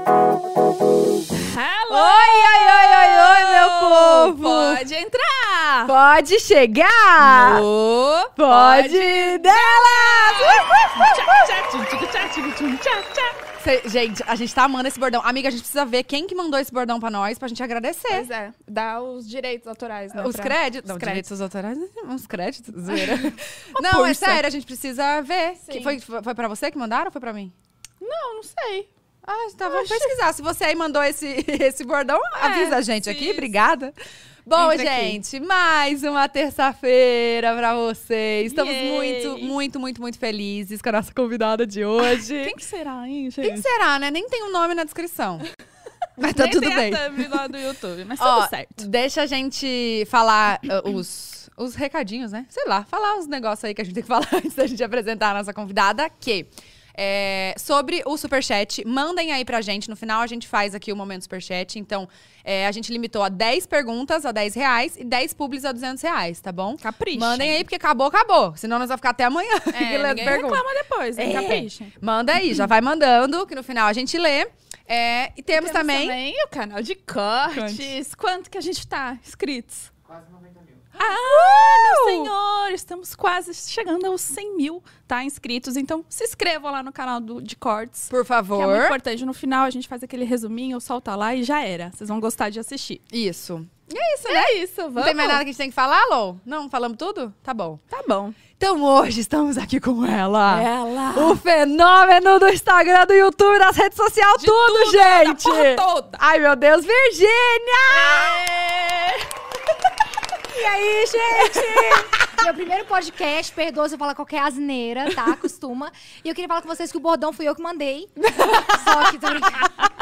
pode chegar! No... Pode delas! Cê- gente, a gente tá amando esse bordão. Amiga, a gente precisa ver quem que mandou esse bordão pra nós pra gente agradecer. Pois é, dá os direitos autorais, né? Os pra- créditos. Os Não, créditos. direitos autorais. Uns créditos, zoeira. Não, é pulsa. sério, a gente precisa ver. Que Sim. foi, foi pra você que mandaram ou foi pra mim? Não, não sei. Ah, tá, vamos pesquisar. Se você aí mandou esse, esse bordão, avisa a gente aqui. isso. Obrigada. Bom, Entra aqui. gente, mais uma terça-feira pra vocês. Estamos Yay. muito, muito, muito, muito felizes com a nossa convidada de hoje. que será, hein, gente? Quem será, né? Nem tem o nome na descrição. Mas tá Nem tudo tem a bem. thumb lá do YouTube, mas Ó, tudo certo. Deixa a gente falar uh, os, os recadinhos, né? Sei lá, falar os negócios aí que a gente tem que falar antes da gente apresentar a nossa convidada, que. é, sobre o superchat, mandem aí pra gente. No final, a gente faz aqui o momento superchat. Então, é, a gente limitou a 10 perguntas a 10 reais e 10 publis a 200 reais, tá bom? Capricha. Mandem aí, porque acabou, acabou. Senão, nós vamos ficar até amanhã É, lendo ninguém pergunta. reclama depois, né? É. Capricha. Manda aí, já vai mandando, que no final a gente lê. É, e temos, também o canal de cortes. Quanto que a gente tá inscritos? Uh! Quase 90 mil. Ah, meu senhor! Estamos quase chegando aos 100 mil, tá? Inscritos. Então, se inscrevam lá no canal do, de cortes. Por Que é muito favor. importante. No final, a gente faz aquele resuminho, solta lá e já era. Vocês vão gostar de assistir. Isso. Isso, né? É isso, vamos. Não tem mais nada que a gente tem que falar, Lô? Não? Falamos tudo? Tá bom. É. Tá bom. É Então hoje estamos aqui com Ah. ela. Ela. O fenômeno do Instagram, do YouTube, das redes sociais, tudo, gente! porra toda. Ai, meu Deus, Virgínia! E aí, gente? Meu primeiro podcast, perdoa se eu falar qualquer asneira, tá? Acostuma. E eu queria falar com vocês que o bordão fui eu que mandei. Só que tô brincando.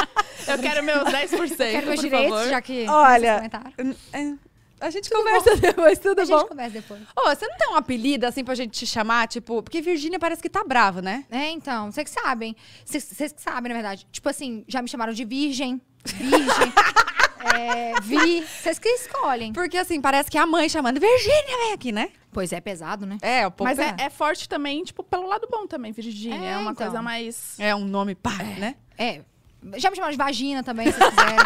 Eu quero meus 10%. Quero por meus direitos, favor. já que Olha, é, vocês comentaram. A gente conversa depois, tudo A bom? gente conversa depois. Ô, você não tem um apelido assim pra gente te chamar? Tipo, porque Virgínia parece que tá brava, né? É, então, vocês que sabem. Vocês- Vocês que sabem, na verdade. Tipo assim, já me chamaram de virgem. Virgem. é, vi. Vocês que escolhem. Porque assim, parece que é a mãe chamando Virgínia, vem aqui, né? Pois é, pesado, né? É, o pouco Mas é, é forte também, tipo, pelo lado bom também, Virgínia. É, É, uma então. coisa mais. é um nome pá, né? É. Já me chamaram de vagina também, se vocês quiserem.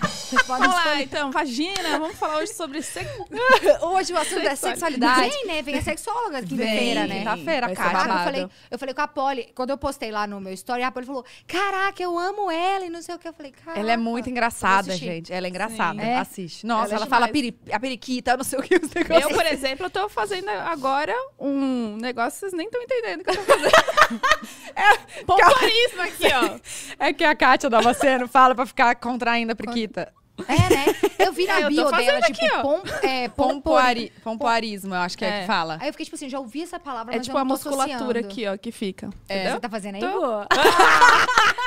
Vocês podem Vamos lá, escolher. então, vagina, vamos falar hoje sobre sexo. Hoje o assunto é sexualidade. Vem, né? Vem a sexóloga Quinta-feira, quinta-feira, né? né? Quinta-feira, Vai ser Kátia. Sabe, eu falei, eu falei com a Polly, quando eu postei lá no meu story, a Polly falou: Caraca, eu amo ela e não sei o que. Eu falei, cara. Ela é muito vou engraçada, assistir. gente. Ela é engraçada. Sim. É. Assiste. Nossa, Ela é ela, fala demais. piri- a periquita, não sei o que, os negócios. Eu, por exemplo, eu tô fazendo agora um negócio que vocês nem estão entendendo o que eu tô fazendo. é pompoarismo aqui, ó. É que a Kátia da Maceno fala pra ficar contraindo a periquita. É, né? Eu vi na É, eu tô bio dela, fazendo tipo, aqui, ó. pom, é, pompoari. Pompoari, pompoarismo, eu acho que é, que É. fala. Aí eu fiquei tipo assim: já ouvi essa palavra, É mas tipo eu a não tô musculatura associando. aqui, ó, que fica. É, Você tá fazendo aí? Tô.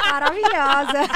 Maravilhosa.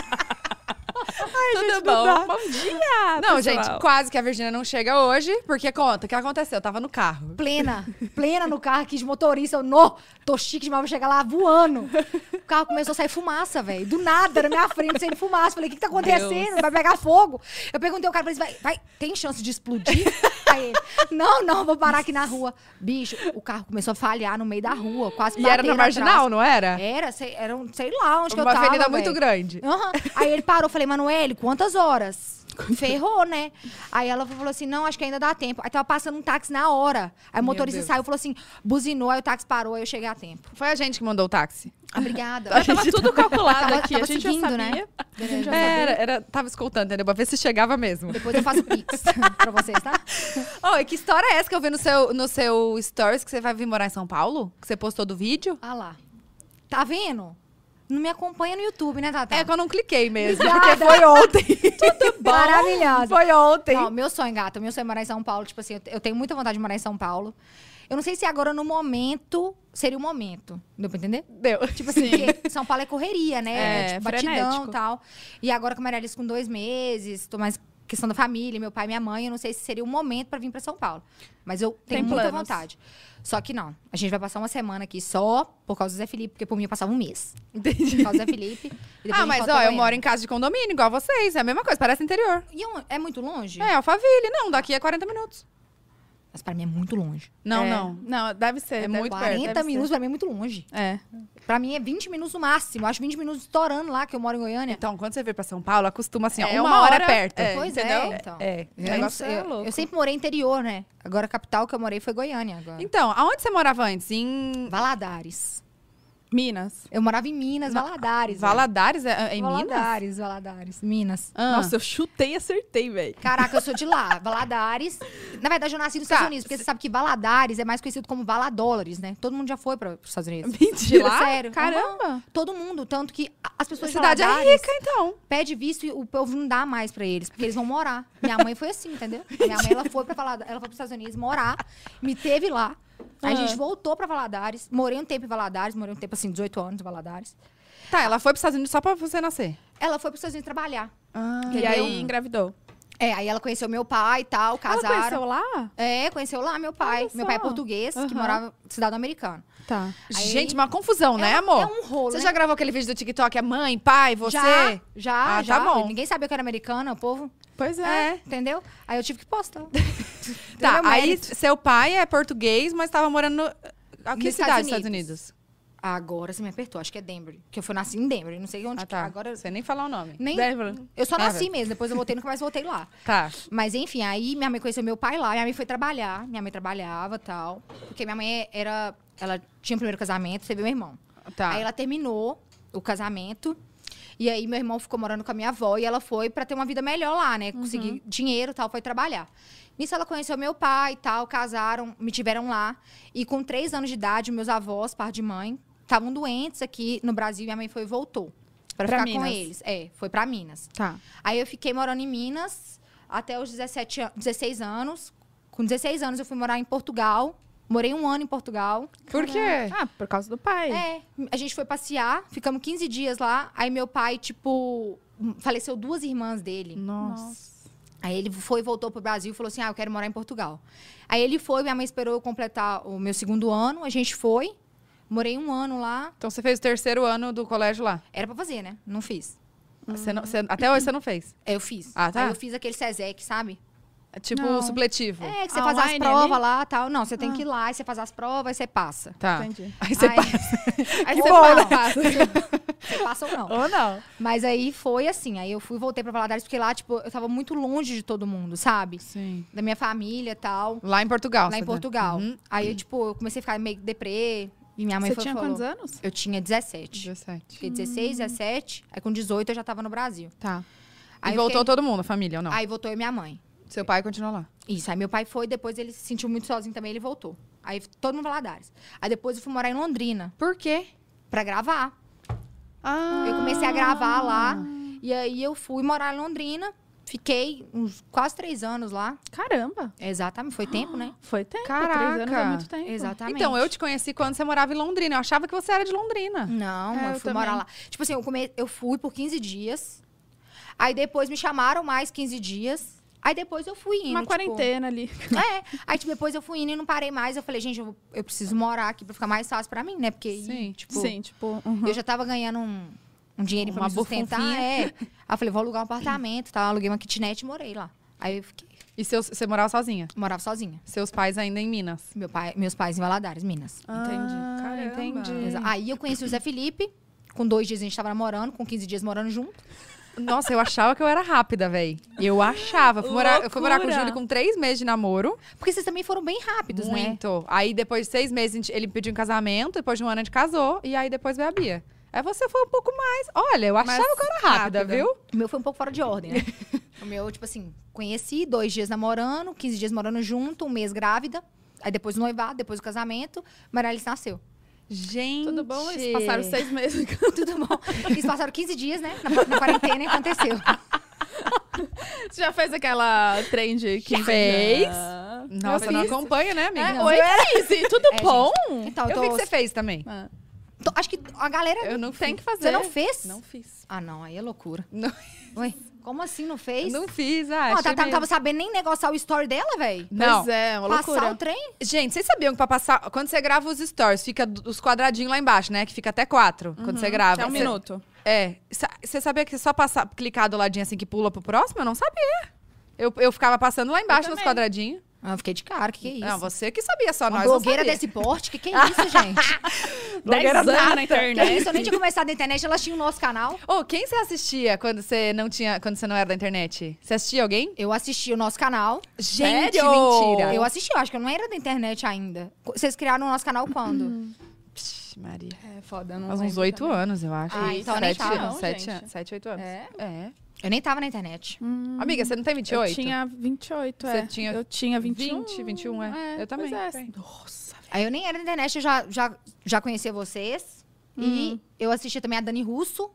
Tudo gente, não dá. bom? Bom dia! Não, É pessoal. gente, quase que a Virgínia não chega hoje, porque conta, o que aconteceu? Eu tava no carro. Plena. Plena no carro aqui de motorista. Eu, no, tô chique demais, vou chegar lá voando. O carro começou a sair fumaça, velho. Do nada, na minha frente, saindo fumaça. Falei, o que que tá acontecendo? Vai pegar fogo. Eu perguntei ao cara, falei, vai, vai, tem chance de explodir? Aí ele, não, não, vou parar aqui na rua. Bicho, o carro começou a falhar no meio da rua, quase E era na bateram marginal, atrás. não era? Era, sei, era um- sei lá onde que eu Uma tava, avenida muito velho. grande. Aham. Aí ele parou, falei, Manoel, quantas horas? Ferrou, né? Aí ela falou assim: não, acho que ainda dá tempo. Aí tava passando um táxi na hora. Aí o motorista Deus. saiu e falou assim: buzinou, aí o táxi parou, aí eu cheguei a tempo. Foi a gente que mandou o táxi. Obrigada. Tava tudo calculado Tava- Tá aqui, a tava gente já seguindo, né? sabia. A gente já sabia. É, Era, era, tava escoltando, entendeu? Pra ver se chegava mesmo. Depois eu faço pix pra vocês, tá? Ô, e que história é essa que eu vi no seu, no seu stories que você vai vir morar em São Paulo? Que você postou do vídeo? Ah lá. Tá vendo? Não me acompanha no YouTube, né, Tata? É que eu não cliquei mesmo, Obrigada. porque foi ontem. Tudo Maravilhosa. Foi ontem. Não, meu sonho, gata, meu sonho é morar em São Paulo. Tipo assim, eu te- eu tenho muita vontade de morar em São Paulo. Eu não sei se agora no momento seria o momento. Deu pra entender? Deu. Tipo assim, porque São Paulo é correria, né? É, tipo, batidão frenético. e tal. E agora com a Maria Alice com dois meses, tô mais questão da família, meu pai, minha mãe, eu não sei se seria o momento pra vir pra São Paulo. Mas eu tenho Tem muita planos. vontade. Só que não. A gente vai passar uma semana aqui só por causa do Zé Felipe, porque por mim eu passava um mês. Entendi. Por causa do Zé Felipe. e depois a Ah, gente mas volta ó, eu Goiânia. moro em casa de condomínio, igual vocês. É a mesma coisa, parece interior. E eu- é um, muito longe? É, Alphaville. Não, daqui é 40 minutos. Mas pra mim é muito longe. Não, É. não. Não, deve ser. É deve- muito perto, 40 deve ser. minutos pra mim é muito longe. É. Pra mim é 20 minutos no máximo. Eu acho 20 minutos estourando lá, que eu moro em Goiânia. Então, quando você veio pra São Paulo, acostuma assim, ó, É, uma, uma hora, é hora- perto. é. pois entendeu? é, então. É. Eu, O não negócio sei, é eu- louco. eu sempre morei interior, né? Agora a capital que eu morei foi Goiânia. Agora. Então, aonde você morava antes? Em Valadares. Minas. Eu morava em Minas, Valadares. Valadares? É, é velho. em Minas? Valadares, Valadares. Minas. Ah. Nossa, eu chutei e acertei, velho. Caraca, eu sou de lá. Valadares. Na verdade, eu nasci nos Tá, Estados Unidos, porque você sabe que Valadares é mais conhecido como Valadólares, né? Todo mundo já foi para os Estados Unidos. Mentira. Sério. Caramba. Todo mundo, tanto que a- as pessoas A de cidade é Valadares rica, então. pede visto e o povo não dá mais pra eles, porque eles vão morar. Minha mãe foi assim, entendeu? A Minha mãe ela foi para Valadares, ela foi para os Estados Unidos morar, me teve lá. Ah. Aí A gente voltou pra Valadares, morei um tempo em Valadares, morei um tempo assim, 18 anos em Valadares. Tá, ela foi pros Estados Unidos só pra você nascer. Ela foi para os Estados Unidos trabalhar. Ah. E Entendeu? aí engravidou. É, aí ela conheceu meu pai e tal, Ela casaram. conheceu lá? É, conheceu lá meu pai. Olha Meu pai é só. português, que Aham. morava cidadão americano. Tá. Aí- Gente, uma confusão, né, é, um- amor? É um rolo, Você né? já gravou aquele vídeo do TikTok? É mãe, pai, você? Já, já, Ah, tá já. bom. Ninguém sabia que eu era americana, o povo, Pois é. É. entendeu? Aí eu tive que postar. Tá, Meu aí mérito. seu pai é português, mas tava morando no... A que cidade Nos Estados dos Estados Unidos? Agora você me apertou, acho que é Denver. Que eu fui nasci em Denver, não sei onde Ah, que tá. Agora, Você nem falar o nome. nem, Denver. eu só nasci Denver. mesmo, depois eu voltei, nunca mais voltei lá. Tá. Mas enfim, aí minha mãe conheceu meu pai lá, minha mãe foi trabalhar, minha mãe trabalhava e tal. Porque minha mãe era, ela tinha o primeiro casamento, teve meu irmão. Tá. Aí ela terminou o casamento. E aí meu irmão ficou morando com a minha avó e ela foi pra ter uma vida melhor lá, né? Conseguir dinheiro e tal, foi trabalhar. Nisso ela conheceu meu pai e tal, casaram, me tiveram lá. E com três anos de idade, meus avós, par de mãe, estavam doentes aqui no Brasil. Minha mãe foi e voltou pra, Pra ficar com Minas. eles. É, foi pra Minas. Tá. Aí eu fiquei morando em Minas até os 17, an- 16 anos. Com 16 anos eu fui morar em Portugal. Morei um ano em Portugal. Por quê? Ah, por causa do pai. É, a gente foi passear, ficamos 15 dias lá. Aí meu pai, tipo, faleceu duas irmãs Hum. dele. Nossa. Aí ele foi e voltou pro Brasil e falou assim: Ah, eu quero morar em Portugal. Aí ele foi, minha mãe esperou eu completar o meu segundo ano, a gente foi. Morei um ano lá. Então você fez o terceiro ano do colégio lá. Era pra fazer, né? Não fiz. Você não, você- até hoje você não fez. É, Eu fiz. Ah, tá. Aí eu fiz aquele SESEC, sabe? É tipo Não. supletivo. É, que você Ah, faz as online provas ali? Ah. lá e tal. Não, você tem que ir lá, aí você faz as provas, aí você passa. Tá. Entendi. Aí você Aí- "Ah, passa. Aí Ou você não, fala. tá." Você passa ou não. Ou não. Mas aí foi assim, aí eu fui e voltei pra Valadares, porque lá, tipo, eu tava muito longe de todo mundo, sabe? Sim. Da minha família e tal, Lá em Portugal. lá você em né? tá- Portugal. Uhum. Aí, eu, tipo, eu comecei a ficar meio deprê, e minha mãe Você foi, tinha falou... quantos anos? Eu tinha 17. 17. Fiquei 16, 17, aí com 18 eu já tava no Brasil. Tá. Aí e eu voltou fiquei- todo mundo, a família ou não? Aí voltou eu e minha mãe. Seu pai continua lá. Isso, aí meu pai foi, depois ele se sentiu muito sozinho também, ele voltou. Aí todo mundo em Valadares. Aí depois eu fui morar em Londrina, Por quê? pra gravar. Ah. Eu comecei a gravar lá. Ah. E aí eu fui morar em Londrina. Fiquei uns quase três anos lá. Caramba. Exatamente. Foi tempo, né? Foi tempo. Três anos Caraca. é muito tempo. Exatamente. Então, eu te conheci quando você morava em Londrina. Eu achava que você era de Londrina. Não, É, eu eu fui também. morar lá. Tipo assim, eu, come... eu fui por 15 dias. Aí depois me chamaram mais 15 dias. Aí depois eu fui indo. Uma tipo- quarentena ali. É. Aí tipo, depois eu fui indo e não parei mais. Eu falei, gente, eu, eu preciso morar aqui pra ficar mais fácil pra mim, né? Porque, aí, Sim, tipo, Sim, tipo. uhum. eu já tava ganhando um, um dinheiro pra Uma me sustentar. bufunfinha. É. Aí eu falei, vou alugar um apartamento, tá? Aluguei uma kitnet e morei lá. Aí eu fiquei, E seus, você morava sozinha? morava sozinha. Seus pais ainda em Minas. Meu pai, meus pais em Valadares, Minas. Ah, Entendi. Caramba. entendi. Exa- Aí eu conheci o Zé Felipe. Com dois dias a gente tava namorando, com 15 dias morando junto. Nossa, eu achava que eu era rápida, véi. Eu achava. Eu fui, morar, eu fui morar com o Loucura. Júlio com três meses de namoro. Porque vocês também foram bem rápidos, né? Muito. Aí depois de seis meses a gente- ele me pediu em casamento, depois de um ano a gente casou, e aí depois veio a Bia. Aí você foi um pouco mais. Olha, eu achava Mais que eu era rápida, rápida. viu? O meu foi um pouco fora de ordem, né? o meu, tipo assim, conheci, dois dias namorando, 15 dias morando junto, um mês grávida. Aí depois o noivado, depois o casamento. Marilis nasceu. Gente. Tudo bom? Eles passaram seis meses. Tudo bom. Eles passaram 15 dias, né? Na, na quarentena e aconteceu. Você já fez aquela trend que Fez. Ah. Nossa, eu não acompanho, né, amiga? É, Não, Oi, Cris, tudo É, bom? Então, eu Eu tô, vi que você fez também. Ah, tô- Acho que a galera. Eu não Tem que fazer. Você não fez? É. Não fiz. Ah, não, aí é loucura. Não, Ué, como assim não fez? não fiz, ah, Ó, a achei Tatá não meio- tava sabendo nem negociar o story dela, véi. Não. Pois é, uma Passar loucura. o trem? Gente, vocês sabiam que pra passar. Quando você grava os stories, fica d- os quadradinhos lá embaixo, né? Que fica até quatro quando você grava. É um Você- minuto. É. Sa- Você sabia que só passar, clicar do ladinho assim que pula pro próximo? Eu não sabia. Eu, eu ficava passando lá embaixo nos também. quadradinhos. Ah, eu fiquei de cara, o que, que é isso? Não, você que sabia, só Uma nós não blogueira sabia. desse porte? Que que é isso, gente? Blogueira 10 anos nata. na que é internet. isso? Eu nem tinha começado na internet, elas tinham o nosso canal. Ô, quem você assistia quando você não tinha, quando você não era da internet? Você assistia alguém? Eu assisti o nosso canal. Gente, Sério? mentira. Eu assisti, eu acho que eu não era da internet ainda. Co- Vocês criaram o nosso canal quando? Psh, Maria. É foda, não. Faz uns lembro oito também. anos, eu acho. Ah, então nem sete, tá não, sete, gente. sete, oito anos. É? Eu nem tava na internet. Amiga, você não tem 28? Eu tinha 28, é. Você tinha Eu tinha 21. 20, 21, é. Eu também. pois Tem. um? É. Nossa, velho. Aí eu nem era da internet, eu já, já, já conhecia vocês. E eu assisti também a Dani Russo,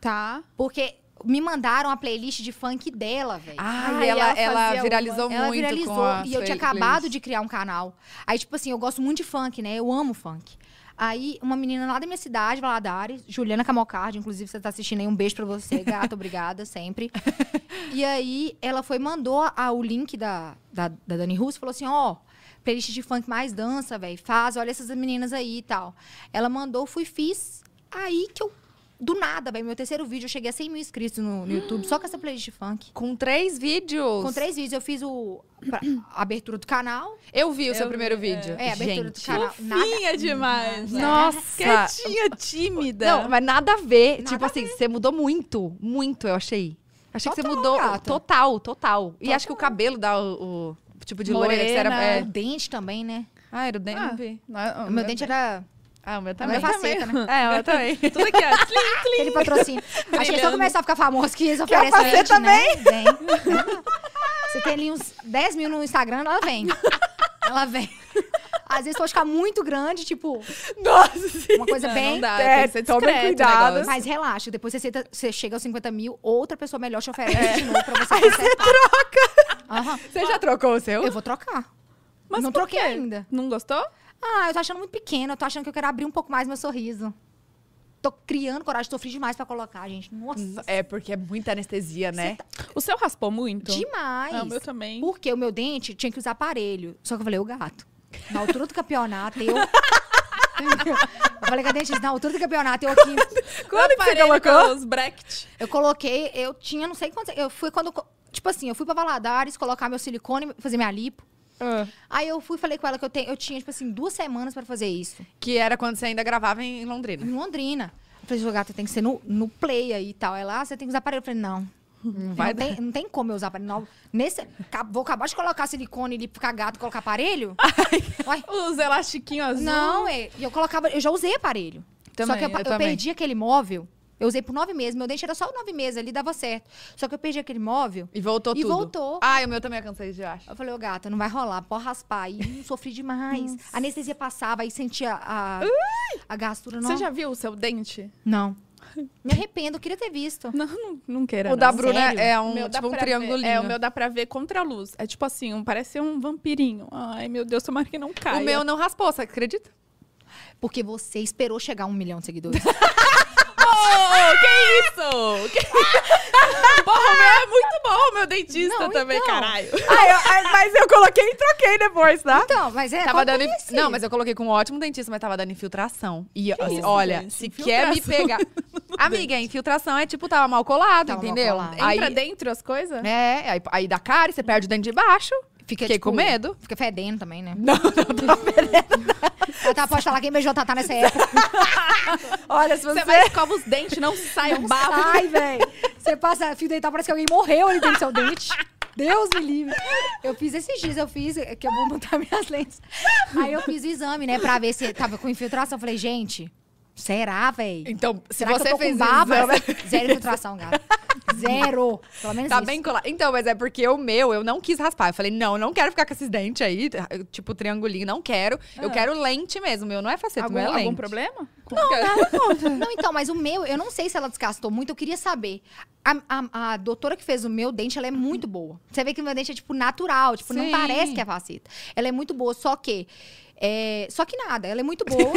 Tá. porque me mandaram a playlist de funk dela, velho. Ah, Ah, e e ela, ela ela fazia viralizou Ela muito viralizou com a e eu tinha play- acabado de criar um canal. Aí, tipo assim, eu gosto muito de funk, né? Eu amo funk. Aí, uma menina lá da minha cidade, Valadares, Juliana Camocardi, inclusive você tá assistindo aí, um beijo pra você, gata, obrigada, sempre. E aí, ela foi, mandou a- o link da, da, da Dani Russo, falou assim, ó, playlist de funk mais dança, velho, faz, olha essas meninas aí e tal. Ela mandou, fui, fiz, aí que eu, do nada, velho, meu terceiro vídeo, eu cheguei a 100 mil inscritos no, no YouTube, só com essa playlist de funk. Com três vídeos. Com três vídeos, eu fiz o, pra- a abertura do canal. Eu vi o seu Eu primeiro vi, é. vídeo. É, a abertura do Gente. canal. Nada. Fofinha Tá demais. né? Nossa. Quietinha, tímida. Não, mas nada a ver. Nada tipo a assim, você mudou muito. Muito, eu achei. Achei que você Total, mudou gata. total, total. E acho que o cabelo dá o, o tipo de loira que você era. Morena. é. O dente também, né? Ah, era o dente. Ah, Tá O meu dente era. Ah, o meu Também também. é faceta, né? É, o meu também. Tudo aqui, ó. Tlim. Aquele patrocínio. Acho que eles vão Brilhando. começar a ficar famosos que eles oferecem faceta dente, também? né? Vem. Você tem ali uns 10 mil no Instagram, ela vem. Ela vem. Às vezes pode ficar muito grande, tipo, Nossa, sim. uma coisa Não, bem. não dá, É, tem que ser tomem discreto o cuidado. negócio. Mas relaxa, depois você, aceita- você chega aos 50 mil, outra pessoa melhor te oferece de novo pra É. você tá- consertar. Aham. Você já trocou o seu? Eu vou trocar. Mas não por troquei quê? ainda. Não gostou? Ah, eu tô achando muito pequeno, eu tô achando que eu quero abrir um pouco mais meu sorriso. Tô criando coragem, sofri demais pra colocar, gente. Nossa, É, porque é muita anestesia, né? tá- O seu raspou muito? demais. Ah, o meu também. Porque o meu dente tinha que usar aparelho. Só que eu falei, o gato. Na altura do campeonato, eu. eu falei com a dentista, na altura do campeonato, eu aqui. Quando que você colocou? Os bracket. Eu coloquei, eu tinha não sei quantos. Eu fui quando. Tipo assim, eu fui pra Valadares colocar meu silicone, fazer minha lipo. Aí eu fui falei com ela que eu, te, eu tinha, tipo assim, duas semanas pra fazer isso. Que era quando você ainda gravava em em Londrina. em Londrina. Eu falei, gata, tem que ser no, no play aí e tal. Ela, ah, você tem que usar aparelho. Eu falei, não. Não, vai tem, não tem como eu usar aparelho. Não. Nesse, ca- vou acabar de colocar silicone ali, ficar gato e colocar aparelho? Ah, Uai, Os elastiquinhos azul. não, é, e eu colocava. Eu já usei aparelho. Também, Só que eu, pa- eu eu também. perdi aquele móvel. Eu usei por nove meses. Meu dente era só nove meses ali, dava certo. Só que eu perdi aquele móvel. E voltou E tudo. voltou. Ah, e o meu também eu cansei de acho. Eu falei, ô gata, não vai rolar, pode raspar. aí hum, sofri demais. A anestesia passava, aí sentia a, a gastura. Não, Você já viu o seu dente? não. Me arrependo, eu queria ter visto. Não, não, não queira. O da não. Bruna sério? é um, O meu dá tipo um pra triangulinho. ver- É, o meu dá pra ver contra a luz. É tipo assim, um, parece um vampirinho. Ai, meu Deus, tomara que não caia. O meu não raspou, você acredita? Porque você esperou chegar a um milhão de seguidores. que isso? Porra, o meu é muito bom, o meu dentista Não, também, então. caralho. mas eu coloquei e troquei depois, tá? Então, mas é. Tava dando. acontece. Não, mas eu coloquei com um ótimo dentista, mas tava dando infiltração. E assim, isso, olha, gente? se quer me Infiltração pegar. Amiga, infiltração é tipo, tava mal colado, Tava mal entendeu? colado. Aí, Entra dentro as coisas? É, aí, aí dá cara e você perde o dente de baixo. Fica, Fiquei tipo, com medo. Fica fedendo também, né? Não, não tá Tatá, pode falar quem beijou a Tatá nessa época. Olha, se Você vai escova os dentes, não sai um barro. Ai, velho. Você passa fio dental, parece que alguém morreu ali dentro do seu dente. Deus me livre. Eu fiz esses dias, eu fiz, é que eu vou montar minhas lentes. Aí eu fiz o exame, né, pra ver se tava com infiltração. Eu falei, gente, será, velho? Então, se Será que você eu tô fez com baba? exame- Zero infiltração, gata. Zero. Pelo menos Tá isso. bem colado. Então, mas é porque o meu, eu não quis raspar. Eu falei, não, eu não quero ficar com esses dentes aí, tipo triangulinho, não quero. Eu Ah. quero lente mesmo. O meu não é faceta, o Algum, meu é lente. algum problema? não, Não, então, mas o meu, eu não sei se ela desgastou muito, eu queria saber. A, a- a doutora que fez o meu dente, ela é muito boa. Você vê que o meu dente é, tipo, natural, tipo, Sim. não parece que é faceta. Ela é muito boa, só que. é, só que nada, ela é muito boa.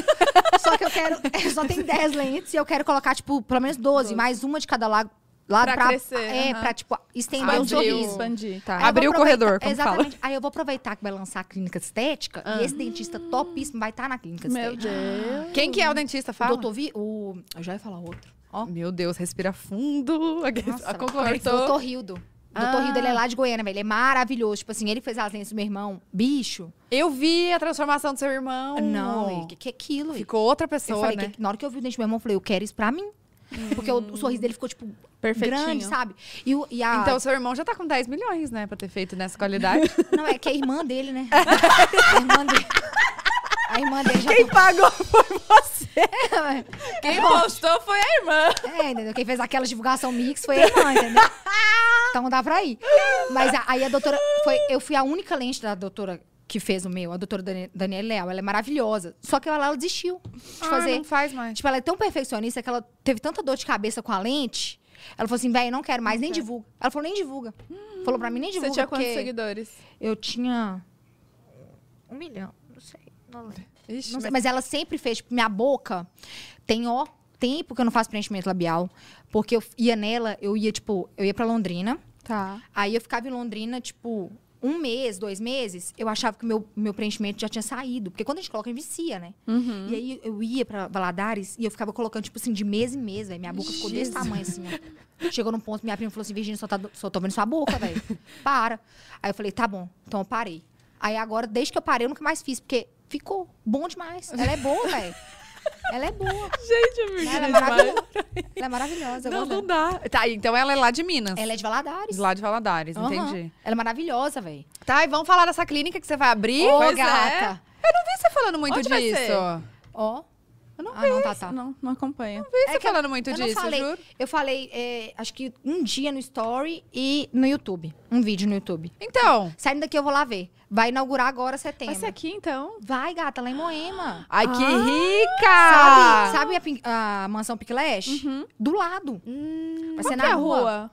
só que eu quero. é, Só tem 10 lentes e eu quero colocar, tipo, pelo menos 12, mais uma de cada lado. lado Pra crescer, É, aham. pra, tipo, estender o Expandir sorriso. um Expandir, Aí eu tá. vou Abrir o aproveitar- corredor, como fala. Exatamente. Aí eu vou aproveitar que vai lançar a clínica estética e esse dentista topíssimo vai estar na clínica Ah. Meu estética. Deus. Quem que é o dentista? O Fala. doutor Vi, o. Eu já ia falar outro. Ó. Meu Deus, respira fundo. A Nossa, concorrente. doutor Rildo. O doutor Rio dele é lá de Goiânia, velho. Ele é maravilhoso. Tipo assim, ele que fez as lenças do meu irmão. Bicho. Eu vi a transformação do seu irmão. Não, o que, que é aquilo? Ui? Oh. Ficou outra Eu pessoa, falei, né? que, na hora que eu vi o dente do meu irmão, eu falei, eu quero isso pra mim. Porque o, o sorriso dele ficou, tipo, Perfeitinho. grande, sabe? E, o- e a. Então, seu irmão já tá com 10 milhões, né? Pra ter feito nessa qualidade. Não, é que é a irmã dele, né? a irmã dele. A irmã dele já. tá- Quem pagou foi você. Quem postou foi a irmã. É, entendeu? Quem fez aquela divulgação mix foi a irmã, entendeu? Então dá pra ir. Mas a- aí a doutora. Foi, eu fui a única lente da doutora que fez o meu, a doutora Dani- Daniela Leal. Ela é maravilhosa. Só que ela, ela desistiu de Ah, fazer. não faz mais. Tipo, ela é tão perfeccionista que ela teve tanta dor de cabeça com a lente. Ela falou assim, velho, não quero mais, nem divulga. Ela falou, nem divulga. Falou pra mim, nem divulga. Você tinha quantos porque seguidores? Eu tinha. Um milhão, não sei. Não lembro. Ixi, Não sei, mas- mas ela sempre fez, tipo, minha boca tem, ó, tempo que eu não faço preenchimento labial. Porque eu ia nela, eu ia, tipo, eu ia pra Londrina. Tá. Aí eu ficava em Londrina, tipo, um mês, dois meses, eu achava que o meu, meu preenchimento já tinha saído. Porque quando a gente coloca, a gente vicia, né? Uhum. E aí eu ia pra Valadares e eu ficava colocando, tipo assim, de mês em mês, velho. Minha boca ficou desse tamanho, assim, ó. Chegou num ponto, minha prima falou assim, Virgínia, só, tá, do- só tô vendo sua boca, velho. Para. Aí eu falei, tá bom, então eu parei. Aí agora, desde que eu parei, eu nunca mais fiz, porque ficou bom demais. Ela é boa, velho. Ela é boa. Gente, eu vi. Ela é maravilhosa. Ela é maravilhosa. eu Não, gosto não dela. dá. Tá, então ela é lá de Minas. Ela é de Valadares. Lá de Valadares, Aham. entendi. Ela é maravilhosa, velho. Tá, e vamos falar dessa clínica que você vai abrir? Ô, Pois é. gata. Eu não vi você falando muito Onde vai disso. ser? Eu Ó. Eu não ah, não, tá, tá. Não, não acompanha. vi você falando muito É eu não disso, falei. juro. Eu falei, é, acho que um dia no Story e no YouTube. Um vídeo no YouTube. Então. Saindo daqui, eu vou lá ver. Vai inaugurar agora Vai setembro. ser aqui, então? Vai, gata, lá em Moema. Ai, que Ah, rica! Ah! Sabe, sabe a, pin- a mansão Piclash? Do lado. Vai Qual ser que na é a rua. rua?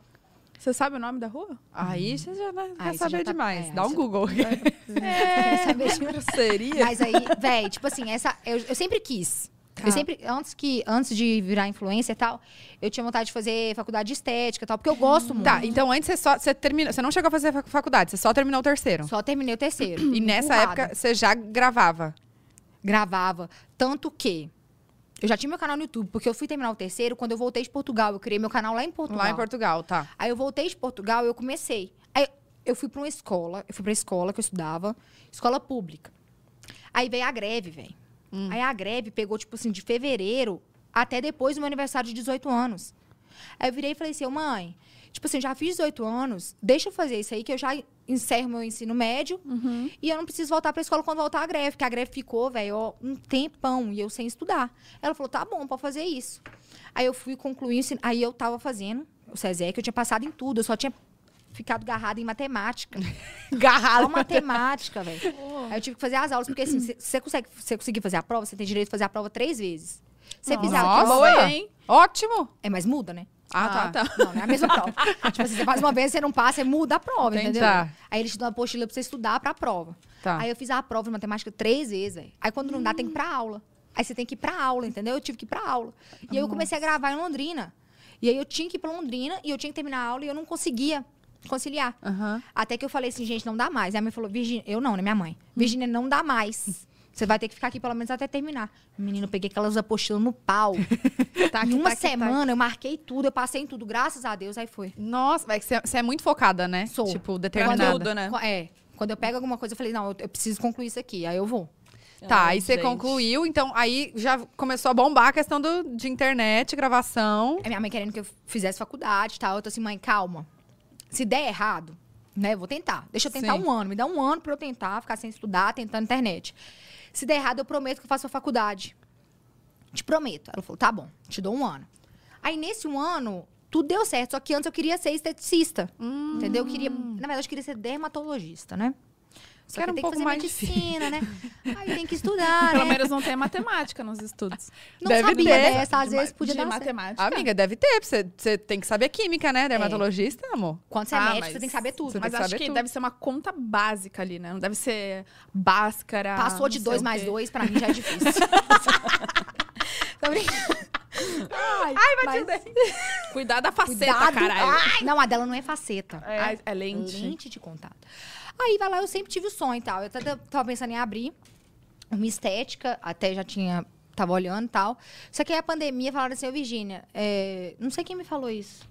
Você sabe o nome da rua? Aí você já né, Aí quer você saber já tá- demais. é, Dá aí um você- Google. É. Seria? Mas aí, véi, tipo assim, essa, eu, eu sempre quis. Eu sempre, antes, que, antes de virar influencer e tal, eu tinha vontade de fazer faculdade de estética e tal, porque eu gosto muito. Tá, então antes você só. Você, terminou, você não chegou a fazer fac- faculdade, você só terminou o terceiro. Só terminei o terceiro. E nessa Empurrada. época você já gravava. gravava. Tanto que eu já tinha meu canal no YouTube, porque eu fui terminar o terceiro quando eu voltei de Portugal. Eu criei meu canal lá em Portugal. Lá em Portugal, tá. Aí eu voltei de Portugal e eu comecei. Aí eu fui pra uma escola, eu fui pra escola que eu estudava, escola pública. Aí veio a greve, velho. Aí a greve pegou, tipo assim, de fevereiro até depois do meu aniversário de 18 anos. Aí eu virei e falei assim, "Ô, mãe, tipo assim, eu já fiz 18 anos, deixa eu fazer isso aí que eu já encerro meu ensino médio Uhum. e eu não preciso voltar pra escola quando voltar a greve, porque a greve ficou, velho, ó, um tempão e eu sem estudar. Ela falou, tá bom, pode fazer isso. Aí eu fui concluir, o ensino- aí eu tava fazendo o SESEC, eu tinha passado em tudo, eu só tinha ficado garrada em matemática. Só Garrado. matemática, velho. Aí eu tive que fazer as aulas, porque assim, se você consegue, se você conseguir fazer a prova, você tem direito de fazer a prova três vezes. Se você fizer a Nossa. prova... Boa, hein? Ótimo! É, mas muda, né? Ah, tá. Não, não é a mesma prova. tipo assim, você faz uma vez, você não passa, você muda a prova, Entendi. entendeu? Tá. Aí eles te dão uma apostila pra você estudar pra prova. Tá. Aí eu fiz a prova de matemática três vezes, velho. Aí quando não dá, tem que ir pra aula. Aí você tem que ir pra aula, entendeu? Eu tive que ir pra aula. E aí eu comecei a gravar em Londrina. E aí eu tinha que ir pra Londrina e eu tinha que terminar a aula e eu não conseguia conciliar. Aham. Até que eu falei assim, gente, não dá mais. Aí a minha falou, Virgínia, eu não, né? Minha Hum. mãe. Virgínia, não dá mais. Você vai ter que ficar aqui pelo menos até terminar. Menino, eu peguei aquelas apostilas no pau. Tá, em aqui, uma tá, aqui, tá, aqui. semana, eu marquei tudo, eu passei em tudo, graças a Deus, aí foi. Nossa, mas você você é muito focada, né? Sou. Tipo, Pra determinada. tudo, né? Qu- É. Quando eu pego alguma coisa, eu falei, não, eu, eu preciso concluir isso aqui. Aí eu vou. Tá, Ai, aí você gente. concluiu, então aí já começou a bombar a questão do, de internet, gravação. É minha mãe querendo que eu fizesse faculdade e tal. Eu tô assim, mãe, calma. Se der errado, né, eu vou tentar. Deixa eu tentar Sim. um ano. Me dá um ano pra eu tentar, ficar sem estudar, tentando internet. Se der errado, eu prometo que eu faço a faculdade. Te prometo. Ela falou, tá bom, te dou um ano. Aí, nesse um ano, tudo deu certo. Só que antes eu queria ser esteticista. Hum. Entendeu? Eu queria, na verdade, eu queria ser dermatologista, né? Só Era que um tem pouco que fazer mais medicina, né? Aí tem que estudar, Pelo né? menos não tem matemática nos estudos. Não deve sabia ter. dessa, às De vezes ma- podia de dar certo. Ah, matemática. Amiga, deve ter, porque você, você tem que saber química, né? Dermatologista, amor. Quando você é Ah, médico, mas você tem que saber tudo. você tem Mas Mas que acho saber que tudo. deve ser uma conta básica ali, né? Não deve ser báscara. Passou de não sei dois o mais quê. dois, pra mim já é difícil. Tô brincando. Ai, Mas- é. Cuidar da faceta, Cuidado. caralho. Ai, Não, a dela não é faceta. É, é lente. Lente de contato. Aí vai lá, eu sempre tive o sonho e tal. Eu até tava pensando em abrir uma estética, até já tinha. Tava olhando e tal. Só que aí a pandemia falaram assim, ô Virgínia, é, não sei quem me falou isso.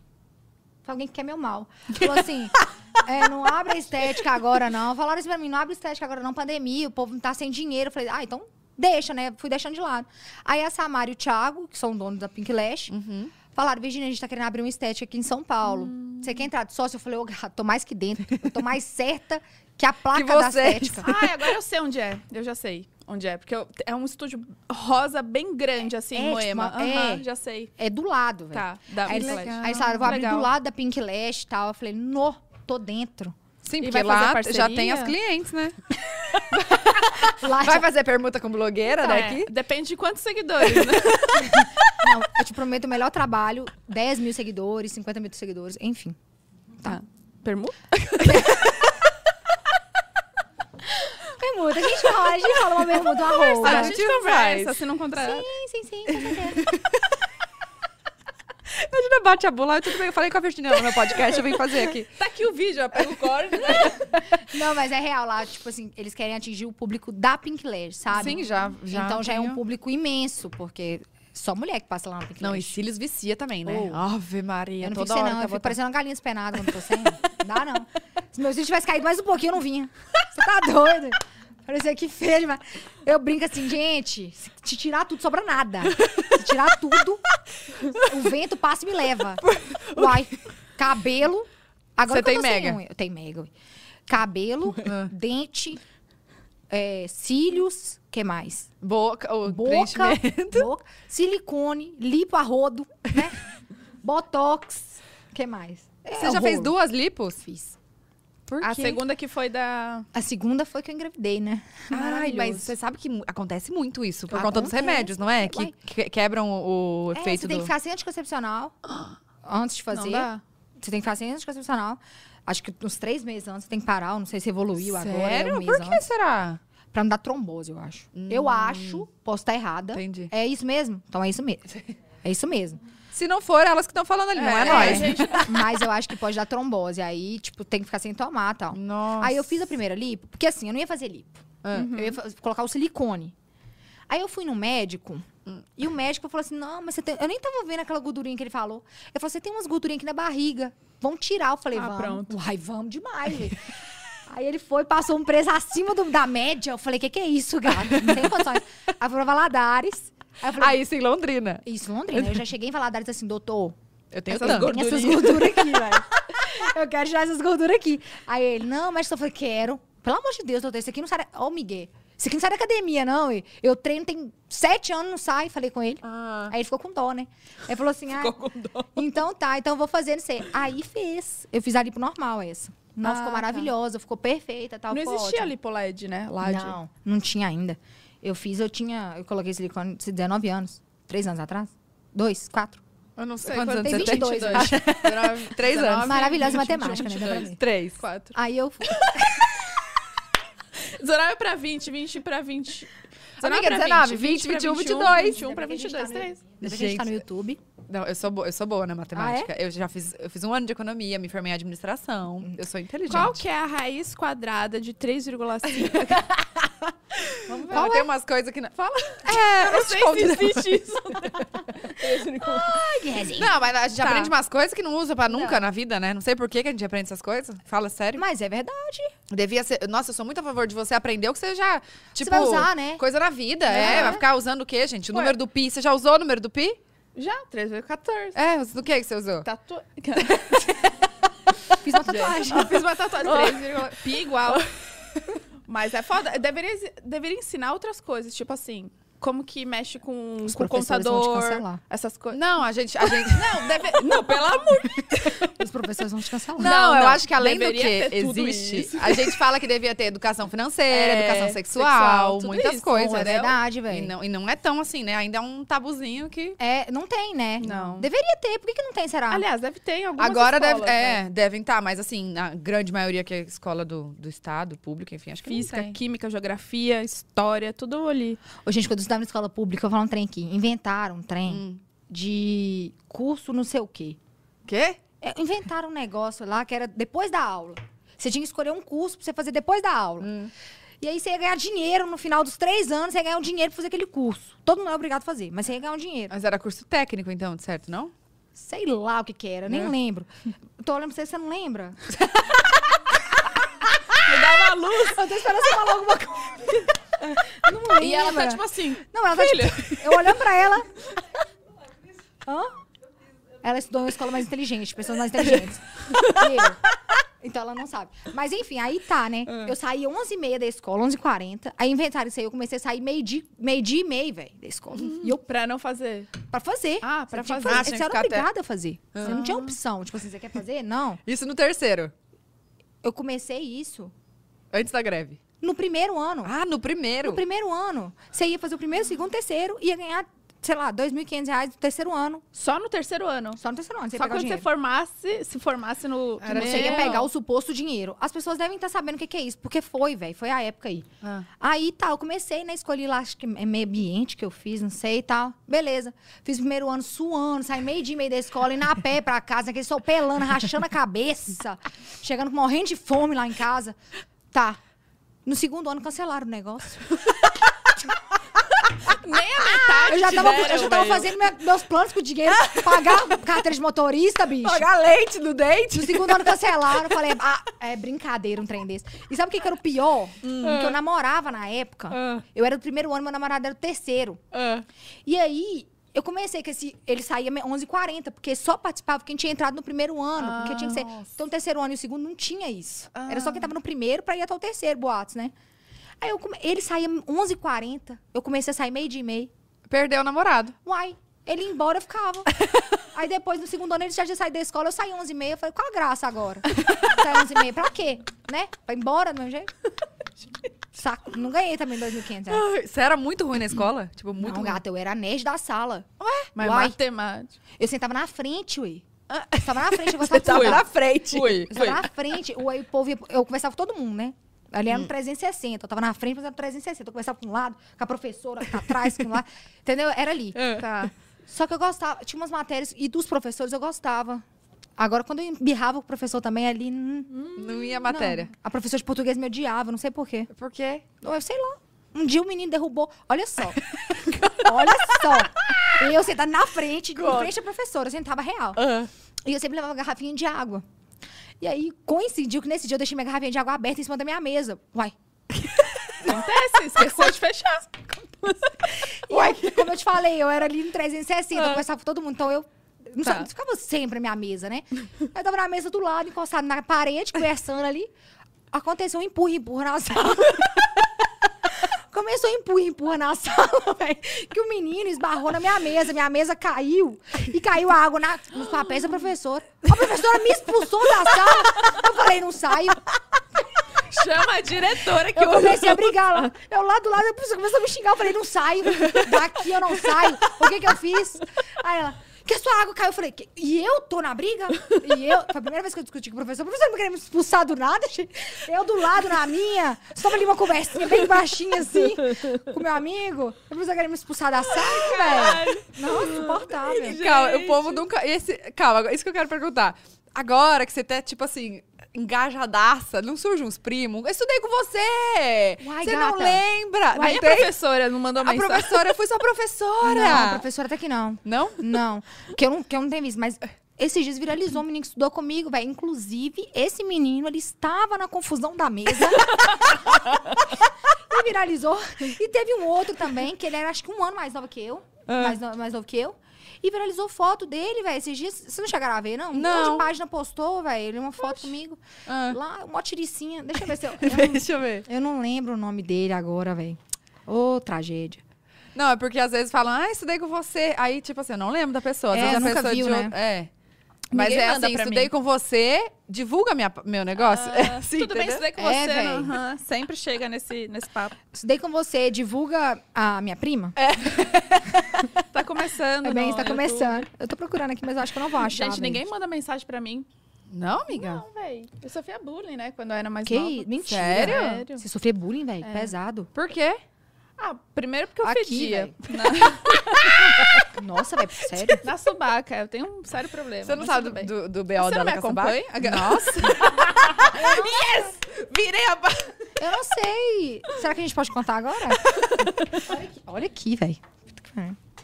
Foi alguém que quer meu mal. Falou assim: é, não abre a estética agora, não. Falaram isso pra mim: não abre a estética agora, não. Pandemia, o povo não tá sem dinheiro. Eu falei: ah, então deixa, né? Fui deixando de lado. Aí a Samara e o Thiago, que são donos da Pink Lash, falaram: Virginia, a gente tá querendo abrir uma estética aqui em São Paulo. Você quer entrar de sócio? Eu falei: ô, gato, tô mais que dentro. Eu tô mais certa que a placa da vocês. estética. Ah, agora eu sei onde é. Eu já sei onde é. Porque eu- é um estúdio rosa bem grande, assim, É, em tipo, Moema. uma- Aham, é. já sei. É do lado, velho. Tá, dá Aí, eles- Black. legal. aí eles falaram: vou abrir Legal. do lado da Pink Lash e tal. Eu falei: no, tô dentro. Sim, E porque vai fazer lá parceria? já tem as clientes, né? Lá tipo, Vai fazer permuta com blogueira Tá, é. daqui? Depende de quantos seguidores, né? Não, eu te prometo o melhor trabalho, 10 mil seguidores, 50 mil seguidores, enfim. Tá. Permuta? Permuta, a gente fala, a gente fala uma permuta, uma roupa. a gente gente conversa, faz. se não contrata. né? Sim, sim, sim, com certeza. Imagina, bate a bula. Tudo bem, eu falei com a Virginia no meu podcast, eu vim fazer aqui. Tá aqui o vídeo, ó, pega o corte. Não, mas é real lá, tipo assim, eles querem atingir o público da Pink Lash, sabe? Sim, já. já então já é um tenho. público imenso, porque só mulher que passa lá na Pink Não, e Lash. cílios vicia também, né? Oh. Ave Maria, Eu não fico toda sem, hora tá não. Eu fico botando- parecendo uma galinha espenada quando tô sem. Não dá, não. Se meu filho tivesse caído mais um pouquinho, eu não vinha. Você tá doido? Parecia que feio demais. Eu brinco assim, gente, se te tirar tudo, sobra nada. Se tirar tudo, o vento passa e me leva. Uai, cabelo. Agora Você que eu tem tô sem mega? unha. Eu tenho mega. ui. Cabelo, Ah. dente, é, cílios, que mais? Boca, o boca, né? preenchimento. boca, silicone, lipo a rodo, né? Botox, que mais? É, Você já horror. fez duas lipos? Fiz. Por quê? A segunda que foi da. A segunda foi que eu engravidei, né? Ai, Maravilhoso. mas você sabe que mu- acontece muito isso, por conta dos Acontece. remédios, não é? Que Uai. que- quebram o o É, efeito você tem do... que ficar sem anticoncepcional antes de fazer. Não dá? Você tem que ficar sem anticoncepcional. Acho que uns três meses antes você tem que parar. eu Não sei se evoluiu agora. é Sério? um mês por que antes. será? Pra não dar trombose, eu acho. Eu acho, posso estar errada. Entendi. É isso mesmo? Então é isso mesmo. É isso mesmo. Se não for, elas que estão falando ali, não é É, nós. gente. Mas eu acho que pode dar trombose. Aí, tipo, tem que ficar sem tomar e tal. Nossa. Aí eu fiz a primeira lipo, porque assim, eu não ia fazer lipo. Ah. Eu ia fa- colocar o silicone. Aí eu fui no médico, e o médico falou assim: não, mas você tem. Eu nem tava vendo aquela gordurinha que ele falou. Ele falou: você tem umas gordurinhas aqui na barriga. Vamos tirar. Eu falei, Ah, vamos. pronto. Uai, vamos demais, velho. Aí ele foi, passou um preço acima do- da média. Eu falei, o que, que é isso, gato? Sem condições. Aí foi pra Valadares. Aí eu falei, Aí sim, Londrina. isso, Londrina. Eu já cheguei em Valadares assim, doutor, Eu tenho Essas tanto. gordas. tem essas Gordurinha. gorduras aqui, velho. Eu quero tirar essas gorduras aqui. Aí ele, não, mas eu falei, quero. Pelo amor de Deus, doutor, isso aqui não sai da... Ó, o Miguel. Isso aqui não sai da academia, não. e Eu treino tem sete anos, não sai. Falei com ele. Ah. Aí ele ficou com dó, né? Aí falou assim, ah, Ficou com dó. então tá, então eu vou fazer, não sei. Aí fez. Eu fiz a lipo normal essa. Não, Ah, ficou tá. maravilhosa, ficou perfeita, tal. Não ficou existia ótimo. lipoled, né? Lade. Não, não tinha ainda. Eu fiz, eu tinha... Eu coloquei silicone de 19 anos. Três anos atrás? Dois, quatro. Eu não sei Sei quantos quanto anos tem você tem. 22, eu acho. 19, Três anos. Maravilhosa 20, matemática, né? Dá pra 22, mim. Três. 4. Aí eu fui... 19 pra 20, 20 pra 20. Amiga, 19, 20, 21, 22. 21 pra 22, Ainda bem que a gente 3. tá no- ainda bem que a gente tá no Gente. YouTube. Não, eu sou, bo- eu sou boa na matemática. Eu já fiz, eu fiz um ano de economia, me formei em administração. Eu sou inteligente. Qual que é a raiz quadrada de 3,5? Vamos ver. Qual Tem umas coisas que não... Fala. É, eu não sei conto se existe isso. Não, mas a gente Tá. aprende umas coisas que não usa pra nunca na vida, né? Não sei por que que a gente aprende essas coisas. Fala sério. Mas é verdade. Devia ser. Nossa, eu sou muito a favor de você aprender o que você já. Tipo, vai usar, né? Coisa na vida. É. É, vai ficar usando o quê, gente? O Ué. número do pi. Você já usou o número do pi? Já, 3 vezes 14. É, do que que você usou? Tatu... Fiz uma tatuagem. Eu fiz uma tatuagem 3,5. Pi igual. Mas é foda. Eu Deveria, exi- deveria ensinar outras coisas, tipo assim, como que mexe com, Os com o professores vão te contador, cancelar. essas coisas. Não, a gente. A gente... Não, deve... não, pelo amor. Os professores vão te cancelar. Não, Não, eu não. acho que além do Deveria que ter tudo existe, isso. a gente fala que devia ter educação financeira, É, educação sexual, sexual, tudo muitas isso. coisas. Não, é né? verdade, E velho. não, e não é tão assim, né? Ainda é um tabuzinho que. É, não tem, né? Não. Deveria ter. Por que, que não tem, será? Aliás, deve ter em algumas Agora escolas, deve, né? é, devem estar, mas assim, na grande maioria que é escola do, do Estado, pública, enfim, acho que Física, não tem. química, geografia, história, tudo ali. Ô, gente, quando eu estudava na escola pública, eu vou falar um trem aqui. Inventaram um trem de curso não sei o quê. Quê? É, inventaram um negócio lá que era depois da aula. Você tinha que escolher um curso pra você fazer depois da aula. E aí você ia ganhar dinheiro no final dos três anos, você ia ganhar um dinheiro pra fazer aquele curso. Todo mundo é obrigado a fazer, mas você ia ganhar um dinheiro. Mas era curso técnico, então, de certo, não? Sei lá o que que era, nem lembro. Tô olhando pra você, você não lembra? Me dá uma luz. Eu tô esperando você falar alguma coisa. Não lembro. E ela tá tipo assim. Não, ela tá Filha. tipo... Eu olhando pra ela... Hã? Ela estudou em uma escola mais inteligente, pessoas mais inteligentes. E eu. Então ela não sabe. Mas enfim, aí tá, né? Eu saí 11h30 da escola, 11h40. Aí inventaram isso aí, eu comecei a sair meio-dia meio dia e meio, velho, da escola. E eu Pra não fazer. Pra fazer. Ah, pra Você tinha que fazer. fazer. Ah, tinha Você que era ficar até- obrigada a fazer. Você não tinha opção. Tipo assim, você quer fazer? Não. Isso no terceiro, Eu comecei isso antes da greve. no primeiro ano. Ah, no primeiro. No primeiro ano. Você ia fazer o primeiro, segundo, terceiro. Ia ganhar, sei lá, R$ 2.500 reais no terceiro ano. Só no terceiro ano. Só no terceiro ano. Você ia Só pegar o quando você dinheiro. Ah, formasse, se formasse no. Era você ia pegar o suposto dinheiro. As pessoas devem estar sabendo o que, que é isso, porque foi, velho. Foi a época aí. Ah. Aí tá, eu comecei, né? Escolhi lá, acho que é meio ambiente que eu fiz, não sei e tal. Beleza. Fiz o primeiro ano suando, saí meio dia e meio da escola, indo a pé pra casa, aquele sol pelando, rachando a cabeça, chegando com morrendo de fome lá em casa. Tá. No segundo ano cancelaram o negócio. Nem a metade. Eu já tava, tiveram, eu já tava velho. fazendo minha- meus planos com o dinheiro, pagar carteira de motorista, bicho. Pagar leite no dente. No segundo ano cancelaram, eu falei, ah, é brincadeira um trem desse. E sabe o que, que era o pior? Que eu namorava na época. Ah. Eu era do primeiro ano, meu namorado era do terceiro. Ah. E aí, eu comecei que esse, ele saía 11h40, porque só participava quem tinha entrado no primeiro ano. porque tinha que ser. Então, o terceiro ano e o segundo não tinha isso. Era só quem tava no primeiro pra ir até o terceiro, boatos, né? Aí eu come- ele saía 11h40, eu comecei a sair meio dia e meio. Perdeu o namorado. Uai, ele ia embora, eu ficava. Aí depois, no segundo ano, ele já tinha saído da escola, eu saí 11h30, eu falei, qual a graça agora? Saí 11h30, pra quê? Né? Pra ir embora do meu jeito? Saco, não ganhei também 2.500. né? Ai, Você era muito ruim na escola? Tipo, muito Não, ruim. gata, eu era a nerd da sala. Mas Uai. matemática. Eu sentava na frente, ui. Eu Sentava na frente, eu Ah. Você gostava de tava estudar. na frente. Fui, Eu fui. tava na frente, o, aí o povo ia, Eu conversava com todo mundo, né? Ali era no 360. Eu tava na frente, mas era no 360. Eu conversava com um lado, com a professora, com atrás, com lá. Entendeu? Era ali. Tá. Só que eu gostava, tinha umas matérias, e dos professores eu gostava. Agora, quando eu birrava com o professor também ali. hum, Não ia a não. matéria. A professora de português me odiava, não sei porquê. Por quê? Eu sei lá. Um dia o menino derrubou. Olha só. Olha só. Eu sentada na frente, em frente à professora, eu sentava real. E eu sempre levava garrafinha de água. E aí coincidiu que nesse dia eu deixei minha garrafinha de água aberta em cima da minha mesa. Uai. Acontece, esqueceu de fechar. E eu, como eu te falei, eu era ali no 360, eu conversava com todo mundo, então eu. Não, Tá. sa- não ficava sempre na minha mesa, né? Eu tava na mesa do lado, encostada na parede, conversando ali. Aconteceu um empurra, empurra na sala. Começou a empurra, empurra na sala, velho. Que o menino esbarrou na minha mesa. Minha mesa caiu. E caiu a água na, nos papéis da professora. A professora me expulsou da sala. Eu falei, não saio. Chama a diretora que Eu eu. comecei a brigar lá. Eu lá do lado, a pessoa começou a me xingar. Eu falei, não saio. Daqui eu não saio. O que que eu fiz? Aí ela, que a sua água caiu. Eu falei, "Que- e eu tô na briga? E eu, foi a primeira vez que eu discuti com o professor. O professor não queria me expulsar do nada, gente. Eu do lado, na minha. Só ali uma conversinha bem baixinha, assim, com meu amigo. O professor queria me expulsar da sala, velho. Nossa, insuportável. Calma, o povo nunca. Esse, calma, agora- isso que eu quero perguntar. Agora que você tá, tipo assim, engajadaça, não surge uns primos? Eu estudei com você! Uai, você não gata. lembra? Aí não a tem? é professora não mandou A mensagem. professora, eu fui sua Não, professora! professora até que não. Não? Não, que eu não, que eu não tenho visto, mas esses dias viralizou um menino que estudou comigo, velho. Inclusive, esse menino, ele estava na confusão da mesa. e viralizou. E teve um outro também, que ele era acho que um ano mais novo que eu. É. Mais, no- mais novo que eu. E viralizou foto dele, velho. Esses dias, vocês não chegaram a ver, não? Um monte Não. de página postou, velho. Ele uma foto comigo. Ah. Lá, um uma tiricinha. Deixa eu ver se eu. Eu não, Deixa eu ver. eu não lembro o nome dele agora, velho. Ô, tragédia. Não, é porque às vezes falam, ah, estudei com você. Aí, tipo assim, eu não lembro da pessoa. Às É, vezes a nunca pessoa viu, de outro- É. Mas Ninguém é manda assim, pra estudei mim. com você, divulga minha, meu negócio. É assim, Ah, Tudo bem, entendeu? estudei com É, você. véi. aham. Sempre chega nesse, nesse papo. Estudei com você, divulga a minha prima? Tá começando. Também está no É começando. Eu tô procurando aqui, mas eu acho que eu não vou YouTube. achar. Gente, velho. ninguém manda mensagem pra mim. Não, amiga? Não, véi. Eu sofria bullying, né? Quando eu era mais Que nova. isso? Mentira. Sério? Sério. É. Você sofreu bullying, velho? Pesado. Por quê? Ah, primeiro porque eu Aqui, fedia. véi. Na, Nossa, velho, sério? na subaca. Eu tenho um sério problema. Você não mas sabe tudo bem. do, do BO Você não dela me com a Sambaca? acompanha? Nossa! yes! Virei a... ba- Eu não sei. Será que a gente pode contar agora? Olha aqui, olha aqui velho.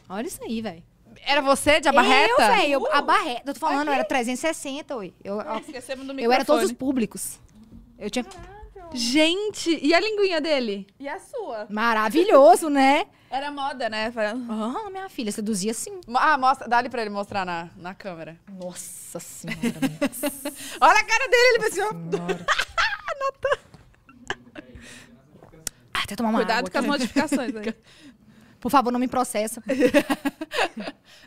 Olha isso aí, velho. Era você de abarreta? Eu, velho, eu- Uh! a barreta. Eu tô falando, eu era 360, oi. Eu, Ah, Esquecemos do eu era todos os públicos. Eu tinha... Gente, e a linguinha dele? E a sua? Maravilhoso, né? Era moda, né? Falando- Ah, minha filha, seduzia assim. sim. Mo- Ah, mostra, dá ali pra ele mostrar na, na câmera. Nossa senhora. minha Olha a cara dele, ele assim, pensou. senhora. ah, até tomar uma Cuidado água com as aqui. notificações aí. Por favor, não me processa.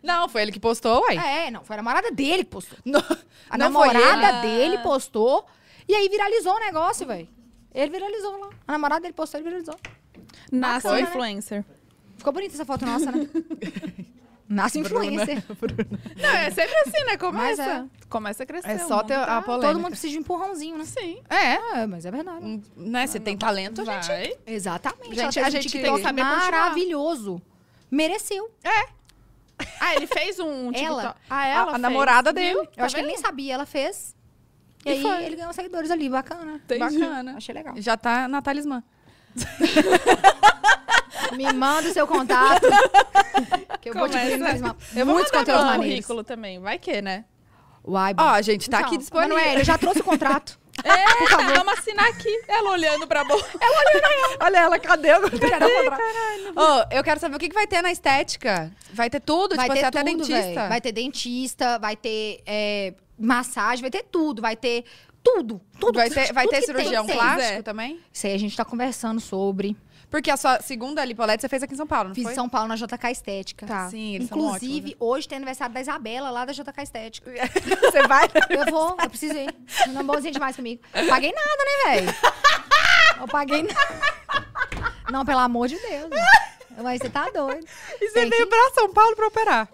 Não, foi ele que postou, uai. É, não, foi a namorada dele que postou. Não, A não foi ele. Ah. namorada dele postou e aí viralizou o negócio, velho. Ele viralizou lá. A namorada dele postou, ele viralizou. Nasce Bacana, né? influencer. Ficou bonita essa foto nossa, né? Nasce influencer. Não, é sempre assim, né? Começa. Mas Começa a crescer. É o só mundo ter a tá- polêmica. Todo mundo precisa de um empurrãozinho, né? Sim. É. É, mas é verdade. Hum, Né, você tem talento, a gente. Vai. Exatamente. Gente, Ela fez a um gente tem que TikTok saber continuar. maravilhoso. Mereceu. Ah, ele fez um TikTok. Ela. Ah, A- ela a fez. namorada dele. Viu? Eu Tá acho que ele nem sabia, ela fez. E, E aí foi. ele ganhou seguidores ali, bacana. Entendi. Bacana. Achei legal. Já tá na talismã. Me manda o seu contato. que eu vou te Começa. pedir uma... Eu vou Muitos mandar conteúdos meu maneiros. currículo também. Vai que, né? Uai, Ó, gente, tá aqui disponível. Manoel, eu é, já trouxe o contrato. É, vamos assinar aqui. Ela olhando pra boca. Olha ela, cadê? o Ô, eu quero saber o que, que vai ter na estética. Vai ter tudo, vai tipo, ter assim, até tudo, dentista. véi. Vai ter dentista, vai ter é, massagem, vai ter tudo. Vai ter tudo. Tudo. Vai ter, vai tudo ter que tem, cirurgião tem. plástico também? Isso aí a gente tá conversando sobre. Porque a sua segunda lipolete você fez aqui em São Paulo, não Fiz foi? em São Paulo na JK Estética. Tá. Sim, eles são Inclusive, ótimos, né? hoje tem aniversário da Isabela, lá da JK Estética. Você vai? Eu vou, eu preciso ir. Não é bonzinho demais comigo. Paguei nada, né, velho? Eu paguei nada. Não, pelo amor de Deus. Mas você tá doido. E você Tem veio que- pra São Paulo pra operar.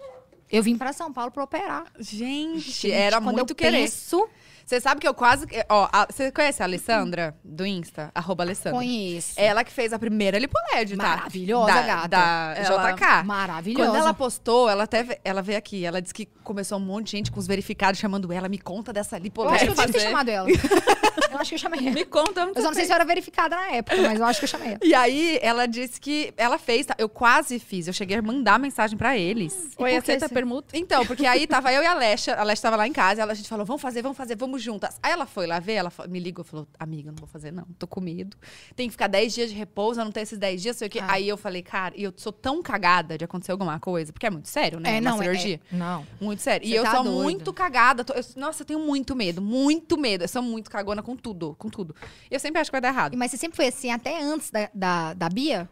Eu vim pra São Paulo pra operar. Gente, era Quando muito eu querer. Penso, Você sabe que eu quase. Ó, a- você conhece a Alessandra do Insta? Arroba Alessandra. conheço. Ela que fez a primeira lipoled, tá? Maravilhosa, da, gata. Da Ela- JK. Maravilhosa. Quando ela postou, ela até ve- ela veio aqui. Ela disse que começou um monte de gente com os verificados chamando ela. Me conta dessa Eu lipoled. acho que eu devia ter fazer. chamado ela. Eu acho que eu chamei ela. Me conta. Eu só não sei se eu era verificada na época, mas eu acho que eu chamei ela. E aí, ela disse que ela fez, tá? Eu quase fiz. Eu cheguei a mandar mensagem pra eles. Oi, por que aceita você- permuta? Então, porque aí tava eu e a Alexa. A Alexa tava lá em casa. Ela, a gente falou, vamos fazer, vamos fazer, vamos juntas. Aí ela foi lá ver, ela fa- me ligou e falou, amiga, não vou fazer não. Tô com medo. Tem que ficar 10 dias de repouso, eu não tenho esses 10 dias, sei o quê. Ah. Aí eu falei, cara, e eu sou tão cagada de acontecer alguma coisa. Porque é muito sério, né? Uma cirurgia. não. Muito sério. e Você eu tá sou doido. muito cagada. tô- eu- nossa, eu tenho muito medo, muito medo. Eu sou muito cagona com tudo, com tudo. E eu sempre acho que vai dar E, errado. Mas você sempre foi assim, até antes da, da, da Bia?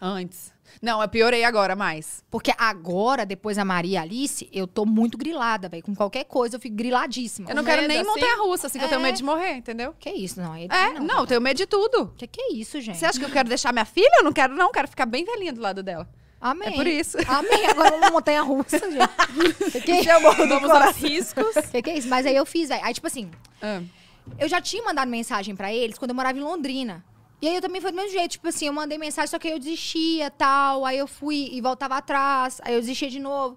Antes. Não, eu piorei agora mais. Porque agora, depois da Maria Alice, eu tô muito grilada, velho. Com qualquer coisa eu fico griladíssima. Eu não Com quero medo, nem assim? montar a russa, assim, que eu tenho É. medo de morrer, entendeu? Que isso, não. aí- É, não, não. eu tenho medo de tudo. Que que é isso, gente? Você acha que eu quero deixar minha filha? Eu não quero, não. Eu quero ficar bem velhinha do lado dela. Amém. É por isso. Amém. Agora uma montanha russa, gente. Que que, Eu morro é do Vamos coração. aos riscos. que que é isso? Mas aí eu fiz, velho. Aí, tipo assim, Ah, eu já tinha mandado mensagem pra eles quando eu morava em Londrina. E aí eu também foi do mesmo jeito, tipo assim, eu mandei mensagem, só que aí eu desistia tal. Aí eu fui e voltava atrás, aí eu desistia de novo.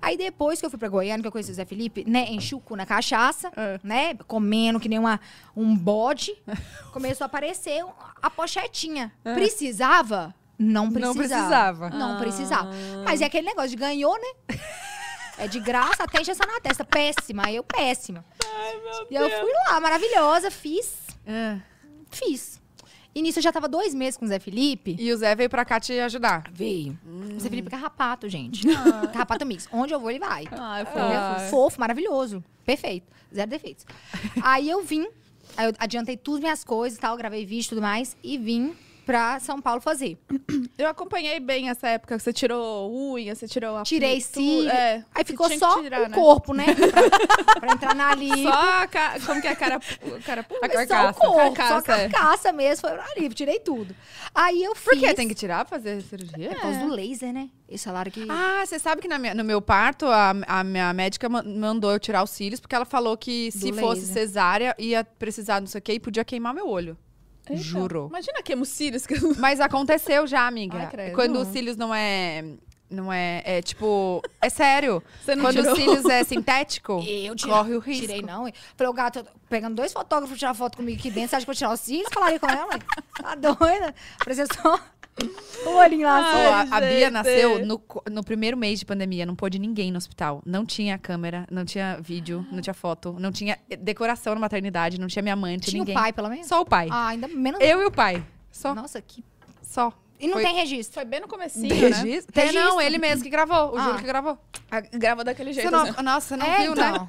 Aí depois que eu fui pra Goiânia, que eu conheci o Zé Felipe, né? Enchi o cu na cachaça, É. né? Comendo que nem uma, um bode. Começou a aparecer a pochetinha. Precisava? Não precisava. É. Não precisava. Ah. Não precisava. Mas é aquele negócio de ganhou, né? É de graça, até injeção na testa. Péssima, aí eu péssima. E eu fui lá, maravilhosa, fiz, ah. fiz. E nisso eu já tava dois meses com o Zé Felipe. E o Zé veio pra cá te ajudar. Veio. O Zé Felipe é carrapato, gente. Carrapato mix. Onde eu vou, ele vai. Ah, eu fui. Entendeu? Ah. Fofo, maravilhoso. Perfeito. Zero defeitos. aí eu vim, aí eu adiantei tudo minhas coisas e tal, gravei vídeo e tudo mais, e vim pra São Paulo fazer. Eu acompanhei bem essa época que você tirou unha, você tirou a Tirei pintura, cílio. é, Aí que ficou tinha que só tirar, o né? corpo, né? pra, pra entrar na lipo. Só a ca... como que é a cara, o cara Tá A Mas carcaça. Só o corpo, só a Carcaça, é. carcaça mesmo, foi na lipo, tirei tudo. Aí eu Por fiz... que tem que tirar pra fazer cirurgia? É por causa do laser, né? Esse salário que... Ah, você sabe que na minha- no meu parto, a, a minha médica ma- mandou eu tirar os cílios, porque ela falou que se Do fosse laser. cesárea, ia precisar não sei o quê e podia queimar meu olho. Eita, Juro. Imagina que hemocílios que Mas aconteceu já, amiga. Ai, credo. Quando os cílios não é. Não é. É tipo. É sério. você não Quando tirou. o cílios é sintético, Eu tirei. corre o risco. Tirei, não. hein? Falei, o gato, eu tô pegando dois fotógrafos pra tirar foto comigo aqui dentro. Você acha que eu vou tirar os cílios? Falaria com ela. hein? Tá doida? Parecia só O olhinho lá. Pô, a- Ai, a, Bia gente. nasceu no, co- no primeiro mês de pandemia, não pôde ninguém no hospital. Não tinha câmera, não tinha vídeo, não tinha foto, não tinha eh, decoração na maternidade, não tinha minha mãe, não tinha, Tinha ninguém. o pai, pelo menos? Só o pai. Ah, ainda menos. Eu e o pai. Só, Nossa, que... só. E não Foi- tem registro. Foi bem no comecinho, né? Registro? É, Registro. não, ele mesmo que gravou, o Ah. Júlio que gravou. A- Gravou daquele Você jeito. não- né? nossa, você não é, viu, né? então.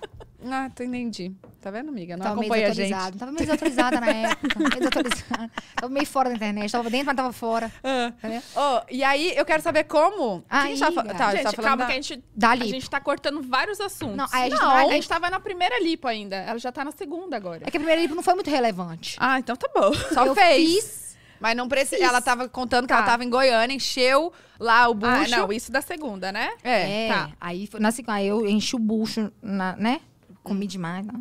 Ah, tu entendi. Tá vendo, amiga? Não Tava meio acompanha a gente. desatualizado. Tava meio desatualizada na época. Meio desatualizada. Tava meio fora da internet. Tava dentro, mas tava fora. Ah. Entendeu? Ô, e aí, eu quero saber como. Aí, Quem já fa- gata. tá, gente, tá falando calma da- que a gente, a Dali. gente tá cortando vários assuntos. Não, aí a gente vai- a gente tava na primeira lipo ainda. Ela já tá na segunda agora. É que a primeira lipo não foi muito relevante. Ah, então tá bom. Só eu fez. fiz. Mas não precisa. Ela tava contando que Tá. ela tava em Goiânia, encheu lá o Ah, bucho. não, isso da segunda, né? É. É, tá. aí foi- na segunda, aí eu enchi o bucho, na- né? Comi Hum. demais, né?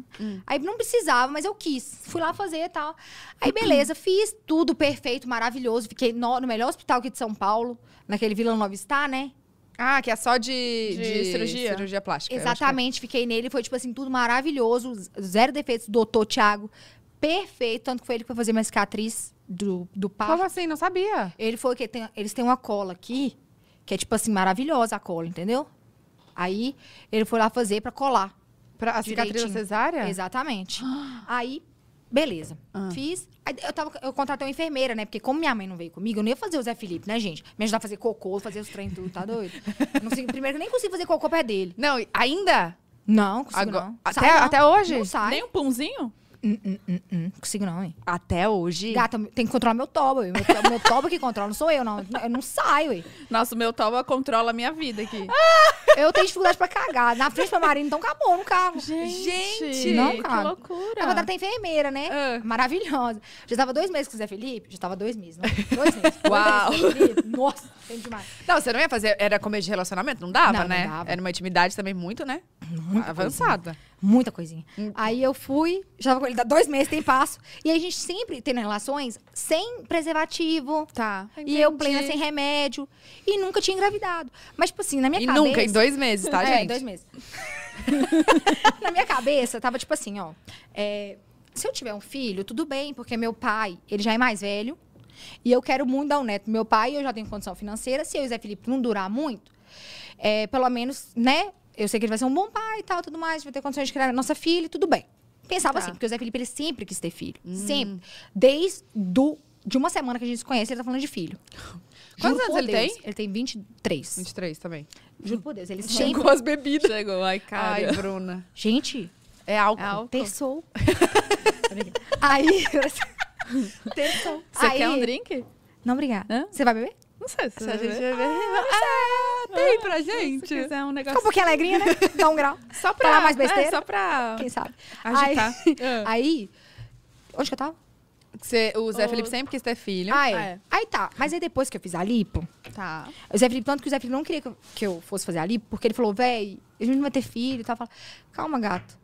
Aí não precisava, mas eu quis. Fui lá fazer e tal. Aí beleza, fiz tudo perfeito, maravilhoso. Fiquei no, no melhor hospital aqui de São Paulo, naquele Vila Nova Star, né? Ah, que é só de, De cirurgia? plástica. eu acho que é. Exatamente, fiquei nele, foi tipo assim, tudo maravilhoso, z- zero defeitos, doutor Thiago, perfeito, tanto que foi ele que foi fazer minha cicatriz do, do Como parto. assim? Não sabia. Ele foi que tem- eles têm uma cola aqui, que é tipo assim, maravilhosa a cola, entendeu? Aí ele foi lá fazer pra colar. Pra, a cicatriz da Direitinho. cesárea? Exatamente. Aí, beleza. Ah. Fiz. Aí eu, tava, eu contratei uma enfermeira, né? Porque como minha mãe não veio comigo, eu não ia fazer o Zé Felipe, né, gente? Me ajudar a fazer cocô, fazer os treinos tudo, tá doido? Não consigo- primeiro que eu nem consigo fazer cocô pé dele. Não, e- ainda? Não, consigo Agora- não. até- não. até hoje? Não sai. Nem um pãozinho? Não consigo não, hein? Até hoje? Gata, tem que controlar meu toba. ué. Meu toba, meu toba que controla, não sou eu, não. Eu não saio, ué. Nossa, o meu toba controla a minha vida aqui. Eu tenho dificuldade pra cagar. Na frente pra Marina, então acabou no carro. Gente, não, que cara. loucura. Eu contratei enfermeira, né? tá Ah. Maravilhosa. Já tava dois meses com o Zé Felipe? Já tava dois meses, não. Dois meses. Uau. Dois meses com o Zé Felipe. Nossa, tem demais. Não, você não ia fazer. Era comédia de relacionamento? Não dava, Não, não né? dava. Era uma intimidade também muito, né? Muita Avançada. Muita coisinha. Hum. Aí eu fui, já tava com ele há dois meses, tem passo. E a gente sempre tendo relações sem preservativo. Tá. E eu plena sem remédio. E nunca tinha engravidado. Mas, tipo assim, na minha E cabeça. nunca, em dois meses, tá, É, gente? dois meses. Na minha cabeça, tava tipo assim, ó. é, se eu tiver um filho, tudo bem, porque meu pai, ele já é mais velho. E eu quero muito dar um neto pro meu pai, eu já tenho condição financeira. Se eu e o Zé Felipe não durar muito, é, pelo menos, né? Eu sei que ele vai ser um bom pai e tal, tudo mais. Vai ter condições de criar a nossa filha, e tudo bem. Pensava Tá. assim, porque o Zé Felipe, ele sempre quis ter filho. Hum. Sempre. Desde do, de uma semana que a gente se conhece, ele tá falando de filho. Quantos Juro por anos ele Deus, tem? Ele tem 23. 23 também. Juro por Deus, ele sempre... Chegou as bebidas. Chegou, ai, Ai, cara. Bruna. Gente, É álcool. É álcool. Terçou. aí. Terçou. Você aí... quer um drink? Não, obrigada. Hã? Você vai beber? Não sei se Se você a vai gente ver. vai ver. Ah, tem pra Se gente. quiser um Fica um negócio. pouquinho alegrinha, né? Dá um grau. Só pra. falar mais é, besteira? só pra. Quem sabe? Agitar. Aí. Ah. aí- Onde que eu tava? Você- o Zé Ô. Felipe sempre quis ter filho. Ah, é. Ah, é. Aí tá. Mas aí depois que eu fiz a lipo, Tá. o Zé Felipe, tanto que o Zé Felipe não queria que eu, que eu fosse fazer a lipo, porque ele falou, véi, a gente não vai ter filho e tal. Eu falei, calma, gato.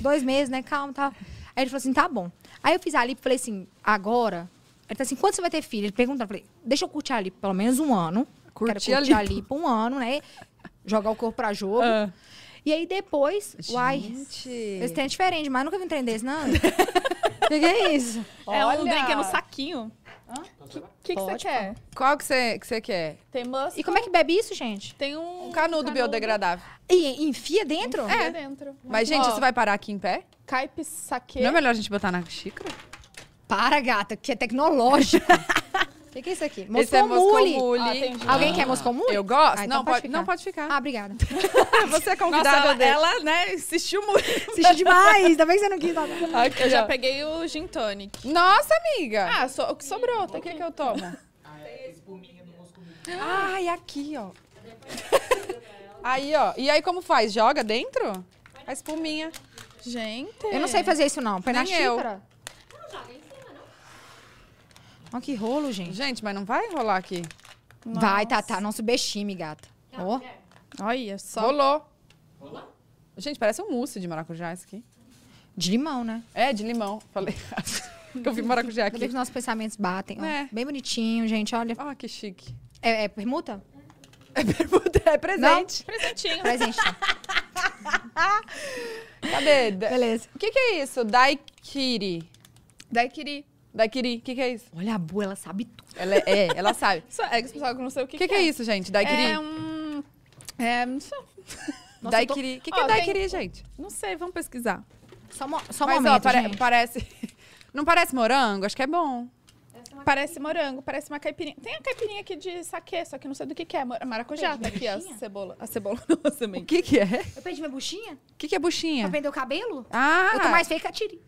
Dois meses, né? Calma e tal. Aí ele falou assim, tá bom. Aí eu fiz a lipo, falei assim, agora? Ele tá assim, quando você vai ter filho? Ele perguntou, eu falei, deixa eu curtir a lipo pelo menos um ano. Curtir Quero a curtir a lipo. lipo um ano, né? Jogar o corpo pra jogo. Ah. E aí depois, uai, Gente. esse trem é diferente, mas eu nunca vi um trem desse, não. O que, que é isso? É um Olha. drink é no saquinho. O que, que você Pode, quer? Qual que você que você quer? Tem mosca. E como é que bebe isso, gente? Tem um. Um canudo, biodegradável. E enfia dentro? É. dentro. Mas, gente, Ó, você vai parar aqui em pé? Caipe saque. Não é melhor a gente botar na xícara? Para, gata, que é tecnológico. O que, que é isso aqui? Esse é Moscomule. moscomule. Ah, entendi. Alguém quer moscomule? Eu gosto? Ah, então não, pode pode, ficar. não, pode ficar. Ah, obrigada. você é Nossa, convidada ela, dela. ela, né, insistiu muito. Assisti demais. Ainda bem que você não quis. Tá? Aqui, Eu já ó. peguei o gin tonic. Nossa, amiga. Ah, so- o que sobrou? Tá aqui que eu tomo. Ai, aqui, ó. aí, ó. E aí, como faz? Joga dentro? A espuminha. Gente. Eu não sei fazer isso, não. Põe na Nem eu. xícara. Olha que rolo, gente. Gente, mas não vai rolar aqui. Vai, Tatá. Nosso bexime, gata. Ó. Olha, só. Rolou. Gente, parece um mousse de maracujá isso aqui. De limão, né? É, de limão. Falei. eu vi maracujá Ainda bem aqui. que os nossos pensamentos batem. ó. É. Bem bonitinho, gente. Olha. Ah, que chique. É, é permuta? É bermuda, é presente. Presentinho. Presente. Cadê? Da- Beleza. O que, que é isso? Daikiri. Daikiri. Da Kiri. O que, que é isso? Olha a Bu, ela sabe tudo. Ela é, é, ela sabe. Só eggs pessoal que eu não sei o O que, que, que é isso, gente? Daiquiri? É um... É, não sei, Nossa, eu tô- Daiquiri. O que, que Ó, é tem- Daiquiri, gente? não sei, vamos pesquisar. Só, mo- só um Mas, momento, ó, pare- gente. parece... Não parece morango? Acho que é bom. Parece morango, parece uma caipirinha. Tem a caipirinha aqui de saquê, só que eu não sei do que, que é. mar- Maracujá, Tem tá aqui a buchinha? cebola. A cebola não, a semente. O que que é? Eu perdi minha buchinha O que que é buchinha? pra prender o cabelo? Ah! Eu tô mais feia que a Tiri.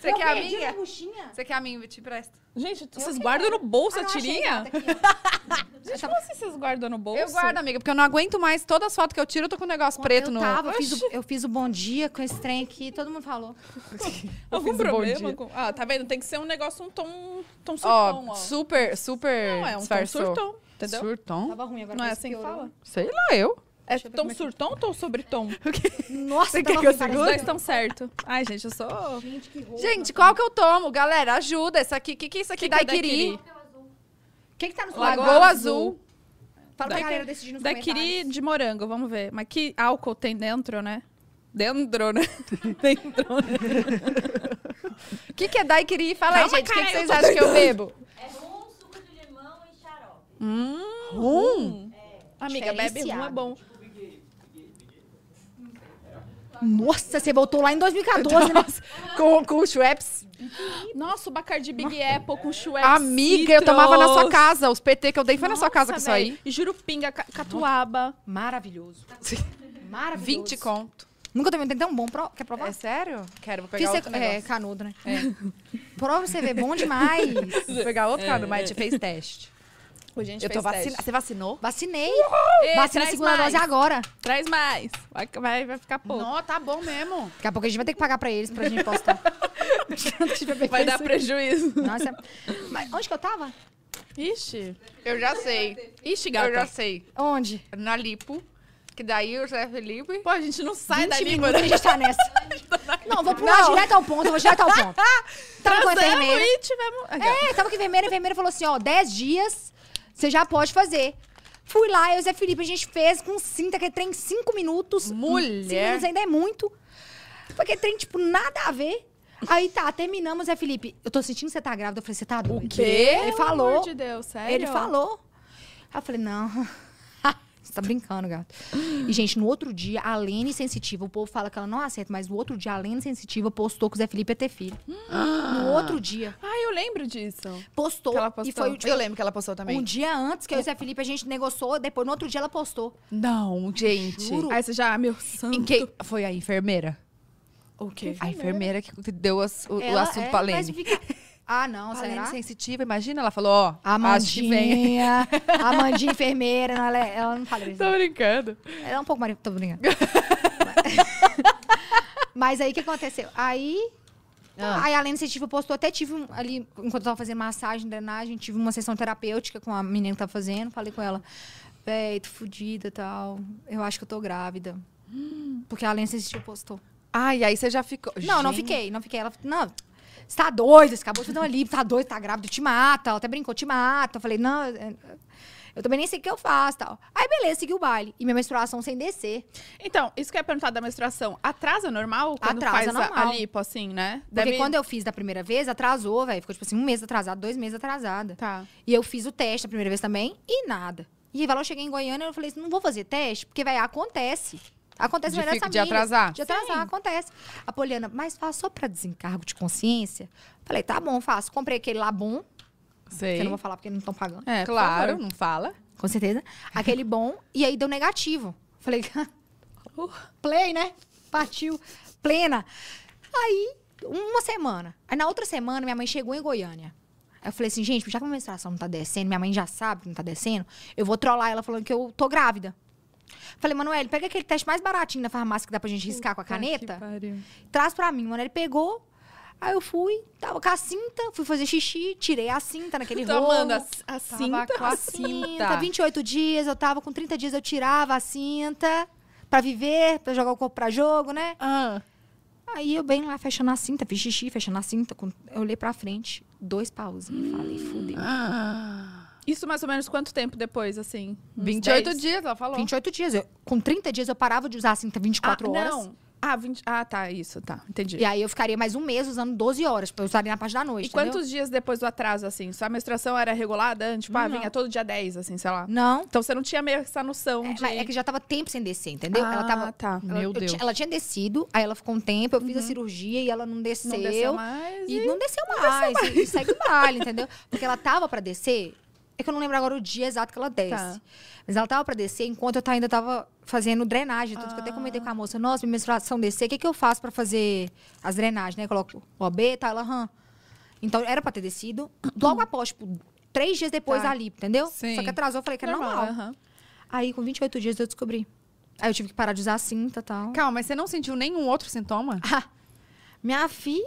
Você eu quer a perdi minha? buchinha. Você quer a minha? Eu te presto. Gente, vocês guardam no bolso Ah, a não, achei, tirinha? tá aqui, Gente, como assim vocês guardam no bolso? Eu guardo, amiga, porque eu não aguento mais. Todas as fotos que eu tiro, eu tô com um negócio ó. preto eu no... Tava, eu, fiz o, eu fiz o bom dia com esse trem aqui, todo mundo falou. fiz Algum um bom problema? dia. com- Ah, tá vendo? Tem que ser um negócio, um tom, tom surtão, Ó, ó. super, super Não, é um disfarçou. tom surtão, entendeu? Surtão? Tava ruim agora. Não é parece assim que piorou. fala? Sei lá, eu. É eu ver tom como é que- surtom ou tom sobre tom? Nossa, Você quer que eu tava ruim, parece Os segure? piorou. dois estão certo. Ai, gente, eu sou... Gente, que roupa. Gente, qual que eu tomo? Galera, ajuda. Essa aqui, que que é isso aqui? Que que é daiquiri. daiquiri? Quem que tá no seu Lagoa, lugar? Azul. Fala pra Daqui- galera decidir nos Daiquiri comentários. de morango, vamos ver. Mas que álcool tem dentro, né? Dentro, né? dentro, né? O que, que é daiquiri? Fala aí, Calma, gente. O que, cara, que vocês eu tô acham que eu bebo? É rum, suco de limão e xarope. Rum? Amiga, bebe rum é Diferenciado. bom. Nossa, você voltou lá em 2014, né? Com, com Schweppes? Nossa, o Bacardi Big Apple com chué. Amiga, eu tomava na sua casa. Os PT que eu dei foi na sua casa com isso aí. Jurupinga, ca- catuaba. Maravilhoso. Maravilhoso. 20 conto. Nunca tomei um trem tão bom. Pro... Quer provar? É sério? Quero, vou Fiz pegar você- outro é, negócio. canudo, né? Prova pra você ver, bom demais. Vou é, pegar outro, cara, mas te fez teste. Hoje a gente Eu tô fez teste. vacinada. Você vacinou? Vacinei. Ei, Vacina traz segunda mais, dose agora. Traz mais. Vai, vai, vai ficar pouco. Não, tá bom mesmo. Daqui a pouco a gente vai ter que pagar pra eles pra gente postar. vai dar prejuízo. Nossa. Mas onde que eu tava? Ixi. Eu já sei. Ixi, gata. Eu já sei. Onde? Na lipo. Que daí o Zé Felipe... Pô, a gente não sai 20 dali, minutos mano. a gente tá nessa. Não, vou pular direto ao ponto, eu vou direto ao ponto. Tava com a Transamos enfermeira. e tivemos... É, tava com a enfermeira, a enfermeira falou assim, ó, 10 dias, você já pode fazer. Fui lá, eu e o Zé Felipe, a gente fez com cinta, aquele trem em 5 minutos. Mulher. 5 minutos ainda é muito. Porque trem, tipo, nada a ver. Aí tá, terminamos, Zé Felipe. Eu tô sentindo que você tá grávida. Eu falei, você tá doido? quê? Ele Pelo falou. amor de Deus, sério? Ele falou. Aí eu falei, não. Você tá brincando, gato. E, gente, no outro dia, a Lene Sensitiva, o povo fala que ela não aceita, mas no outro dia, a Lene Sensitiva postou que o Zé Felipe ia ter filho. No outro dia, Ai, eu lembro disso. postou. Que ela E postou. foi o Eu lembro que ela postou também. um dia antes que eu e o Zé Felipe a gente negociou, depois no outro dia ela postou. Não, gente. Juro. Aí você já... Meu santo. Em quem? Foi a enfermeira. O quê? A enfermeira que deu as- o, o Ela assunto é, pra mas Lene. fica- Ah, não, A Lene será? sensitiva, imagina. Ela falou, ó, A acho que vem. Mandinha, a Mandinha enfermeira, não, ela, é- ela não fala isso. Tô brincando. Ela é um pouco marido, tô brincando. Mas aí o que aconteceu? Aí. Ah. Aí a Lene Sensitiva postou, até tive um- ali, enquanto eu tava fazendo massagem, drenagem, tive uma sessão terapêutica com a menina que tava fazendo, falei com ela, véi, tô fodida e tal, eu acho que eu tô grávida. Porque a Lene Sensitiva postou. Ai, aí você já ficou. Não, não Gente, fiquei, não fiquei. Ela falou, não, você tá doido, você acabou de fazer uma lipo, tá doido, tá grávido, te mata. Ela até brincou, te mata. Eu falei, não, eu- eu também nem sei o que eu faço tal. Aí, beleza, segui o baile. E minha menstruação sem descer. Então, isso que eu ia perguntar da menstruação. Atrasa normal quando Atrasa faz a, a normal. lipo, assim, né? Porque quando eu fiz da primeira vez, atrasou, velho. Ficou, tipo assim, um mês atrasado, dois meses atrasada. Tá. E eu fiz o teste a primeira vez também e nada. E vai lá, eu cheguei em Goiânia e eu falei assim, não vou fazer teste, porque, vai acontece. De Acontece vai nessa fi- de milha. atrasar? De atrasar, acontece. A Poliana, mas faz só pra desencargo de consciência? Falei, tá bom, faço. Comprei aquele lá bom, que Sei. eu não vou falar porque não estão pagando. É, por claro, favor. não fala. Com certeza. Aquele bom. E aí deu negativo. Falei, Uh. play, né? Partiu. Plena. Aí, uma semana. Aí na outra semana, minha mãe chegou em Goiânia. Aí eu falei assim, gente, já que a minha menstruação não tá descendo, minha mãe já sabe que não tá descendo, eu vou trollar ela falando que eu tô grávida. Falei, Manoel, pega aquele teste mais baratinho na farmácia que dá pra gente riscar com a caneta traz pra mim, mano. Ele pegou. Aí eu fui, tava com a cinta, fui fazer xixi, tirei a cinta naquele Tô rolo. amando a- a Tava cinta. com a A cinta. cinta. 28 dias, eu tava com 30 dias, eu tirava a cinta pra viver, pra jogar o corpo pra jogo, né? Ah. Aí eu bem lá, fechando a cinta, fiz xixi, fechando a cinta. com- Eu olhei pra frente, dois pauzinhos. Falei, fudeu. Isso mais ou menos quanto tempo depois, assim? Uns 28 10? dias, ela falou. 28 dias. eu- com 30 dias eu parava de usar a cinta 24 Ah, horas. Não. Ah, 20... ah, tá, isso, tá. Entendi. E aí eu ficaria mais um mês usando 12 horas, porque eu usaria na parte da noite. E entendeu? quantos dias depois do atraso, assim? Sua menstruação era regulada? antes? Tipo, ah, vinha todo dia 10, assim, sei lá. Não. Então você não tinha meio essa noção É, de. mas é que já tava tempo sem descer, entendeu? ela tava. tá. ela- Meu eu ti- Deus. Ela tinha descido, aí ela ficou um tempo, eu fiz a cirurgia e ela não desceu. Não desceu mais. E não desceu mais. E, e segue o baile, entendeu? Porque ela tava pra descer. É que eu não lembro agora o dia exato que ela desce. Tá. Mas ela tava pra descer enquanto eu ta- ainda tava fazendo drenagem. Tanto que eu até comentei com a moça, nossa, minha menstruação descer, o que, que eu faço pra fazer as drenagens, né? Eu coloco o OB e tal, ela, hã. Então era pra ter descido logo após, tipo, três dias depois Tá. ali, entendeu? Sim. Só que atrasou, eu falei que é normal. aham. Aí, com 28 dias, eu descobri. Aí eu tive que parar de usar a cinta e tal. Calma, mas você não sentiu nenhum outro sintoma? Minha filha,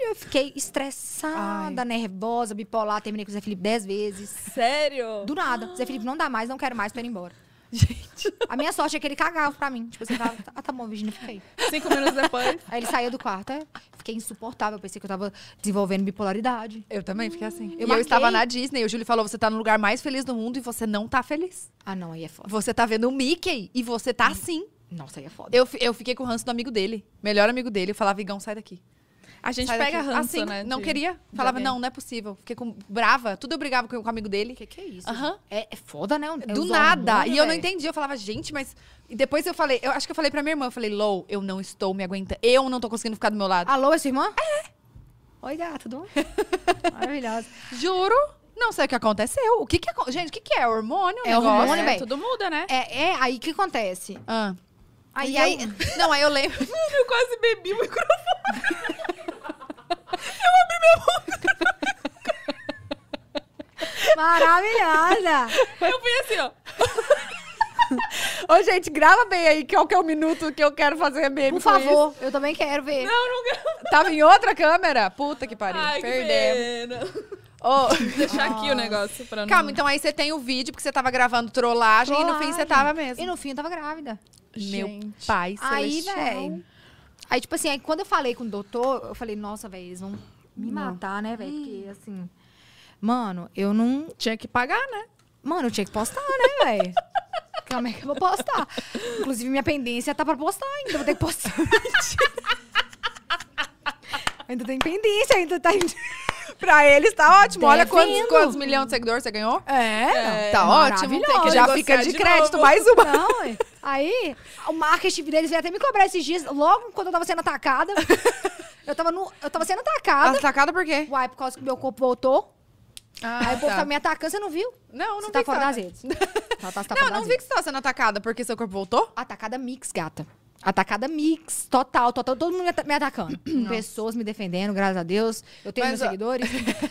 eu fiquei estressada, nervosa, bipolar. Terminei com o Zé Felipe dez vezes. Sério? Do nada. Zé Felipe, não dá mais, não quero mais, tô indo embora. Gente. A minha sorte é que ele cagava pra mim. Tipo assim, tava, ah, tá bom, Virginia, fica aí. Cinco minutos depois. Aí ele saía do quarto, é. Fiquei insuportável. Eu pensei que eu tava desenvolvendo bipolaridade. Eu também fiquei assim. Eu, e eu marquei. estava na Disney, e o Júlio falou: você tá no lugar mais feliz do mundo e você não tá feliz. Ah, não, aí é foda. Você tá vendo o Mickey e você tá assim. Nossa, aí é foda. Eu, fi- eu fiquei com o ranço do amigo dele, melhor amigo dele. Eu falava, Igão, sai daqui. A gente sai pega daqui. ranço, assim, né? Não de- queria. de Falava, alguém. não, não é possível. Fiquei com, brava, tudo eu brigava com, com o amigo dele. O que, que é isso? Aham. gente? É, é foda, né? É Do os nada. hormônios, e eu não velho. entendi. Eu falava, gente, mas. E depois eu falei, eu acho que eu falei pra minha irmã, eu falei, Lou, eu não estou me aguentando. Eu não tô conseguindo ficar do meu lado. Alô, é sua irmã? É. Oi, gata, tudo bom? Maravilhosa. Ah, Juro, não sei o que aconteceu. O que que acon- Gente, o que que é? Hormônio? É negócio? hormônio, É, velho. tudo muda, né? É, é, aí o que acontece? Ah. Aí, E aí, aí, não, aí eu lembro. Eu quase bebi o microfone. maravilhosa. Eu fui assim, ó. Ô, gente, grava bem aí qual que é o minuto que eu quero fazer meme. Por com isso. favor, eu também quero ver. Não, não ganho. Tava em outra câmera? Puta que pariu. Ai, que Perdemos. pena. Ô, Deixar aqui o negócio pra não... Calma, então aí você tem o vídeo, porque você tava gravando trollagem, e no fim você tava Trollagem. mesmo. E no fim eu tava grávida. Meu Gente. pai Aí, celestial. velho. Aí, tipo assim, aí quando eu falei com o doutor, eu falei, nossa, velho, eles vão me matar, né, velho? Hum. Porque, assim. Mano, eu não. Tinha que pagar, né? Mano, eu tinha que postar, né, velho? Como é que eu vou postar? Inclusive, minha pendência tá pra postar ainda. Vou ter que postar. ainda tem pendência, ainda tá. Pra eles tá ótimo. Olha Devendo. quantos, quantos milhões de seguidores você ganhou. É, tá ótimo. maravilhosa. que já fica de, de crédito, novo. mais uma. Não, ué. aí o marketing deles veio até me cobrar esses dias, logo quando eu tava sendo atacada. eu, tava no, eu tava sendo Tá atacada. Atacada por quê? Uai, por causa que meu corpo voltou. Ah, aí o povo tá. tava me atacando, você não viu? Não, não você vi tá que fora tava. das redes. Tá, tá, você tá Não, fora não das vi que você tava sendo atacada porque seu corpo voltou. Atacada mix, gata. Atacada mix, total, total. Todo mundo me ata- me atacando. Pessoas me defendendo, graças a Deus. Eu tenho Mas, meus ó, seguidores.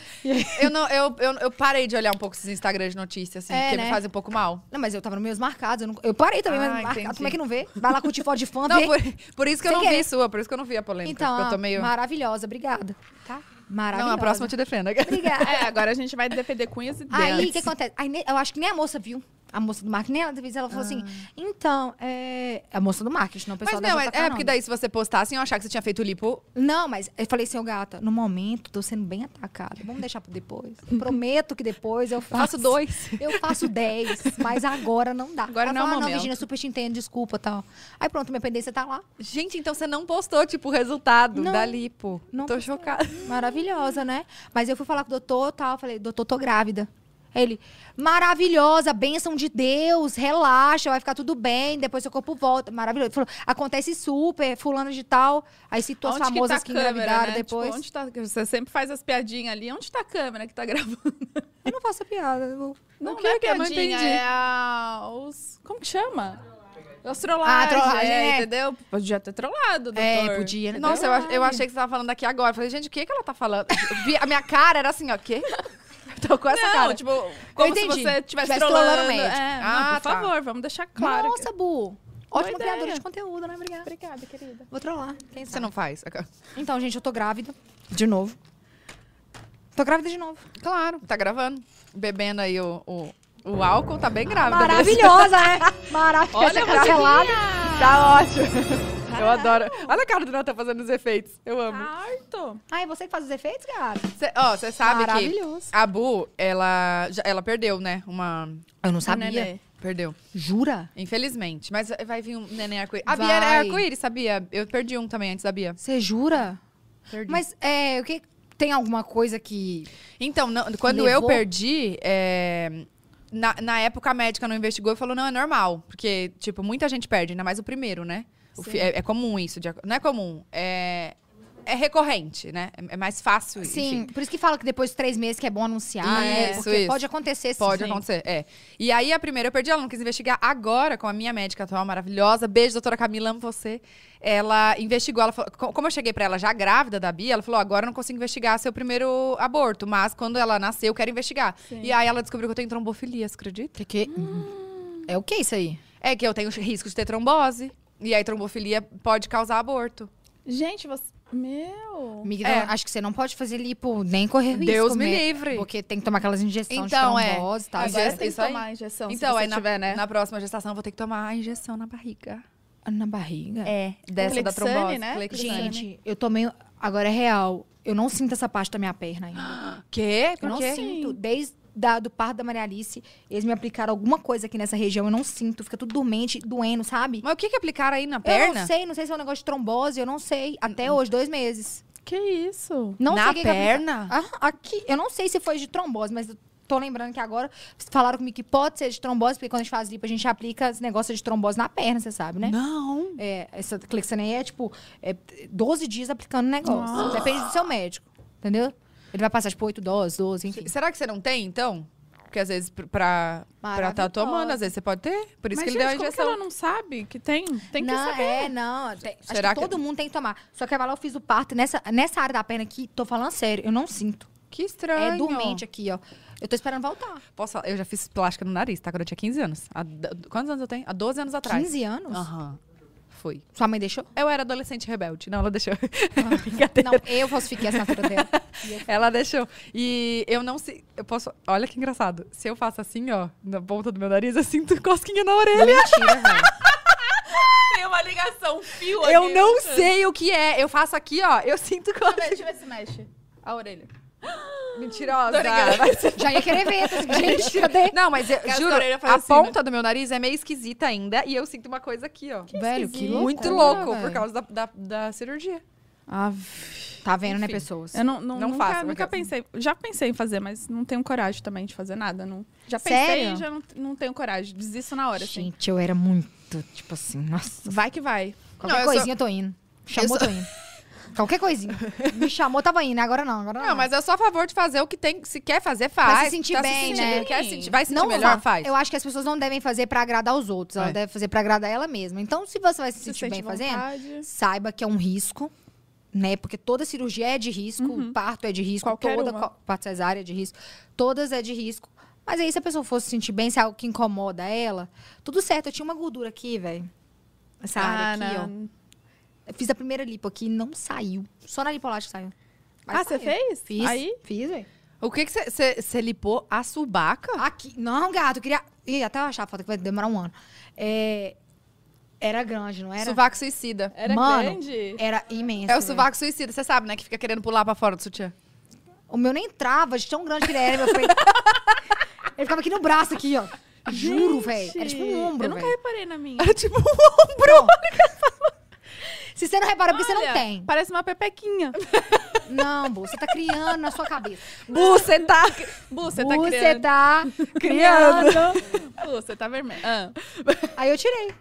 Eu, não, eu, eu, eu parei de olhar um pouco esses Instagrams de notícias, assim, É, porque me né? fazem um pouco mal. não, mas eu tava nos meus marcados. Eu, não- eu parei também, Ah, mas marcado. entendi. Como é que não vê? Vai lá curtir foto de fã, Não, vê. por, por isso que eu Sem não vi querer. sua, por isso que eu não vi a polêmica. Então, porque eu tô meio. maravilhosa, obrigada. Tá? Maravilhosa. Não, a próxima eu te defendo. Obrigada. É, agora a gente vai defender cunhas e dentes. Aí, o que acontece? Aí, ne- eu acho que nem a moça viu. A moça do marketing, nem ela fez, ela falou assim, então, é... A moça do marketing, não o pessoal Mas não, da é, JK, é não. porque daí se você postasse, eu achar que você tinha feito lipo. Não, mas eu falei assim, ô gata, no momento tô sendo bem atacada. Vamos deixar pra depois. Prometo que depois eu faço... Faço dois. Eu faço 10, mas agora não dá. Agora Ela não é o falou, ah, momento." não, Virginia, super te entendo, desculpa, tal. Aí pronto, minha pendência tá lá. Gente, então você não postou, tipo, o resultado Não, da lipo. não Tô postei. chocada. Maravilhosa, né? Mas eu fui falar com o doutor tal. Falei, doutor, tô grávida. Ele, maravilhosa, bênção de Deus, relaxa, vai ficar tudo bem, depois seu corpo volta. Maravilhoso. Ele falou, acontece super, fulano de tal. Aí citou as Onde que famosas tá que, a câmera, engravidaram né? depois. Tipo, onde tá- Você sempre faz as piadinhas ali. Onde tá a câmera que tá gravando? Eu não faço a piada. eu- Não, O não é que que é? Não piadinha, entendi. é a... Os... Como que chama? É Os trollagens, Ah, trollagem, é, é. entendeu? Podia ter trollado, doutor. É, podia, né? Nossa, eu, ach- eu achei que você tava falando daqui agora. Eu Falei, gente, o que que ela tá falando? Eu vi- a minha cara era assim, ó, o quê? Eu Tô com essa Não, cara. tipo, como se entendi. você estivesse Tivesse trollando. trollando o o médico. É, não, Ah, por tá. favor, vamos deixar claro. Nossa, Bu. Ótima ideia. criadora de conteúdo, né? Obrigada. Obrigada, querida. Vou trollar. Quem Você sabe? não faz. Então, gente, eu tô grávida. De novo. Tô grávida de novo. Claro, tá gravando. Bebendo aí o, o, o álcool, tá bem grávida. mesmo. é? Maravilhosa, né? Maravilhosa. Olha, cancelada. Tá ótimo. Eu adoro. Olha a cara do Natan fazendo os efeitos. Eu amo. Arto. Ai, você que faz os efeitos, cara? Cê- ó, você sabe que Maravilhoso. a Bu, ela, já- ela perdeu, né? Uma. Eu não nenê. Perdeu. Jura? Infelizmente. Mas vai vir um neném arco-íris. A Bia Vai. era arco-íris, sabia? Eu perdi um também antes da Bia. Você jura? Perdi. Mas é, o que tem alguma coisa que Então, não- quando eu Levou? perdi, é, na, na época a médica não investigou e falou, não, é normal. Porque, tipo, muita gente perde, ainda mais o primeiro, né? O fi- é, é comum isso. de ac- não é comum, é, é recorrente, né? É, é mais fácil, Sim, enfim. por isso que fala que depois de três meses que é bom anunciar, né? Isso, Porque isso. pode acontecer sim. Pode acontecer, é. E aí, a primeira eu perdi, ela não quis investigar. Agora, com a minha médica atual maravilhosa, beijo, doutora Camila, amo você. Ela investigou, ela falou, co- como eu cheguei pra ela já grávida da Bia, ela falou, agora eu não consigo investigar seu primeiro aborto, mas quando ela nascer, eu quero investigar. E aí, ela descobriu que eu tenho trombofilia, você acredita? Que que... Hum. É o que isso aí? É que eu tenho risco de ter trombose. E aí, trombofilia pode causar aborto. Gente, você... Meu... Amiga, É. então, acho que você não pode fazer lipo, nem correr risco. Deus me né? livre. Porque tem que tomar aquelas injeções Então, de é. trombose e tal. Agora- Agora... Isso- tem isso que aí? tomar a injeção, então, se você aí na, tiver, né? na próxima gestação, eu vou ter que tomar a injeção na barriga. tá Na barriga. É, dessa da Clexane, trombose. né? Clexane. Gente, eu tomei... Agora é real. Eu não sinto essa parte da minha perna ainda. Quê? Eu Por não quê? sinto. Desde da, do parto da Maria Alice, eles me aplicaram alguma coisa aqui nessa região. Eu não sinto. Fica tudo dormente, doendo, sabe? Mas o que que aplicaram aí na Eu não perna? Hum. sei. Não sei se é um negócio de trombose. Eu não sei. Até hoje, dois meses. Que isso? Não Na sei o que que aconteceu. perna? Ah, aqui, eu não sei se foi de trombose, mas eu tô lembrando que agora falaram comigo que pode ser de trombose, porque quando a gente faz lipo, a gente aplica esse negócio de trombose na perna, você sabe, né? Não. É, essa clexaneia é tipo é 12 dias aplicando o negócio. Depende do seu médico, entendeu? Ele vai passar tipo 8 doses, 12, enfim. Será que você não tem, então? Porque às vezes pr- pra, pra tá Maravilhosa. tomando, às vezes você pode ter. Por isso que ele Mas, gente, deu a como que injeção. ela não sabe que tem? Tem que não, saber. é, não. tem- acho Será que, que- todo mundo tem que tomar. Só que agora eu fiz o parto nessa, nessa área da perna aqui, tô falando sério, eu não sinto. Que estranho. É dormente aqui, ó. Eu tô esperando voltar. Posso falar? Eu já fiz plástica no nariz, tá? Quando eu tinha 15 anos. Há d- quantos anos eu tenho? Há 12 anos atrás. 15 anos? Aham. Foi. Sua mãe deixou? Eu era adolescente rebelde. Não, ela deixou. Não, eu falsifiquei a assinatura dela. ela deixou. E eu não sei. Eu posso. Olha que engraçado. Se eu faço assim, ó, na ponta do meu nariz, eu sinto cosquinha na orelha. Mentira, velho. Tem uma ligação, um fio né? Eu ali. não sei o que é. Eu faço aqui, ó. Eu sinto Deixa eu ver- cosquinha. Deixa eu ver se mexe. A orelha. Mentirosa. Já ia querer ver. tô assim, Gente, tira daí. Não, mas eu Aquelas juro, orelhas a fazem assim, ponta do meu nariz é meio esquisita ainda. E eu sinto uma coisa aqui, ó. velho, que louco. Muito louco, por causa da, da, da cirurgia. Ave. Tá vendo, né, Enfim. pessoas? Eu não, não, Não nunca, faço, nunca porque- pensei. Já pensei em fazer, mas não tenho coragem também de fazer nada. Não, já pensei Sério? e já não, não tenho coragem. Desisto na hora, assim. Gente, eu era muito, tipo assim, nossa. Vai que vai. Qualquer eu sou- coisinha eu tô indo. Chamou, tô indo. Qualquer coisinha. Me chamou, tava indo. Agora não, agora não. Não, mas eu sou a favor de fazer o que tem. Ah. Se quer fazer, faz. Pra se sentir Tá bem, sentindo, né? Quer sentir, vai sentir não melhor, fa- faz. Eu acho que as pessoas não devem fazer pra agradar os outros. Ela É. deve fazer pra agradar ela mesma. Então, se você vai se sentir bem fazendo, vontade. saiba que é um risco, né? Porque toda cirurgia é de risco, parto é de risco, Uhum. Qualquer toda uma. co- parto cesárea é de risco, todas é de risco. Mas aí se a pessoa fosse se sentir bem, se é algo que incomoda ela, tudo certo. Eu tinha uma gordura aqui, velho. Essa área aqui, ó. Ah, não. Eu Fiz a primeira lipo aqui, não saiu. Só na lipolagem que saiu. Mas Ah, você saiu. fez? Fiz. Aí? Fiz, velho. O que que você lipou a subaca? Aqui. Não, gato, eu queria. Ih, até eu achar a foto que vai demorar um ano. É... Era grande, não era? Suvaco suicida. Era Mano, grande? Era imenso. né? É o velho. suvaco suicida, você sabe, né? Que fica querendo pular pra fora do sutiã. O meu nem entrava de tão grande que ele era, meu peito. ele ficava aqui no braço, aqui, ó. Juro, velho. Era tipo um ombro, É Eu nunca velho. reparei na minha. tipo um ombro. Se você não repara, é porque você Olha, não tem. Parece uma pepequinha. Não, Bu, você tá criando na sua cabeça. Bu, você tá. Bu, você tá Bu, criando. tá Criando. Bu, você tá vermelha. Ah, Aí eu tirei.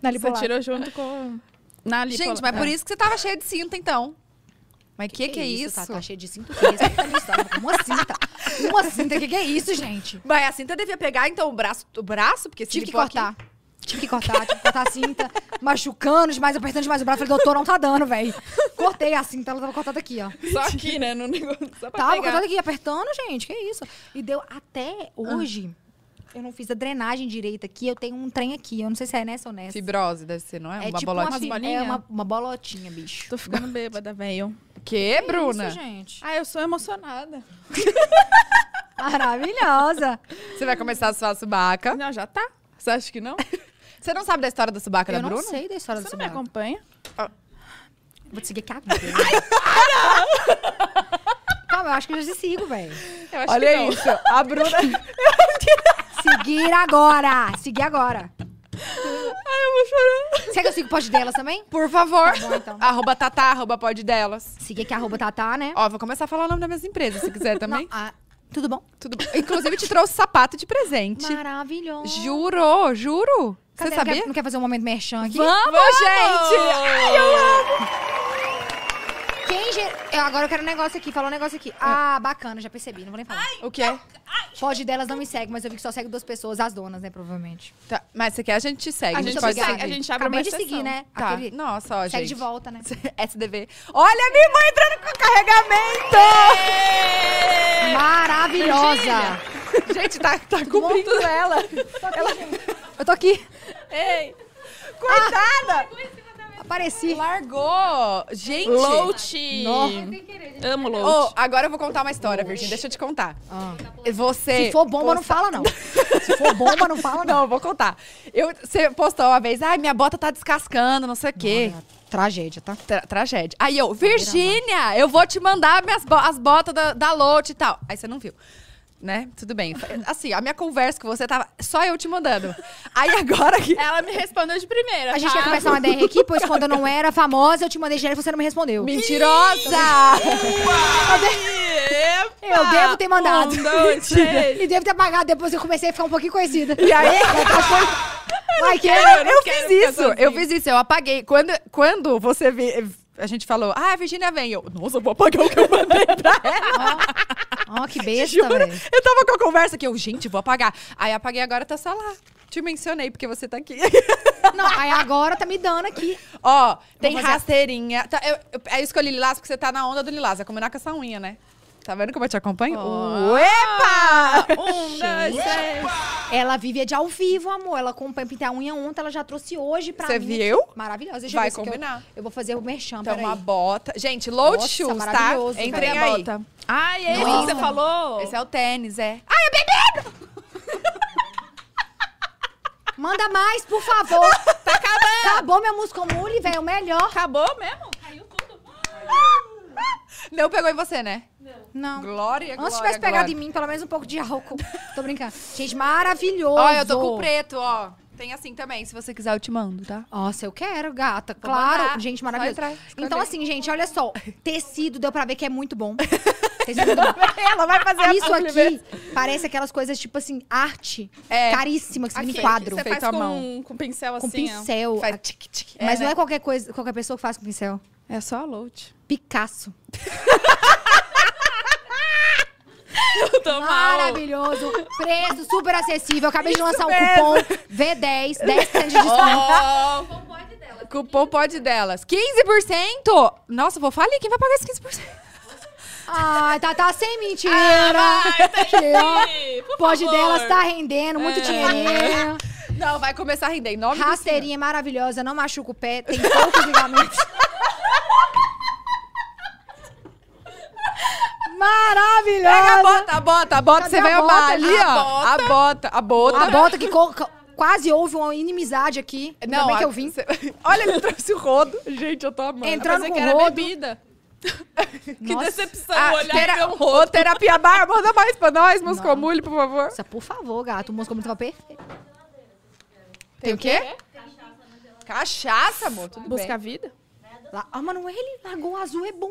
Na você lipolar. tirou junto com... Na lipo... Ah, Gente, mas É. por isso que você tava cheia de cinta, então. Mas que que, é isso? Tá, tá cheio de cinto preso. Tá me usando com uma cinta. Uma cinta. Que que é isso, gente? Mas a cinta devia pegar, então, o braço, o braço porque se Tive que lipou aqui- cortar. Tive que cortar, tive que cortar a cinta, machucando demais, apertando demais o braço. Falei, doutor, não tá dando, velho. Cortei a cinta, ela tava cortada aqui, ó. Só aqui, né? No negócio. Só pra Tava pegar. cortando aqui, apertando, gente. Que isso? E deu até hoje. Eu não fiz a drenagem direita aqui. Eu tenho um trem aqui. Eu não sei se é nessa ou nessa. Fibrose, deve ser, não é? é uma tipo bolotinha. uma, fi- bolinha? é uma, uma bolotinha, bicho. Tô ficando bêbada, velho. Que, Bruna? Isso, gente. Ah, eu sou emocionada. Maravilhosa. você vai começar a sua subaca. Não, já tá? Você acha que não? Você não sabe da história da subaca eu da não Bruna? sei da história Você dessa não é me barra. acompanha? Vou te seguir aqui agora. Calma, eu acho que eu já te sigo, velho. Eu acho que Olha não. isso. A Bruna. Seguir agora. Seguir agora. Ai, eu vou chorar. Será que eu sigo o post delas também? Por favor. Tá bom, então. Arroba Tatá, arroba pod delas. Seguir aqui, arroba Tatá, né? Ó, vou começar a falar o nome das minhas empresas, se quiser também. Não, ah, tudo bom? Tudo bom. Inclusive, te trouxe sapato de presente. Maravilhoso. Juro, juro. Você Cadê? Não sabia? Quer, não quer fazer um momento merchan aqui? Vamos, gente! Ai, eu amo! Quem ger... eu, agora eu quero um negócio aqui, falar um negócio aqui. Ah, bacana, já percebi, não vou nem falar. O que é? Pode delas não me segue, mas eu vi que só segue duas pessoas, as donas, né, provavelmente. Tá, mas você quer, a gente te segue. A gente pode segue, seguir. a gente abre Acabei uma de exceção. seguir, né? Tá, Aquele- nossa, ó, Segue gente. de volta, né? SDV. Olha, minha irmã entrando com carregamento! Maravilhosa! gente, tá, tá cumprindo ela. Eu tô aqui, Ei! Coitada! apareci. Largou! Gente! Lout. Nossa. Amo Ô, Lout. agora eu vou contar uma história, Virgínia. Deixa eu te contar. Ah. Você. Se for bomba, não posta- fala, não. Se for bomba, não fala, não. Não, eu vou contar. Eu, você postou uma vez, ai, minha bota tá descascando, não sei o quê. É Tragédia, tá? Tra- tragédia. Aí eu, Virgínia, eu vou te mandar minhas bo- as botas da, da Lotte e tal. Aí você não viu. Né? Tudo bem. Assim, a minha conversa com você tava só eu te mandando. Aí agora que. Ela me respondeu de primeira. A gente Ah, tá? quer começar uma DR aqui, pois quando eu não era famosa, eu te mandei direto e você não me respondeu. Mentirosa! Eu devo ter mandado. Um, Ah, dois, três. E devo ter apagado, depois eu comecei a ficar um pouquinho conhecida. E aí? Ai, que é? Eu, não fiz quero ficar isso, eu sozinha. fiz isso, eu apaguei. Quando, quando você vi, a gente falou, ah, a Virgínia vem. Eu, nossa, eu vou apagar o que eu mandei pra ela. Ó, que Juro. besta, velho. Eu tava com a conversa que eu, gente, vou apagar. Aí apaguei agora, tá só lá. Te mencionei porque você tá aqui. Não, aí agora tá me dando aqui. Ó, tem fazer a- rasteirinha. Tá, eu, eu, aí eu escolhi lilás porque você tá na onda do lilás. É combinar com essa unha, né? Tá vendo como eu te acompanho? Ó. Epa! Um, dois, três. Ela vive de ao vivo, amor. Ela comprou pintar a unha ontem, ela já trouxe hoje pra Você mim. viu? Maravilhosa. Deixa Vai eu ver se que combinar. Eu, eu vou fazer o merchan, Então, peraí. uma bota. Gente, load Nossa, shoes, tá? maravilhoso, Entrem cadê a aí. bota? Ai, é isso que você Nossa. falou? Esse é o tênis, é. Manda mais, por favor. tá acabando. Acabou meu muscomule, velho. O melhor. Acabou mesmo? Caiu tudo. Não pegou em você, né? Não. Não. Glória, glória, Antes tivesse glória. pegado em mim, pelo menos um pouco de álcool. Tô brincando. Gente, maravilhoso. Ó, eu tô com o preto, ó. Tem assim também, se você quiser eu te mando, tá? Nossa, eu quero, gata. Vou Claro. mandar. Gente, Só maravilhoso. entrar, escolher. Então, assim, gente, olha só. Tecido, deu pra ver que é muito bom. Tecido do... Ela vai fazer a Isso publi mesmo. aqui parece aquelas coisas, tipo assim, arte É. caríssima, que se vira em Aqui, quadro. Você Feito faz à com, mão. com pincel Com assim, ó. pincel. Faz tic, tic. Mas É, não né? é qualquer coisa, qualquer pessoa que faz com pincel. É só a Lout. Picasso. Eu tô mal. Maravilhoso. Preço super acessível. Acabei de lançar um mesmo. cupom V10, 10% de desconto. Ó, O compote dela. Cupom pode delas. 15%! Nossa, vou falir. Quem vai pagar esses 15%? Ai, tá, tá sem mentira. Ai, tá Que ó, aqui, por Pode favor. delas tá rendendo muito dinheirinho. Não, vai começar a render. Em nome do Senhor. Rasteirinha maravilhosa, não machuca o pé, tem poucos ligamentos. Pega a Maravilhosa! bota, a bota, a bota. Cadê Você a vai bota? amar ali, A ó. A bota, a bota. A bota que co- co- quase houve uma inimizade aqui. Ainda bem que a- eu vim. cê- Olha, ele trouxe o rodo. Gente, eu tô amando. Entrou Pensei que entrando com era rodo. bebida. que Nossa. decepção Ah, olhar tera- e ver um Ô, terapia bar, manda mais pra nós, Muscomule, por favor. Nossa, por favor, gato, o músico muito tava perfeito. Tem o quê? Cachaça, amor. Tudo Busca a bem. vida? Lá, ah, Manoel, Lagoa Azul é bom.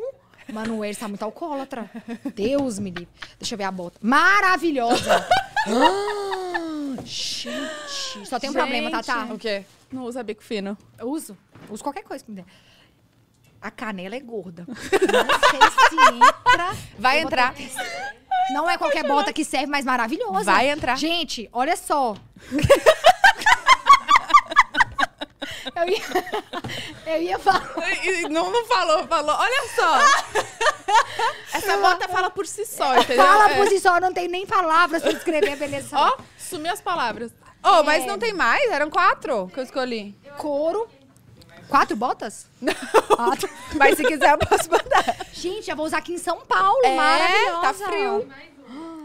Manoel está muito alcoólatra. Deus me livre. Deixa eu ver a bota. Maravilhosa. Ah, gente, só tem um problema, Gente. Tatá. O quê? Não usa bico fino. Eu uso. Uso qualquer coisa que me der. A canela é gorda. Não sei se entra. Vai Eu vou entrar. ter- Não é qualquer bota que serve, mas maravilhosa. Vai entrar. Gente, olha só. Eu ia, eu ia falar. E- e Não, não falou, falou. Olha só. Essa bota fala por si só, entendeu? Fala É. por si só, não tem nem palavras pra descrever a beleza. dessa Ó, sumiu as palavras. Ô, mas não tem mais? Eram quatro que eu escolhi. bota. Couro. Quatro botas? Ah, tá. Mas se quiser, eu posso mandar. tá Gente, eu vou usar aqui em São Paulo. É, maravilhosa. tá frio.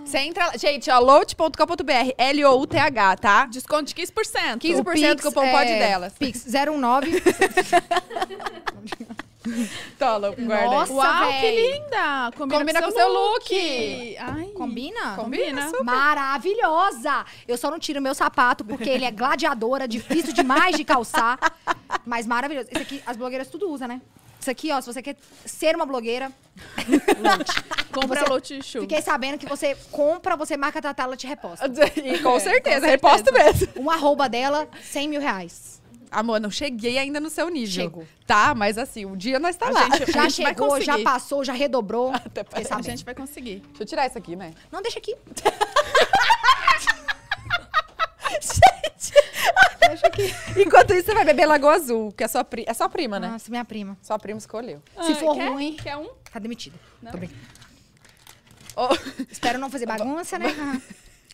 Você entra lá. Gente, ó, lout.com.br, L-O-U-T-H, tá? Desconto de 15% 15%. Pix, é cupom pode delas. Pix 019. Tola, guarda aí. Nossa, Uau, que véi. linda! Combina, Combina com com seu seu look. look. Ai. Combina? Combina. Maravilhosa! Eu só não tiro meu sapato porque ele é gladiadora, difícil demais de calçar. Mas maravilhoso. Isso aqui, as blogueiras tudo usa, né? Isso aqui, ó, se você quer ser uma blogueira, Compra Você- Lote Shoes. fiquei sabendo que você compra, você marca a Tatá, ela te reposta. E com certeza, reposto mesmo. Um arroba dela, 100 mil reais. Amor, não cheguei ainda no seu nível. Chego. Tá, mas assim, um dia nós tá lá. gente- A Já gente vai chegou, já conseguir. passou, já redobrou. Fiquei A sabendo. gente vai conseguir. Deixa eu tirar isso aqui, né? Não, deixa aqui. Enquanto isso, você vai beber Lagoa Azul, que é sua, pri- é sua prima, né? Nossa, minha prima. Sua prima escolheu. Se Ai, for Ah, quer? ruim, Quer um? tá demitida. Tô brincando. Ô, Espero não fazer bagunça, né?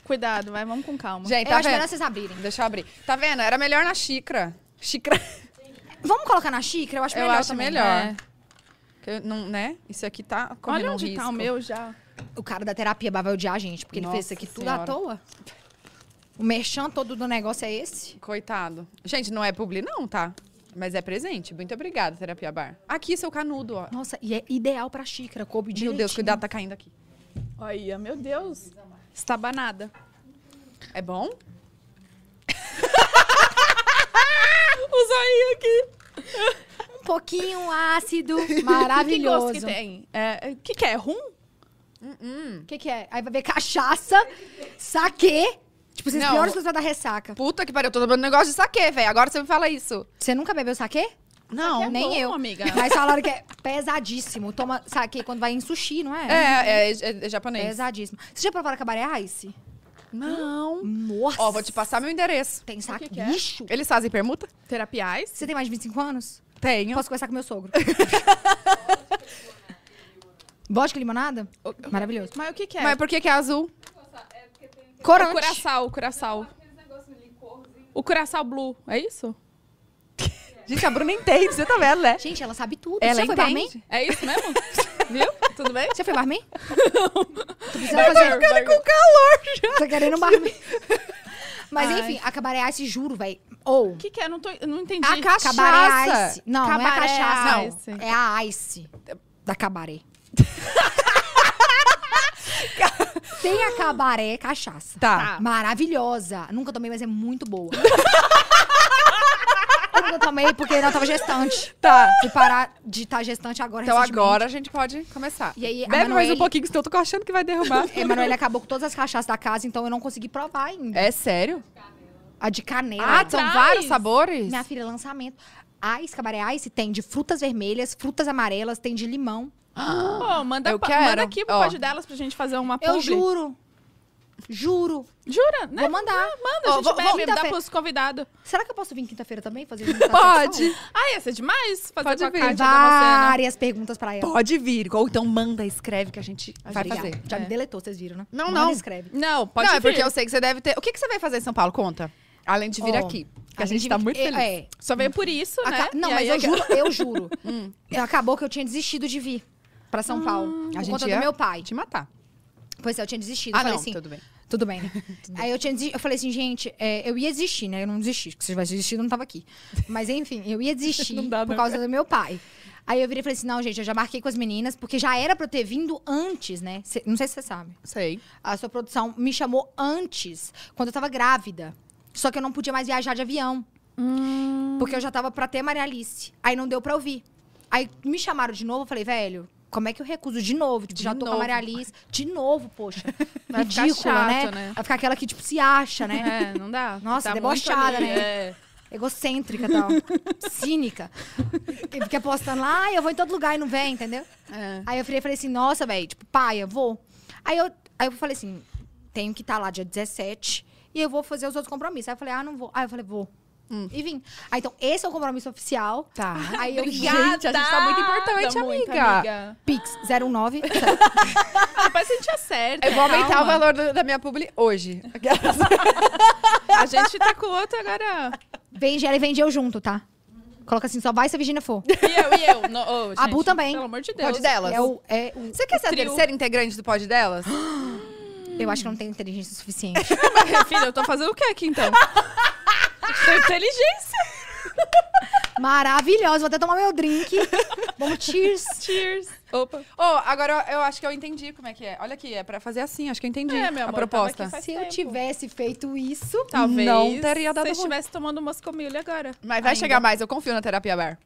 Cuidado, vai, vamos com calma. Gente, Eu tá acho melhor vendo? vocês abrirem. Deixa eu abrir. Tá vendo? Era melhor na xícara. Xícara. Vamos colocar na xícara? Eu acho Eu melhor acho também. É. melhor. Que eu não, né? Isso aqui tá correndo Olha um onde risco. tá o meu já. O cara da terapia vai odiar a gente, porque ele fez Nossa isso aqui tudo Senhora. à toa. O merchan todo do negócio é esse? Coitado. Gente, não é publi não, tá? Mas é presente. Muito obrigada, Terapia Bar. Aqui, seu canudo, ó. Nossa, e é ideal pra xícara, coube Meu Deus, cuidado, tá caindo aqui. Olha, meu Deus. Está banada. É bom? O zoinho aqui. Um pouquinho ácido, Que gosto que maravilhoso. tem? É, que que é? Rum? O que, que é? Aí vai ver cachaça, saquê. Tipo, vocês Não. piores coisas vai dar ressaca. Puta que pariu, eu tô tomando negócio de saque, velho. Agora você me fala isso. Você nunca bebeu saquê? Não. é nem bom, eu. amiga. Mas falaram que é pesadíssimo. Toma saquê quando vai em sushi, não É, é? é, é- é japonês. Pesadíssimo. Vocês já provaram cabaré é ice? Não. Nossa. Ó, vou te passar meu endereço. Tem saque. que que é? Bicho. Eles fazem permuta? Terapiais? Você tem mais de 25 anos? Tenho. Posso conversar com meu sogro. Vodka e limonada? Maravilhoso. Mas o que que é? Mas por que que é azul? O Corante. curaçal, o curaçal. O curaçal blue, é isso? Gente, a Bruna entende, você tá vendo, né? Gente, ela sabe tudo. Ela Você já foi barman? entende. É isso mesmo? Viu? Tudo bem? Você já foi barman? Tô precisando fazer... Cara, É com calor já. Tô querendo um barman. Mas Ai. enfim, a Cabaré Ice, juro, velho. Ou... O que que é? Não, tô, não entendi. A cachaça. Cabaré Ice. Não, não é a Cabaré cachaça, não. Ice. É a Ice. Da Cabaré. Tem a Cabaré cachaça. Tá. Maravilhosa. Nunca tomei, mas é muito boa. Eu Nunca tomei porque não tava gestante. Tá. Fui parar de estar gestante agora. Então recentemente. agora a gente pode começar. E aí, a Bebe mais um Manoel- pouquinho, senão eu tô achando que vai derrubar. Emanuele acabou com todas as cachaças da casa, então eu não consegui provar ainda. É sério? A de canela. Ah, são Atrás. vários sabores? Minha filha, lançamento. Ice, cabaré Ice tem de frutas vermelhas, frutas amarelas, tem de limão. Pô, manda, Eu pa- quero. manda aqui pro Ó. pódio delas pra gente fazer uma publi. Eu juro. Juro. Jura, né? Vou mandar. Manda, a Ó, gente vou- bebe, vou- dá quinta-feira. pros convidados. Será que eu posso vir quinta-feira também fazer Pode. Ah, ia ser demais fazer Pode com a vir. Kátia da você, né? Várias perguntas pra ela. Pode vir. Ou então manda, escreve que a gente vai Obrigada. fazer. Já me É. deletou, vocês viram, né? Não, Manda não. e escreve. Não, pode Não, vir. é porque eu sei que você deve ter... O que, que você vai fazer em São Paulo? Conta. Além de vir Ó, aqui. Que a, a gente, gente tá vi- muito é, feliz. é. Só veio por isso, né? Aca- Não, E mas aí eu juro, eu juro. Eu- Acabou que eu tinha desistido de vir pra São Paulo. Hum. Ah, A por gente conta ia do meu pai. te matar. Pois é, eu tinha desistido. Ah, eu falei não, assim, tudo bem. Tudo bem, né? Aí eu, tinha, desi- eu falei assim, gente, é, eu ia desistir, né? Eu não desisti, porque se eu tivesse desistido, eu não tava aqui. Mas enfim, eu ia desistir Não dá, né? por não. causa do meu pai. Aí eu virei e falei assim, não, gente, eu já marquei com as meninas, porque já era pra eu ter vindo antes, né? Cê- não sei se você sabe. Sei. A sua produção me chamou antes, quando eu tava grávida. Só que eu não podia mais viajar de avião. Hum. Porque eu já tava pra ter Maria Alice. Aí não deu pra eu vir. Aí me chamaram de novo, eu falei, velho, como é que eu recuso de novo? Tipo, De já tô com a novo. Maria Alice. De novo, poxa. Vai ficar Ridícula, chato, né? né? Vai ficar aquela que, tipo, se acha, né? É, não dá. Nossa, Tá muito debochada, ali, né? é. Egocêntrica e tal. Cínica. Que fica postando lá, "Ai, eu vou em todo lugar e não vem, entendeu? É. Aí eu falei, falei assim, nossa, velho, tipo, pai, eu vou. Aí eu, aí eu falei assim, tenho que estar lá dia 17 e eu vou fazer os outros compromissos. Aí eu falei, ah, não vou. Aí eu falei, vou. Hum. E vim. Aí então, esse é o compromisso oficial. Tá. Aí eu Gente, a gente tá muito importante, Muito, amiga. Pix 09. Ah, depois a gente acerta. Eu vou aumentar calma. o valor do- da minha publi hoje. A gente tá com o outro agora. Vende ela e vende eu junto, tá? Coloca assim, só vai se a Virginia for. E eu, e eu. No, oh, A gente, Bu também. Pelo amor de Deus. Pode delas. É o, é o Você quer ser a trio. terceira integrante do pod delas? Eu acho que eu não tenho inteligência suficiente. Filha, eu tô fazendo o que aqui então? Sou inteligência. Maravilhosa, vou até tomar meu drink. Vamos, cheers. Cheers. Opa. Ô, Oh, agora eu, eu acho que eu entendi como é que é. Olha aqui, é pra fazer assim, acho que eu entendi É, meu amor, a eu proposta. tava aqui faz Se eu tempo. tivesse feito isso, Talvez Não teria dado você ruim. estivesse tomando umas comilha agora. Mas vai Ainda. chegar mais, eu confio na terapia bar.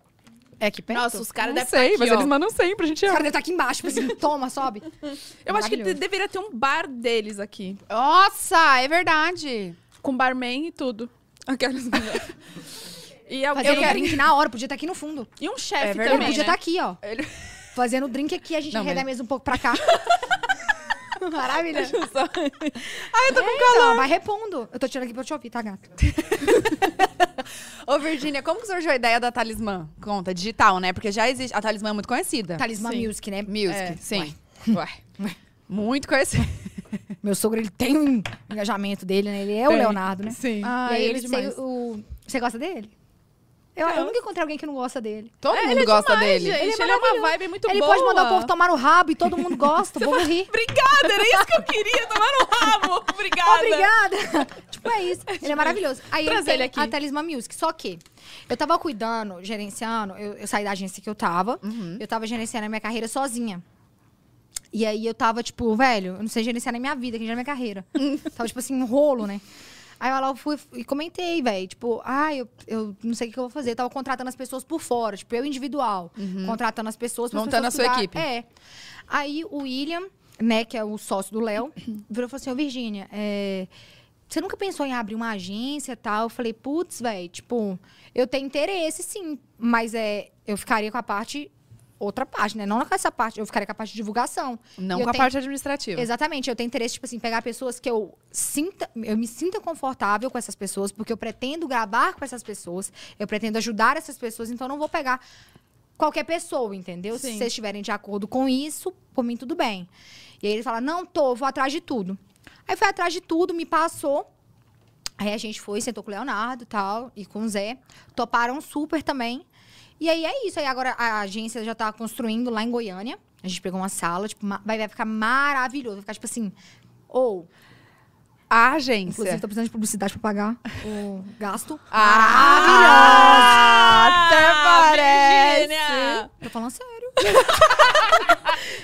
é que perto. Nossa, os caras não devem sei, tá aqui, mas ó. eles mandam sempre, a gente O cara ama. deve estar aqui embaixo, tipo assim, toma, sobe. Eu acho que de- Maravilhoso. deveria ter um bar deles aqui. Nossa, é verdade. Com barman e tudo. Aquelas... e, alguém- Fazendo eu quero- um drink na hora, podia estar aqui no fundo. e um chefe É Ele verdade. também, né? podia estar aqui, ó. Ele- Fazendo drink aqui, a gente Não, não, mas- mesa um pouco pra cá. Maravilha. Ai, eu tô Tá com calor. Então, vai repondo. Eu tô tirando aqui pra eu te ouvir, tá, gato? Ô, Virgínia, como que surgiu a ideia da talismã? Conta, digital, né? Porque já existe. A talismã é muito conhecida. Talismã Sim. Music, né? Music, É. sim. Ué. Muito conhecida. Meu sogro, ele tem um engajamento dele, né? Ele é o Tem. Leonardo, né? Sim. Ah, e aí ele é ele sei demais. o... Você gosta dele? Eu, eu nunca encontrei alguém que não gosta dele. Todo É, mundo ele é gosta demais, dele. gente. Ele, é uma vibe muito ele boa. pode mandar o povo tomar no rabo e todo mundo gosta. o povo ri. Obrigada, era isso que eu queria, tomar no rabo. Obrigada. Obrigada! tipo, é isso. Ele é maravilhoso. Aí ele Traz tem ele aqui. a Talismã Music. Só que eu tava cuidando, gerenciando, eu, eu saí da agência que eu tava. Eu tava gerenciando a minha carreira sozinha. E aí eu tava, tipo, velho, eu não sei gerenciar nem minha vida, quem já é minha carreira. tava, tipo assim, um rolo, né? Aí eu lá eu fui e comentei, velho, tipo, ah, eu, eu não sei o que eu vou fazer. Eu tava contratando as pessoas por fora, tipo, eu individual, contratando as pessoas. pras Montando pessoas a sua cuidar- equipe. É. Aí o William, né, que é o sócio do Léo, virou e falou assim, ô Virgínia, é, você nunca pensou em abrir uma agência e tal? Eu falei, putz, velho, tipo, eu tenho interesse, sim, mas é, eu ficaria com a parte, outra parte, né? Não com essa parte, eu ficaria com a parte de divulgação. Não E eu com a tenho- parte administrativa. Exatamente, eu tenho interesse, tipo assim, pegar pessoas que eu sinta, eu me sinta confortável com essas pessoas, porque eu pretendo gravar com essas pessoas, eu pretendo ajudar essas pessoas, então eu não vou pegar qualquer pessoa, entendeu? Sim. Se vocês estiverem de acordo com isso, por mim tudo bem. E aí ele fala: não, tô, vou atrás de tudo. Aí foi atrás de tudo, me passou. Aí a gente foi, sentou com o Leonardo e tal, e com o Zé. Toparam super também. E aí é isso. Aí agora a agência já tá construindo lá em Goiânia. A gente pegou uma sala, tipo, ma- vai, vai ficar maravilhoso. Vai ficar tipo assim. Ou, A agência. inclusive, tô precisando de publicidade pra pagar o gasto. Ah, Até parece. Virgínia! Tô falando sério.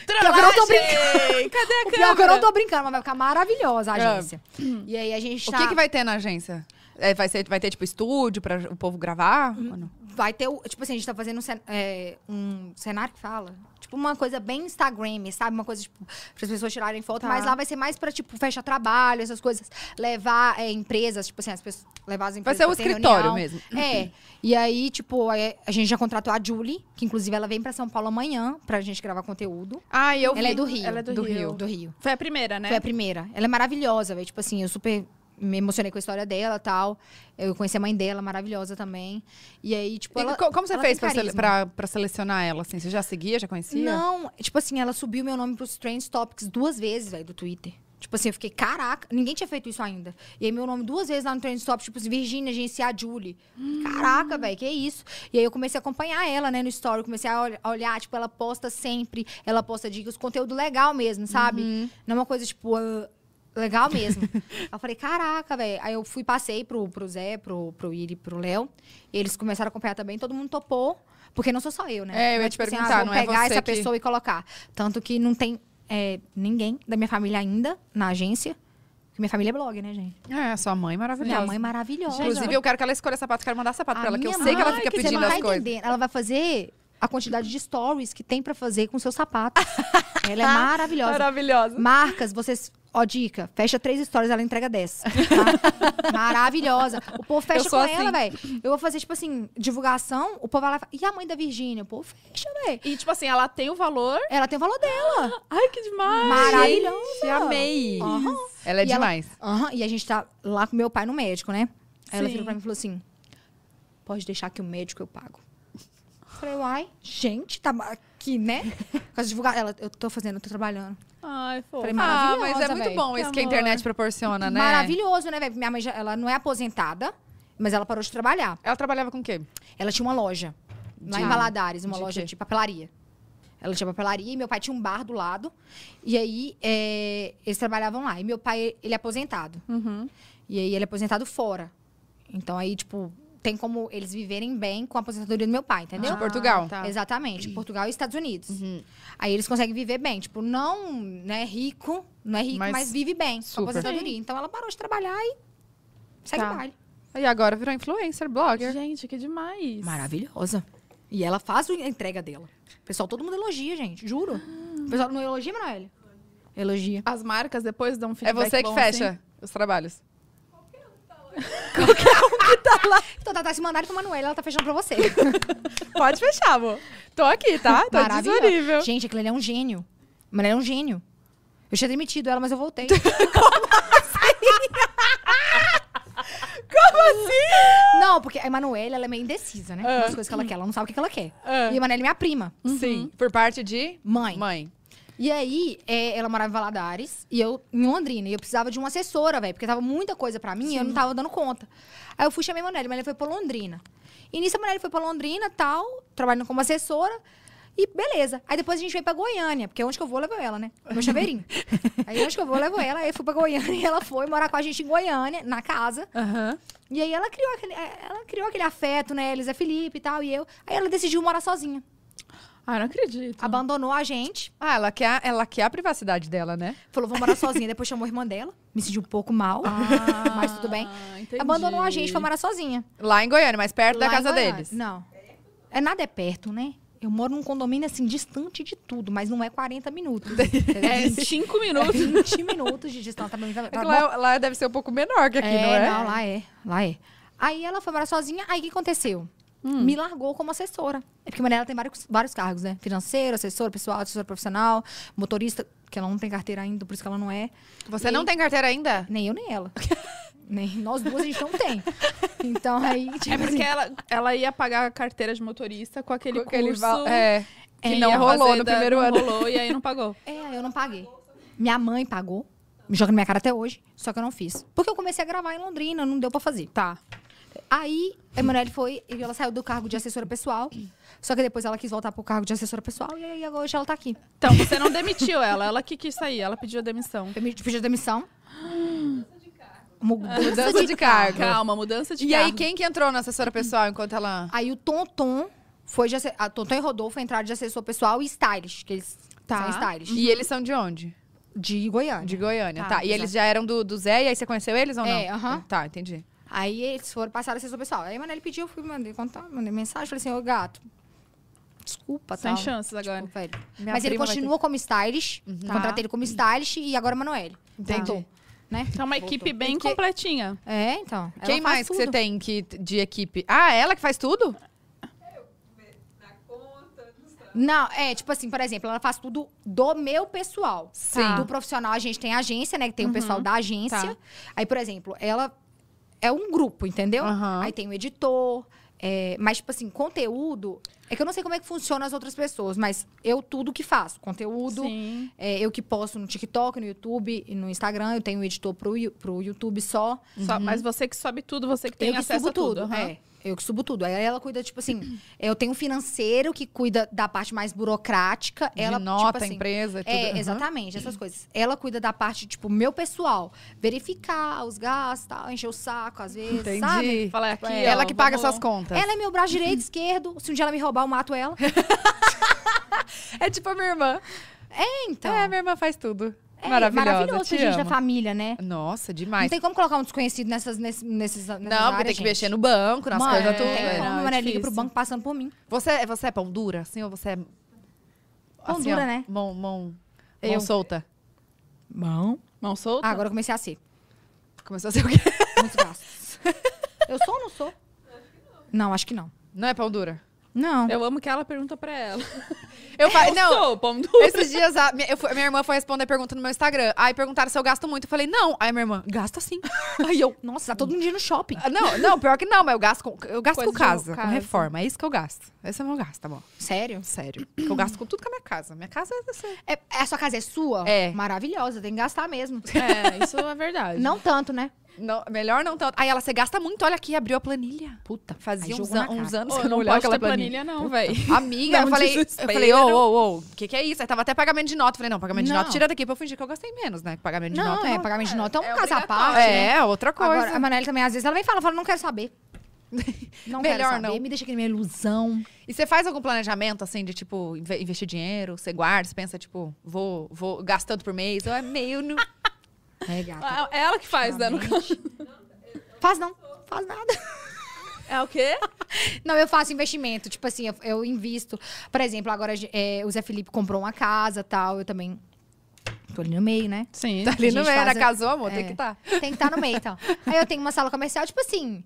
Trabalhem! que eu não tô Cadê a O câmera? pior que eu não tô brincando, mas vai ficar maravilhosa a agência. Ah. E aí a gente O tá... que, que vai ter na agência? É, vai, ser, vai ter, tipo, estúdio pra o povo gravar? ou não? Vai ter, o- tipo assim, a gente tá fazendo um, cen- é, um cenário que fala. Tipo, uma coisa bem Instagram, sabe? Uma coisa, tipo, as pessoas tirarem foto. Tá. Mas lá vai ser mais pra, tipo, fechar trabalho, essas coisas. Levar é, empresas, tipo assim, as pessoas... Levar as Vai empresas ser o pra ter escritório reunião. mesmo. É. E aí, tipo, é, a gente já contratou a Julie, que inclusive ela vem pra São Paulo amanhã pra gente gravar conteúdo. Ai, eu ela vi. é do Rio. Ela é do, Rio. Do Rio. Foi a primeira, né? Foi a primeira. Ela é maravilhosa, velho. Tipo assim, eu super me emocionei com a história dela e tal. Eu conheci a mãe dela, maravilhosa também. E aí, tipo, E ela... co- como você ela fez tem pra, sele- carisma. pra- pra selecionar ela, assim? Você já seguia, já conhecia? Não, tipo assim, ela subiu meu nome pros Trend Topics duas vezes, velho, do Twitter. Tipo assim, eu fiquei, caraca, ninguém tinha feito isso ainda. E aí, meu nome duas vezes lá no Trend Topics, tipo assim, Virginia, agenciar Julie. Caraca, velho, que isso? E aí, eu comecei a acompanhar ela, né, no story. Comecei a ol- a olhar, tipo, ela posta sempre. Ela posta, dicas, conteúdo legal mesmo, sabe? Não é uma coisa, tipo... ah, Legal mesmo. Aí eu falei, caraca, velho. Aí eu fui, passei pro, pro Zé, pro, pro Iri, pro Léo. Eles começaram a acompanhar também, todo mundo topou. Porque não sou só eu, né? É, eu ia Não te tipo assim, ah, perguntar, vou não é pegar você essa que- pessoa e colocar. Tanto que não tem é, ninguém da minha família ainda na agência. Porque minha família é blog, né, gente? É, sua mãe é maravilhosa. Minha mãe é maravilhosa. Inclusive, eu quero que ela escolha sapato, quero mandar sapato A pra ela, que eu minha sei que ela mãe, fica você pedindo não tá as coisas. entendendo. Ela vai fazer a quantidade de stories que tem pra fazer com seus sapatos. ela é maravilhosa. Maravilhosa. Marcas, vocês. Ó, dica, fecha três stories, ela entrega dez. tá? Maravilhosa. O povo fecha Eu com sou assim. ela, velho. Eu vou fazer, tipo assim, divulgação, o povo vai lá e fala, e a mãe da Virgínia? O povo fecha, velho. E, tipo assim, ela tem o valor. Ela tem o valor dela. Ai, que demais. Maravilhosa. amei. Ela é E ela- demais. Aham, E a gente tá lá com meu pai no médico, né? Aí ela Sim. virou pra mim e falou assim: pode deixar que o médico eu pago. Eu Falei, uai, gente, tá aqui, né? Com as divulga... Ela, eu tô fazendo, eu tô trabalhando. Ai, fofo. Falei, maravilhosa, Ah, mas é muito véi. bom Que isso que a amor. internet proporciona, né? Maravilhoso, né, velho? Minha mãe, já, ela não é aposentada, mas ela parou de trabalhar. Ela trabalhava com o quê? Ela tinha uma loja. Lá De- em Valadares, uma de loja quê? de papelaria. Ela tinha papelaria e meu pai tinha um bar do lado. E aí, é, eles trabalhavam lá. E meu pai, ele é aposentado. E aí, ele é aposentado fora. Então, aí, tipo, tem como eles viverem bem com a aposentadoria do meu pai, entendeu? Ah, De Portugal. tá. Exatamente. Portugal e Estados Unidos. Aí eles conseguem viver bem. Tipo, não né, rico, não é rico, mas, Mas vive bem com super. a aposentadoria. Então, ela parou de trabalhar e segue Tá. o baile. E agora virou influencer, blogger. Gente, que demais. Maravilhosa. E ela faz o- a entrega dela. Pessoal, todo mundo elogia, gente. Juro. Pessoal, não elogia, Manoel? Elogia. As marcas depois dão um É feedback você que bom, fecha assim. os trabalhos. Então, tá, tá se mandarem pra Manuela, ela tá fechando pra você. Pode fechar, amor. Tô aqui, tá? Tô Maravilhosa. disponível. Gente, aquele ali é um gênio. Manoel é um gênio. Eu tinha demitido ela, mas eu voltei. assim? Como assim? não, porque a Emanuela, ela é meio indecisa, né? Ah. As coisas que ela quer, ela não sabe o que que ela quer. Ah. E a Emanuela é minha prima, Uhum. Sim, por parte de mãe. mãe. E aí, é, ela morava em Valadares e eu em Londrina. E eu precisava de uma assessora, velho, porque tava muita coisa pra mim e eu não tava dando conta. Aí eu fui chamei a Manelli, mas ela foi pra Londrina. E nisso a Manelli foi pra Londrina tal, trabalhando como assessora. E beleza. Aí depois a gente veio pra Goiânia, porque onde que eu vou, eu levo ela, né? Meu chaveirinho. aí é onde que eu vou, eu levo ela. Aí eu fui pra Goiânia e ela foi morar com a gente em Goiânia, na casa. Aham. E aí ela criou aquele, é, ela criou aquele afeto, né? Eles é Felipe e tal, e eu. Aí ela decidiu morar sozinha. Ah, não acredito. Abandonou a gente. Ah, ela quer, ela quer a privacidade dela, né? Falou, vou morar sozinha. Depois chamou a irmã dela. Me senti um pouco mal, Ah, mas tudo bem. entendi. Abandonou a gente, foi morar sozinha. Lá em Goiânia, mais perto da Lá em casa Goiânia. deles. Não. É, nada é perto, né? Eu moro num condomínio, assim, distante de tudo. Mas não é 40 minutos. É, É cinco 20, minutos. 20 minutos de distância. Tá, bom, tá, É que bom. lá, lá deve ser um pouco menor que aqui, é, não é? Não, lá é. Lá é. Aí ela foi morar sozinha. Aí o que aconteceu? Hum. Me largou como assessora. É porque a Manela tem vários, vários cargos, né? Financeiro, assessor pessoal, assessor profissional, motorista, que ela não tem carteira ainda, por isso que ela não é. Você E- não tem carteira ainda? Nem eu, nem ela. nem nós duas a gente não tem. Então aí, tipo É porque assim, ela, ela ia pagar a carteira de motorista com aquele Com aquele curso. val- é, que e não ia rolou fazer no da- primeiro não ano. rolou e aí não pagou. é, eu não paguei. Minha mãe pagou. Me joga na minha cara até hoje, só que eu não fiz. Porque eu comecei a gravar em Londrina, não deu pra fazer. Tá. Aí, a Emanuele foi e ela saiu do cargo de assessora pessoal. Só que depois ela quis voltar pro cargo de assessora pessoal e aí agora hoje ela tá aqui. Então, você não demitiu ela. Ela que quis sair. Ela pediu a demissão. Eu me pedi demissão. É Mudança de cargo. Mudança de cargo. Calma, mudança de E aí, cargo. quem que entrou na assessora pessoal enquanto ela. Aí o Tonton foi de asse- a Tonton e Rodolfo entraram de assessor pessoal e stylist, que eles Tá. são stylist. E eles são de onde? De Goiânia. De Goiânia. Ah, Tá, Tá. E exato. eles já eram do, do Zé, e aí você conheceu eles ou não? É, aham. Tá, entendi. Aí eles foram passar a assessor pessoal. Aí a Manelli pediu, eu fui, mandei contar, mandei mensagem, falei assim, ô gato, desculpa, tá? Sem chances agora. velho. Minha Mas ele prima vai continua como stylist, Tá. contratei ele como stylist e agora a Manoel. Entendi. Voltou, né? Então, uma equipe bem completinha. É, então. ela Quem faz mais que você tudo. tem que, de equipe? Ah, ela que faz tudo? Não, é, tipo assim, por exemplo, ela faz tudo do meu pessoal. tá? Sim. Uhum. Tá. Do profissional, a gente tem a agência, né? Que tem o pessoal da agência. Aí, por exemplo, ela é um grupo, entendeu? Aham. Aí tem o editor. é, mas, tipo assim, conteúdo. É que eu não sei como é que funciona as outras pessoas, mas eu tudo que faço. Conteúdo, Sim. é, eu que posto no TikTok, no YouTube, e no Instagram, eu tenho um editor pro, Yu- pro YouTube só. Só- mas você que sobe tudo, você Uhum. que tem eu que acesso subo a tudo. tudo. aham. É, eu que subo tudo. Aí ela cuida, tipo assim, eu tenho um financeiro que cuida da parte mais burocrática. De ela, nota, tipo assim, empresa, tudo. é, Aham. exatamente, essas coisas. Ela cuida da parte, tipo, meu pessoal. Verificar os gastos, tal, encher o saco, às vezes, Entendi. Tá. sabe? tipo, "É, Falar aqui, E ela ó, que paga vamos- suas contas. Ela é meu braço direito, esquerdo. Se um dia ela me roubar, eu mato ela. É tipo a minha irmã. Então, É, minha irmã faz tudo. é Maravilhosa. maravilhoso te a gente da amo. família, né? Nossa, Não demais. tem como colocar um desconhecido nessas, nessas, nessas nessas Não, porque tem áreas, que gente. mexer no banco, nas Mano, coisas não tudo. tem né? como, não, é mano, ele liga pro difícil. banco passando por mim. Você, você é pão dura, assim, ou você é. Pão assim, dura, ó, né? Mão, mão, mão Eu. solta. Bom. Mão solta? Ah, agora eu comecei a ser. Começou a ser o quê? Muitos gastos. eu sou ou não sou? Não, acho que não. Não é pão dura? Não. Eu amo que ela pergunta pra ela. Eu falei, Eu É, não. sou pão duro. Esses dias, a minha, eu fui- a minha irmã foi responder a pergunta no meu Instagram. Aí perguntaram se eu gasto muito. Eu falei, não. Aí minha irmã, gasta sim. Aí eu, Nossa, tá todo mundo no shopping. "Ah, não, não, pior que não, mas eu gasto com, eu gasto com Coisa de casa, casa. com reforma. É isso que eu gasto. Esse é o meu gasto, tá bom? Sério? Sério. Porque eu gasto com tudo com a minha casa. Minha casa é assim. É, a sua casa é sua? É. Maravilhosa, tem que gastar mesmo. É, isso é verdade. Não tanto, né? Não, melhor não tanto. Aí ela, você gasta muito, olha aqui, abriu a planilha. Puta, aí fazia uns, jogou na an- uns cara. anos Ô, que eu não não olhava gosto aquela da planilha. planilha, não, véi. Amiga, um eu Não, falei, eu desespero. falei, ô, ô, ô, o que que é isso? Aí tava até pagamento de nota. Eu Falei, não, pagamento de Não. nota, tira daqui pra eu fingir que eu gastei menos, né? Pagamento de Não, nota. é, pagamento de nota é um é caso à obrigatório, parte. né? É, outra coisa. Agora, a Manelli também, às vezes, ela vem e fala, fala, não quero saber. Não Melhor quero saber, não. me deixa aqui na minha ilusão. E você faz algum planejamento, assim, de, tipo, inve- investir dinheiro? Você guarda, você pensa, tipo, vou, vou gastando por mês? Ou é meio... No... É, gata. Ah, É ela que faz, né? no caso. Faz não, faz nada. É o quê? Não, eu faço investimento, tipo assim, eu, eu invisto. Por exemplo, agora é, o Zé Felipe comprou uma casa tal, eu também tô ali no meio, né? Sim. Tá ali A no gente meio, faz né? a- Casou, amor, tem é. que tá. Tem que estar no meio, então. Aí eu tenho uma sala comercial, tipo assim,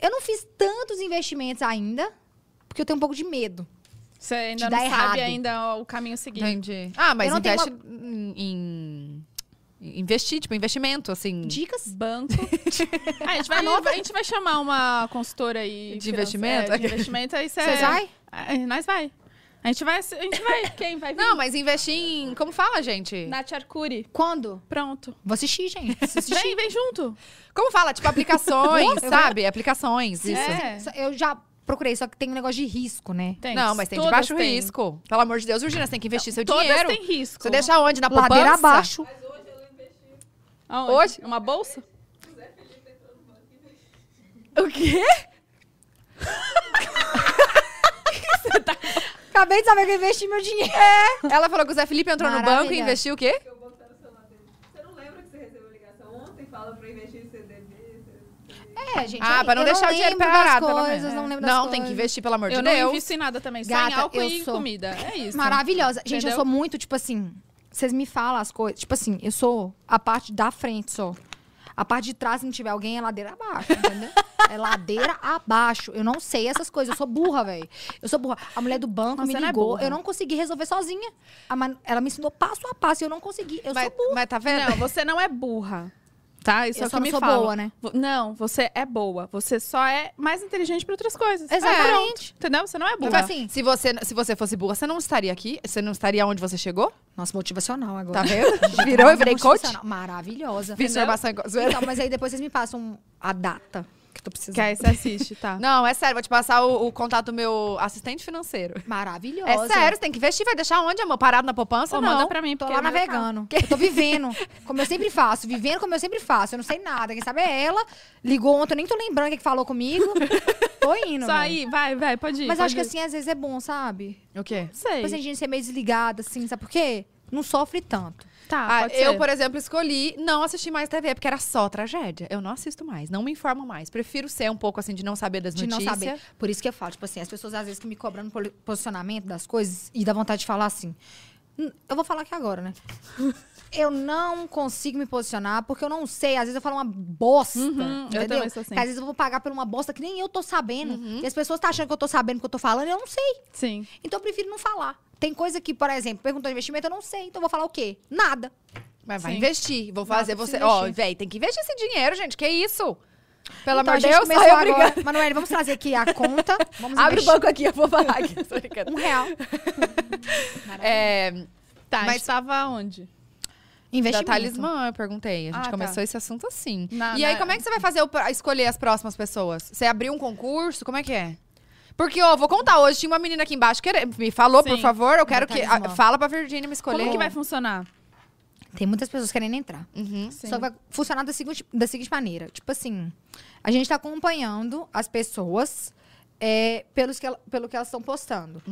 eu não fiz tantos investimentos ainda, porque eu tenho um pouco de medo. Você ainda Te dá não errado. sabe ainda o caminho seguinte. Entendi. Ah, mas Eu não tenho investe em, em- Investir, tipo, investimento, assim, de, Dicas? Banco. Ah, a, gente vai, a gente vai chamar uma consultora aí. De finance- investimento? é, de investimento, aí você... Você vai? Ah, nós vai. A gente vai, a gente vai. Quem vai vir? Não, mas investir em... Como fala, gente? Nath Arcuri. Quando? Pronto. Vou assistir, gente. Assisti. Vem, vem junto. Como fala? Tipo, aplicações, sabe? Aplicações, isso. É. Só- Eu já procurei, só que tem um negócio de risco, né? Tem. Não, mas tem de É, Todas baixo têm. risco. Pelo amor de Deus, Virgínia, você tem que investir seu Todas dinheiro. têm risco. Você deixa onde? Na poupança? Ladeira abaixo. Aonde? Hoje? Uma bolsa? O quê? Acabei de saber que eu investi meu dinheiro. Ela falou que o Zé Felipe entrou no banco e Maravilha. investiu o quê? Eu botei no celular dele. Você não lembra que você recebeu ligação ontem? Fala pra investir em CDB. É, gente. Ah, eu- pra não eu deixar o dinheiro lembro das parado, pelo coisas, menos. Não lembro das não, coisas. tem que investir, pelo amor de Eu não Deus. invisto em nada também, só em Gata, álcool eu e sou comida. É isso. Maravilhosa. Gente, eu Entendeu? sou muito, tipo assim. Vocês me falam as coisas. Tipo assim, eu sou a parte da frente só. A parte de trás, se não tiver alguém, é ladeira abaixo, entendeu? É ladeira abaixo. Eu não sei essas coisas. Eu sou burra, velho. Eu sou burra. A mulher do banco Mas me você não é ligou. burra. eu não consegui resolver sozinha. A Manu- Ela me ensinou passo a passo e eu não consegui. Eu mas, sou burra. mas tá vendo? Não, você não é burra. Tá? Isso Eu é o só que não me sou falam. boa, né? Vo- Não, você é boa. Você só é mais inteligente pra outras coisas. Exatamente. É, pronto. entendeu? Você não é burra. Tipo assim, Se você, se você fosse burra, você não estaria aqui? Você não estaria onde você chegou? Nossa, motivacional agora. Tá vendo? Virou e virei coach? Motivacional. Maravilhosa. Fiz formação em co- zoeira. Então, mas aí depois vocês me passam a data que eu tô precisando. que aí você assiste, tá? Não, é sério, vou te passar o, o contato do meu assistente financeiro. Maravilhosa. É sério, você tem que investir, vai deixar onde, amor? Parado na poupança? Pô, não. manda pra mim, Tô porque é lá eu vou ficar. navegando. Eu tô vivendo, como eu sempre faço. Vivendo como eu sempre faço. Eu não sei nada. Quem sabe é ela. Ligou ontem, eu nem tô lembrando o que que falou comigo. Tô indo. Só velho. aí, vai, vai, pode ir. Mas eu acho que tipo pode ir. assim, às vezes é bom, sabe? O quê? Sei. Depois a gente ser meio desligada, assim, sabe por quê? Não sofre tanto. Tá, Ah, pode eu, ser. por exemplo, escolhi não assistir mais TV, porque era só tragédia. Eu não assisto mais, não me informo mais. Prefiro ser um pouco assim de não saber das De não notícias. saber. Por isso que eu falo, tipo assim, as pessoas às vezes que me cobram no poli- posicionamento das coisas e dá vontade de falar assim. "Hum, Eu vou falar aqui agora, né? Eu não consigo me posicionar porque eu não sei. Às vezes eu falo uma bosta. Uhum, eu entendeu? também sou assim. Que às vezes eu vou pagar por uma bosta que nem eu tô sabendo. Uhum. E as pessoas estão achando que eu tô sabendo o que eu tô falando e eu não sei. Sim. Então eu prefiro não falar. Tem coisa que, por exemplo, perguntou de investimento, eu não sei. Então eu vou falar o quê? Nada. Mas vai Sim. investir, vou Não, fazer tem que você. se Ó, investir. velho, tem que investir esse dinheiro, gente, que isso? Pelo então, amor a de gente Deus, começou ai, agora. obrigada. Manuel, vamos trazer aqui a conta. Vamos Abre o investir banco aqui, eu vou falar aqui. Tô brincando. um real. É, Tá, Mas- mas tava onde? da Investimento. talismã, eu perguntei. A gente Ah, tá. começou esse assunto assim. Na- e aí, na- como é que você vai fazer o pra escolher as próximas pessoas? Você abriu um concurso? Como é que é? Porque, ó, vou contar hoje. Tinha uma menina aqui embaixo que era- me falou, por Sim. favor. Eu quero que. talismã. a- fala pra Virgínia me escolher. Como que vai funcionar? Tem muitas pessoas querendo entrar. Uhum. Sim. Só que vai funcionar da seguinte, da seguinte maneira. Tipo assim, a gente tá acompanhando as pessoas é, pelos que ela- pelo que elas estão postando.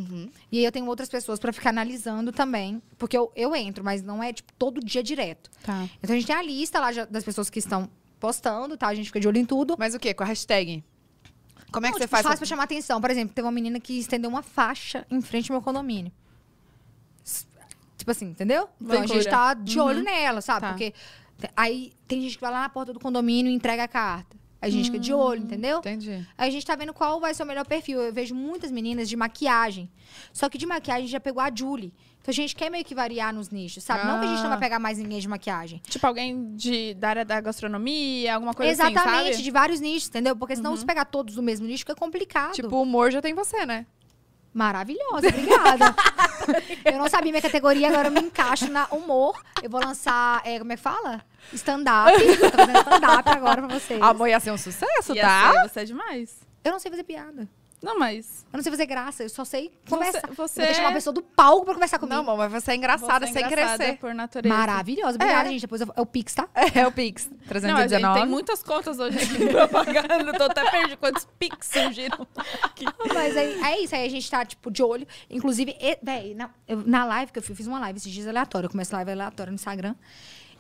E aí eu tenho outras pessoas pra ficar analisando também. Porque eu, eu entro, mas não é tipo, todo dia direto. Tá. Então a gente tem a lista lá já das pessoas que estão postando, tá? A gente fica de olho em tudo. Mas o quê? Com a hashtag? Como é que Não, você tipo, faz? pra chamar atenção. Por exemplo, teve uma menina que estendeu uma faixa em frente ao meu condomínio. S- Tipo assim, entendeu? Então a Loucura. gente tá de olho nela, sabe? Tá. Porque te- aí tem gente que vai lá na porta do condomínio e entrega a carta. Aí A gente fica de olho, entendeu? Entendi. Aí a gente tá vendo qual vai ser o melhor perfil. Eu vejo muitas meninas de maquiagem. Só que de maquiagem a gente já pegou a Julie. Então a gente quer meio que variar nos nichos, sabe? Não que a gente não Ah. vai pegar mais ninguém de maquiagem. Tipo, alguém de, da área da gastronomia, alguma coisa Exatamente, assim, sabe? de vários nichos, entendeu? Porque senão se pegar todos do mesmo nicho fica complicado. Tipo, o humor já tem você, né? Maravilhosa, obrigada. Eu não sabia minha categoria, agora eu me encaixo na humor. Eu vou lançar, é, como é que fala? Stand-up. Eu Tô fazendo stand-up agora pra vocês. Amor ia ser um sucesso, Ia tá? ser, Você é demais. Eu não sei fazer piada. Não, mas. Eu não sei fazer graça. Eu só sei Você, conversar. você Eu vou ter que chamar a pessoa do palco pra conversar comigo. é- Não, amor, mas você é você engraçada é sem engraçada crescer. por natureza. Maravilhosa. Obrigada, É. gente. Depois eu, é o Pix, tá? É o Pix. Não, a 319. gente tem muitas contas hoje aqui pra pagar. Eu tô até perdendo quantos pics surgiram. Mas aí, é isso, aí a gente tá, tipo, de olho. Inclusive, e- véi, na, eu- na live que eu fiz, eu fiz uma live esses dias aleatória. Eu comecei live aleatória no Instagram.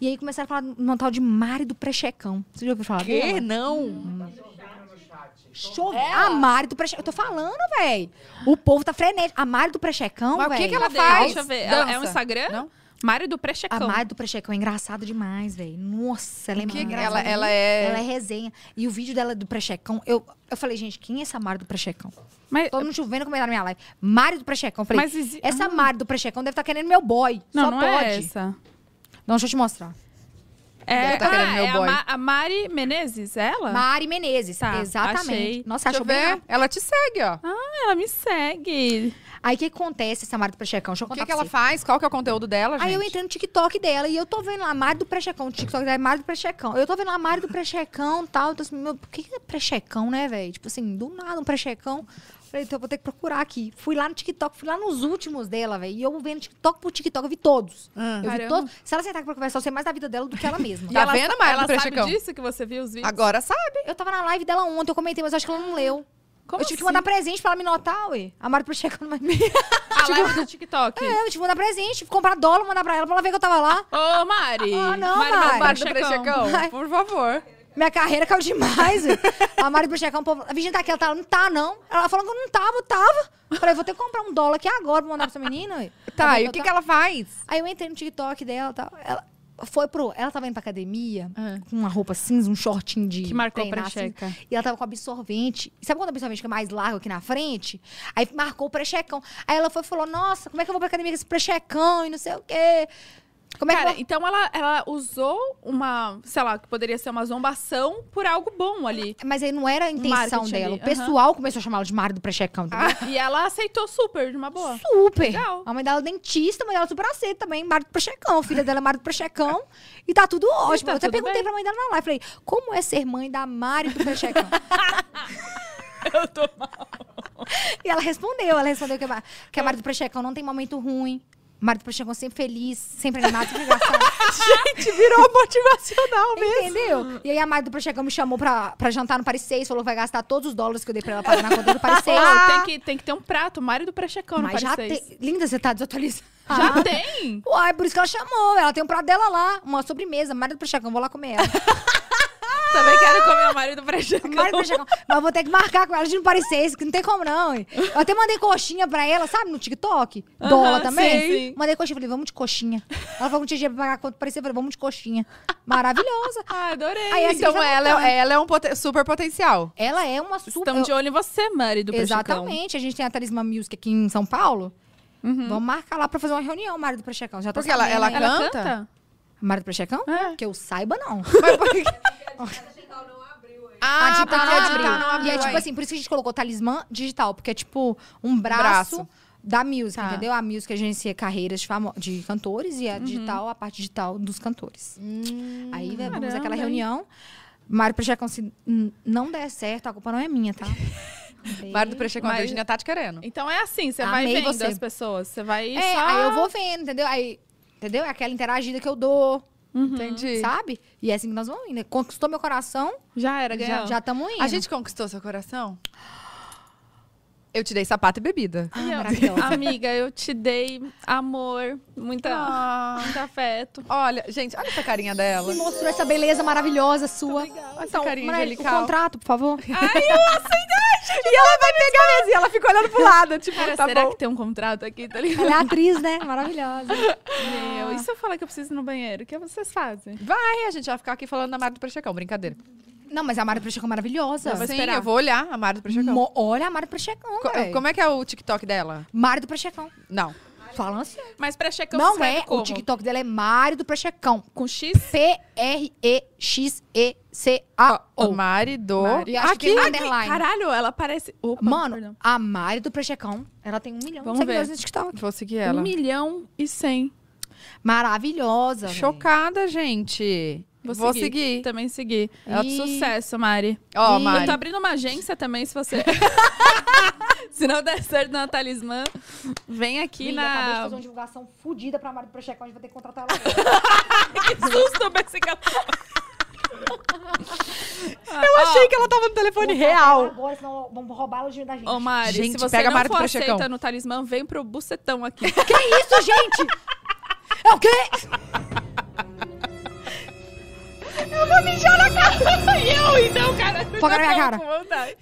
E aí começaram a falar de uma tal de Mari do Prechecão. Você já ouviu falar Que? dela? Tá né? Não. Chove. A Mari É? do Prechecão. Eu tô falando, véi. O povo tá frenético. A Mari do Prechecão, Mas o que véi. que ela Cadê? faz? Deixa eu ver. Ela- É um Dança. Instagram? Não? Mário do A Prechecão. Mari do Prechecão é engraçada demais, véi. Nossa, ela é Que maravilhosa. ela, ela é. Ela é resenha. E o vídeo dela do Prechecão, eu, eu falei, gente, quem é essa Mari do Prechecão? Mas, Todo mundo chovendo comentar na minha live. Mari do Prechecão. Eu Falei, mas exi- Essa Ah. Mari do Prechecão deve estar querendo meu boy. Não, Só não pode. é essa. Não, deixa eu te mostrar. É, Deve tá querendo ah, meu é a, boy. Ma- a Mari Menezes, é ela? Mari Menezes. Tá, Exatamente. achei. Nossa, Ah. Deixa achou eu bem. ver. rápido. Ela te segue, ó. Ah, ela me segue. Aí o que acontece, essa Mari do Prechecão? Deixa eu O contar que, que pra ela você. faz? Qual que é o conteúdo dela, gente? Aí eu entrei no TikTok dela e eu tô vendo lá Mari do Prechecão. O TikTok dela é Mari do Prechecão. Eu tô vendo lá Mari do Prechecão e tal. Eu tô assim, meu, por que que é Prechecão, né, velho? Tipo assim, do nada um Prechecão. Falei, então eu vou ter que procurar aqui. Fui lá no TikTok, fui lá nos últimos dela, velho. E eu vendo TikTok por TikTok, eu vi todos. Ah. eu vi Caramba. todos. Se ela sentar aqui pra conversar, eu sei mais da vida dela do que ela mesma. E Tá vendo, Mari do Ela Prechecão? sabe disso que você viu os vídeos? Agora sabe. Eu tava na live dela ontem, eu comentei, mas eu acho que ela não leu. Ah, Como eu tive que assim? mandar presente pra ela me notar, ué. A Mari Prechecão não vai- A live do TikTok. É, eu tive que mandar presente, comprar dólar, mandar pra ela, pra ela ver que eu tava lá. Ô, Mari. Ah, não, Mari. Mari. do Mari do Prechecão. Prechecão, por favor. Minha carreira caiu demais, ué. A Mari Prechecão, o povo, a Virginia tá aqui, ela tá, não tá, não. Ela falou que eu não tava, eu tava. Eu Falei, vou ter que comprar um dólar aqui agora pra mandar pra essa menina, ué. Tá, Pra ver e o eu que, que tava. ela faz? Aí eu entrei no TikTok dela e tal. Ela foi pro... Ela tava indo pra academia, Ah. com uma roupa cinza, um shortinho de Que marcou o treinar, assim. Precheca. E ela tava com absorvente. E sabe quando o absorvente fica mais largo aqui na frente? Aí marcou o prechecão. Aí ela foi e falou: Nossa, como é que eu vou pra academia com esse prechecão e não sei o quê? Como é Cara, que eu então ela, ela usou uma, sei lá, que poderia ser uma zombação por algo bom ali. vou... Mas aí não era a intenção Marketing dela. O ali, pessoal começou a chamá-la de Mário do prechecão. entendeu? E ela aceitou super, de uma boa. Super. Legal. A mãe dela é dentista, a mãe dela é super aceita também, Mário do prechecão. A filha dela é Mário do prechecão. E tá tudo ótimo. tá eu até tudo perguntei bem. pra mãe dela na live. Falei: Como é ser mãe da Mário do prechecão? Eu tô mal. E ela respondeu, ela respondeu que a, que a Mari do Prechecão não tem momento ruim. Mari do Prechecão sempre feliz, sempre animada, sempre engraçada. Te virou motivacional É Entendeu? E aí a Mari do Prechecão me chamou pra, pra jantar no Paris 6, falou que vai gastar todos os dólares que eu dei pra ela pagar na conta do Paris 6. tem, que, tem que ter um prato, Mário do Prechecão no Ah. Mas já Ah. Paris 6. tem. Linda, você tá desatualizada. Já tem? Uai, por isso que ela chamou. Ela tem um prato dela lá, uma sobremesa. Mari do Prechecão, vou lá comer ela. Também quero comer a Mário do Prechecão. Mari do Prechecão. Mas vou ter que marcar com ela de ir no Paris 6, que não tem como não. hein? Eu até mandei coxinha pra ela, sabe, no TikTok? Dólar Aham, também. sim, sim. Mandei coxinha, falei, vamos de coxinha. Ela falou que não tinha dinheiro pra pagar a conta do Paris 6, eu falei, vamos de coxinha. Maravilhosa. Ah, adorei. Aí, assim, Então já ela, voltando. é- ela é um poten- super potencial. Ela é uma super. Estamos de olho em você, Mari do Prechecão. Exatamente. A gente tem a Talisma Music aqui em São Paulo. Vamos marcar lá pra fazer uma reunião, Mário do Prechecão. Já tô Porque ela- sabendo, ela hein? Uhum. Ela Canta? canta? Mário do Prechecão? É. Que eu saiba, não. A digital não abriu ainda. Ah, digital porque não a abriu. digital não abriu E é tipo ainda. assim, por isso que a gente colocou Talismã Digital, porque é tipo um braço, Braço. da music, Tá. entendeu? A music agencia carreiras de, famo- de cantores e a digital, a parte digital dos cantores. Aí né, vamos Caramba, àquela hein? reunião. Mário Prechecão, se hum, não der certo, a culpa não é minha, tá? Mário do Prechecão, a Mas- Virginia tá te querendo. Então é assim, você vai Amei vendo você. as pessoas. Você vai É, só... aí eu vou vendo, entendeu? Aí, entendeu? É aquela interagida que eu dou, Uhum. Entendi. sabe? E é assim que nós vamos indo. Conquistou meu coração, Já era, já ganhou. já estamos indo. A gente conquistou seu coração? Eu te dei sapato e bebida. Ah, E eu- maravilhosa. amiga, eu te dei amor, muita, muito afeto. Olha, gente, olha essa carinha dela. Me mostrou essa beleza maravilhosa sua. Olha essa carinha Mara, é O angelical. contrato, por favor. E ela vai pegar mesmo. E ela fica olhando pro lado. Tipo, Cara, tá será bom. que tem um contrato aqui, tá ligado? Ela é atriz, né? Maravilhosa. Meu, e se eu falar que eu preciso ir no banheiro? O que vocês fazem? Vai, a gente vai ficar aqui falando da Mário do Prechecão. Brincadeira. Não, mas a Mara Prechecão é maravilhosa. vou Então, Sim, esperar. eu vou olhar a Mário do Prechecão. Mo- Olha a Mara Prechecão, Co- é? velho. Como é que é o TikTok dela? Mara do Prechecão. Não. Falam assim. Mas pré-checão Não escreve é. como? O TikTok dela é Mário do Prechecão. Com X? O P-R-E-X-E-C-A-O. marido. Mari, acho aqui. que tem um aqui. underline. Caralho, ela parece... Opa, perdão. Mano, a Mari do Prechecão, ela tem um milhão Vamos de seguidores ver. no TikTok. Vou seguir Um ela. milhão e cem. Maravilhosa. véi. Chocada, gente. Vou, Vou seguir. Também segui. Ela- Sucesso, Mari. Ó, Ih. Eu Mari. tô abrindo uma agência também, se você... se não der certo na Talismã, vem aqui Ih, acabei de na... fazer uma divulgação fodida pra Mari do Prechecão. A gente vai ter que contratar ela. agora. Que susto, pensei que ela... Eu achei que ela tava no telefone Vou contratar ela real. Agora, senão vão roubar ela da gente. Ô, Mari, se Gente, você pega a não Mari for pro aceita Checão. no Talismã, vem pro bucetão aqui. Que isso, gente? É o quê? e eu, então, cara? Foca na minha cara. Com vontade.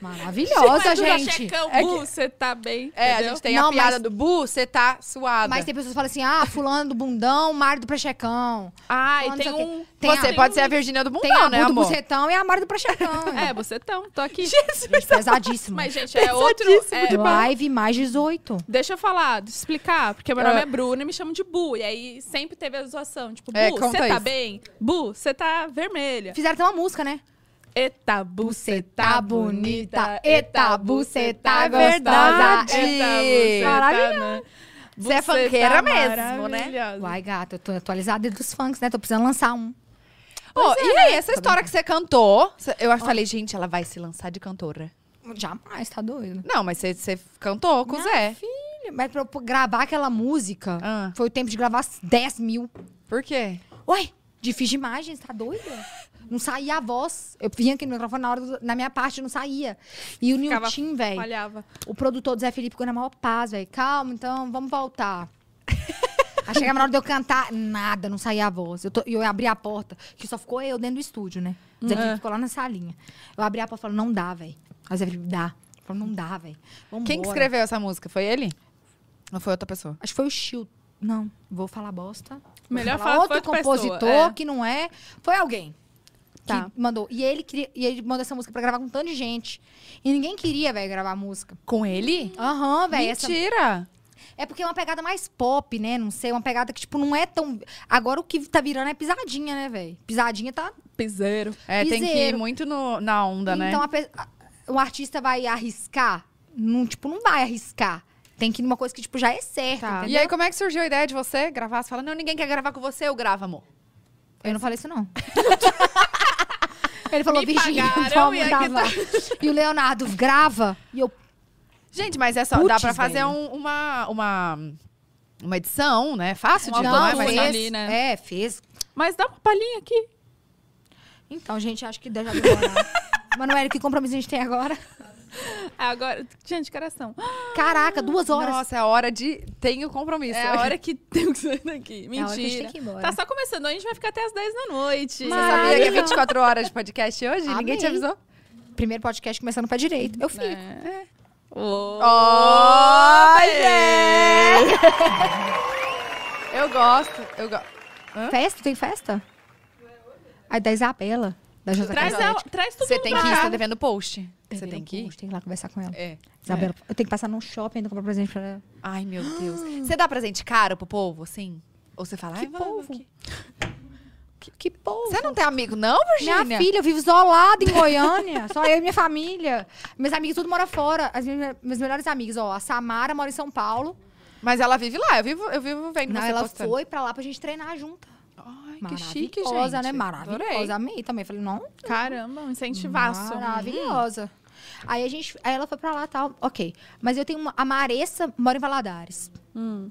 Maravilhosa, Mas o gente. Checão, É que- Bu, você tá bem, É, a entendeu? gente tem Não, a piada mas- do Bu, você tá suada. Mas tem pessoas que falam assim, ah, fulano do bundão, Mário do Prechecão. Ah, e Falando tem isso aqui. um... Tem você a- pode ser a Virgínia do Tem Bundão, a né, Bu do amor? Bucetão e a Mário do Prechecão. É, bucetão, tô aqui. Gente, pesadíssimo. Mas, gente, é outro... é- Live mais 18. Deixa eu falar, deixa eu explicar, porque meu nome Ah. é Bruna e me chamam de Bu. E aí sempre teve a zoação, tipo, É, Bu, conta você tá isso. bem? Bu, você tá vermelha. Fizeram até uma música, né? Eita, Bu, você tá bonita. Eita, Bu, você tá É gostosa. verdade. Eita, Bu, cê tá, Maravilhosa. né? Bu, Você é cê funkeira tá mesmo, né? maravilhosa. Uai, gata, eu tô atualizada dos funks, né? Tô precisando lançar um. Pô, e aí, essa história que você cantou, cê- eu falei, gente, ela vai se lançar de cantora. Jamais, tá doido. Não, mas você- você cantou com o é. Zé. Filho, mas pra eu gravar aquela música, Ah. foi o tempo de gravar 10 mil. Por quê? Ué, difícil de imagens, tá doida? Não saía a voz. Eu vinha aqui no microfone na hora, do- na minha parte, não saía. E o Ficava Nilton, velho, Falhava. o produtor do Zé Felipe ficou na maior paz, velho. Calma, então, vamos voltar. Aí chegava na hora de eu cantar, nada, não saía a voz. Eu, tô- eu abri a porta, que só ficou eu dentro do estúdio, né? O Zé Felipe ficou lá na salinha. Eu abri a porta e falei, não dá, velho. Aí o Zé Felipe, dá. Falou, não dá, velho. Quem que Vambora." escreveu essa música? Foi ele? Ou foi outra pessoa? Acho que foi o Chil. Não, vou falar bosta. Vou Melhor falar falar outro com É outra compositor pessoa, é. que não é. Foi alguém. Tá. Que mandou. E ele, queria, e ele mandou essa música pra gravar com tanta gente. E ninguém queria, velho, gravar música. Com ele? Aham, velho. essa- Mentira! É porque é uma pegada mais pop, né? Não sei, uma pegada que, tipo, não é tão. Agora o que tá virando é pisadinha, né, velho? Pisadinha tá. Piseiro. É, tem que ir Piseiro. muito no- na onda, né? então a pe- a- o artista vai arriscar? Não, tipo, não vai arriscar. Tem que ir numa coisa que, tipo, já é certa. Tá. E entendeu? aí, como é que surgiu a ideia de você gravar? Você fala, não, ninguém quer gravar com você, eu gravo, amor. Eu não falei isso, não. Ele falou, Me Virgínia, pagaram vamos e aqui gravar. E o Leonardo, grava. E eu, Gente, mas é só, dá Putz, pra fazer velho. um- uma, uma, uma edição, né? Fácil de Uma tomar, boa, mas né? ali, né? É, fez. Mas dá uma palhinha aqui. Então, gente, acho que deu já deu horário. Manoel, que compromisso a gente tem agora? É, Agora, gente, coração. Caraca, duas horas. Nossa, é a hora de. Tenho compromisso. É a hora que tem que sair daqui. É a hora que a gente Mentira. tem que ir embora. Tá só começando, a gente vai ficar até as 10 da noite. Você sabia que é Maravilhoso. 24 horas de podcast hoje? Ninguém te Amei. avisou? Primeiro podcast começando no pé direito. Eu fico. É. Ô, Olha! Eu gosto, eu gosto. Festa? Tem festa? Aí da Isabela. Da JK. Traz, Estética. a, traz tudo Você tem pra que ir, cá. você tá devendo post. Você Devendo tem que ir. post, Tem que ir lá conversar com ela. É. Isabela, eu tenho que passar num shopping ainda comprar presente pra ela. Ai, meu Deus. Você dá presente caro pro povo, assim? Ou você fala, ai, vamos povo? aqui. Que, que povo. Você não tem amigo, não, Virgínia? Minha filha, eu vivo isolada em Goiânia. só eu e minha família. Minhas amigas tudo moram fora. As minhas, minhas melhores amigas, ó. A Samara mora em São Paulo. Mas ela vive lá, eu vivo, eu vivo vendo Não, você tá ela postando. foi pra lá pra gente treinar junto. Ai, que chique, Maravilhosa, gente. né? Adorei. Maravilhosa. Amei também. Falei, não, Caramba, um incentivaço. maravilhosa. Aí a gente, aí ela foi pra lá e tal, ok. Mas eu tenho uma, a Maressa mora em Valadares. Hum.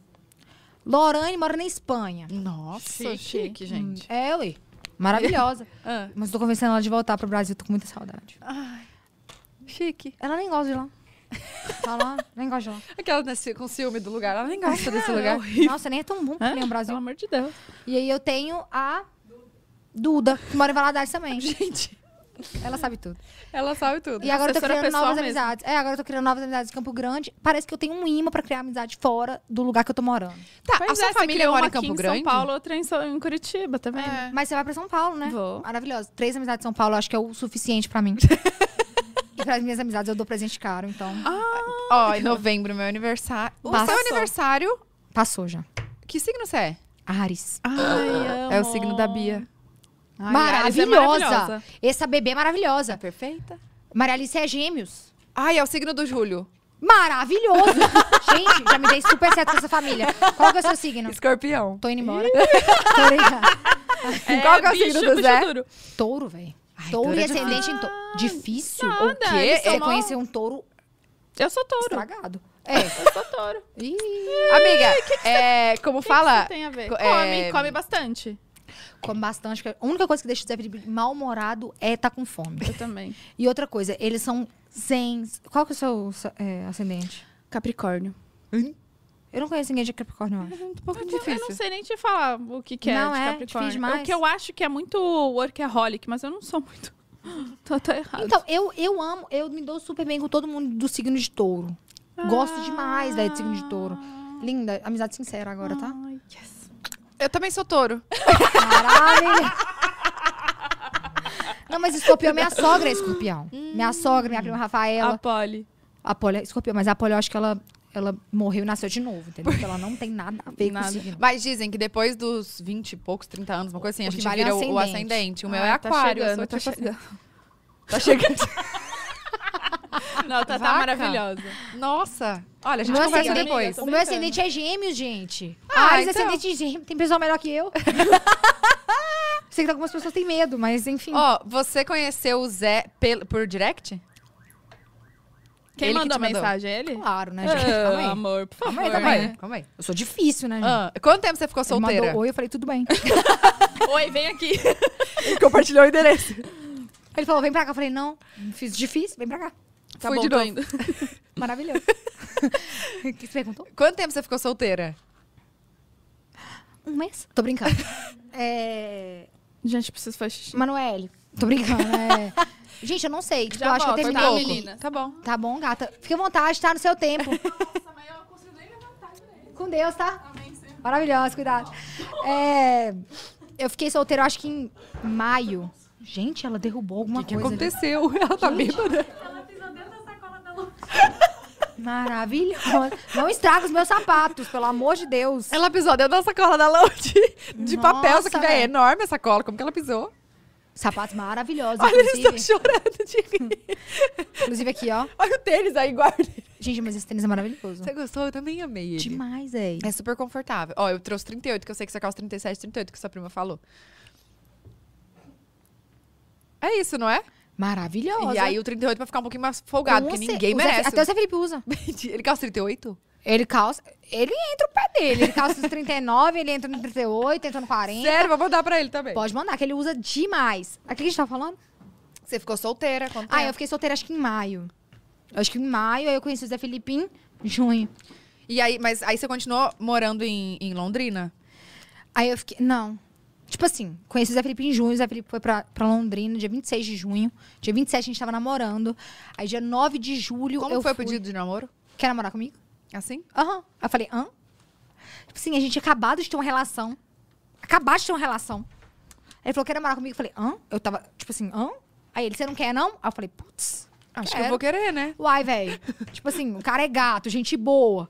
Lorane mora na Espanha. Nossa, Chique. chique, Hum, gente. É, ui. Maravilhosa. Ah, Mas eu tô convencendo ela de voltar pro Brasil, tô com muita saudade. chique. Ela nem gosta de lá. Tá lá, nem gosta de lá. Aquela nesse- com ciúme do lugar, ela nem gosta desse lugar. Nossa, nem é tão bom que é Hã? nem o Pelo Brasil. amor de Deus. E aí eu tenho a Duda, que mora em Valadares também. Gente. Ela sabe tudo. Ela sabe tudo. E agora eu tô Assessora criando pessoal novas mesmo. amizades. É, agora eu tô criando novas amizades em Campo Grande. Parece que eu tenho um imã pra criar amizade fora do lugar que eu tô morando. Tá, Pois a sua é, você família criou mora uma em Campo aqui Grande? São Paulo, outra em, São- em Curitiba, tá vendo? É. Mas você vai pra São Paulo, né? Vou. Maravilhoso. Três amizades Ah. em São Paulo, eu acho que é o suficiente pra mim. e pras minhas amizades eu dou presente caro, então. Ó, em novembro, meu aniversário. O seu Passou. aniversário. Passou já. Que signo você é? Ares. É o signo da Bia. Ai, Ares é maravilhosa. maravilhosa. Essa bebê é maravilhosa. Perfeita. Maria Alice é gêmeos. Ai, é o signo do Júlio. Maravilhoso. Gente, já me dei super certo com essa família. Qual que é o seu signo? Escorpião. Tô indo embora. Tô brincando. Qual que é o signo do Zé? duro. touro, velho. touro Touro e é difícil. ascendente em touro. Difícil. Nada, O quê? eles são Você mó- conhecer um touro Eu sou touro. estragado. É. Eu sou touro. O Ih, Amiga, é, como que fala. isso tem a ver? co- Come, é, come bastante. come bastante. que A única coisa que deixa o Zé Felipe mal-humorado é tá com fome. Eu também. E outra coisa, eles são zens. Qual que é o seu seu, é, ascendente? Capricórnio. Eu não conheço ninguém de Capricórnio, eu acho. Um pouco Eu não difícil. sei nem te falar o que, que é Não de é, Capricórnio. difícil demais. O que eu acho que é muito workaholic, mas eu não sou muito. Tô até errado. Então, eu, eu amo, eu me dou super bem com todo mundo do signo de touro. Gosto demais da do signo de touro. Linda, amizade sincera agora, tá? Ai, yes. Eu também sou touro. Caralho! Não, mas escorpião, minha sogra é escorpião. Minha sogra, minha prima A Rafaela. Polly. A, Polly é escorpião, mas a Polly eu acho que ela, ela morreu e nasceu de novo, entendeu? Porque ela não tem nada a ver Nada. com o signo. Mas dizem que depois dos 20 e poucos, 30 anos, uma coisa assim, a O que gente vale é vira o- o ascendente. ascendente. O meu Ai, é aquário. Tá eu sou chegando, tá tipo assim. chegando. Tá chegando. Não, tá, tá Vaca. maravilhosa. Nossa. Olha, a O gente meu conversa ascendente- depois. O tô meu brincando. ascendente é gêmeos, gente. Ah, Ares é então. ascendente de gêmeos. Tem pessoa melhor que eu. Sei que algumas pessoas têm medo, mas enfim. Ó, você conheceu o Zé pel- por direct? Quem Ele que mandou a te mandou. mensagem? Ele? Claro, né, gente? Calma aí. Ah, amor, por favor. Calma aí, né? Calma aí. Eu sou difícil, né, gente? Ah, quanto tempo você ficou Ele solteira? Mandou oi, eu falei, tudo bem. Oi, vem aqui. Compartilhou o endereço. Ele falou, vem pra cá. Eu falei, não, fiz difícil, vem pra cá. Tá Fui bom, de tô novo. indo. Maravilhoso. O que você perguntou? Quanto tempo você ficou solteira? Um mês? Tô brincando. É... Gente, preciso fazer xixi. Manoel. Tô brincando, é... Gente, eu não sei. Tipo, eu acho que volto, eu terminei. tá, Louco. menina? Tá bom. Tá bom, gata. Fique à vontade, tá? No seu tempo. Nossa, mas eu não consigo nem levantar direito. Com Deus, tá? Amém, Senhor. Maravilhosa, cuidado. É... Eu fiquei solteira, eu acho que em maio. Gente, ela derrubou alguma O que coisa. ali. aconteceu? Ela tá bêbada. Ela pisou dentro da sacola da Lu. Maravilhosa. Não estraga os meus sapatos, pelo amor de Deus. Ela pisou dentro da sacola da Loud. De Nossa, papel, só que véi, é velho. enorme a sacola. Como que ela pisou? Sapatos maravilhosos, Olha, eles estão inclusive. chorando de rir. Inclusive aqui, ó. Olha o tênis aí, guarda. Gente, mas esse tênis é maravilhoso. Você gostou? Eu também amei ele. Demais, véi. É super confortável. Ó, eu trouxe 38, que eu sei que você calça 37, 38, que sua prima falou. É isso, não é? Maravilhosa. E aí o 38 vai ficar um pouquinho mais folgado, Com porque ce- ninguém o Zé- merece. Até o Zé Felipe usa. Ele calça 38? Ele calça... Ele entra o pé dele. Ele calça nos 39, ele entra no 38, entra no 40. Sério, vou mandar pra ele também. Pode mandar, que ele usa demais. Aqui que a gente tava falando? Você ficou solteira quanto Ah, eu tempo? fiquei solteira acho que em maio. Acho que em maio, aí eu conheci o Zé Felipe em junho. E aí, mas aí você continuou morando em, em Londrina? Aí eu fiquei... Não. Tipo assim, conheci o Zé Felipe em junho, o Zé Felipe foi pra, pra Londrina, dia 26 de junho. Dia 27 a gente tava namorando. Aí dia 9 de julho Como eu foi o fui... pedido de namoro? Quer namorar comigo? Assim? Aham. Aí eu falei, hã? Tipo assim, a gente tinha acabado de ter uma relação. Acabado de ter uma relação. Aí ele falou, quer namorar comigo? Eu falei, hã? Eu tava, tipo assim, hã? Aí ele, você não quer, não? Aí eu falei, putz. Acho que quero. eu vou querer, né? Uai, velho. tipo assim, o cara é gato, gente boa.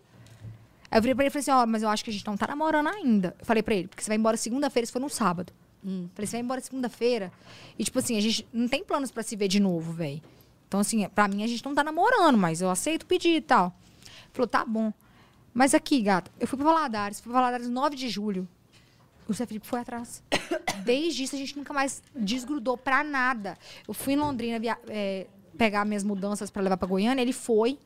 Aí eu virei pra ele e falei assim, ó, mas eu acho que a gente não tá namorando ainda. Eu falei pra ele, porque você vai embora segunda-feira, isso foi num sábado. Falei, você vai embora segunda-feira. E tipo assim, a gente não tem planos pra se ver de novo, velho. Então assim, pra mim a gente não tá namorando, mas eu aceito o pedido e tal. Ele Falou, tá bom. Mas aqui, gata, eu fui pra Valadares. Fui pra Valadares 9 de julho. O Zé Felipe foi atrás. Desde isso, a gente nunca mais desgrudou pra nada. Eu fui em Londrina via- é, pegar minhas mudanças pra levar pra Goiânia, ele foi.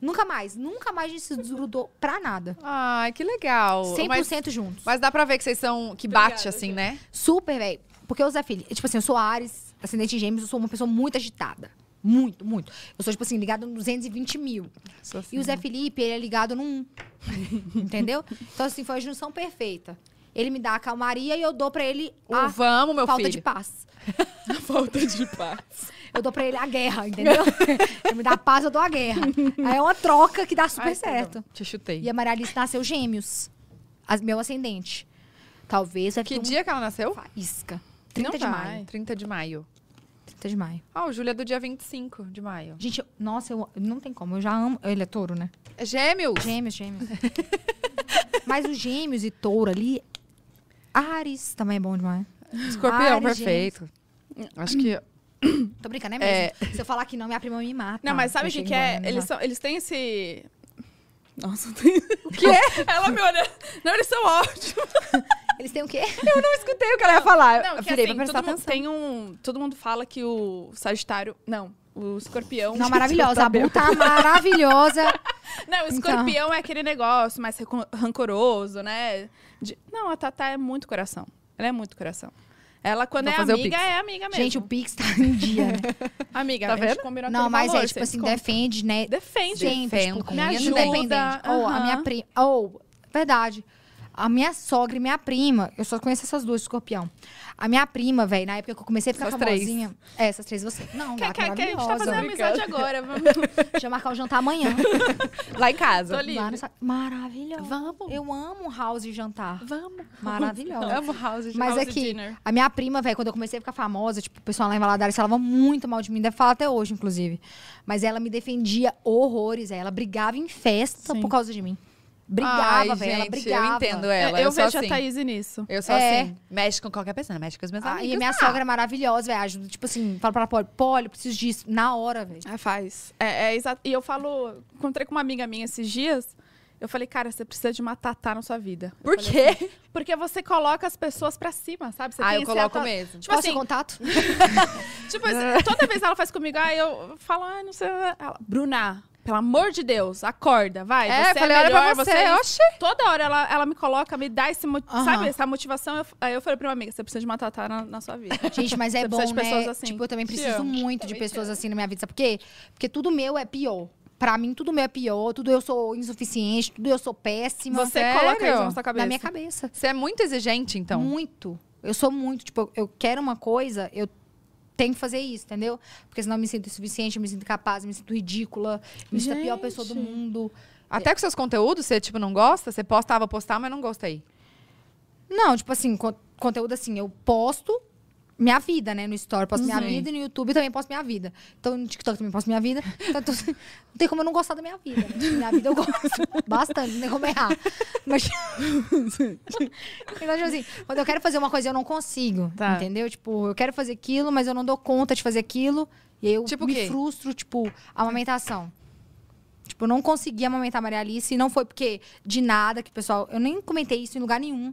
Nunca mais, nunca mais a gente se desgrudou pra nada. Ai, que legal. 100% Mas, juntos. mas dá pra ver que vocês são... Que bate, Obrigada, assim, né? Super, velho. Porque o Zé Felipe, tipo assim, eu sou Ares, ascendente em gêmeos, eu sou uma pessoa muito agitada. Muito, muito. Eu sou, tipo assim, ligada no 220 mil. Sou assim, E o Zé Felipe, ele é ligado num. Entendeu? Então, assim, foi a junção perfeita. Ele me dá a calmaria e eu dou pra ele O a vamos, meu falta filho. de paz. É Falta de par. Eu dou pra ele a guerra, entendeu? ele me dá a paz, eu dou a guerra. Aí é uma troca que dá super Ai, certo. perdão, Te chutei. E a Maria Alice nasceu gêmeos. As- meu ascendente. Talvez vai Que ter um dia que ela nasceu? faísca. Não 30 de vai. maio. 30 de maio. 30 de maio. Ah, o Júlio é do dia 25 de maio. Gente, eu- nossa, eu não tem como. Eu já amo. Ele é touro, né? É gêmeos. Gêmeos, gêmeos. Mas os gêmeos e touro ali. Ares também é bom demais. Escorpião, Ares, perfeito. Acho que... Tô brincando, é mesmo? Se eu falar que não, minha prima me mata. Não, mas sabe Eu o que, chego que é? embora, né? Eles, são, eles têm esse. Nossa, não tem. O quê? Ela me olhando. Não, eles são ótimos. Eles têm o quê? Eu escutei o que ela ia falar. Não, eu que virei assim, pra todo prestar mundo atenção. tem um. Todo mundo fala que o Sagitário. Não, o escorpião. Não, maravilhosa. A Bu tá maravilhosa. Não, Então. o escorpião é aquele negócio mais reco- rancoroso, né? De- Não, a Tatá é muito coração. Ela é muito coração. Ela, quando Vou é fazer o amiga, Pix. é amiga mesmo. Gente, o Pix tá em dia. né? amiga, Tá a gente vendo? combinou Não, aquele mas valor, é tipo vocês assim, contam. defende, né? Defende. Sempre, Defendo, tipo, com me unhas e ajuda. dentes. Independente. Ou a minha Aham. prima. Ou, verdade. A minha sogra e minha prima, eu só conheço essas duas, escorpião. A minha prima, velho, na época que eu comecei a ficar Essas três. famosinha. É, essas três você. Não, Que, gata, que, que a gente tá fazendo maravilhosa. amizade agora. Vamos. Deixa eu marcar o jantar amanhã. Lá em casa. Tô livre. Várias- Maravilhosa. Vamos. Eu amo um house de jantar. Vamos. Maravilhosa. Amo house. gente. Mas house é que dinner. a minha prima, velho, quando eu comecei a ficar famosa, tipo, o pessoal lá em Valadares falava muito mal de mim, deve falar até hoje, inclusive. Mas ela me defendia horrores, ela brigava em festa Sim. por causa de mim. Ai, Brigava, velho, ela gente, brigava. eu entendo ela. eu, Eu, sou vejo assim. a Thaís nisso. Eu sou É. assim. Mexe com qualquer pessoa, mexe com os meus Ah, amigos. e a minha ah. sogra é maravilhosa, velho, ajuda, tipo assim, fala pra ela, Polly, Polly, eu preciso disso, na hora, velho. Ah, faz. É, é exato. E eu falo, encontrei com uma amiga minha esses dias. Eu falei, cara, você precisa de uma tatá na sua vida. Eu Por falei quê? assim, porque você coloca as pessoas pra cima, sabe? Você ah, tem eu esse coloco ato- mesmo. Tipo Posso assim, ter contato? tipo, assim, toda vez ela faz comigo, aí eu falo, ah, não sei. Ela, Bruna, pelo amor de Deus, acorda, vai. É, você falei, é olha melhor, pra você. é isso. Oxê. Toda hora ela, ela me coloca, me dá esse, mo- Aham. sabe, essa motivação. Eu, aí eu falei pra uma amiga, você precisa de uma tatá na, na sua vida. Gente, mas é Você bom, precisa de pessoas né? assim. Tipo, eu também Te preciso amo. muito de pessoas assim na minha vida. Sabe por quê? Porque tudo meu é pior. Pra mim, tudo meu é pior. Tudo eu sou insuficiente, tudo eu sou péssima. Você sério? coloca isso na sua cabeça. Na minha cabeça. Você é muito exigente, então. Muito. Eu sou muito. Tipo, eu, eu quero uma coisa, eu tenho que fazer isso, entendeu? Porque senão eu me sinto insuficiente, eu me sinto capaz, eu me sinto ridícula. Eu me sinto a pior Gente. pessoa do mundo. Até com seus conteúdos, você, tipo, não gosta? Você posta, ah, vou postar, mas não gostei. Não, tipo assim, con- conteúdo assim, eu posto minha vida, né? No Story, posto minha Sim. vida, e no YouTube também posto minha vida. Então, no TikTok também posto minha vida. Então, tô- não tem como eu não gostar da minha vida. né? Tipo, Minha vida eu gosto bastante, não tem como errar. Mas. então, tipo assim, quando eu quero fazer uma coisa, eu não consigo. Tá. Entendeu? Tipo, eu quero fazer aquilo, mas eu não dou conta de fazer aquilo. E aí eu Tipo o me quê? Hum. frustro, tipo, a amamentação. Tipo, eu não consegui amamentar a Maria Alice. E não foi porque de nada que o pessoal. Eu nem comentei isso em lugar nenhum.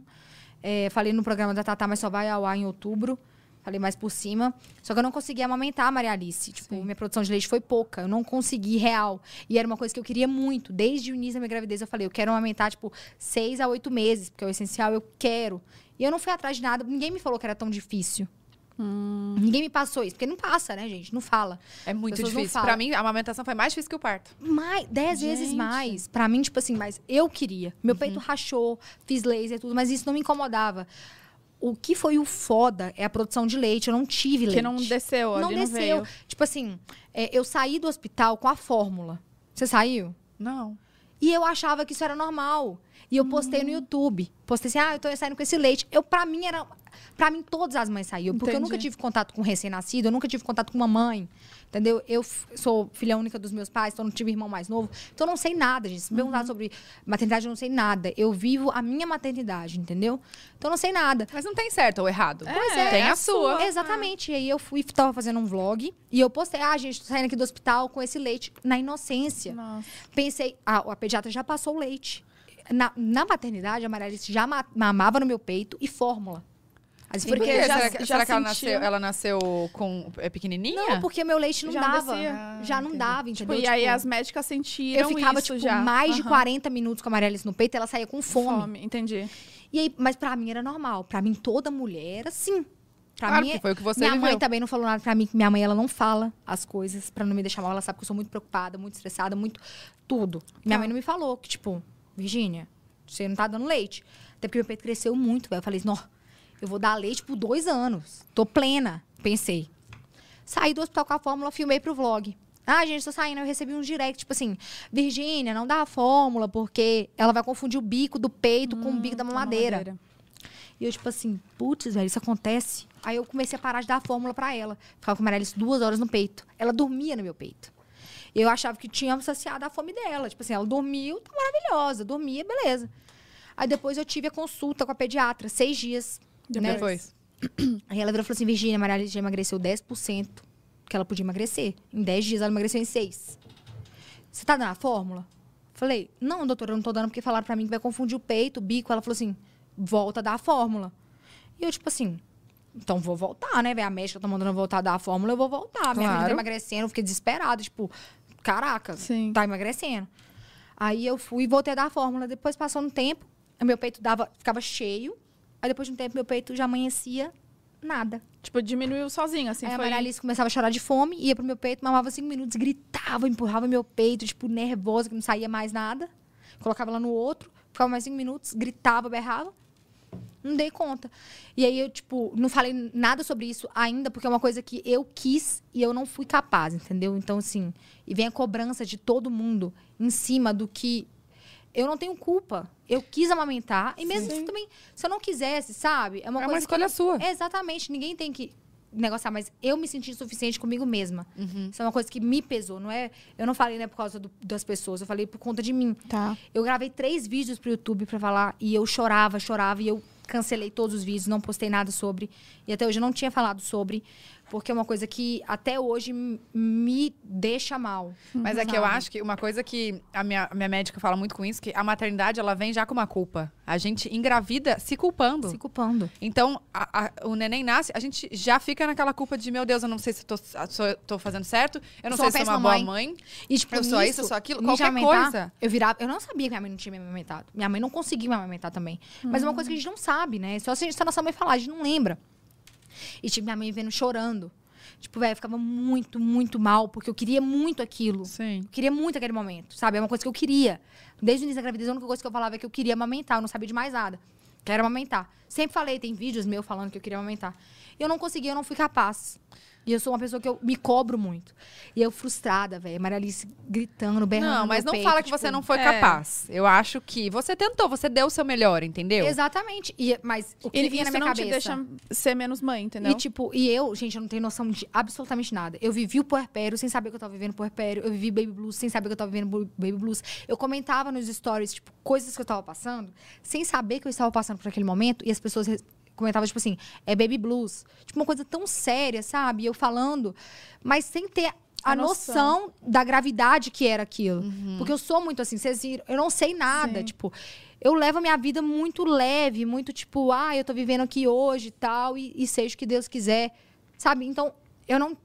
É, falei no programa da Tatá, mas só vai ao ar em outubro. Falei mais por cima. Só que eu não consegui amamentar a Maria Alice. Tipo, minha produção de leite foi pouca. Eu não consegui real. E era uma coisa que eu queria muito. Desde o início da minha gravidez, eu falei, eu quero amamentar, tipo, seis a oito meses, porque é o essencial, eu quero. E eu não fui atrás de nada. Ninguém me falou que era tão difícil. Uhum. Ninguém me passou isso. Porque não passa, né, gente? Não fala. É muito Pessoas não difícil. falam. Pra mim, a amamentação foi mais difícil que o parto. Mais, dez vezes Gente. Uhum. mais. Pra mim, tipo assim, mas eu queria. Meu peito rachou, fiz laser, tudo, mas isso não me incomodava. O que foi o foda é a produção de leite. Eu não tive Porque leite. não desceu, Não ali desceu. Não veio. Tipo assim, é, eu saí do hospital com a fórmula. Você saiu? Não. E eu achava que isso era normal. E eu postei Hum. no YouTube. Postei assim, ah, eu tô saindo com esse leite. Eu, pra mim, era. Pra mim, todas as mães saíam. Porque eu Entendi. nunca tive contato com um recém-nascido, eu nunca tive contato com uma mãe. Entendeu? Eu f- sou filha única dos meus pais, então não tive irmão mais novo. Então eu não sei nada, gente. Se me Uhum. perguntar sobre maternidade, eu não sei nada. Eu vivo a minha maternidade, entendeu? Então eu não sei nada. Mas não tem certo ou errado. Pois é, tem a sua. Exatamente. E aí eu fui, tava fazendo um vlog e eu postei, ah, gente, tô saindo aqui do hospital com esse leite na inocência. Nossa. Pensei, ah, a pediatra já passou o leite. Na, na maternidade, a Maria Alice já ma- mamava no meu peito e fórmula. As Por quê? enfermeiras- já- será que, já será que ela, sentiu. nasceu, ela nasceu com é pequenininha? Não, um porque meu leite não Já não dava. descia. Ah, já não dava, entendeu? e aí Tipo, as médicas sentiram eu ficava, isso tipo, já. mais de Aham. 40 minutos com a Maria Alice no peito e ela saía com fome. Entendi. E aí, mas pra mim era normal. Pra mim, toda mulher era assim. Pra claro mim, que foi o que você minha viveu. mãe também não falou nada pra mim, que minha mãe ela não fala as coisas pra não me deixar mal. Ela sabe que eu sou muito preocupada, muito estressada, muito tudo. Minha Tá. mãe não me falou que, tipo, Virgínia, você não tá dando leite. Até porque meu peito cresceu muito, velho. Eu falei, não, eu vou dar leite por dois anos. Tô plena, pensei. Saí do hospital com a fórmula, filmei pro vlog. Ah, gente, tô saindo. Eu recebi um direct, tipo assim, Virgínia, não dá a fórmula, porque ela vai confundir o Hum, tá bico do peito com o bico da mamadeira. E eu, tipo assim, putz, velho, isso acontece. Aí eu comecei a parar de dar a fórmula pra ela. Ficava com a Marielle duas horas no peito. Ela dormia no meu peito. Eu achava que tinha saciado a fome dela. Tipo assim, ela dormiu, tá maravilhosa. Dormia, beleza. Aí depois eu tive a consulta com a pediatra, seis dias. né? Depois. Aí ela virou e falou assim: Virgínia, a Marielle já emagreceu 10% que ela podia emagrecer. Em 10 dias ela emagreceu em 6. Você tá dando a fórmula? Falei: Não, doutora, eu não tô dando porque falaram pra mim que vai confundir o peito, o bico. Ela falou assim: Volta a dar a fórmula. E eu, tipo assim. Então vou voltar, né, velho? A médica tá mandando eu voltar a dar a fórmula, eu vou voltar. Minha filha tá Claro. emagrecendo, eu fiquei desesperada, tipo, caraca, Sim. tá emagrecendo. Aí eu fui e voltei a dar a fórmula. Depois passou um tempo, meu peito dava, ficava cheio. Aí depois de um tempo, meu peito já amanhecia nada. Tipo, diminuiu sozinho, assim. aí a foi... Maria Alice começava a chorar de fome, ia pro meu peito, mamava cinco minutos, gritava, empurrava meu peito, tipo, nervosa, que não saía mais nada. Colocava ela no outro, ficava mais cinco minutos, gritava, berrava. Não dei conta. E aí eu, tipo, não falei nada sobre isso ainda, porque é uma coisa que eu quis e eu não fui capaz, entendeu? Então, assim, e vem a cobrança de todo mundo em cima do que. Eu não tenho culpa. Eu quis amamentar. E mesmo se também, se eu não quisesse, sabe? É uma É uma coisa que escolha não- sua. É, Exatamente. Ninguém tem que negociar, mas eu me senti insuficiente comigo mesma. Isso é uma coisa que me pesou, não é? Eu não falei, né, por causa do- das pessoas, eu falei por conta de mim. Tá. Eu gravei três vídeos pro YouTube pra falar e eu chorava, chorava e eu cancelei todos os vídeos, não postei nada sobre. E até hoje eu não tinha falado sobre, porque é uma coisa que até hoje m- me deixa mal. Mas é que eu Sabe? acho que uma coisa que a minha, a minha médica fala muito com isso, que a maternidade, ela vem já com uma culpa. A gente engravida se culpando. Se culpando. Então, a- a- o neném nasce, a gente já fica naquela culpa de, meu Deus, eu não sei se eu tô, se eu tô fazendo certo, eu não Sou uma sei se sou uma péssima boa mãe. E, tipo, Eu sou nisso, isso, eu sou aquilo, nisso de qualquer amamentar, coisa. Eu virava, eu não sabia que minha mãe não tinha me amamentado. Minha mãe não conseguia me amamentar também. Mas é uma coisa que a gente não sabe, né? Só se a gente- só nossa mãe falar, a gente não lembra. E tipo, minha mãe vendo chorando. Tipo, velho, eu ficava muito, muito mal, porque eu queria muito aquilo. Sim. Eu queria muito aquele momento, sabe? É uma coisa que eu queria. Desde o início da gravidez, a única coisa que eu falava é que eu queria amamentar, eu não sabia de mais nada. Quero amamentar. Sempre falei, tem vídeos meus falando que eu queria amamentar. E eu não consegui, eu não fui capaz. E eu sou uma pessoa que eu me cobro muito. E eu frustrada, velho. Maria Alice gritando, berrando. Não, no mas não meu peito, fala que tipo, você não foi é. capaz. Eu acho que você tentou, você deu o seu melhor, entendeu? Exatamente. E, mas o que E vinha isso na minha não cabeça. te deixa ser menos mãe, entendeu? E tipo, e eu, gente, eu não tenho noção de absolutamente nada. Eu vivi o puerpério sem saber que eu tava vivendo puerpério. Eu vivi baby blues sem saber que eu tava vivendo bu- baby blues. Eu comentava nos stories, tipo, coisas que eu tava passando, sem saber que eu estava passando por aquele momento. E as pessoas res- comentavam, tipo assim, é baby blues. Tipo, uma coisa tão séria, sabe? E eu falando, mas sem ter a, A noção. da gravidade que era aquilo. Uhum. Porque eu sou muito assim, vocês viram, eu não sei nada. Sim. Tipo, eu levo a minha vida muito leve, muito tipo, ah, eu tô vivendo aqui hoje e tal, e, e seja o que Deus quiser, sabe? Então, eu não.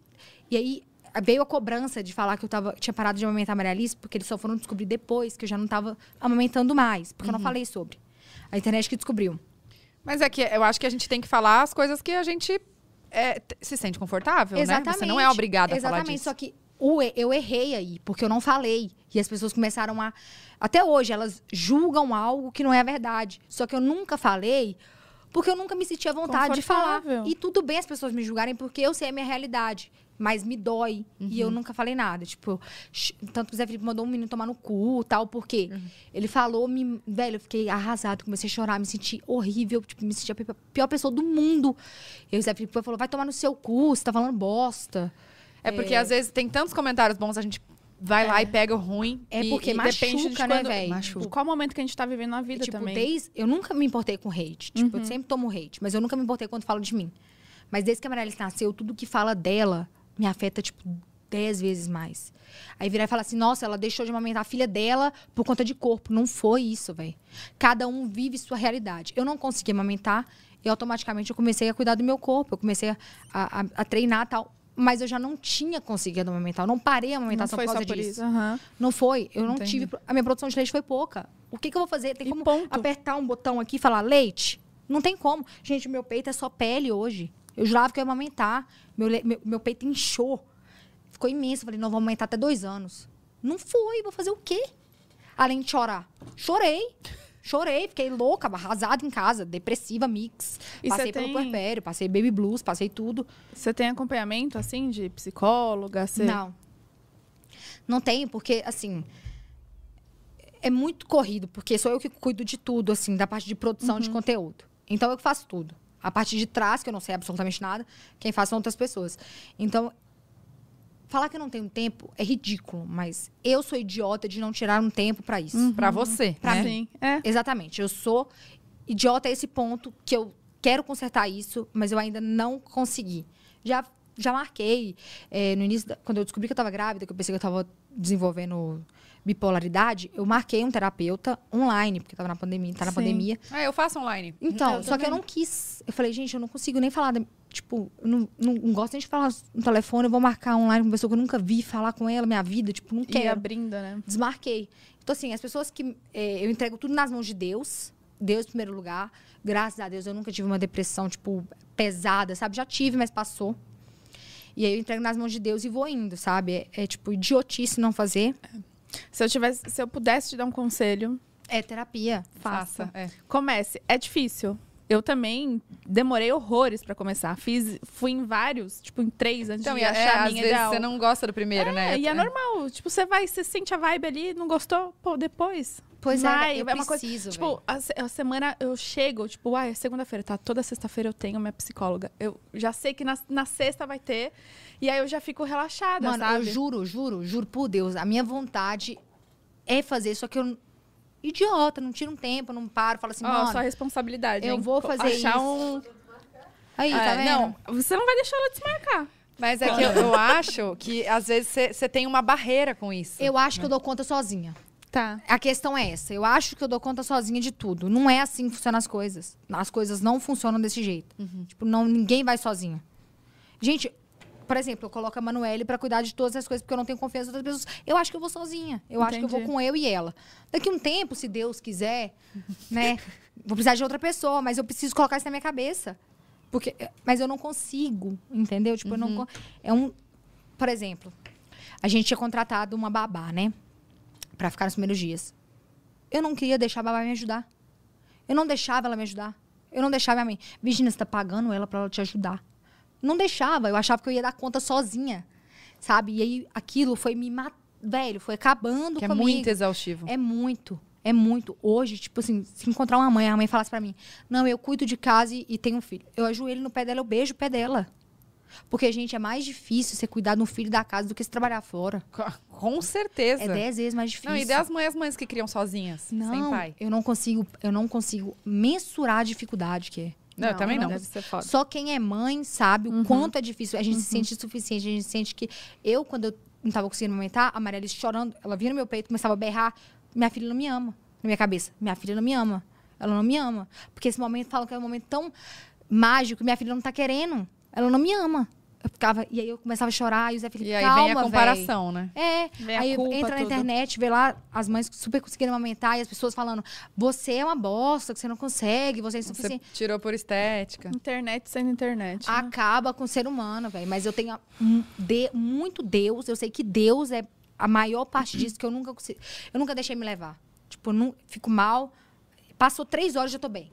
E aí veio a cobrança de falar que eu tava, tinha parado de amamentar a Maria Alice, porque eles só foram descobrir depois que eu já não tava amamentando mais, porque Uhum. eu não falei sobre. A internet que descobriu. Mas é que eu acho que a gente tem que falar as coisas que a gente é, t- se sente confortável, né? Você não é obrigada a falar Exatamente, disso. só que o e- eu errei aí, porque eu não falei. E as pessoas começaram a. Até hoje, elas julgam algo que não é a verdade. Só que eu nunca falei, porque eu nunca me senti à vontade de falar. Confortável. E tudo bem as pessoas me julgarem, porque eu sei a minha realidade. Mas me dói. E eu nunca falei nada. Tipo, sh- tanto que o Zé Felipe mandou um menino tomar no cu tal, porque ele falou, me, velho, eu fiquei arrasado, comecei a chorar, me senti horrível, tipo, me senti a pi- pior pessoa do mundo. E o Zé Felipe falou: vai tomar no seu cu, você tá falando bosta. É porque às vezes tem tantos comentários bons, a gente vai lá e pega o ruim. É e- porque e machuca, depende de né, quando- É, velho? Machuca. Qual momento que a gente tá vivendo na vida tipo, também? Uhum. desde, eu nunca me importei com hate. Tipo, eu sempre tomo hate, mas eu nunca me importei quando falo de mim. Mas desde que a Marielle nasceu, tudo que fala dela me afeta, tipo, dez vezes mais. Aí virar e falar assim, nossa, ela deixou de amamentar a filha dela por conta de corpo. Não foi isso, velho. Cada um vive sua realidade. Eu não consegui amamentar e automaticamente eu comecei a cuidar do meu corpo. Eu comecei a, a, a- a treinar e tal. Mas eu já não tinha conseguido amamentar. Eu não parei a Não amamentar só foi por só causa por disso. isso. Aham. Não foi. Eu não Entendi. tive. pro- A minha produção de leite foi pouca. O que, que eu vou fazer? Tem E como ponto. apertar um botão aqui e falar leite? Não tem como. Gente, meu peito é só pele hoje. Eu jurava que eu ia amamentar. Meu, le- meu, meu peito inchou. Ficou imenso. Eu falei, não, vou aumentar até dois anos. Não foi. Vou fazer o quê? Além de chorar. Chorei. Chorei. Fiquei louca, arrasada em casa. Depressiva, mix. E passei você pelo tem- puerpério, passei baby blues, passei tudo. Você tem acompanhamento, assim, de psicóloga? Você... Não. Não tenho, porque, assim. É muito corrido, porque sou eu que cuido de tudo, assim, da parte de produção de conteúdo. Então eu que faço tudo. A parte de trás, que eu não sei absolutamente nada, quem faz são outras pessoas. Então, falar que eu não tenho tempo é ridículo, mas eu sou idiota de não tirar um tempo pra isso. Pra você. Pra né? mim. É. Exatamente. Eu sou idiota a esse ponto que eu quero consertar isso, mas eu ainda não consegui. Já, já marquei. eh, no início, da- quando eu descobri que eu estava grávida, que eu pensei que eu estava desenvolvendo bipolaridade, eu marquei um terapeuta online, porque estava na pandemia, tá na Sim. pandemia. É, eu faço online. Então, Eu só que eu não quis. Eu falei, gente, eu não consigo nem falar. da- tipo, eu não, não, não gosto nem de falar no telefone, eu vou marcar online com uma pessoa que eu nunca vi, falar com ela, minha vida, tipo, não E quero a brinda, né? desmarquei. Então, assim, as pessoas que. eh, eu entrego tudo nas mãos de Deus. Deus em primeiro lugar. Graças a Deus, eu nunca tive uma depressão, tipo, pesada, sabe? Já tive, mas passou. E aí eu entrego nas mãos de Deus e vou indo, sabe? É, é, tipo, idiotice não fazer. Se eu tivesse, se eu pudesse te dar um conselho, É terapia. Faça. É. comece. É difícil. Eu também demorei horrores pra começar. Fiz, fui em vários, tipo em três antes Então, de e é, achar a às minha vezes ideal. você não gosta do primeiro, né? É, e é normal. Tipo, você vai, você sente a vibe ali, não gostou, pô, depois. Pois Vai, é, eu é uma coisa- preciso, Tipo, a, se- a semana eu chego, tipo, uai, é segunda-feira, tá? Toda sexta-feira eu tenho minha psicóloga. Eu já sei que na, na sexta vai ter. E aí eu já fico relaxada, Mano, sabe? eu juro, juro, juro por Deus. A minha vontade é fazer, só que eu. Idiota, não tiro um tempo, não paro, falo assim, Ó, mano. sua responsabilidade. eu hein? vou Pô, fazer achar isso. um. Aí, É, tá vendo? não, Você não vai deixar ela desmarcar. Mas é que eu, eu acho que às vezes você- você tem uma barreira com isso. eu acho que eu dou conta sozinha. Tá. A questão é essa. Eu acho que eu dou conta sozinha de tudo. Não é assim que funcionam as coisas. As coisas não funcionam desse jeito. Tipo, não, ninguém vai sozinho. Gente, por exemplo, eu coloco a Manuele pra cuidar de todas as coisas porque eu não tenho confiança em outras pessoas. Eu acho que eu vou sozinha. Eu acho que eu vou Entendi. com eu e ela. Daqui um tempo, se Deus quiser, né? Vou precisar de outra pessoa, mas eu preciso colocar isso na minha cabeça. Porque, mas eu não consigo, entendeu? Tipo, eu não con- é um, por exemplo, a gente tinha contratado uma babá, né? Pra ficar nos primeiros dias. Eu não queria deixar a babá me ajudar. Eu não deixava ela me ajudar. Eu não deixava minha mãe. Virginia, você tá pagando ela pra ela te ajudar. Não deixava. Eu achava que eu ia dar conta sozinha. Sabe? E aí aquilo foi me matando. Velho, foi acabando que é comigo. muito exaustivo. É muito. É muito. Hoje, tipo assim, se encontrar uma mãe, a mãe falasse pra mim: Não, eu cuido de casa e, e tenho um filho. Eu ajoelho no pé dela, eu beijo o pé dela. Porque, gente, é mais difícil você cuidar de um filho da casa do que se trabalhar fora. Co- Com certeza. É dez vezes mais difícil. Não, e das mães, as mães que criam sozinhas, sem Não, pai. eu não consigo, eu não consigo mensurar a dificuldade que é. Não, eu também não. Deve ser foda. Só quem é mãe sabe o quanto é difícil. A gente se sente insuficiente, a gente sente que eu, quando eu não estava conseguindo amamentar, a Maria Alice chorando, ela vinha no meu peito, começava a berrar, minha filha não me ama. Na minha cabeça, minha filha não me ama. Ela não me ama. Porque esse momento, falam que é um momento tão mágico, minha filha não tá querendo. Ela não me ama. Eu ficava, e aí eu começava a chorar, e o Zé Felipe, E aí calma, vem a véi." comparação, né? É, Vem a aí culpa, entra na tudo. internet, vê lá as mães que super conseguiram amamentar e as pessoas falando: você é uma bosta, que você não consegue, você é Você insuficiente. tirou por estética. Internet sendo internet. Ah, né? Acaba com o ser humano, velho. Mas eu tenho a- um de- muito Deus, eu sei que Deus é a maior parte disso que eu nunca consigo. Eu nunca deixei me levar. Tipo, eu não, fico mal. Passou três horas, já tô bem.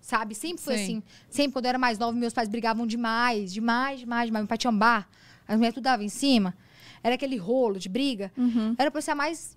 Sabe? Sempre foi Sim. assim. Sempre, quando eu era mais nova, meus pais brigavam demais, demais, demais, demais. Meu pai tinha um bar, as mulheres tudo davam em cima. Era aquele rolo de briga. Era pra eu ser a mais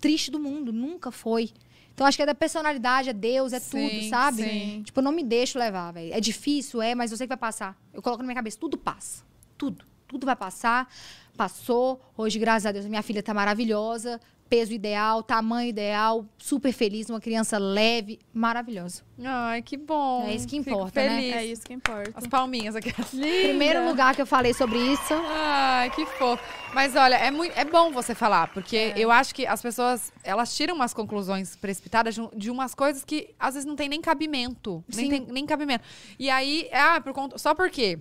triste do mundo. Nunca foi. Então, acho que é da personalidade, é Deus, é tudo, Sim, sabe? sim. Tipo, eu não me deixo levar, velho. É difícil, é, mas eu sei que vai passar. Eu coloco na minha cabeça, tudo passa. Tudo. Tudo vai passar. Passou. Hoje, graças a Deus, minha filha tá maravilhosa. Peso ideal, tamanho ideal, super feliz, uma criança leve, maravilhosa. Ai, que bom. Hum. É isso que Fico importa, né? feliz. É isso que importa. As palminhas aqui. Primeiro lugar que eu falei sobre isso. Ai, que fofo. Mas olha, é, muito, é bom você falar, porque É. eu acho que as pessoas, elas tiram umas conclusões precipitadas de, um- de umas coisas que às vezes não tem nem cabimento. Nem, Sim. tem- nem cabimento. E aí, ah, por conta, só porque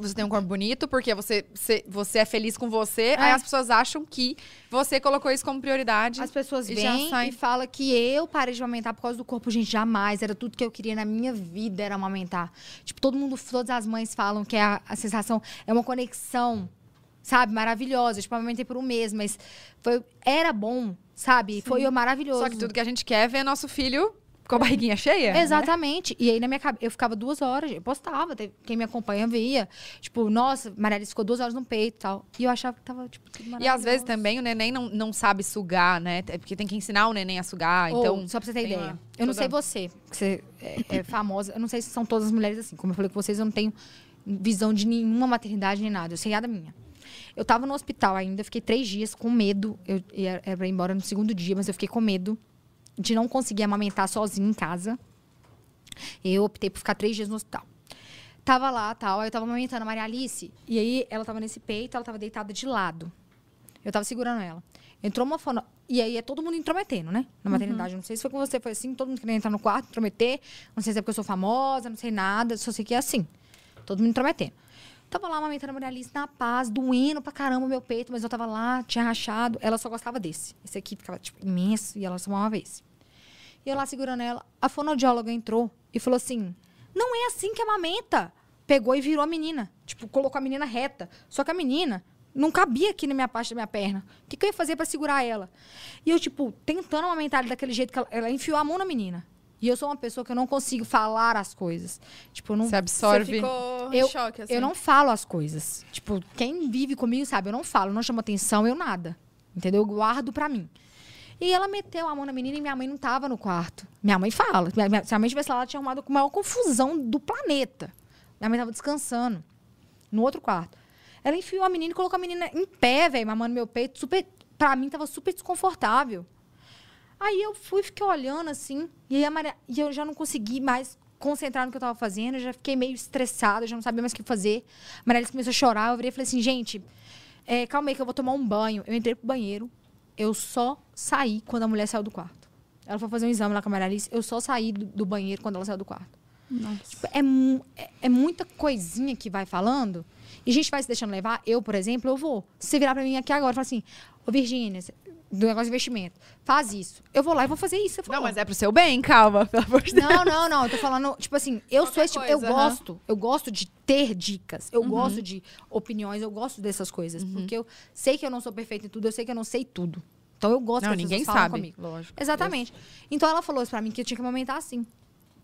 você tem um corpo bonito, porque você, você, você é feliz com você, aí as pessoas acham que você colocou isso como prioridade. As pessoas E já vêm saem. e falam que eu parei de amamentar por causa do corpo. Gente, jamais. Era tudo que eu queria na minha vida, era amamentar. Tipo, todo mundo, todas as mães falam que a, a sensação é uma conexão, sabe? Maravilhosa. Tipo, eu amamentei por um mês, mas foi, era bom, sabe? Foi maravilhoso. Só que tudo que a gente quer é ver nosso filho Com a barriguinha cheia? Exatamente. E aí na minha cabeça, eu ficava duas horas, eu postava, teve- quem me acompanha via. Tipo, nossa, Maria Alice ficou duas horas no peito e tal. E eu achava que tava, tipo, tudo Né? E às maravilhoso. vezes também o neném não, não sabe sugar, né? É Porque tem que ensinar o neném a sugar. Ou, então, só pra você ter tem ideia. uma- eu não toda- sei você, que você é, é famosa. Eu não sei se são todas as mulheres assim. Como eu falei com vocês, eu não tenho visão de nenhuma maternidade nem nada. Eu sei nada minha. Eu tava no hospital ainda, fiquei três dias com medo. Eu ia, era pra ir embora no segundo dia, mas eu fiquei com medo de não conseguir amamentar sozinha em casa. Eu optei por ficar três dias no hospital. Tava lá, tal, aí eu tava amamentando a Maria Alice. E aí ela tava nesse peito, ela tava deitada de lado. Eu tava segurando ela. Entrou uma fono... E aí é todo mundo intrometendo, né? Na maternidade. Não sei se foi com você, foi assim, todo mundo querendo entrar no quarto, intrometer. Não sei se é porque eu sou famosa, não sei nada, só sei que é assim. Todo mundo intrometendo. Tava lá amamentando a Maria Alice na paz, doendo pra caramba o meu peito, mas eu tava lá, tinha rachado. Ela só gostava desse. Esse aqui ficava, tipo, imenso e ela só amava esse. E eu lá segurando ela, a fonoaudióloga entrou e falou assim: não é assim que amamenta. Pegou e virou a menina. Tipo, colocou a menina reta. Só que a menina não cabia aqui na minha parte da minha perna. O que, que eu ia fazer pra segurar ela? E eu, tipo, tentando amamentar ela daquele jeito que ela, ela enfiou a mão na menina. E eu sou uma pessoa que eu não consigo falar as coisas. Tipo, eu não. Você absorve. Você ficou em Eu- choque, assim. Eu não falo as coisas. Tipo, quem vive comigo sabe, eu não falo, não chamo atenção, eu nada. Entendeu? Eu guardo pra mim. E ela meteu a mão na menina e minha mãe não tava no quarto. Minha mãe fala. minha- minha- Se a mãe tivesse lá, ela tinha arrumado com a maior confusão do planeta. Minha mãe tava descansando. No outro quarto. Ela enfiou a menina e colocou a menina em pé, velho, mamando meu peito. Super, pra mim, tava super desconfortável. Aí eu fui, fiquei olhando assim, e, aí a Maria- e eu já não consegui mais concentrar no que eu tava fazendo, eu já fiquei meio estressada, eu já não sabia mais o que fazer. A Maria Alice começou a chorar, eu virei e falei assim, gente, é, calma aí que eu vou tomar um banho. Eu entrei pro banheiro, eu só saí quando a mulher saiu do quarto. Ela foi fazer um exame lá com a Maria Alice, eu só saí do, do banheiro quando ela saiu do quarto. Tipo, é, mu- é- é muita coisinha que vai falando, e a gente vai se deixando levar. Eu, por exemplo, eu vou. Se você virar pra mim aqui agora e falar assim, ô Virgínia, você- do negócio de investimento, faz isso. Eu vou lá e vou fazer isso. Eu falo, Não, mas é pro seu bem, calma, pelo amor de Deus. não, não, não. Eu tô falando, tipo assim, eu sou esse tipo, eu coisa, aham. gosto, eu gosto de ter dicas, Uhum. eu gosto de opiniões, eu gosto dessas coisas, porque eu sei que eu não sou perfeita em tudo, eu sei que eu não sei tudo. Então eu gosto Não, que as ninguém pessoas falem sabe. comigo. Lógico. Exatamente. Então ela falou isso pra mim que eu tinha que amamentar assim.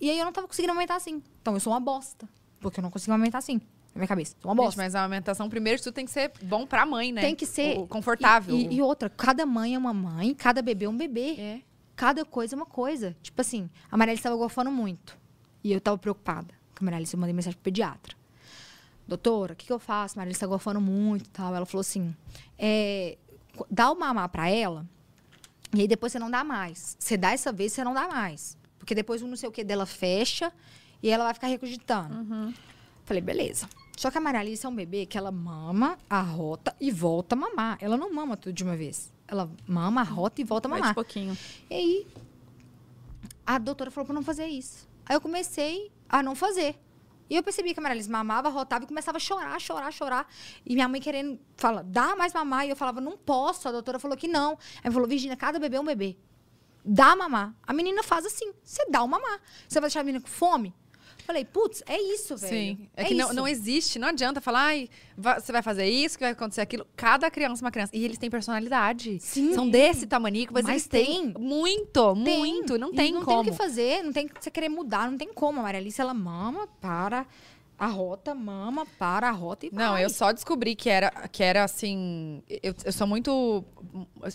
E aí eu não tava conseguindo amamentar assim. Então eu sou uma bosta, porque eu não consigo amamentar assim. Na minha cabeça, sou uma bosta. Gente, mas a amamentação, primeiro de tudo, tem que ser bom pra mãe, né? Tem que ser O- confortável. E, e- e outra, cada mãe é uma mãe, cada bebê é um bebê. É. Cada coisa é uma coisa. Tipo assim, a Maria estava gorfando muito. E eu tava preocupada. Com A Maria Alice, eu mandei mensagem pro pediatra. Doutora, o que, que eu faço? A Maria está gorfando muito e tal. Ela falou assim: é, co- dá o mamar pra ela, e aí depois você não dá mais. Você dá essa vez, você não dá mais. Porque depois o não sei o que dela fecha e ela vai ficar recogitando. Falei, beleza. Só que a Maria Alice é um bebê que ela mama, arrota e volta a mamar. Ela não mama tudo de uma vez. Ela mama, arrota e volta a Vai mamar. de pouquinho. E aí, a doutora falou pra não fazer isso. Aí eu comecei a não fazer. E eu percebi que a Maria Alice mamava, rotava e começava a chorar, chorar, chorar. E minha mãe querendo, fala, dá mais mamar. E eu falava, não posso. A doutora falou que não. Aí falou, Virginia, cada bebê é um bebê. Dá a mamar. A menina faz assim. Você dá o mamar. Você vai deixar a menina com fome? Falei, putz, é isso, velho. Sim. É, que não, isso. não existe, não adianta falar, ai, va- você vai fazer isso, que vai acontecer aquilo. Cada criança é uma criança. E eles têm personalidade. Sim. São desse tamanico, mas, Mas eles têm tem. muito, Tem. muito. Não E tem não como. tem o que fazer, não tem que você querer mudar, não tem como. A Maria Alice, ela mama, para, arrota, mama, para, arrota e vai. Não, eu só descobri que era, que era assim. Eu, eu sou muito.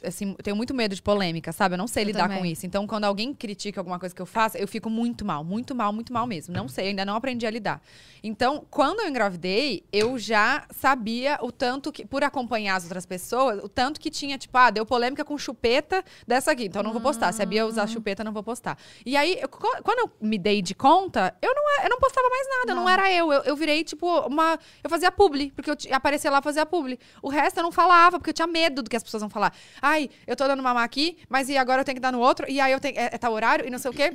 Assim, eu tenho muito medo de polêmica, sabe? Eu não sei Eu lidar com também. isso. Então, quando alguém critica alguma coisa que eu faço, eu fico muito mal, muito mal, muito mal mesmo. Não sei, ainda não aprendi a lidar. Então, quando eu engravidei, eu já sabia o tanto que, por acompanhar as outras pessoas, o tanto que tinha, tipo, ah, deu polêmica com chupeta dessa aqui, então eu não vou postar. Se a Bia Hum. usar chupeta, eu não vou postar. E aí, eu- co- quando eu me dei de conta, eu não, é- eu não postava mais nada, não, era eu. eu. Eu virei, tipo, uma. Eu fazia publi, porque eu ti- aparecia lá fazia publi. O resto eu não falava, porque eu tinha medo do que as pessoas vão falar. Ai, eu tô dando mamar aqui, mas e agora eu tenho que dar no outro, e aí eu tenho. É, é tal horário e não sei o quê.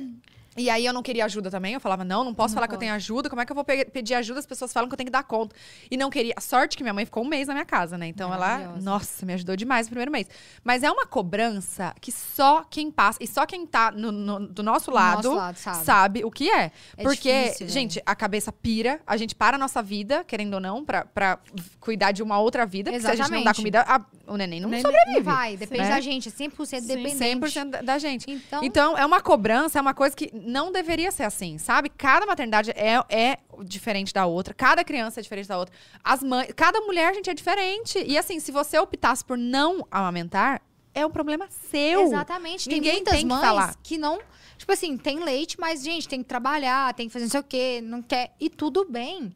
E aí eu não queria ajuda também. Eu falava, não, não posso falar que eu tenho ajuda. Como é que eu vou pe- pedir ajuda? As pessoas falam que eu tenho que dar conta. E não queria. Sorte que minha mãe ficou um mês na minha casa, né? Então ela, Maravilhosa. nossa, me ajudou demais no primeiro mês. Mas é uma cobrança que só quem passa, e só quem tá no- no- do nosso lado, nosso lado, sabe. o que é. É Porque, difícil, né? gente, a cabeça pira, a gente para a nossa vida, querendo ou não, pra, pra cuidar de uma outra vida. Porque se a gente não dá Exatamente. comida, a- o neném não Neném sobrevive. é vai, depende né? da gente, é 100% dependente. 100% da- da gente. Então, Então, é uma cobrança, é uma coisa que não deveria ser assim, sabe? Cada maternidade é, é diferente da outra, cada criança é diferente da outra. As mães, cada mulher, gente, é diferente. E assim, se você optasse por não amamentar, é um problema seu. exatamente, tem Ninguém muitas tem que mães falar. que não, tipo assim, tem leite, mas gente, tem que trabalhar, tem que fazer não sei o quê, não quer e tudo bem.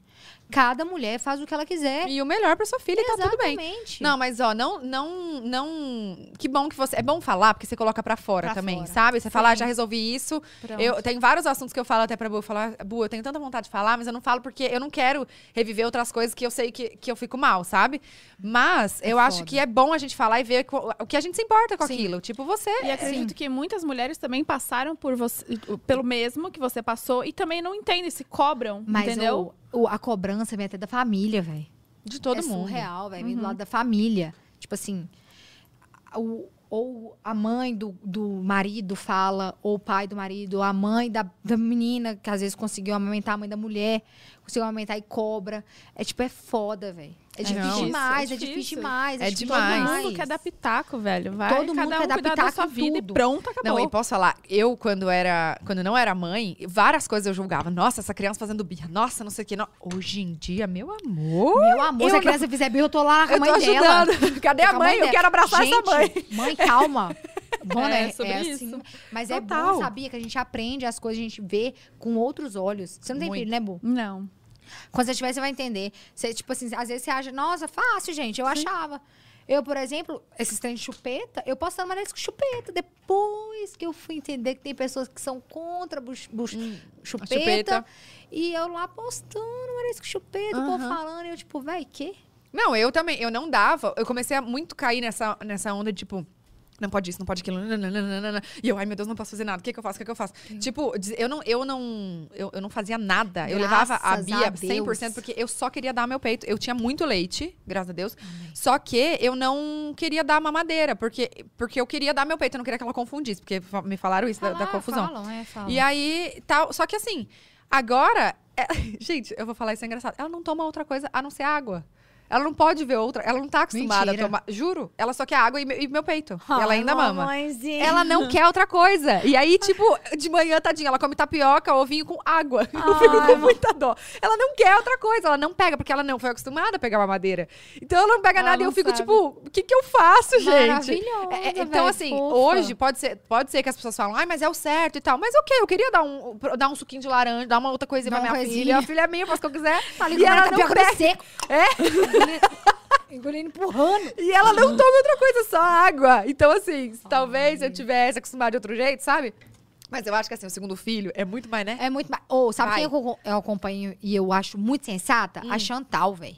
Cada mulher faz o que ela quiser. E o melhor pra sua filha, e tá tudo bem. Exatamente. Não, mas ó, não, não, não. Que bom que você. É bom falar, porque você coloca pra fora Pra também, fora. sabe? Você fala, ah, já resolvi isso. Pronto. Eu tenho vários assuntos que eu falo até pra Bu. Eu falo, "Ah, Bu, eu tenho tanta vontade de falar, mas eu não falo porque eu não quero reviver outras coisas que eu sei que, que eu fico mal, sabe? Mas eu acho foda. que é bom a gente falar e ver co- o que a gente se importa com Sim. aquilo. Tipo, você. É, E acredito que muitas mulheres também passaram por você, pelo mesmo que você passou e também não entendem, se cobram, Mas entendeu? o- o- a cobrança vem até da família, velho. De todo é mundo. Uhum. surreal, velho. Vem do lado da família. Tipo assim, o- ou a mãe do, do marido fala, ou o pai do marido, a mãe da, da menina, que às vezes conseguiu amamentar, a mãe da mulher, conseguiu amamentar e cobra. É tipo, é foda, velho. É difícil difícil, demais, é é difícil difícil. demais. É demais. Todo mundo quer dar pitaco, velho. Vai, Todo mundo cada quer um dar cuidar da pitaco sua em vida tudo. e pronto, acabou. Não, e posso falar, eu quando era, quando não era mãe, várias coisas eu julgava. Nossa, essa criança fazendo birra. Nossa, não sei o que. Não. Hoje em dia, meu amor. Meu amor, Eu se a não- criança fizer birra, eu tô lá com a Eu mãe tô dela. ajudando. Cadê a Com mãe? Eu dela. quero abraçar né? Gente, essa mãe. Mãe, calma. Bom, É, né? sobre é isso. assim. Mas é Total. bom, sabia? Que a gente aprende as coisas, a gente vê com outros olhos. Você não tem Muito. filho, né, Bu? Não. Quando você tiver, você vai entender. Você, tipo assim, às vezes você acha, nossa, fácil, gente. Eu achava. Eu, por exemplo, esses trem de chupeta, eu posso trabalhar isso com chupeta. Depois que eu fui entender que tem pessoas que são contra bus, bus- chupeta, Hum, chupeta. E eu lá postando, era isso com chupeta, o povo Aham. falando. E eu, tipo, véi, quê? Não, eu também, eu não dava. Eu comecei a muito cair nessa, nessa onda, de, tipo, não pode isso, não pode aquilo. nananana. E eu, ai meu Deus, não posso fazer nada. O que, que eu faço? O que, que eu faço? Tipo, diz- eu não, eu não, eu, eu não fazia nada. eu levava a Graças Bia a 100% Deus. porque eu só queria dar meu peito. Eu tinha muito leite, graças a Deus. Só que eu não queria dar mamadeira, porque porque eu queria dar meu peito, eu não queria que ela confundisse, porque fa- me falaram isso da- da, Falar, confusão. Falam, é, falam. E aí, tal. Só que assim, agora. é- gente, eu vou falar isso é engraçado. Ela não toma outra coisa a não ser água. Ela não pode ver outra. Ela não tá acostumada Mentira. a tomar. Juro. Ela só quer água e meu, e meu peito. E ela Ai, ainda mama. mamãezinha. Ela não quer outra coisa. E aí, tipo, de manhã, tadinha, ela come tapioca, ovinho com água. Eu fico com muita dó. Ela não quer outra coisa, ela não pega, porque ela não foi acostumada a pegar mamadeira. Então ela não pega Ela nada e eu não fico, sabe. tipo, o que, que eu faço, gente? Maravilhosa, É, é, então, véi, assim, fofa. hoje pode ser, pode ser que as pessoas falam, ai, mas é o certo e tal. Mas ok, eu queria dar um, pro- dar um suquinho de laranja, dar uma outra coisinha Dar pra uma minha filha. coisinha. A filha é minha, faz o que eu quiser. Tá ali e ela comendo não tapioca pega. no seco. É? Engolindo, empurrando. E ela não toma outra coisa, só água. Então, assim, se talvez eu tivesse acostumado de outro jeito, sabe? Mas eu acho que, assim, o segundo filho é muito mais, né? É muito mais. Ou, sabe Vai. quem eu, eu acompanho e eu acho muito sensata? A Chantal, velho.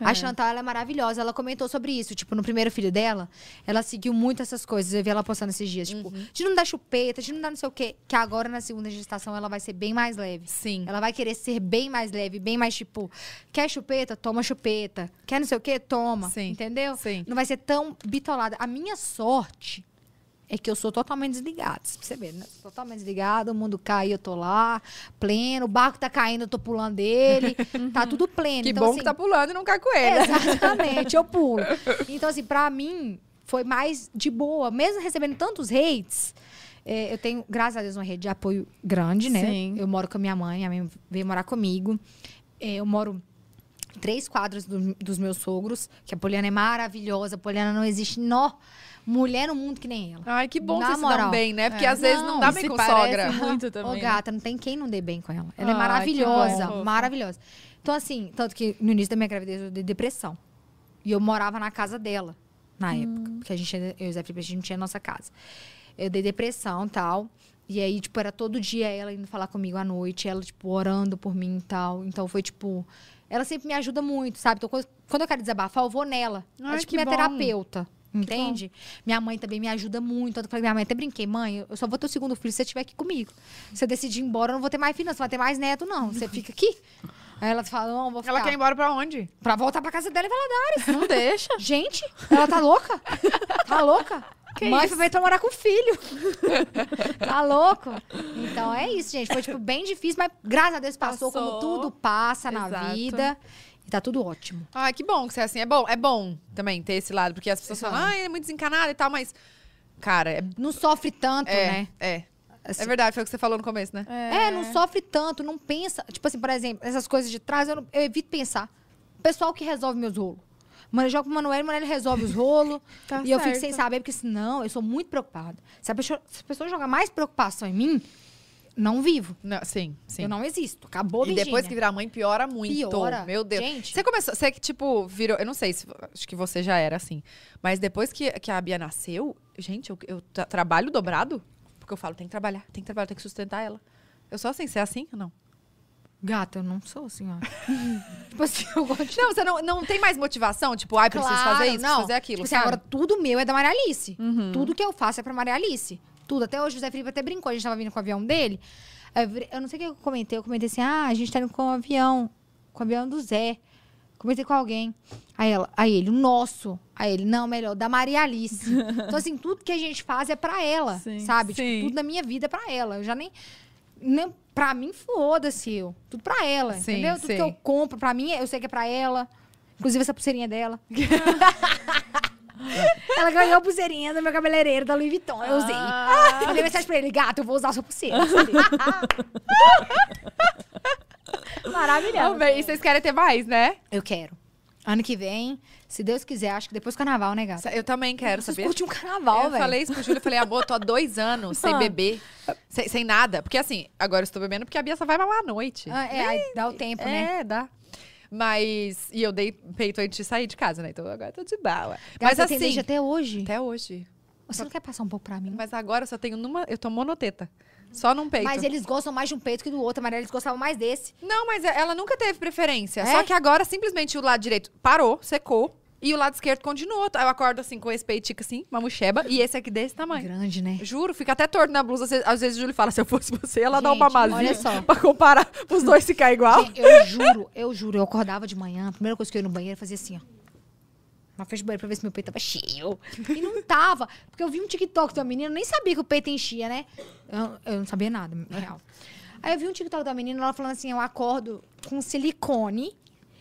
A Chantal, ela é maravilhosa. Ela comentou sobre isso. Tipo, no primeiro filho dela, ela seguiu muito essas coisas. Eu vi ela postando esses dias. Tipo, de não dar chupeta, de não dar não sei o quê. Que agora, na segunda gestação, ela vai ser bem mais leve. Sim. Ela vai querer ser bem mais leve, bem mais tipo, quer chupeta? Toma chupeta. Quer não sei o quê? Toma. Sim. Entendeu? Sim. Não vai ser tão bitolada. A minha sorte é que eu sou totalmente desligada. Vocês perceberam, né? Totalmente desligada, o mundo cai, eu tô lá, pleno, o barco tá caindo, eu tô pulando dele. tá tudo pleno. Que então, bom assim, que tá pulando e não cai com ele. Exatamente, eu pulo. Então, assim, pra mim, foi mais de boa. Mesmo recebendo tantos hates, eh, eu tenho, graças a Deus, uma rede de apoio grande, né? Sim. Eu moro com a minha mãe, minha mãe veio morar comigo. Eh, eu moro três quadros do- dos meus sogros, que a Poliana é maravilhosa. A Poliana não existe, nó, mulher no mundo que nem Ah, ela. Ai, que bom Na que vocês se moral. É. dão bem, né? Porque às vezes não Não, dá se bem com parece sogra. muito Ô, também. gata, não tem quem não dê bem com ela. Ela Ai, é que maravilhosa, bom. maravilhosa. Então, assim, tanto que no início da minha gravidez eu dei depressão. E eu morava na casa dela, na Hum. época. Porque a gente, ainda- eu e o Zé Felipe, a gente tinha a nossa casa. Eu dei depressão e tal. E aí, tipo, era todo dia ela indo falar comigo à noite, ela, tipo, orando por mim e tal. Então foi tipo. Ela sempre me ajuda muito, sabe? Então, quando quando eu quero desabafar, eu vou nela. Ai, é tipo que minha bom. terapeuta. Entende? Minha mãe também me ajuda muito. Tanto que eu falei, minha mãe até brinquei, mãe, eu só vou ter o segundo filho se você estiver aqui comigo. Se eu decidir ir embora, eu não vou ter mais filho, não. Você vai ter mais neto, não. Você fica aqui. Aí ela fala, não, vou ficar. Ela quer ir embora pra onde? Pra voltar pra casa dela e falar, Não deixa. gente, ela tá louca? Tá louca? Mãe foi pra morar com o filho. tá louco? Então é isso, gente. Foi, tipo, bem difícil, mas graças a Deus passou, como Passou. tudo passa na Exato. vida. E tá tudo ótimo. Ai, que bom que você é assim. É bom, é bom também ter esse lado, porque as pessoas falam, Exato. ai, é muito desencanada e tal, mas. Cara, é. Não sofre tanto, É, né? é. Assim, É verdade, foi o que você falou no começo, né? É, não sofre tanto, não pensa. Tipo assim, por exemplo, essas coisas de trás, eu, não- eu evito pensar. O pessoal que resolve meus rolos. Mano, eu jogo pro Manoel, o Manoel resolve os rolos. Tá e eu fico certo. sem saber, porque senão eu sou muito preocupada. Se a pessoa, se a pessoa jogar mais preocupação em mim, não vivo. Não, sim, sim. Eu não existo. Acabou, E Virgínia. depois que virar mãe, piora muito. Piora. Meu Deus. Gente. Você começou, você que, tipo, virou. Eu não sei se. Acho que você já era assim. Mas depois que, que a Bia nasceu, gente, eu, eu tra- trabalho dobrado. Porque eu falo, tem que trabalhar, tem que trabalhar, tem que sustentar ela. Eu sou assim, você é assim ou não? Gata, eu não sou assim, ó. tipo assim, eu gosto de... Não, você não, não tem mais motivação, tipo, ai, preciso Claro, fazer isso, não. preciso fazer aquilo. Tipo assim, sabe? Uhum. agora tudo meu é da Maria Alice. Tudo que eu faço é pra Maria Alice. Tudo. Até hoje o José Felipe até brincou. A gente tava vindo com o avião dele. Aí Eu virei- eu não sei o que eu comentei. Eu comentei assim: ah, a gente tá indo com o avião. Com o avião do Zé. Comentei com alguém. Aí, ela, aí ele, o nosso. Aí ele, não, melhor, da Maria Alice. então, assim, tudo que a gente faz é pra ela, Sim. sabe? Sim. Tipo, tudo da minha vida é pra ela. Eu já nem. nem pra mim, foda-se eu. Tudo pra ela, Sim, entendeu? Tudo sim. que eu compro, pra mim, eu sei que é pra ela. Inclusive essa pulseirinha é dela. Ela ganhou a pulseirinha do meu cabeleireiro da Louis Vuitton. Eu usei. Ah. Eu Mandei mensagem pra ele, gato, eu vou usar a sua pulseira. Maravilhoso. Amei. E vocês querem ter mais, né? Eu quero. Ano que vem, se Deus quiser, acho que depois do carnaval, né, gato? Eu também quero, Vocês sabia? curtem um eu carnaval, velho. falei isso pro Júlio, eu falei, amor, tô há dois anos sem Ah. beber, sem, sem nada. Porque assim, agora eu estou bebendo porque a Bia só vai mamar à noite. Ah, é, aí dá o tempo, é, né? dá. Mas. E eu dei peito antes de sair de casa, né? Então agora eu tô de bala. Gato, Mas eu tenho assim. desde até hoje. Até hoje. Você não quer passar um pouco pra mim? Mas é agora eu só tenho numa. Eu tô monoteta. Só num peito. Mas eles gostam mais de um peito que do outro. A Maria, eles gostavam mais desse. Não, mas ela nunca teve preferência. É? Só que agora simplesmente o lado direito parou, secou. E o lado esquerdo continuou. Eu acordo assim com esse peitico assim, uma muxeba. E esse aqui desse tamanho. Grande, né? Juro, fica até torto na blusa. Cê- Às vezes o Júlio fala, se eu fosse você, ela dá Gente, uma mazinha olha só. pra comparar os dois ficar igual. Gente, Eu juro, eu juro. Eu acordava de manhã, a primeira coisa que eu ia no banheiro, eu fazia assim, ó. Na frente do banheiro pra ver se meu peito tava cheio. E não tava. Porque eu vi um TikTok de uma menina, eu nem sabia que o peito enchia, né? Eu, eu não sabia nada, na real. Aí eu vi um TikTok da menina, ela falando assim, eu acordo com silicone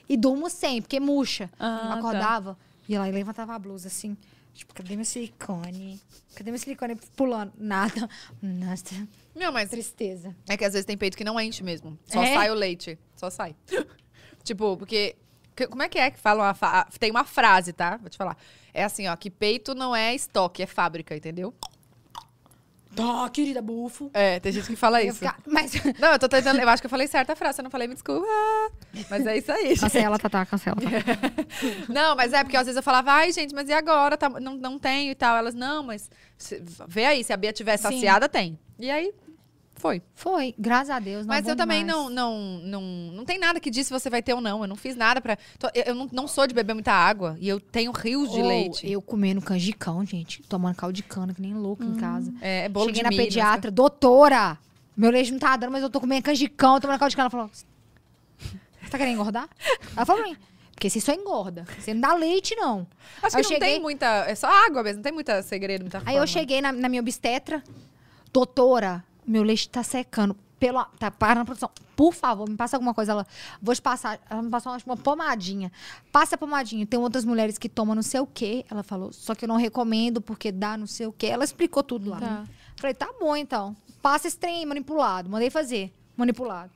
e durmo sem, porque é murcha. Ah, Acordava e ela levantava a blusa assim. Tipo, cadê meu silicone? Cadê meu silicone pulando? Nada. Nossa, Não, mas tristeza. é que às vezes tem peito que não enche mesmo. Só É? sai o leite. Só sai. tipo, porque... que- Como é que é que falam? a fa- a- Tem uma frase, tá? Vou te falar. É assim, ó, que peito não é estoque, é fábrica, entendeu? Tá, querida, bufo. É, tem gente que fala Eu isso. fica- Mas Não, eu tô tentando. Eu acho que eu falei certa frase, eu não falei, me desculpa. Mas é isso aí. gente. Cancela, Tatá, cancela. Tatá. Não, mas é porque às vezes eu falava, ai, gente, mas e agora? Tá- não, não tenho e tal. Elas, não, mas se- vê aí, se a Bia tiver saciada, tem. E aí, foi. Foi, graças a Deus. Não mas bom eu também demais. não, não, não, não tem nada que diz se você vai ter ou não. Eu não fiz nada pra. tô- eu eu não, não sou de beber muita água e eu tenho rios de Ou leite. Eu comendo canjicão, gente. Tomando caldo de cana, que nem louco em casa. É, é bolo Cheguei de na milho, pediatra, doutora, meu leite não tá dando, mas eu tô comendo canjicão, tomando caldo de cana. Ela falou, você tá querendo engordar? Ela falou pra mim, porque você só engorda, você não dá leite, não. Acho Aí que não eu cheguei- tem muita. É só água mesmo, não tem muita segredo, muita Aí eu fórmula. cheguei na, na minha obstetra, doutora, meu leite tá secando. Pelo, tá parando a produção. Por favor, me passa alguma coisa. Ela, vou te passar. Ela me passou acho, uma pomadinha. Passa a pomadinha. Tem outras mulheres que tomam não sei o quê. Ela falou, só que eu não recomendo porque dá não sei o quê. Ela explicou tudo lá. Tá. Falei, tá bom então. Passa esse trem aí, manipulado. Mandei fazer. Manipulado.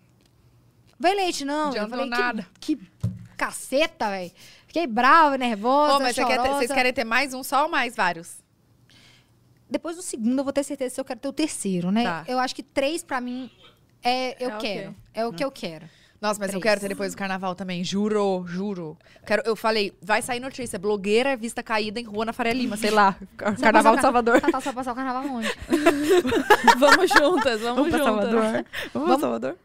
Vem leite, não. Eu Adiantou falei, nada. Que, que caceta, velho. Fiquei brava, nervosa. Ô, mas você quer ter- vocês chorosa. querem ter mais um só ou mais vários? Depois do segundo, eu vou ter certeza se eu quero ter o terceiro, né? Tá. Eu acho que três, pra mim, é eu É ok. quero. É o que eu quero. Nossa, mas eu Três. quero ter depois do carnaval também, juro, juro. Quero, eu falei, vai sair notícia, blogueira é vista caída em rua na Faria Lima, sei lá, car- Você vai passar carnaval o de carna- Salvador. Tatá, você vai Tá, passar o carnaval onde? Vamos juntas, vamos, pra juntas. Salvador. Vamos pra Salvador.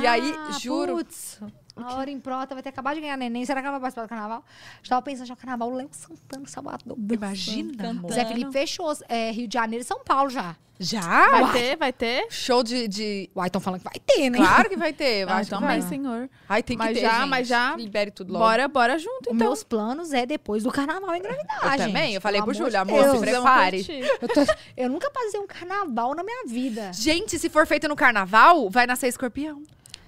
E aí, Ah, juro, Putz, a hora em prota vai ter acabado de ganhar neném. Será que ela vai participar do carnaval? Eu tava pensando já carnaval Léo Santana, Salvador. imagina, amor. Zé Felipe fechou é, Rio de Janeiro e São Paulo já. Já? Vai ter, vai ter. Show de, de- Uai, estão falando que vai ter, né? Claro que vai ter, eu Ah, acho que então vai. bem, senhor. Ai, tem que Mas ter, já, gente. mas já- Libere tudo logo. Bora, bora junto, Os então. meus planos é depois do carnaval engravidar, Eu gente. também, eu falei Pelo pro Júlio, de amor, se Deus. prepara. Precisamos prepare. curtir. Eu, tô, eu nunca passei um carnaval na minha vida. Gente, se for feito no carnaval, vai nascer escorpião.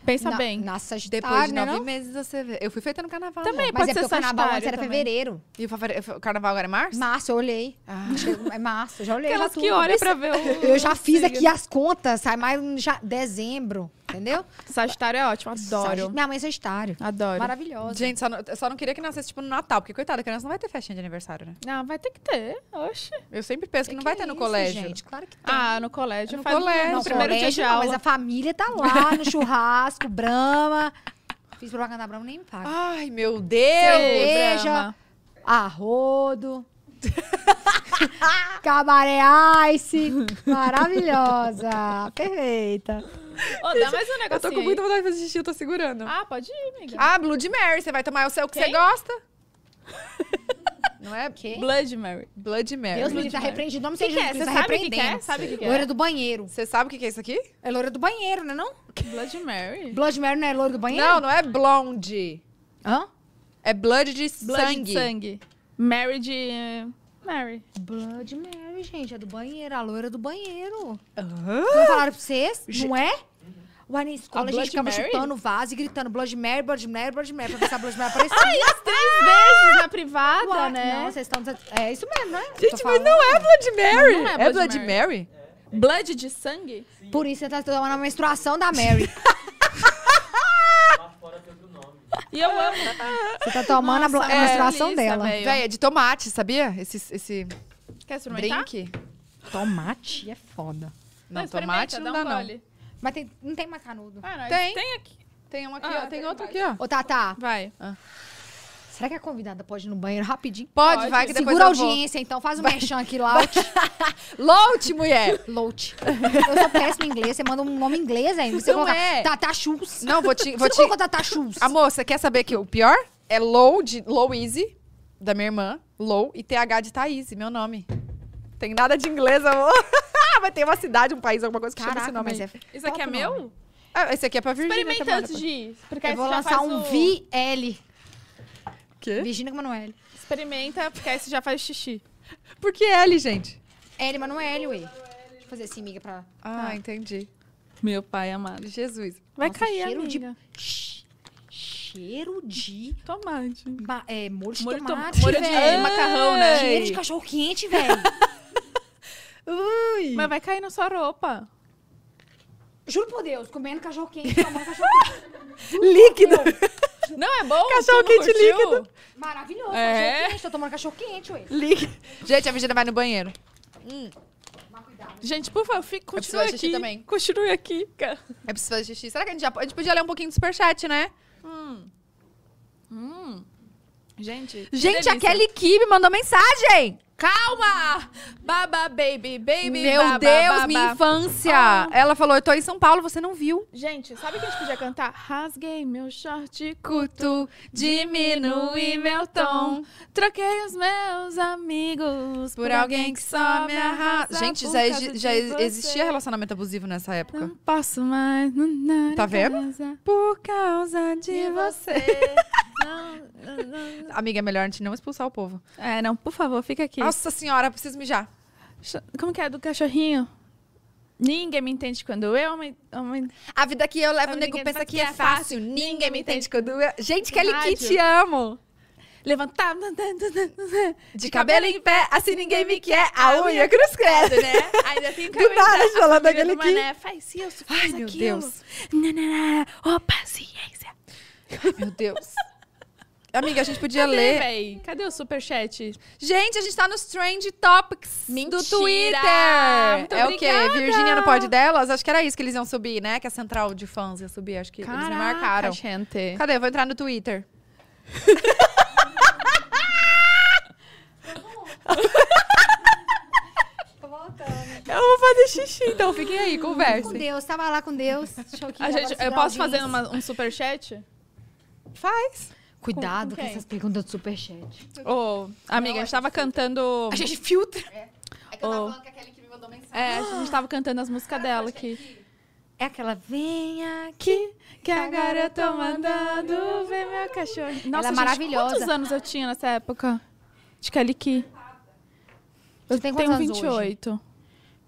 Pensa Na- bem. Nasce Sagitário, Tá Depois de né, nove não? meses, você vê. Eu fui feita no carnaval. Também. amor. Mas Pode é ser porque o carnaval antes Sagitário era também. fevereiro. E o, favore- o carnaval agora é março? Março, eu olhei. É março, já olhei. Ah. Aquelas já que tudo. olham pra ver o. Eu já fiz signo. aqui as contas, sai mais em ja- dezembro, entendeu? Sagitário é ótimo, adoro. Sagi- Minha mãe é Sagitário. Adoro. Maravilhosa. Gente, só não, eu só não queria que nascesse, tipo, no Natal. Porque, coitada, a criança não vai ter festinha de aniversário, né? Não, Ah, vai ter que ter. Oxe. Eu sempre penso que, não vai ter no É isso, colégio. Gente, claro que tem. Ah, no colégio. No faz colégio. No, não, no primeiro Então, colégio, dia de não, aula. mas a família tá lá no churrasco, Brahma. Fiz propaganda da Brahma, nem me paga. Ai, meu Sei. Deus! cerveja. Brahma. Arrodo. Cabaré Ice. Maravilhosa. Perfeita. Ô, dá mais um Eu negócio. tô com muita vontade de fazer xixi, eu tô segurando. Ah, pode ir, Assim. amiga. Ah, Blood Mary, você vai tomar o seu que você Quem? gosta? Não é? Blood Mary. Blood Mary. Deus me livre, tá demais. repreendido. Não me É, Que seja que é? Jesus, Você tá sabe o que que é? repreendendo. Sabe o que que Loira é? do banheiro. Você sabe o que que é isso aqui? É loira do banheiro, né não? Blood Mary. Blood Mary não é loira do banheiro? Não, não é blonde. Hã? É blood de Blood sangue. de sangue. Mary de... eh, Mary. Blood Mary, gente. É do banheiro. A loira do banheiro. Hã? Não falaram pra vocês? Não é? Uai, na escola a, A gente Blood ficava Mary? chutando o vaso e gritando Blood Mary, Blood Mary, Blood Mary. Pra ver se a Blood Mary aparecia. Três vezes na privada, Uai, né? Não, vocês estão... É isso mesmo, né? Gente, Tô mas falando. não é Blood Mary. Não é é Blood Blood Mary? Blood de sangue? Por isso você tá tomando a menstruação da Mary. Lá fora tem outro nome. E eu amo. Você tá tomando a blo- a, Nossa, menstruação delícia, dela. velho. Véi, é de tomate, sabia? Esse, esse Quer experimentar? drink. Tomate é foda. Não, experimenta, tomate não dá, um não. gole. Mas tem- não tem mais canudo. Ah, não, Tem. Tem aqui. Tem um aqui, Ah, ó. Tem tem outro aqui, ó. Ô, Tata, Vai. será que a convidada pode ir no banheiro rapidinho? Pode, Pode. vai que depois Segura a eu vou. audiência, então. Faz um merchan aqui, Lout. Lout, mulher! Lout. Eu sou péssima em inglês. Você manda um nome em inglês ainda. Você Não coloca é. Tata Schultz. Não, vou te... Você Vou não te... colocou Tata Schultz? Amor, você quer saber que o pior? É Low de Low Easy, da minha irmã. Low e TH de Thaís, meu nome. Tem nada de inglês, amor. Mas tem uma cidade, um país, alguma coisa que chama Caraca, esse nome. mas aí. é Isso aqui top é o nome. meu? Ah, esse aqui é pra Virgínia Experimenta também. antes de ir. Porque aí Eu vou você já lançar faz um o- VL. Quê? Virginia Manoel. Experimenta, porque aí você já faz xixi. Por que L, gente? L Manoel, ué. Deixa eu fazer assim, miga, pra... Ah, Tá. entendi. Meu pai amado. Jesus. Vai Nossa, cair, cheiro de- amiga. Shhh. Cheiro de... Tomate. ma- É, molho de Molho de tomate, molho de velho. macarrão, né? Cheiro de cachorro quente, velho. Ui! Mas vai cair na sua roupa. Juro por Deus, comendo cachorro quente, tomando cachorro Líquido! Não, é bom? Cachorro Tu não quente curtiu? líquido. quente. Maravilhoso, É. cachorro quente. Tô tomando cachorro quente, ué. Líquido. Gente, a Virgínia vai no banheiro. Gente, por favor, fica, preciso continue fazer xixi aqui. também. Continue aqui. cara. É preciso fazer xixi. Será que a gente já pode? A gente podia ler um pouquinho do superchat, né? Gente, que Gente, delícia. a Kelly Kib mandou mensagem! Calma! Baba, baby, baby, Meu baba, Deus, baba. minha Ah. infância! Ela falou, eu tô em São Paulo, você não viu. Gente, sabe o que a gente podia cantar? Rasguei meu short Curto, Diminui meu tom, troquei os meus amigos por alguém que só me arrasa. Gente, por já, causa exi- de já você. existia relacionamento abusivo nessa época. Não posso mais. não, não, Tá vendo? casa Por causa de De você. você. Não, não, não. Amiga, é melhor a gente não expulsar o povo. É, não, por favor, fica aqui. Nossa senhora, preciso mijar. Ch- Como que é do cachorrinho? Ninguém me entende quando eu me. eu me- A vida que eu levo, o Mas nego ninguém pensa faz que que é é fácil. Ninguém me entende entende quando eu... Gente, Kelly Key, Rádio. te amo. Levantar. De cabelo em pé, assim ninguém me quer. A unha cruz cresce, né? né? Ainda tem Do nada, a gente falando daquele aqui. Mané, faz isso, faz Ai, meu aquilo. Deus. Nananana. Ô, paciência. Meu Deus. Amiga, a gente podia Cadê, ler. véi? Cadê o superchat? Gente, a gente tá nos Trend Topics Mentira! do Twitter. Muito é o quê? obrigada! Virgínia no pod delas? Acho que era isso que eles iam subir, né? Que a central de fãs ia subir. Acho que eles me marcaram. gente. Cadê? Eu vou entrar no Twitter. Tô voltando. Eu vou fazer xixi, então fiquem aí, Com conversem. Deus, tava lá com Deus. Deixa eu aqui A agora gente, eu segurar posso a audiência. fazer uma- um superchat? Faz. Cuidado com com, quem? essas perguntas do superchat. Ô, amiga, a gente tava cantando... A gente filtra. É que eu tava Ô. falando que a Kelly que me mandou mensagem. É, a gente tava cantando as músicas dela aqui. É aquela, venha aqui. Que, que agora eu tô mandando ver meu cachorro. Nossa, é gente, maravilhosa. quantos anos eu tinha nessa época? é De Kelly Key. Você tem quantos Tenho anos hoje? 28.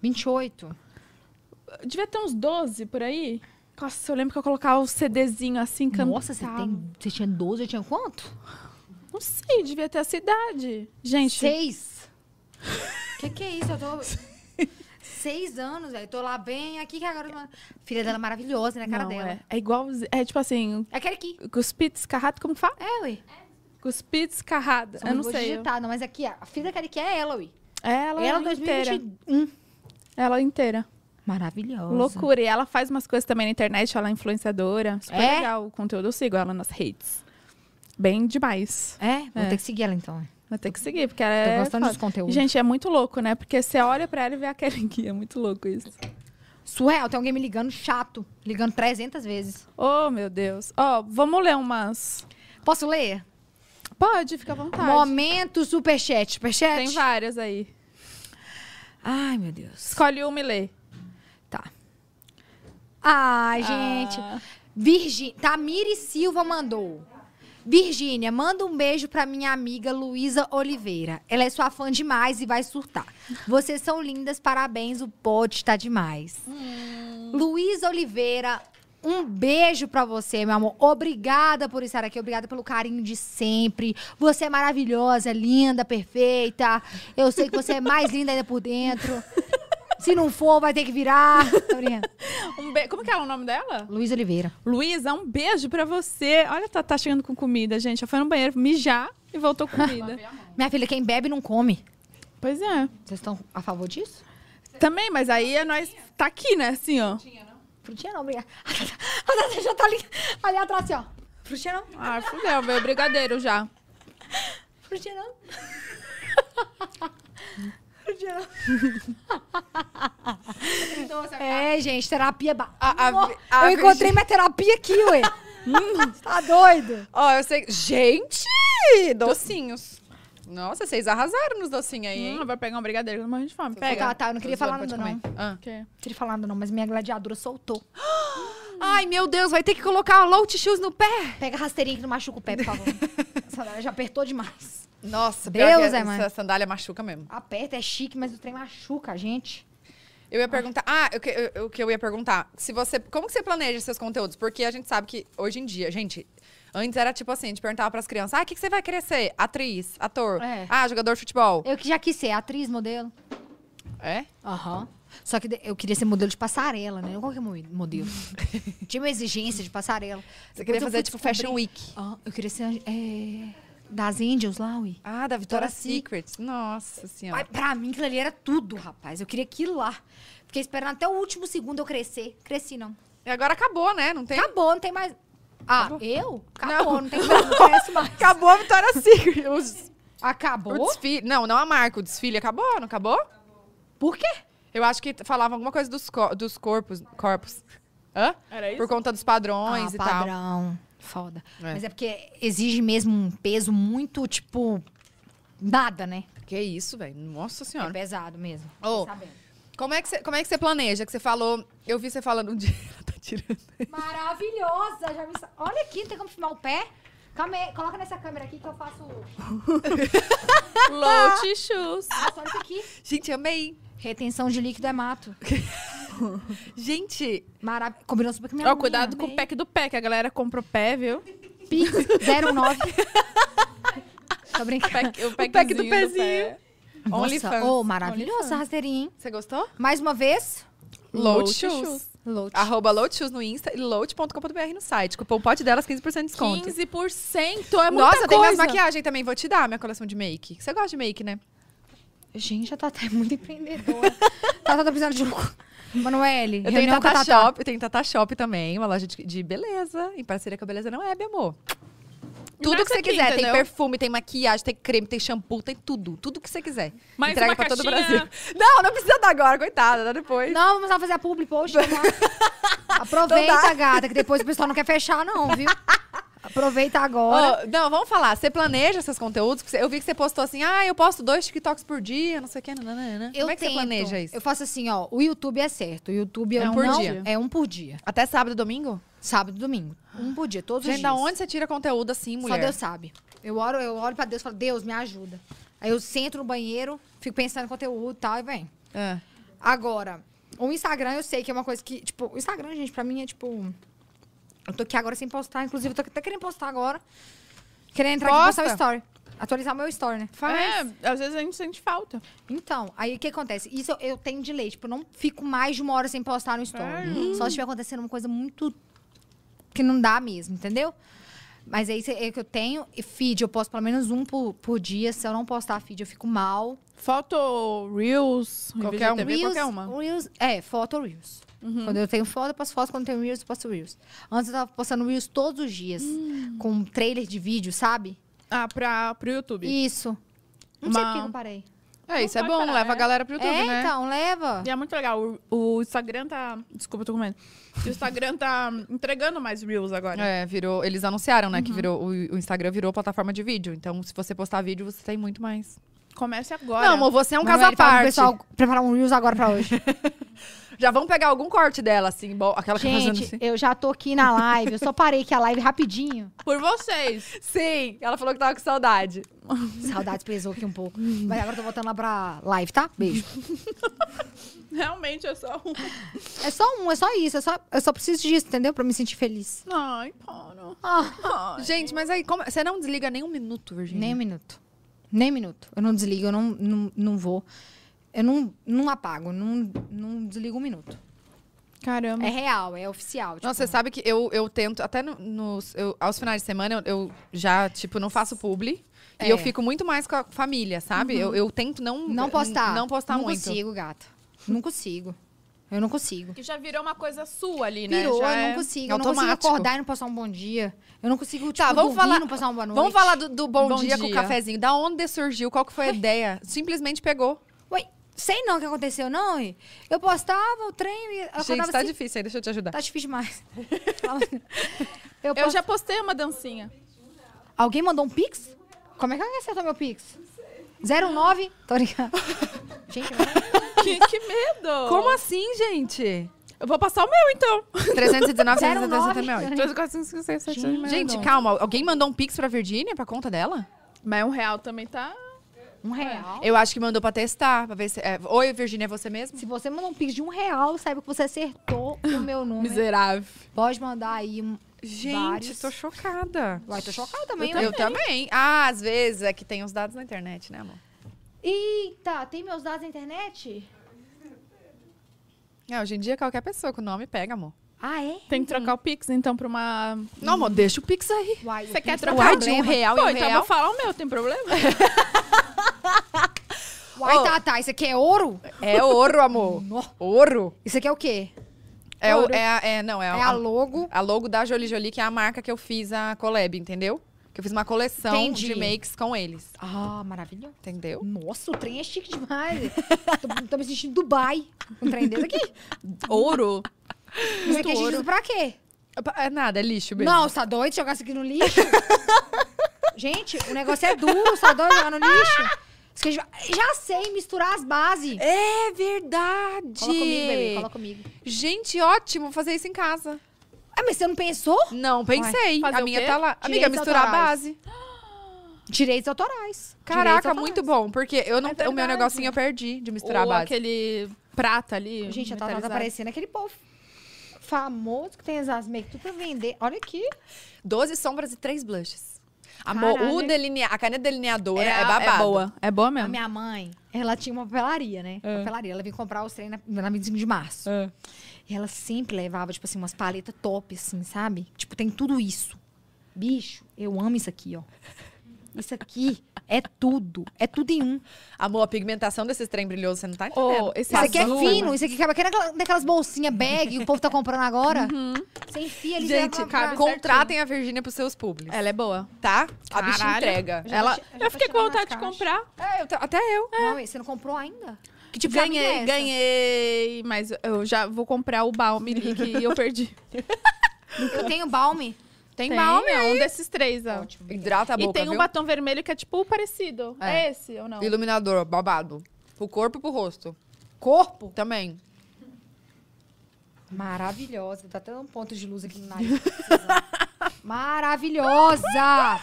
28. Devia ter uns 12 por aí. Nossa, eu lembro que eu colocava o CDzinho assim, cantava. Nossa, você, tem, você tinha 12, eu tinha quanto? Não sei, devia ter a cidade. Gente, Seis. que que é isso? Eu tô... Seis anos, velho. Tô lá bem, aqui que agora... Filha dela é maravilhosa, né? A cara não, dela. É, é igual... É tipo assim, É aquele aqui. cuspir descarrado, como fala? É, ui. Cuspir descarrado. Só eu não vou sei. eu- digitar, não, mas aqui, ó, a filha daquele aqui é ela, ui. Ela, Ela, inteira. 2021. Ela inteira. Maravilhosa. Loucura. E ela faz umas coisas também na internet, ela é influenciadora. Super É? legal o conteúdo. Eu sigo ela nas redes. Bem demais. É? Vou É. ter que seguir ela, então. Vai ter que seguir, porque ela Tô é. gostando foda. dos conteúdos. Gente, é muito louco, né? Porque você olha pra ela e vê a Karen Gui. É muito louco isso. Surreal, tem alguém me ligando chato. Ligando 300 vezes. Oh, meu Deus. Ó, vamos ler umas. Posso ler? Pode, fica à vontade. Momento superchat. Superchat? Tem várias aí. Ai, meu Deus. Tá. Escolhe uma e lê. Ai, gente. Ah. Virgi... Tamiri Silva mandou. Virgínia, manda um beijo pra minha amiga Luísa Oliveira. Ela é sua fã demais e vai surtar. Vocês são lindas, parabéns, o pod tá demais. Luísa Oliveira, um beijo pra você, meu amor. Obrigada por estar aqui, obrigada pelo carinho de sempre. Você é maravilhosa, linda, perfeita. Eu sei que você é mais linda ainda por dentro. Se não for, vai ter que virar. Tô brincando. Um be... Como que é o nome dela? Luísa Oliveira. Luísa, um beijo pra você. Olha, tá, tá chegando com comida, gente. Ela foi no banheiro mijar e voltou com comida. Minha filha, quem bebe não come. pois é. Vocês estão a favor disso? Também, mas aí é nós tá aqui, né? Assim, ó. Frutinha não, obrigada. A Tata já tá ali, ali atrás, assim, ó. Frutinha não, Ah, fudeu, veio brigadeiro já. frutinha não. Frutinha não. É, gente, terapia... Ba... A- a- Nossa, a- Hum, eu a encontrei Virgínia- minha terapia aqui, ué. Você tá doido? Ó, eu sei. Gente! Docinhos. Nossa, vocês arrasaram nos docinhos aí, hein? Hum, vai pegar um brigadeiro, eu morro de fome. Tá, Pega. tá, eu não queria Tô zoando, falar pode nada, não. Não comer. Ah. Ok. queria falar nada, não, mas minha gladiadora soltou. Ai, meu Deus, vai ter que colocar low shoes no pé. Pega a rasteirinha que não machuca o pé, por favor. Essa galera já apertou demais. Nossa, Deus, pior que é, mãe. essa sandália machuca mesmo. Aperta, é chique, mas o trem machuca a gente. Eu ia perguntar. Ah, o que eu, eu- o que eu ia perguntar? Se você, como que você planeja seus conteúdos? Porque a gente sabe que hoje em dia, gente. Antes era tipo assim, a gente perguntava pras crianças: ah, o que, que você vai querer ser? Atriz, ator, É. ah, jogador de futebol. Eu que já quis ser atriz, modelo. É? Aham. Só que de- eu queria ser modelo de passarela, né? Não qualquer mo- modelo. Tinha uma exigência de passarela. Você Depois queria eu fazer fui tipo descobrir- Fashion Week. Ah, eu queria ser é, das Angels lá, ui. Ah, da Vitória Victoria's Secret. Nossa senhora. Mas pra mim aquilo ali era tudo, rapaz. Eu queria aquilo lá. Fiquei esperando até o último segundo eu crescer. Cresci, não. E agora acabou, né? Não tem. Acabou, não tem mais... Ah, eu? Acabou, não, tem mais, não cresce mais. Acabou a Vitória Secret. Os- Acabou? O desfile. Não, não a marca. O desfile acabou, não acabou? Por quê? Eu acho que falavam alguma coisa dos, co- dos corpos. Corpos. Hã? Era isso? Por conta dos padrões ah, e tal. padrão. Foda. É. Mas é porque exige mesmo um peso muito, tipo, nada, né? Que isso, velho. Nossa É senhora. pesado mesmo. Ô, Sabendo. como, é que você, como é que você planeja? Que você falou. Eu vi você falando um dia. Ela tá tirando. Maravilhosa! Já me... sa- Olha aqui, não tem como filmar o pé. Calma aí, coloca nessa câmera aqui que eu faço. Nossa, Low shoes. olha isso aqui. Gente, amei. Retenção de líquido é mato. Gente, Maravilhoso. Combinou super com minha né? Ó, unha, cuidado com o amei. pack do pé, que a galera compra o pé, viu? Pix 09. Tô brincando. Pack- o, pack do packzinho pezinho. pé. Nossa, OnlyFans. oh, maravilhosa a rasteirinha, hein? você gostou? Mais uma vez, Load Load Shoes. Shoes. Lout. Arroba Load Shoes no Insta e load.com.br no site. Cupom pode delas 15% de desconto. 15% é muita Nossa, coisa. tem mais maquiagem também. Vou te dar minha coleção de make. Você gosta de make, né? Gente, a Tatá é muito empreendedora. Tatá tá precisando de um... Manoel, Eu tenho Tata Shop, eu tenho Tata Shop também, uma loja de, de beleza, em parceria com a Beleza Não É, meu amor. E Tudo que nessa você aqui, quiser, tem entendeu? perfume, tem maquiagem, tem creme, tem shampoo, tem tudo, tudo que você quiser. Mais Entrega uma pra todo o caixinha. Brasil. Não, não precisa dar agora, coitada, dá depois. tá? Não, vamos lá fazer a publi post. vamos lá. Aproveita, gata, que depois o pessoal não quer fechar, não, viu? Aproveita agora. Ô, não, vamos falar. Você planeja seus conteúdos? Porque você- Eu vi que você postou assim, ah, eu posto dois TikToks por dia, não sei o que. nananana. Eu Como é que tento. você planeja isso? Eu faço assim, ó. O YouTube é certo. O YouTube eu É um por não- dia. É um por dia. Até sábado e domingo? Sábado e domingo. Um por dia, todos os Gente, da dias. onde você tira conteúdo assim, mulher? Só Deus sabe. Eu oro, eu oro pra Deus e falo, Deus, me ajuda. Aí eu sento no banheiro, fico pensando em conteúdo e tal, e vem. Ah. Agora, O Instagram, eu sei que é uma coisa que, tipo, o Instagram, gente, pra mim é tipo. Eu tô aqui agora sem postar, inclusive, eu tô até querendo postar agora. Querendo entrar Posta. aqui e postar o story. Atualizar meu story, né? É, às vezes a gente sente falta. Então, aí o que acontece? Isso eu, eu tenho de lei. Tipo, eu não fico mais de uma hora sem postar no story. Só se estiver acontecendo uma coisa muito. que não dá mesmo, entendeu? Mas aí cê- é que eu tenho. E feed, eu posto pelo menos um por, por dia. Se eu não postar feed, eu fico mal. Foto, Reels, Qualquer um. IBGTV, Reels, qualquer uma. Reels, é, foto Reels. Quando eu tenho foto, eu posto foto. Quando eu tenho Reels, eu posto Reels. Antes eu tava postando Reels todos os dias. Com um trailer de vídeo, sabe? Ah, pra, pro YouTube. Isso. Não sei Uma- por que que eu parei. É, isso é pode bom, parar, leva né? a galera pro YouTube, é, né? então, leva. E é muito legal. O, o Instagram tá. Desculpa, eu tô comendo. O Instagram tá entregando mais Reels agora. É, virou. Eles anunciaram, Uhum. né? Que virou, o, o Instagram virou plataforma de vídeo. Então, se você postar vídeo, você tem muito mais. Comece agora. Não, amor, você é um caso à Manoel, ele fala pro parte. pessoal preparar um Reels agora pra hoje. Já vamos pegar algum corte dela, assim, bom, aquela que tá fazendo Gente, assim. eu já tô aqui na live. Eu só parei aqui a live rapidinho. Por vocês. Sim, ela falou que tava com saudade. Saudades pesou aqui um pouco. Mas agora eu tô voltando lá pra live, tá? Beijo. Realmente é só um. É só um, é só isso. É só, eu só preciso disso, entendeu? Pra me sentir feliz. Ai, pano. Gente, mas aí, como- você não desliga nem um minuto, Virginia? Nem um minuto. Nem um minuto. Eu não desligo, eu não, não, não vou. Eu não, não apago, não, não desligo um minuto. Caramba. É real, é oficial. tipo, Nossa, você sabe que eu, eu tento, até no- nos, eu- aos finais de semana, eu, eu já, tipo, não faço publi. É. Uhum. E eu fico muito mais com a família, sabe? Eu, eu tento não... não postar. Não postar é não muito. consigo, gata. Não consigo. Eu não consigo. Que já virou uma coisa sua ali, né? Pirou, já eu é- não consigo. Eu não consigo automático. acordar e não passar um bom dia. Eu não consigo, tipo, Tá, vamos dormir e falar- não passar uma boa noite. Vamos falar do, do bom, Bom dia, com o dia. cafezinho. Da onde surgiu? Qual que foi a ideia? Simplesmente pegou. Ué, sei não o que aconteceu, não. e Eu postava o trem e eu Gente, acordava tá assim, difícil aí, deixa eu te ajudar. Tá difícil demais. Fala. eu Eu posto- já postei uma dancinha. Alguém mandou um pix? Como é que alguém acertou meu pix? 09? Tô ligado. Gente, mas- que, que medo! Como assim, gente? Eu vou passar o meu, então. 319, 09. 378. Gente, calma. Alguém mandou um pix pra Virgínia, pra conta dela? Mas um real também tá... Um real? Eu acho que mandou pra testar, pra ver se... é, Oi, Virgínia, é você mesmo? Se você mandou um pix de um real, saiba que você acertou o meu número. Miserável. Pode mandar aí um... Gente, Vários. tô chocada. Uai, tô chocada também. né? Eu, ué. também. Ah, às vezes é que tem os dados na internet, né, amor? Eita, tem meus dados na internet? É, hoje em dia qualquer pessoa com nome pega, amor. Ah, é? Tem que trocar o Pix, então, pra uma... Não, amor, deixa o pix aí. Uai, Você eu quer tenho- trocar de um real e Pô, um então eu real? vou falar o meu, tem problema? Uai, Ô. tá, tá. Isso aqui é ouro? É ouro, amor. Ouro. Isso aqui é o quê? É, o- Ouro. é, a- é, não, é, É a logo. a logo da Jolie Jolie, que é a marca que eu fiz a collab, entendeu? Que eu fiz uma coleção Entendi. de makes com eles, Ah, maravilhoso. entendeu? Nossa, o trem é chique demais. tô, tô me sentindo em Dubai. Um trem desse aqui. Ouro? Isso aqui a gente usa pra quê? É nada, é lixo mesmo. Não, você tá doido de jogar isso aqui no lixo? gente, o negócio é duro, você tá doido de jogar no lixo? Isso aqui a gente- Já sei misturar as bases. É verdade. Cola comigo, bebê, cola comigo. Gente, ótimo, vou fazer isso em casa. Ah, mas você não pensou? Não, pensei. fazer a o minha quê? tá lá. Amiga, Direitos misturar a autorais. base. Direitos autorais. Caraca, Direitos muito bom, porque eu não, É o meu verdade. negocinho eu perdi de misturar Ou a base. aquele prata ali. autorais. Gente, a Tatá tá metalizado. parecendo aquele povo famoso que tem as as make tudo pra vender. Olha aqui. 12 sombras e 3 blushes. Amor, o Caralho. delinea... a caneta delineadora é, a- babado. boa. É boa A mesmo. minha mem, ela tinha uma papelaria, né? Papelaria. Ela vinha comprar os trem na, na 25 de março. E ela sempre levava, tipo assim, umas paletas top, assim, sabe? Tipo, tem tudo isso. Bicho, eu amo isso aqui, ó. Isso aqui é tudo. É tudo em um. Amor, a pigmentação desses trem brilhosos, você não tá entendendo. Ô, esse Isso aqui é azul- né? fino. Isso aqui cabe aqui naquela- naquelas bolsinhas bag que o povo tá comprando agora. Você enfia ali. você Gente, vai pra- pra- contratem a Virgínia pros seus públicos, Ela é boa. tá? A bicha Caralho. entrega. Já Ela... tá che- já tá Eu fiquei com chegando nas vontade de caixas. comprar. É, eu t- até eu. Não, você não comprou ainda? Que tipo de amiga é Ganhei, essa? ganhei. Mas eu já vou comprar o balme que eu perdi. Eu tenho balme. Tem, é um desses três, ó. Ótimo. Hidrata a e boca, tem um Tá viu? batom vermelho que é tipo parecido. É, esse ou não? Iluminador, babado. Pro corpo e pro rosto. Corpo. Também. Maravilhosa. Tá até um ponto de luz aqui no nariz. tá Maravilhosa!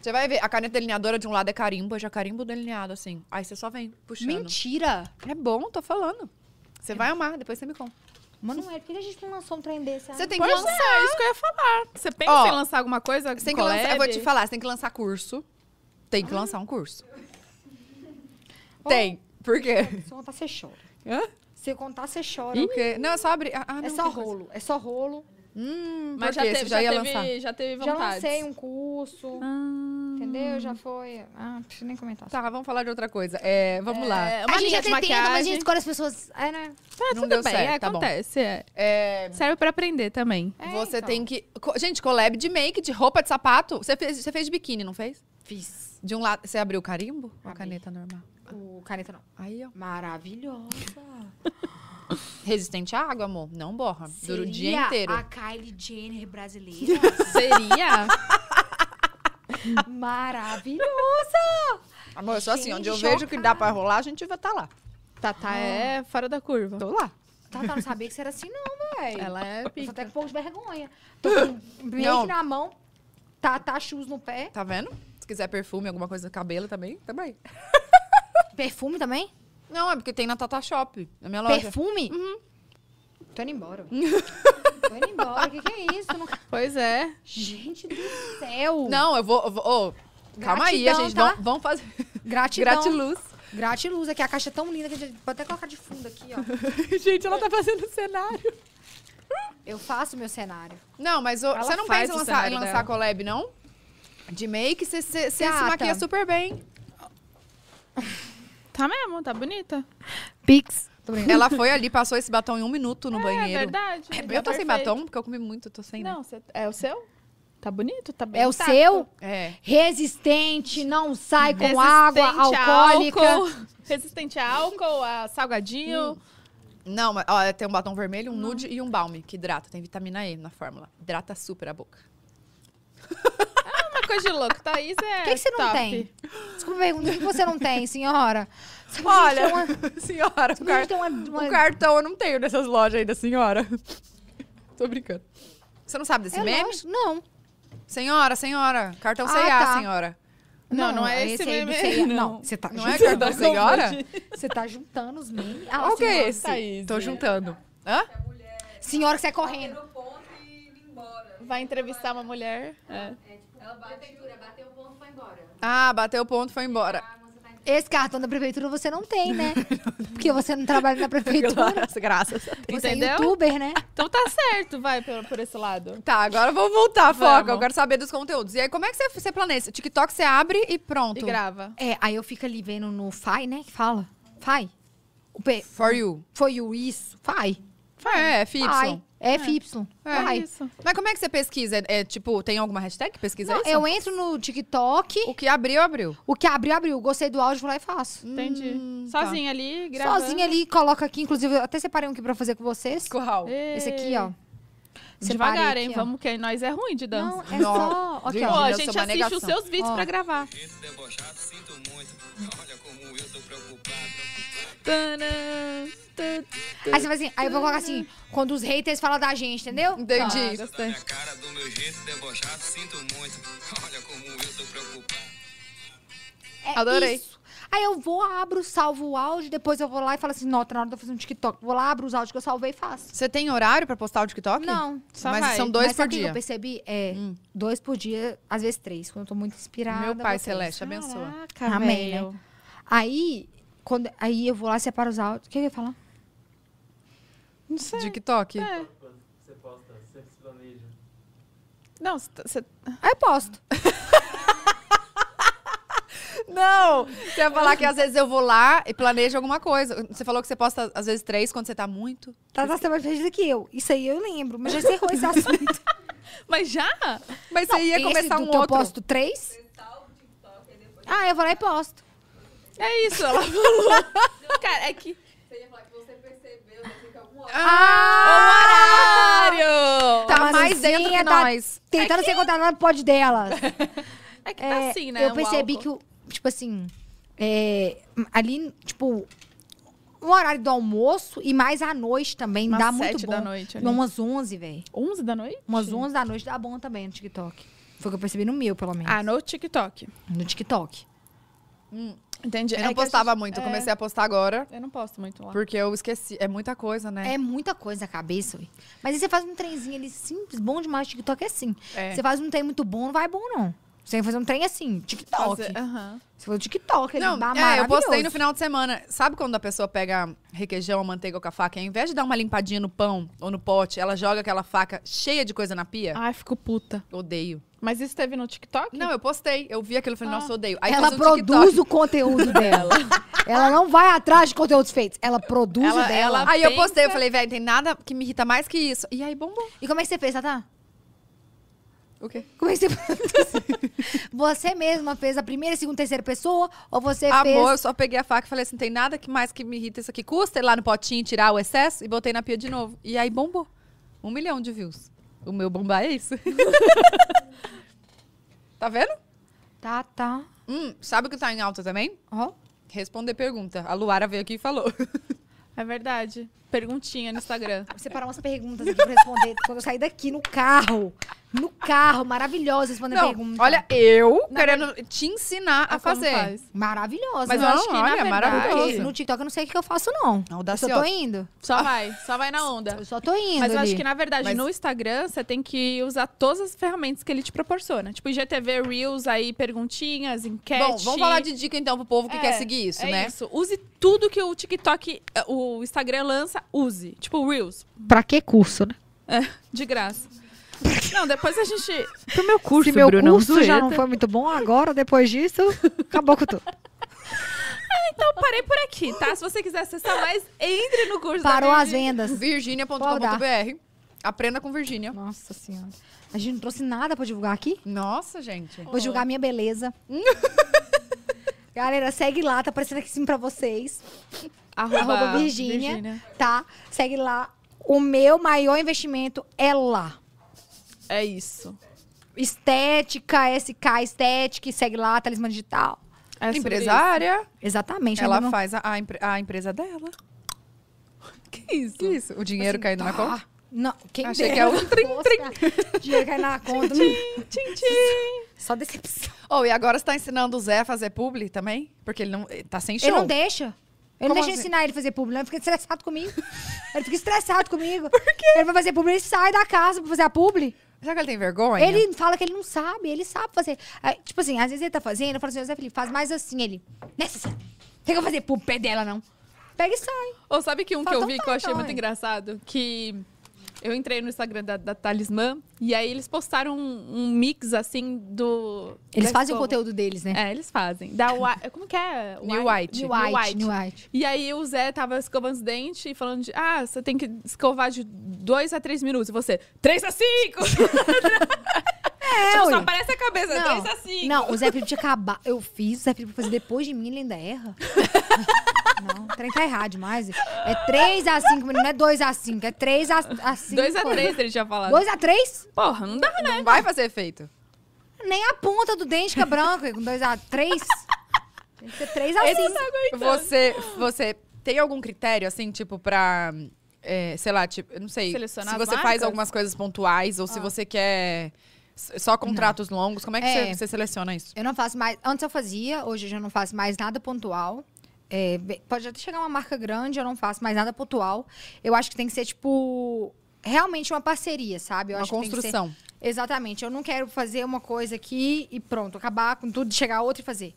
Você vai ver, a caneta delineadora de um lado é carimbo, já carimbo delineado, assim. Aí você só vem puxando. Mentira! É bom, tô falando. Você vai amar, depois você me conta. Mas não é, por que a gente não lançou um trem desse? Você Você... tem que Pois lançar. é, isso que eu ia falar. Você pensa Ó, em lançar alguma coisa? é, Você tem que lançar, eu vou te falar, você tem que lançar curso. Tem que lançar um curso. Tem. Por quê? Se eu contar, você chora. Hã? Se eu contar, você chora. Porque... Não, é só abrir. Ah, ah, não, é só que coisa. rolo, é só rolo. Hum, Mas já por quê? teve, você já ia teve, lançar. Já teve Já vontade. lancei um curso, entendeu? Já foi... Ah, não preciso nem comentar. Ah. Tá, vamos falar de outra coisa. É, vamos lá. É, uma linha de maquiagem. escolhe as pessoas... É, né? Tá, Não tudo deu bem, certo, é, tá bom. acontece. é. É, Serve pra aprender também. É, você então. tem que. co- Gente, collab de make, de roupa, de sapato. Você fez, você fez de biquíni, não fez? Fiz. De um lado. Você abriu o carimbo? Ou a Abri. caneta normal? O caneta não. Aí, ó. Maravilhosa. Resistente à água, amor. Não borra. Dura o dia Seria inteiro. a Kylie Jenner brasileira. Seria? Maravilhosa. Amor, eu sou assim, Gente, onde eu vejo que dá pra rolar, a gente vai estar lá. Ah. Tatá é fora da curva. Tô lá. Tata, eu não sabia que você era assim não, velho. Ela é Eu tô pica. até com um pouco de vergonha. Tô com make Não. na mão, Tata shoes no pé. Tá vendo? Se quiser perfume, alguma coisa no cabelo também, também. Perfume também? Não, é porque tem na Tata Shop, na minha loja. Perfume? Uhum. Tô indo embora. velho. Tô indo embora. O que, que é isso? Eu nunca- Pois é. Gente do céu. Não, eu vou. Eu vou ô, calma aí, a Gratidão, gente. tá? Vamos, vamos fazer. Gratidão. Gratiluz. Gratiluz. Aqui a caixa é tão linda que a gente pode até colocar de fundo aqui, ó. gente, ela tá fazendo cenário. Eu faço meu cenário. Não, mas ô, Ela você não faz pensa em o lançar, cenário em lançar dela. collab, não? De make, você você- você se Gata. maquia super bem. Tá mesmo, tá bonita. Pix. Ela foi ali, passou esse batom em um minuto no É banheiro. verdade. Eu tô sem Perfeito. batom, porque eu comi muito, eu tô sem. né? Não, cê- é o seu? Tá bonito, tá bem É o intacto. seu? É. Resistente, não sai com Resistente água a alcoólica. Hum. álcool, resistente a álcool, a salgadinho. Não, mas ó, tem um batom vermelho, um nude e um balme, que hidrata. Tem vitamina E na fórmula. Hidrata super a boca. Uma coisa de louco. Thaís é O que, que você não top. tem? Desculpa a pergunta, o que que você não tem, senhora? Sabe que Olha, A gente senhora, um, tem uma- a car- gente tem uma, uma- um cartão eu não tenho nessas lojas ainda, senhora. Tô brincando. Você não sabe desse É meme? lógico, Não. Senhora, senhora. Cartão Ah, C&A, tá. senhora. Não, não, é esse, aí do meme. ceia- não. Não, você tá, Não é juntando- cartão senhora? você tá juntando os memes. Ah, Qual que senhora. é esse? Thaís, Tô né? juntando. Hã? A mulher Senhora que sai bateu correndo. no ponto e indo embora. Vai entrevistar uma mulher. É. Ela bateu, bateu o ponto e foi embora. Ah, bateu o ponto, foi embora. Esse cartão da prefeitura você não tem, né? Porque você não trabalha na prefeitura. Graças, graças. Você é Entendeu? youtuber, né? Então tá certo, vai por, por esse lado. Tá, agora vamos voltar, foca. Vamos. Eu quero saber dos conteúdos. E aí, como é que você, você planeia? O TikTok você abre e pronto. E grava. É, aí eu fico ali vendo no Fai, né? Que fala. Fai. O P. For you. Foi o isso. Fai. É, FY. Fai. FY. É. Fai. isso. Mas como é que você pesquisa? É, tipo, tem alguma hashtag que pesquisa Não, isso? eu entro no TikTok, O que abriu, abriu. o que abriu, abriu. Gostei do áudio, vou lá e faço. Entendi. tá. Sozinha ali, gravando. Hum, Sozinha ali, coloca aqui. Inclusive, eu até separei um aqui pra fazer com vocês. Curral. Ei. Esse aqui, ó. Separei Devagar, hein? aqui, ó. Vamos que nós é ruim de dança. Não, é Não. só... Aqui, Gente, Pô, ó. eu a sou gente uma assiste os negação. seus vídeos Ó. pra gravar. Esse debochado, sinto muito. Olha como eu tô preocupado. Tanã, tã, tã. Aí você vai assim... Aí eu vou colocar assim... Quando os haters falam da gente, entendeu? Entendi. Ah, Da gostei. minha cara, do meu jeito debochado, sinto muito. Olha como eu tô preocupado. É Adorei. isso. Aí eu vou, abro, salvo o áudio. Depois eu vou lá e falo assim... Nota, na hora de eu fazer um TikTok. Vou lá, abro os áudios que eu salvei e faço. Você tem horário pra postar o TikTok? Não. Só Mas vai. são dois Mas por sabe o que dia. Hum. eu percebi? É, dois por dia, às vezes três. Quando eu tô muito inspirada. Meu pai eu vou três. celeste, abençoa. Caraca, Amém, velho. né? Aí, quando, aí eu vou lá, separo os áudios. O que eu ia falar? Não sei. TikTok? É. Você posta, você se planeja. Não, tá, você Ah, Aí eu posto. Não! Você ia falar que às vezes eu vou lá e planejo alguma coisa. Você falou que você posta às vezes três quando você tá muito. Tá, tá, você é mais perdida que eu. Isso aí eu lembro. Mas já encerrou esse assunto. Mas já? Mas você ia Esse começar do um que outro. eu posto três? Ah, eu vou lá e posto. É isso, ela falou. Cara, é que. Você ia falar que você percebeu, né? Fica algum hora. Ah! Horário! Tá Mas mais Lucinha dentro que tá nós. Tentando ser contada no pod dela. É que tá assim, né? Eu percebi que, o- tipo assim, é, ali, tipo, o horário do almoço e mais à noite também Umas dá muito sete bom. da noite ali. Umas 11, velho. 11 da noite? Umas 11 da noite dá bom também no Ah. TikTok. Foi o que eu percebi no meu, pelo menos. Ah, no TikTok. No TikTok. Entendi. Eu É não que a postava gente- muito, eu é. comecei a postar agora, Eu não posto muito lá. porque eu esqueci. É muita coisa, né? É muita coisa na cabeça, ué. Mas aí você faz um trenzinho ali simples, bom demais, TikTok é assim. É. Você faz um trem muito bom, não vai bom, não. Você tem que fazer um trem assim, TikTok. Fazer- Aham. Você faz o TikTok, ele é. Não, dá é, eu postei maravilhoso. no final de semana. Sabe quando a pessoa pega requeijão, a manteiga ou com a faca, e ao invés de dar uma limpadinha no pão ou no pote, ela joga aquela faca cheia de coisa na pia? Ai, fico puta. Odeio. Mas isso teve no TikTok? Não, eu postei, eu vi aquilo e falei, Ah. nossa, odeio. Aí ela fiz um produz TikTok. o conteúdo dela. ela não vai atrás de conteúdos feitos. Ela produz o Ela- dela. ela- Aí eu pensa- postei, eu falei, velho, tem nada que me irrita mais que isso. E aí bombou. E como é que você fez, Tatá? O quê? Como é que você Você mesma fez a primeira, segunda, terceira pessoa? Ou você Amor, eu fez... só peguei a faca e falei assim, tem nada que mais que me irrita isso aqui. Custa ir lá no potinho, tirar o excesso e botei na pia de novo. E aí bombou. Um milhão de views. O meu bombar é isso. tá vendo? Tá, tá. Hum, sabe o que tá em alta também? Ó. Responder pergunta. A Luara veio aqui e falou. É verdade. Perguntinha no Instagram. Vou separar umas perguntas aqui pra responder quando eu sair daqui no carro. No carro, maravilhosa respondendo Não, pergunta. olha, eu querendo te ensinar a É como fazer. faz. Maravilhosa. Mas eu não, acho que, na olha, verdade, Porque maravilhoso. no TikTok eu não sei o que eu faço, não. Eu só tô Audaciosa. indo. Só vai, só vai na onda. Eu só tô indo. Mas eu ali. acho que, na verdade, Mas- no Instagram, você tem que usar todas as ferramentas que ele te proporciona. Tipo, IGTV, Reels, aí perguntinhas, enquete. Bom, vamos falar de dica então pro povo que É, quer seguir isso, é né? Isso. Use tudo que o TikTok, eh, o Instagram lança, use. Tipo, Reels, Pra que curso, né? É. de graça. Não, depois a gente. Pro meu curso, Se meu curso já não foi muito bom agora, depois disso, acabou com tudo. Então parei por aqui, tá? Se você quiser acessar mais, entre no curso. da Parou as Virgínia. vendas. Pode Virginia.com.br. Aprenda com Virgínia. Nossa senhora. A gente não trouxe nada pra divulgar aqui. Nossa, gente. Vou julgar minha beleza. Galera, segue lá, tá aparecendo aqui sim pra vocês. Arroba Virgínia. Tá? Segue lá. O meu maior investimento é lá. É isso. Estética, SK Estética, segue lá, Talismã Digital. É sobre Empresária. Exatamente. Ela ainda não- faz a, a, empre- a empresa dela. Que isso? O dinheiro Assim, caindo na tá. é conta? Não, quem Achei dera que é um se trim, fosse, cara. Dinheiro cai na conta. isso. Tchim, tchim. Só decepção. Oh, e agora você tá ensinando o Zé a fazer publi também? Porque ele não ele tá sem show. Ele não deixa. Como Ele não deixa assim? ensinar ele a fazer publi, não. Ele fica estressado comigo. ele fica estressado comigo. Por quê? Ele vai fazer publi, ele sai da casa pra fazer a publi. Será que ele tem vergonha? Ele fala que ele não sabe, ele sabe fazer. Aí, tipo assim, às vezes ele tá fazendo, eu falo assim, José Felipe, faz mais assim, ele. Nessa, não tem que fazer pro pé dela, não. Pega e sai. Ou sabe que um que Faltou eu vi um que eu achei tamanho. muito engraçado? Que eu entrei no Instagram da, da Talismã e aí eles postaram um, um mix assim do. Eles da fazem o escova. conteúdo deles, né? É, eles fazem. Da Wi- Como que é? New White. New White, White. New White. E aí o Zé tava escovando os dentes e falando de... Ah, você tem que escovar de 2 a 3 minutos. E você... 3 a 5! É, tipo, só ué. aparece a cabeça. 3 a 5! não, o Zé Felipe tinha acabado. Eu fiz, o Zé Felipe foi fazer depois de mim, ele ainda erra. não, o trem tá errado demais. É 3x5, não é 2x5, é 3x5. 2 a 3 ele tinha falado. 2x3? Porra, não dá, né? Não vai fazer efeito. Nem a ponta do dente que é branca, com 2x3. Tem que ser 3x5. Ele não tá aguentando. Você, você tem algum critério, assim, tipo, pra. é, sei lá, tipo, eu não sei. Selecionar se as você faz marcas? algumas coisas pontuais ou Ah. se você quer s- só contratos longos, como é que É. você, você seleciona isso? Eu não faço mais. Antes eu fazia, hoje eu já não faço mais nada pontual. É, be- pode até chegar uma marca grande, eu não faço mais nada pontual. Eu acho que tem que ser, tipo, realmente uma parceria, sabe? Eu Uma acho que tem que ser- construção. Exatamente. Eu não quero fazer uma coisa aqui e pronto, acabar com tudo, chegar a outra e fazer.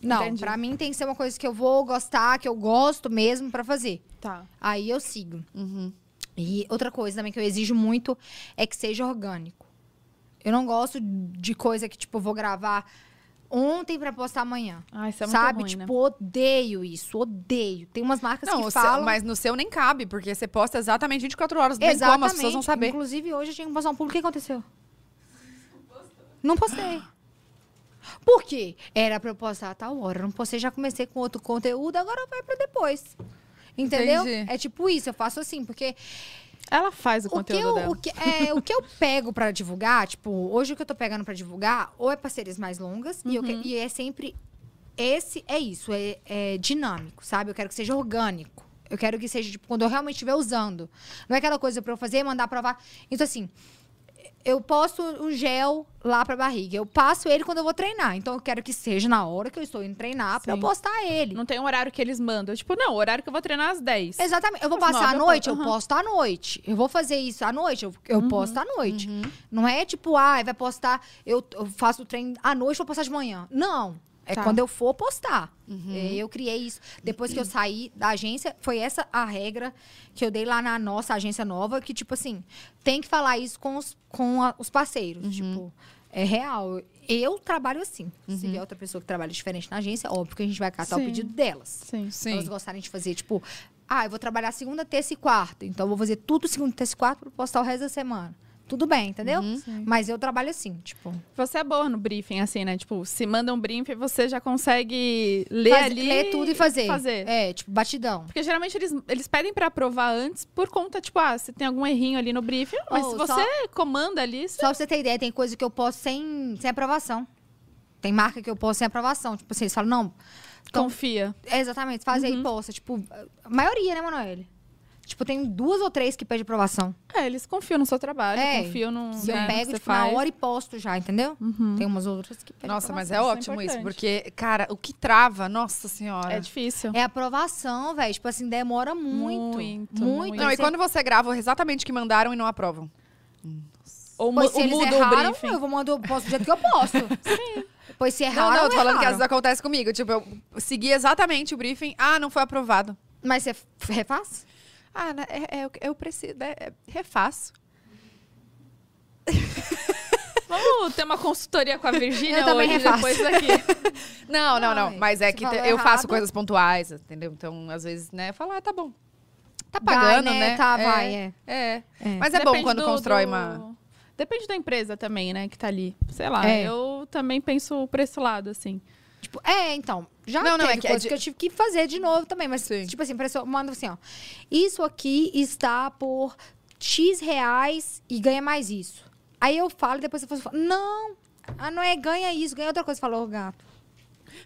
Não, Entendi. pra mim tem que ser uma coisa que eu vou gostar, que eu gosto mesmo pra fazer. Tá. Aí eu sigo. Uhum. E outra coisa também que eu exijo muito é que seja orgânico. Eu não gosto de coisa que, tipo, eu vou gravar ontem pra postar amanhã. Ah, isso é muito Sabe? ruim, tipo, né? odeio isso, odeio. Tem umas marcas Não, é que o seu- falam... mas no seu nem cabe, porque você posta exatamente 24 horas. Não tem como, as pessoas vão saber. Inclusive, hoje eu tinha que postar um público. O que aconteceu? Não postei. Por quê? Era pra eu postar a tal hora. Eu não postei, já comecei com outro conteúdo, agora vai pra depois. Entendeu? Entendi. É tipo isso, eu faço assim, porque Ela faz o o que, conteúdo eu, dela. o, que, é, o que eu pego pra divulgar, tipo, hoje o que eu tô pegando pra divulgar, ou é parcerias mais longas, e, eu Uhum. que- e é sempre. Esse é isso, é, é dinâmico, sabe? Eu quero que seja orgânico. Eu quero que seja, tipo, quando eu realmente estiver usando. Não é aquela coisa pra eu fazer, mandar provar. Então, assim, eu posto um gel lá pra barriga. Eu passo ele quando eu vou treinar. Então eu quero que seja na hora que eu estou indo treinar pra eu Sim. postar ele. Não tem um horário que eles mandam. Tipo, não, o horário que eu vou treinar às 10. Exatamente. Eu vou Às passar nove a eu noite, eu posto, aham. Uhum. posto à noite. Eu vou fazer isso à noite, eu, eu posto à noite. Não é tipo, ah, vai postar, eu, eu faço o treino à noite, vou postar de manhã. Não. É Tá. Uhum. quando eu for postar. É, Eu criei isso. Depois que eu saí da agência, foi essa a regra que eu dei lá na nossa agência nova, que, tipo assim, tem que falar isso com os, com a- os parceiros. Uhum. Tipo, é real. Eu trabalho assim. Se vier outra pessoa que trabalha diferente na agência, óbvio que a gente vai catar o Uhum. Sim. pedido delas. Sim. Se elas gostarem de fazer, tipo, ah, eu vou trabalhar segunda, terça e quarta. Então eu vou fazer tudo segunda, terça e quarta pra postar o resto da semana. Tudo bem, entendeu? Uhum. Mas eu trabalho assim, tipo. Você é boa no briefing, assim, né? Tipo, se manda um briefing, você já consegue ler faz- ali. ler tudo e fazer. Fazer. É, tipo, batidão. Porque geralmente eles, eles pedem pra aprovar antes por conta, tipo, ah, se tem algum errinho ali no briefing. Mas Ou se você comanda ali, você... Só pra você ter ideia, tem coisa que eu posto sem, sem aprovação. Tem marca que eu posto sem aprovação. Tipo assim, eles falam, não. então- confia. é, exatamente, faz Uhum. aí, posta. Tipo, a maioria, né, Manoel? Tipo, tem duas ou três que pede aprovação. É, eles confiam no seu trabalho, É, confiam no. Se eu né, no que pego, você tipo, na faz. Uhum. hora e posto já, entendeu? Tem umas outras que pedem Nossa, mas é aprovação. ótimo isso, importante. porque, cara, o que trava, nossa senhora. É difícil. É aprovação, velho. Tipo assim, demora muito. Muito, Muito. muito. Não, e Você- quando você grava exatamente o que mandaram e não aprovam. Ou, mu- pois se ou eles muda o erraram, briefing. eu vou mandar, eu posso do jeito que eu posso. Pois se Não, erraram, não, é eu tô falando que às erraram. vezes acontece comigo. Tipo, eu segui exatamente o briefing, ah, não foi aprovado. Mas você f- refaz? Ah, né, é, é, eu- eu preciso, é, é, refaço. Vamos ter uma consultoria com a Virgínia Eu também hoje, refaço. depois daqui. Não, não, Ai, não, mas é você que falou te- eu faço errado. coisas pontuais, entendeu? Então, às vezes, né, eu falo, ah, tá bom. Tá Vai, pagando, né? né? Tá, vai, é. É. É. Mas é bom Depende quando do- constrói do- uma... Depende da empresa também, né, que tá ali. Sei lá, É. eu também penso pra esse lado, assim. Tipo, é, então. Já Não, não, não, teve é que é coisa de- que eu tive que fazer de novo também. Mas, Sim. tipo assim, a pessoa manda assim, ó. Isso aqui está por X reais e ganha mais isso. Aí eu falo e depois a pessoa fala, não, ah, não é ganha isso, ganha outra coisa. Falou, gato.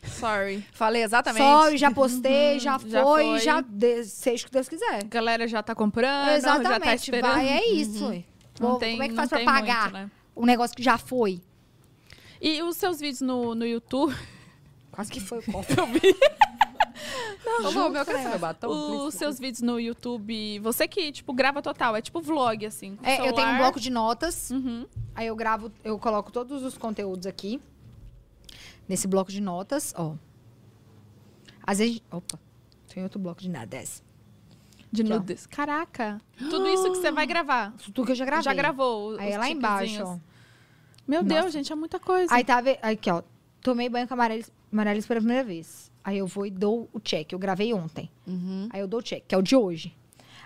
Sorry. Falei exatamente. Sorry, já postei, já foi, Uhum. já já, foi. de- seja o que Deus quiser. A galera já tá comprando, já tá Exatamente, esperando. vai, é isso. ué. Vou- como é que faz pra pagar muito, né? o negócio que já foi? E os seus vídeos no, no YouTube, Quase que foi o Ô, Lu, meu, eu quero saber o batom. os seus vídeos no YouTube, você que, tipo, grava total, é tipo vlog, assim. com é, Eu tenho um celular. bloco de notas, Uhum. aí eu gravo, eu coloco todos os conteúdos aqui. Nesse bloco de notas, ó. Às vezes. Opa, tem outro bloco de nada. Desce. De Aqui, ó. nudes. Caraca, tudo isso que você vai gravar. Isso tudo que eu já gravei. Já gravou os Aí é lá tiquezinhos. embaixo, ó. Meu Nossa. Deus, gente, é muita coisa. Aí tava. Aqui, ó. Tomei banho com amarelis, amarelis pela primeira vez. Aí eu vou e dou o check. Eu gravei ontem. Uhum. Aí eu dou o check, que é o de hoje.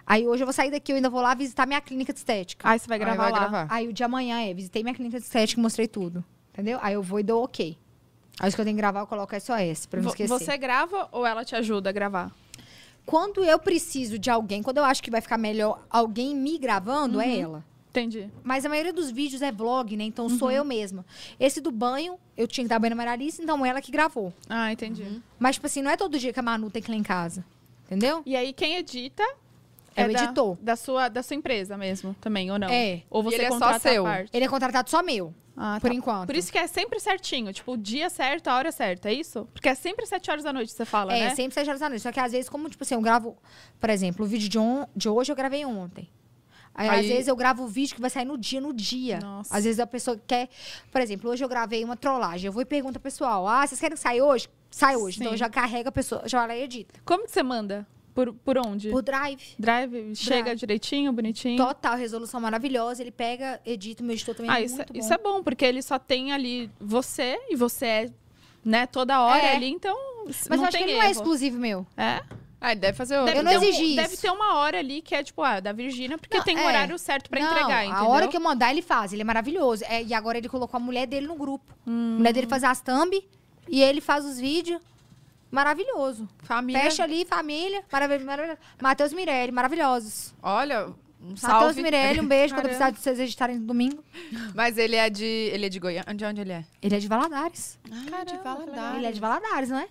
Aí hoje eu vou sair daqui, eu ainda vou lá visitar minha clínica de estética. Aí você vai Aí gravar vai lá. gravar. Aí o de amanhã é, visitei minha clínica de estética e mostrei tudo. Entendeu? Aí eu vou e dou ok. Aí os que eu tenho que gravar, eu coloco SOS, pra não Vo- esquecer. Você grava ou ela te ajuda a gravar? Quando eu preciso de alguém, quando eu acho que vai ficar melhor alguém me gravando, Uhum. é ela. Entendi. Mas a maioria dos vídeos é vlog, né? Então Uhum. sou eu mesma. Esse do banho, eu tinha que dar banho na Maralice, então ela que gravou. Ah, entendi. Mas, tipo assim, não é todo dia que a Manu tem que ir lá em casa. Entendeu? E aí quem edita É o da- editor. Da, sua, da sua empresa mesmo, também, ou não? É. Ou você E ele é só contrata seu. a parte? Ele é contratado só meu, Ah, por tá. enquanto. Por isso que é sempre certinho, tipo, o dia certo, a hora certa, é isso? Porque é sempre sete horas da noite, você fala, é, né? sempre sete horas da noite. Só que às vezes, como, tipo assim, eu gravo, por exemplo, o vídeo de, on- de hoje eu gravei ontem. Aí, Aí- às vezes, eu gravo o vídeo que vai sair no dia, no dia. Nossa. Às vezes a pessoa quer. Por exemplo, hoje eu gravei uma trollagem. Eu vou e pergunto ao pessoal: ah, vocês querem que saia hoje? Sai hoje. Então Sim. eu já carrega a pessoa, já vai lá e edita. Como que você manda? Por, por onde? Por drive. Drive? Chega direitinho, bonitinho? Total, resolução maravilhosa. Ele pega, edita, o meu editor também. Ah, é isso, muito bom. isso é bom, porque ele só tem ali você, e você é, né, toda hora É. ali, então s- Mas não eu acho que tem ele erro. não é exclusivo meu. É? Ah, ele deve fazer outro. Deve não ter um- exigi isso. Deve ter uma hora ali que é, tipo, ah, da Virgínia, porque Não, tem um é. horário certo pra Não, entregar, entendeu? A hora que eu mandar, ele faz. Ele é maravilhoso. É, e agora ele colocou a mulher dele no grupo. Hum. A mulher dele faz as thumb e ele faz os vídeos. Maravilhoso. Família. Fecha ali, família. Maravil... maravil- Matheus Mirelli, maravilhosos. Olha, um Matheus salve. Mirelli, um beijo. Quando eu precisar Caramba. de vocês editarem no domingo. Mas ele é de. Ele é de Goiânia. De onde ele é? Ele é de Valadares. Ah, de Caramba, que legal. é? Ele é de Valadares, não é?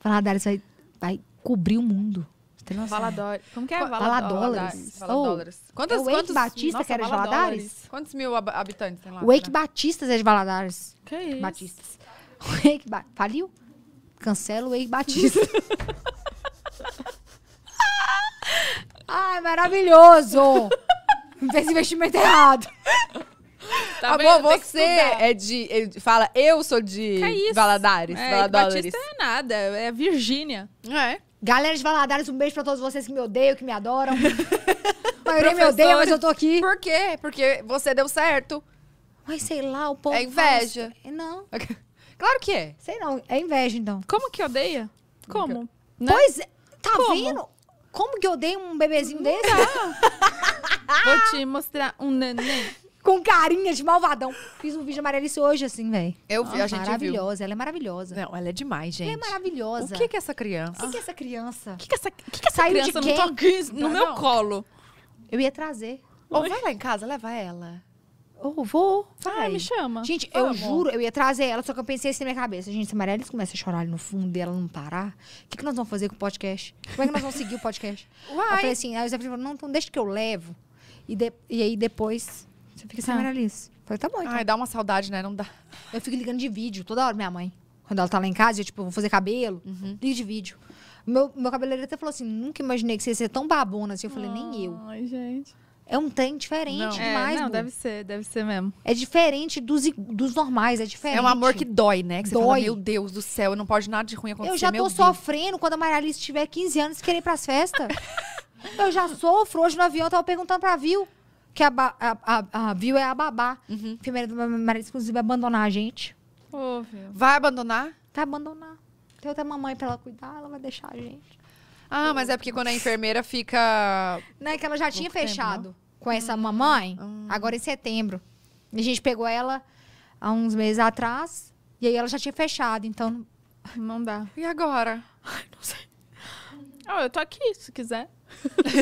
Valadares vai, vai cobrir o mundo. Tem noção? Valadores. Como que é? Qual- Valadores. Fala Oh. dólares. É Quantos, o Wake quantos, Batista, nossa, que era de Valadares. Valadares? quantos mil hab- habitantes tem lá? Tá Wake Batistas é de Valadares. Que isso? Batistas. Wake ba... Faliu? Cancela o Wake Batista. Ai, maravilhoso! Não fez investimento errado. Tá vendo? Tem que você estudar. é de, é de- Fala, eu sou de Que isso? Valadares. É, Valadores. Batista é nada, é Virgínia. É. Galera de Valadares, um beijo pra todos vocês que me odeiam, que me adoram. A maioria me Professores. odeia, mas eu tô aqui. Por quê? Porque você deu certo. Mas sei lá, o povo. É fala- inveja. Não, Claro que é. sei não. É inveja, então. Como que odeia? Como? Né? Pois é. Tá Como? vendo? Como que eu dei um bebezinho desse? Ah! Vou te mostrar um neném. Com carinha de malvadão. Fiz um vídeo amarelice hoje, assim, velho. Eu vi, a gente viu. maravilhosa, ela é maravilhosa. Não, ela é demais, gente. Ela é maravilhosa. O que que é essa criança? Quem que é essa criança? O que, que essa, que que essa Saiu de criança não quem? tá aqui no Não, meu não. colo? Eu ia trazer. Ou vai lá em casa, leva ela. Oh, vou. Ah, vai. me chama. Gente, Vamos. eu juro, eu ia trazer ela, só que eu pensei assim na minha cabeça. Gente, se a Marielle começa a chorar ali no fundo e ela não parar, o que, que nós vamos fazer com o podcast? Como é que nós vamos seguir o podcast? Eu falei assim, aí o Zé Felipe falou, não, então deixa que eu levo. E, de- e aí depois, você fica Ah. sem Tá. a Marielle. Falei, tá bom, então. Ai, dá uma saudade, né? Não dá. Eu fico ligando de vídeo toda hora, minha mãe. Quando ela tá lá em casa, eu, tipo, vou fazer cabelo, Uhum. ligo de vídeo. Meu, meu cabeleireiro até falou assim: nunca imaginei que você ia ser tão babona assim. Eu falei, nem eu. Ai, gente. É um trem diferente Não. demais, é, não, é, deve ser, deve ser mesmo. é diferente dos, i- dos normais, é diferente. É um amor que dói, né? Que você fala, Dói. meu Deus do céu, não pode nada de ruim acontecer. Eu já tô meu Deus. sofrendo quando a Maria Alice tiver 15 anos e querer ir pras festas. eu já sofro. Hoje no avião eu tava perguntando pra Viu. Que a, ba- a, a- a Viu é a babá. Uhum. A Enfermeira da Maria Alice, inclusive, vai abandonar a gente. Óbvio. Vai abandonar? Vai abandonar. Tem outra mamãe pra ela cuidar, ela vai deixar a gente. Ah, mas é porque quando a enfermeira fica. Né, que ela já tinha tempo, fechado com Hum. essa mamãe, Ah. agora em setembro. E a gente pegou ela há uns meses atrás, e aí ela já tinha fechado, então... Não dá. E agora? Ó, eu tô aqui, se quiser.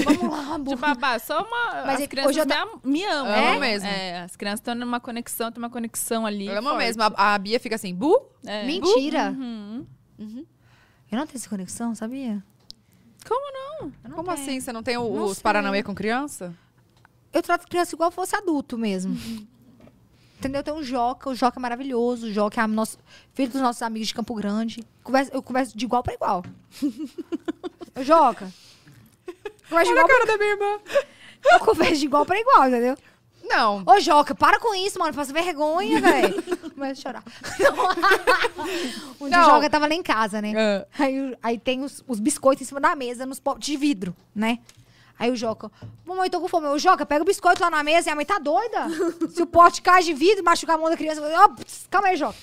Vamos lá, De amor. babá, só uma. Mas as é- crianças hoje eu me, am- me amam. Amam né? mesmo. É, as crianças estão numa conexão, tem uma conexão ali. Eu amo forte. mesmo. é A, a Bia fica assim, bu? É. Mentira! Uhum. Eu não tenho essa conexão, sabia? Como não? Eu não Como tenho. assim? Você não tem o- Não os sei. Paranauê com criança? Eu trato criança igual fosse adulto mesmo. Uhum. Entendeu? Tem um Joca, o Joca é maravilhoso, o Joca é a nosso, filho dos nossos amigos de Campo Grande. Conversa- eu converso de igual pra igual. eu Joca. Converso de igual pra- da minha irmã. eu converso de igual pra igual, entendeu? Não. Ô, Joca, para com isso, mano. Faça vergonha, velho. Começa a chorar. um dia o Não. Joca tava lá em casa, né? Ah. Aí, o- aí tem os, os biscoitos em cima da mesa, nos potes de vidro, né? Aí o Joca, mamãe, tô com fome. Eu, Joca, pega o biscoito lá na mesa. E a mãe tá doida. Se o pote cai de vidro, machucar a mão da criança. eu- Ó, pss, calma aí, Joca.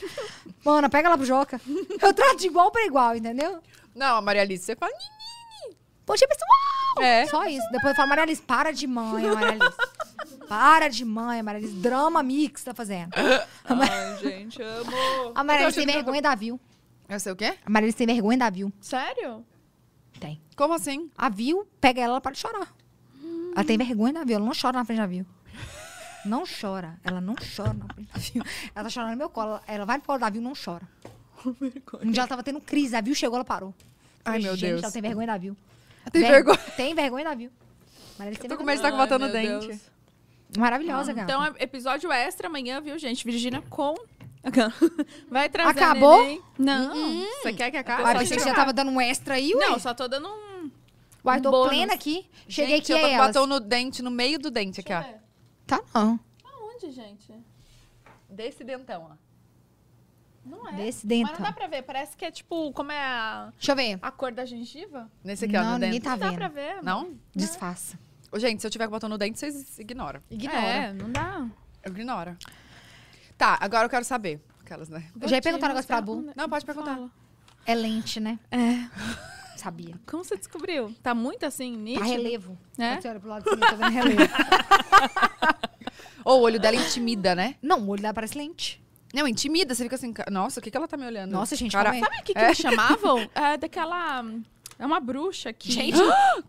Mana, pega lá pro Joca. Eu trato de igual pra igual, entendeu? Não, a Maria Alice, você fala. "Nhi". Poxa, pessoal! É. Só isso. Depois eu falo, Maria Alice, para de mãe, Maria Alice. Para de mãe, Maria Alice. Drama mix tá fazendo. Ai, gente, amo. A Maria Alice tem achando vergonha da Viu. Eu sei o quê? A Maria Alice tem vergonha da Viu. Sério? Tem. Como assim? A Viu pega ela, ela para de chorar. Ela tem vergonha da Viu. Ela não chora na frente da Viu. Não chora. Ela não chora na frente da Viu. Ela tá chorando no meu colo. Ela vai pro colo da Viu e não chora. Um dia ela tava tendo crise. A Viu chegou, ela parou. Ai, Falei, meu "Gente, Deus. Ela tem vergonha da Viu. Tem Ver- vergonha. Tem vergonha da Viu. Maria Alice tem Tô com vergonha. medo de tá estar batendo Ai, o meu dente. Deus. Maravilhosa, cara. Então, é episódio extra amanhã, viu, gente? Virgínia com. Vai trazer. Acabou? neném. Não. Você quer Tá que acabe? Mas Só pensei que tirar. já tava dando um extra aí, ué. Não, só tô dando um. Uai, tô bônus. plena aqui. Cheguei Gente, aqui, eu tô é com elas. batom no dente, no meio do dente aqui, ó. Deixa eu ver. Tá não. Aonde, gente? Desse dentão, ó. Não é. Mas Desse dentão. não dá pra ver. Parece que é tipo, como é a, Deixa eu ver. a cor da gengiva? Nesse aqui, ó, Não, no ninguém dente. tá não dá vendo. pra ver. Não? Disfarça. Ô, Gente, se eu tiver com batom no dente, vocês ignoram. Ignora. É, não dá. Ignora. Tá, agora eu quero saber. Aquelas, né? Eu já ia perguntar um negócio pra Bu. Não, pode perguntar. É lente, né? É. Sabia. Como você descobriu? Tá muito assim, Tá nítido? relevo. É? Quando Você olha pro lado assim, tá vendo relevo. Ou o olho dela intimida, né? Não, o olho dela parece lente. Não, intimida. Você fica assim, ca- nossa, o que, que ela tá me olhando? Nossa, gente, Cara, como é? Sabe o que, que me chamavam? É daquela. É uma bruxa que. Gente,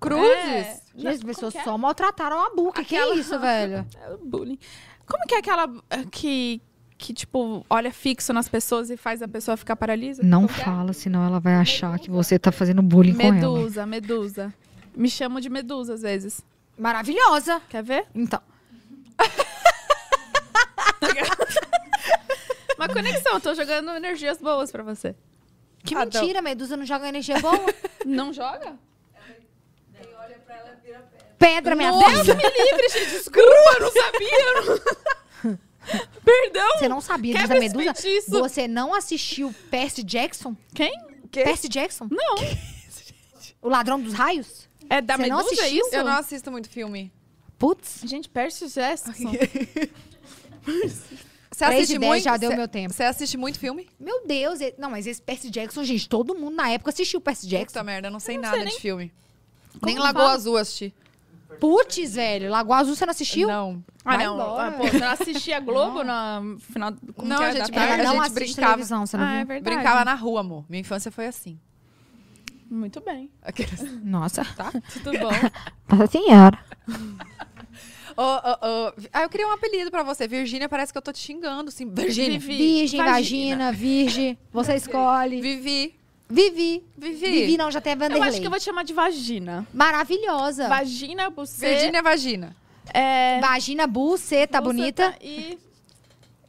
cruzes. É. Gente, Não, as como pessoas que é? só maltrataram a boca. Aquela- Que isso, velho? É, Bullying. Como que é aquela é, que, que, tipo, olha fixo nas pessoas e faz a pessoa ficar paralisa? Não Como que é? fala, senão ela vai achar que você tá fazendo bullying com ela. Medusa, medusa. Me chamam de medusa às vezes. Maravilhosa. Quer ver? Então. Uma conexão, tô jogando energias boas pra você. Que Ah, então. mentira, Medusa não joga energia boa. Não joga? Quem olha pra ela vira pedra. Pedra, minha Nossa, deusa. me livre, gente. Desculpa, eu não sabia. eu não- Perdão. Você não sabia disso Quebra da esse Medusa? feitiço. Você não assistiu Percy Jackson? Quem? Percy Jackson? Não. O ladrão dos raios? É da Você não medusa assistiu? isso? Eu não assisto muito filme. Putz. Gente, Percy Jackson. Você Três assiste de dez, muito? já deu Você- meu tempo. Você assiste muito filme? Meu Deus. ele- Não, mas esse Percy Jackson, gente, todo mundo na época assistiu Percy Jackson. Puta merda, eu não sei não nada sei nem- de filme. Como nem que Lagoa fala? Azul eu assisti. Putz, velho. Lagoa Azul você não assistiu? Não. Ah, Vai não. embora. Ah, pô, você não assistia a Globo no final... Como Não, que era gente, da Ela a tarde? não gente assiste brincava. televisão, você não Ah, é viu? verdade. Brincava na rua, amor. Minha infância foi assim. Muito bem. Aqueles- Nossa. Tudo bom. Nossa senhora. Ô, ô, ô, vi- Ah, eu queria um apelido pra você. Virgínia, parece que eu tô te xingando, assim. Virgínia. Vivi. Virgem, vagina, virgem. Você escolhe. Vivi. Vivi. Vivi. Vivi, não, já tem a Eu Vanderlei. acho que eu vou te chamar de vagina. Maravilhosa. Vagina, buceta... Virgínia Vagina. É... Vagina, buceta, tá bonita. buceta E...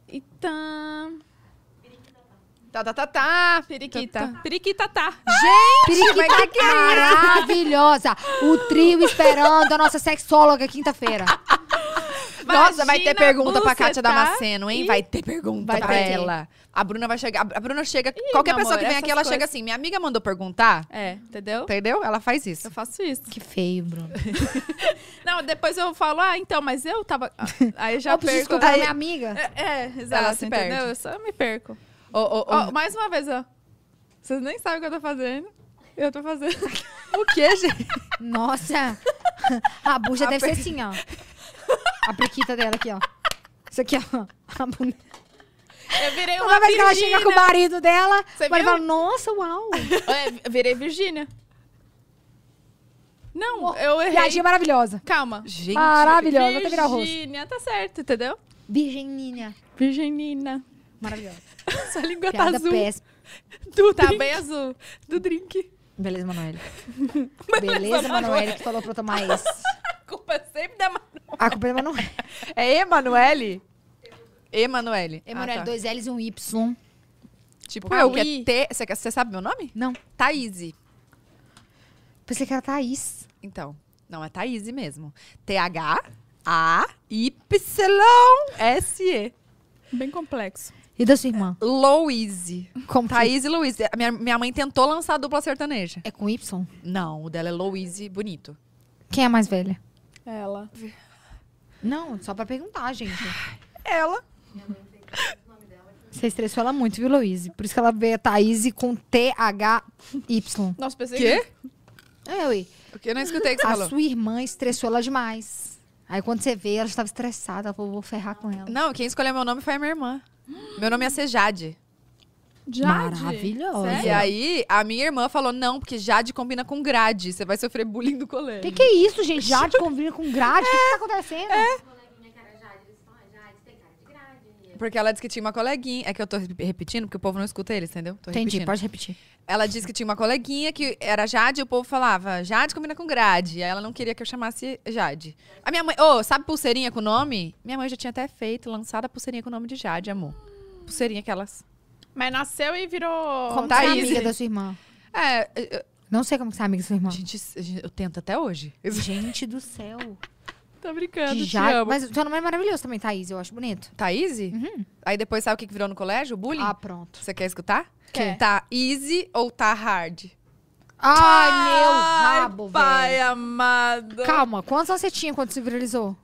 E tam... Tá, tá, tá, tá. Periquita. Periquita tá. Periquita é maravilhosa. O trio esperando a nossa sexóloga quinta-feira. Nossa, vai ter Vagina, pergunta pra buceta Kátia Damasceno, hein? tá e- Vai ter pergunta Vai pra ter. ela. A Bruna vai chegar. A Bruna chega. qualquer meu pessoa que amor, vem aqui, ela essas chega coisas. assim. Minha amiga mandou perguntar. É, entendeu? Entendeu? Ela faz isso. Eu faço isso. Que feio, Bruno. Não, depois eu falo, ah, então, mas eu tava... Ah, Aí eu já eu preciso perco. escutar Aí- minha amiga. É, é, exato, Ela se entendeu? perde. Eu só me perco. Ô, ô, ô, Ó, mais uma vez, ó. Vocês nem sabem o que eu tô fazendo. Eu tô fazendo. O que, gente? Nossa. A bucha deve ser assim, ó. A periquita dela aqui, ó. Isso aqui, ó. A bunda. Eu virei uma Toda vez que ela chega com o Virgínia. marido dela, Você vai viu? falar, nossa, uau. É, virei Virgínia. Não, eu errei. Viadinha maravilhosa. Calma. Gente, Maravilhosa. Até virar o rosto. Virgínia, tá certo, entendeu? Virgenina. Virginina. Maravilhosa. sua língua tá Piada azul. péssima. Tu tá bem azul. Do drink. Beleza, Manoel. Beleza, Manoel, que falou pra eu tomar esse. A culpa é sempre da Manu. A culpa é da Manoel. É Emanuele? Emanuele. Emanuel, Ah, tá. dois L's e um Y. Tipo eu, Ui. que é T... Você quer- Você sabe meu nome? Não. Thaíse. Pensei que era Thaís. Então, não, é Thaíse mesmo. T-H-A-Y-S-E. Bem complexo. E da sua irmã? Louise. Como que- Thaís e Louise. A Minha, minha mãe tentou lançar a dupla sertaneja. É com Y? Não, o dela é Louise bonito. Quem é mais velha? Ela. Não, só pra perguntar, gente. Ela. Você estressou ela muito, viu, Louise? Por isso que ela vê a Thaís com T-H-Y. Nossa, pensei Quê? É, ui. Porque eu não escutei o que você A falou. sua irmã estressou ela demais. Aí quando você vê, ela estava estressada. Ela falou, vou ferrar com ela. Não, quem escolheu meu nome foi a minha irmã. Meu nome ia ser Jade. que... Jade. Maravilhosa. E aí, a minha irmã falou: não, porque Jade combina com grade. Você vai sofrer bullying do O colégio. que, que é isso, gente? Jade combina com grade? O que, que tá acontecendo? Os coleguinha que era Jade, eles falam, "Ah, Jade, tem cara de grade. E eu, Porque ela disse que tinha uma coleguinha. É que eu tô re- repetindo, porque o povo não escuta eles, entendeu? Tô Entendi, repetindo. pode repetir. né? Ela disse que tinha uma coleguinha que era Jade e o povo falava: Jade combina com grade. Aí ela não queria que eu chamasse Jade. A minha mãe, ô, sabe pulseirinha com nome? Minha mãe já tinha até feito, lançada a pulseirinha com o nome de Jade, amor. Pulseirinha aquelas. Mas nasceu e virou... Como Thaís. que é a amiga da sua irmã? É, eu- Não sei como que é a amiga da Ah. sua irmã. eu- gente, eu tento até hoje. Gente do céu. Tô brincando, te Jade. amo. Mas seu nome é maravilhoso também, Thaís. Eu acho bonito. Thaís? Tá Uhum. Aí depois sabe o que que virou no colégio? O bullying? Ah, pronto. Você quer escutar? Quer. Tá easy ou tá hard? Ai, meu rabo, pai velho. amado. Calma, quantos anos você tinha quando se viralizou?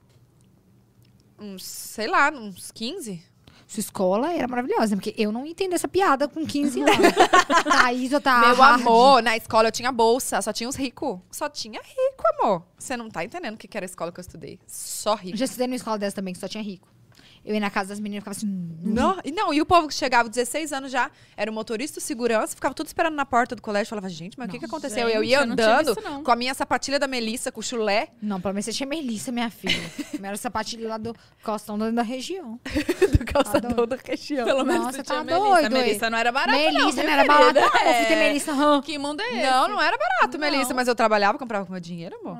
Uns, sei lá, uns 15? Sua escola era maravilhosa, porque eu não entendo essa piada com 15 anos. Thaís, eu Ah, tá Meu hard. amor, na escola eu tinha bolsa, só tinha os ricos. Só tinha rico, amor. Você não tá entendendo o que que era a escola que eu estudei. Só rico. Já estudei numa escola dessa também, que só tinha rico. Eu ia na casa das meninas e ficava assim. "Hum, Não, e não, e o povo que chegava, 16 anos já, era o motorista, o segurança, ficava tudo esperando na porta do colégio. Falava, gente, mas o que, que aconteceu? eu gente, ia eu não tive andando isso, não. com a minha sapatilha da Melissa, com o chulé. Não, pelo menos você tinha Melissa, minha filha. Minha era sapatilha lá do Costão da da região. do calçadão da região. Pelo menos Nossa, você tá tinha Melissa. doido, Melissa hein? não era barata, não. Melissa viu, não, era querida? balada. Não, fui ter É. Melissa. hã? Que mundo é esse? Não, não era barato, Melissa, Não. mas eu trabalhava, comprava com meu dinheiro, amor.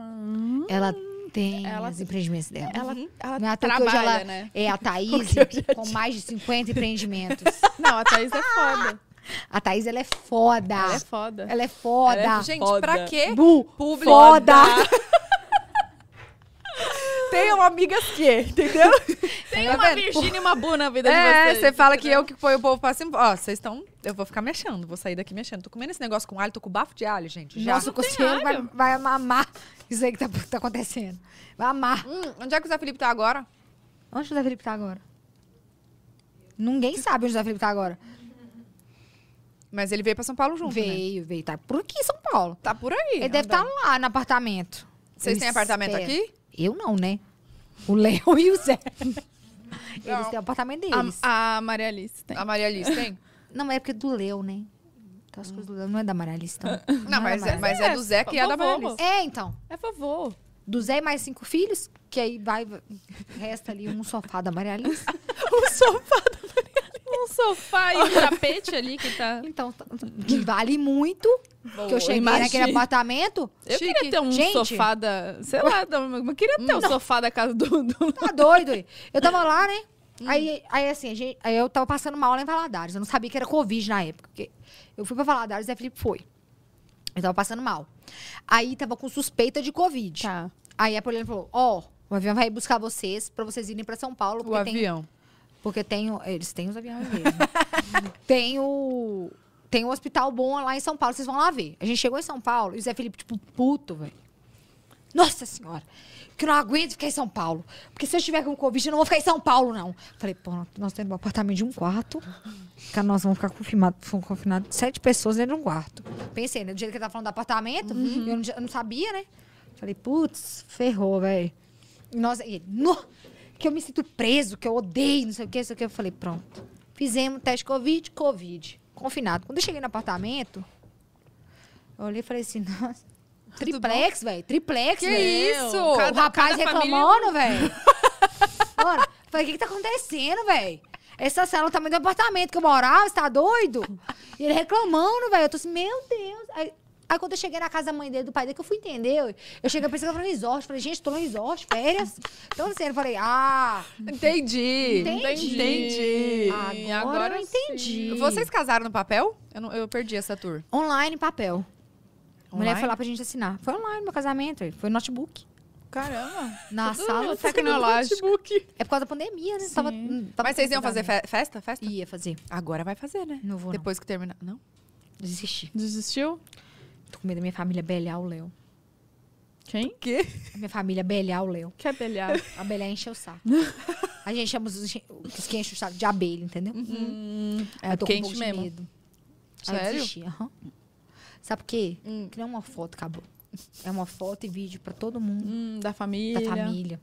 Ela tem Uhum. Ela- as empreendimentos dela. Ela, ela Não é à toa que hoje trabalha, ela né? É a Thaís com mais de 50 empreendimentos. Não, a Thaís é foda. A Thaís, ela é foda. Ela é foda. Ela é foda. Ela é Gente, Foda. pra quê? Bu, Público. foda. Tenham amigas que, entendeu? Tem Tá uma vendo? Virgínia e uma Bu na vida É, de vocês. você fala que eu que põe o povo pra cima. Ó, vocês estão. Eu vou ficar mexendo, vou sair daqui mexendo. Tô comendo esse negócio com alho, tô com bafo de alho, gente. Já. Nossa, o coceiro vai, vai amar isso aí que tá, tá acontecendo. Vai amar. Hum, onde é que o Zé Felipe tá agora? Onde o José Felipe tá agora? Ninguém sabe onde o José Felipe tá agora. Mas ele veio pra São Paulo junto. Né? veio, veio. Tá por aqui, em São Paulo. Tá por aí. é Ele deve um estar lá no apartamento. Vocês Eu têm apartamento espero. aqui? Eu não, né? O Léo e o Zé. Eles Não. têm o apartamento deles. A, a Maria Alice tem. A Maria Alice tem? Não, mas é porque é do Leo, né? Então as coisas do Leo não é da Maria Alice, então. Não, mas, é, é, da mas é do Zé que é da Maria Vovô. Alice. Maria Alice. É, então. É vovô. Do Zé e mais cinco filhos, que aí vai... Resta ali um sofá da Maria Alice. O sofá. Um sofá e um tapete ali que tá... Então, t- t- que vale muito. que eu cheguei naquele apartamento. Eu queria ter um Gente. sofá da... Sei lá, da- eu queria ter um sofá da casa do... do... Tá doido, hein? Eu tava lá, né? Aí, aí assim, a gente- aí eu tava passando mal lá em Valadares. Eu não sabia que era Covid na época. porque eu fui pra Valadares e a Felipe foi. Eu tava passando mal. Aí tava com suspeita de Covid. Tá. Aí a Poliana falou: Ó, o avião vai buscar vocês pra vocês irem pra São Paulo. O Porque tem, avião. Porque tem. o- Eles têm os aviões deles. né? tem o. Tem um hospital bom lá em São Paulo, vocês vão lá ver. A gente chegou em São Paulo e o Zé Felipe, tipo, puto, velho. Nossa senhora, que eu não aguento ficar em São Paulo. Porque se eu estiver com Covid, eu não vou ficar em São Paulo, não. Falei, pô, nós temos um apartamento de um quarto. Cara, nós vamos ficar confirmados, confinados sete pessoas dentro de um quarto. Pensei, né? Do jeito que ele tá falando do apartamento, eu, não, eu não sabia, né? Falei, putz, ferrou, velho. E nós, e ele, "No, que eu me sinto preso, que eu odeio, não sei o que, não sei o que. Eu falei, pronto. Fizemos teste Covid, Covid. Confinado. Quando eu cheguei no apartamento, eu olhei e falei assim, nossa. Triplex, velho. Triplex, Que velho. isso? O Cada- rapaz cada família é reclamando, velho. Mano, eu falei, o que, que tá acontecendo, velho? Essa sala é o tamanho do apartamento que eu morava, você tá doido? E ele reclamando, velho. Eu tô assim, meu Deus. Aí, aí quando eu cheguei na casa da mãe dele, do pai dele, que eu fui entender. Eu, eu cheguei, eu pensei que eu tava no resort. Falei, gente, tô no resort, férias. Então, assim, eu falei, ah, Entendi. Entendi. Entendi. agora, eu sim. entendi. Vocês casaram no papel? Eu, não- eu perdi essa tour. Online, papel. A mulher Online? foi lá pra gente assinar. Foi online meu casamento, velho. foi notebook. Caramba. Na sala. Tecnológico. É por causa da pandemia, né? Tava, hum, tava Mas vocês iam fazer casamento. fe- festa? Festa? Ia fazer. Agora vai fazer, né? Não vou, não. Depois que terminar. Não? Desisti. Desistiu? Tô com medo da minha família belhar o Léo. Quem? A minha família belhar o Léo. Que abelhado. A belhar encheu o saco. A gente chama os, os que enchem o saco de abelha, entendeu? Aí eu tô com um quente pouco de mesmo. medo. Aí eu Sério? desisti, aham. Sabe por quê? Que não é uma foto, acabou. É uma foto e vídeo pra todo mundo, Hum, da família. da família.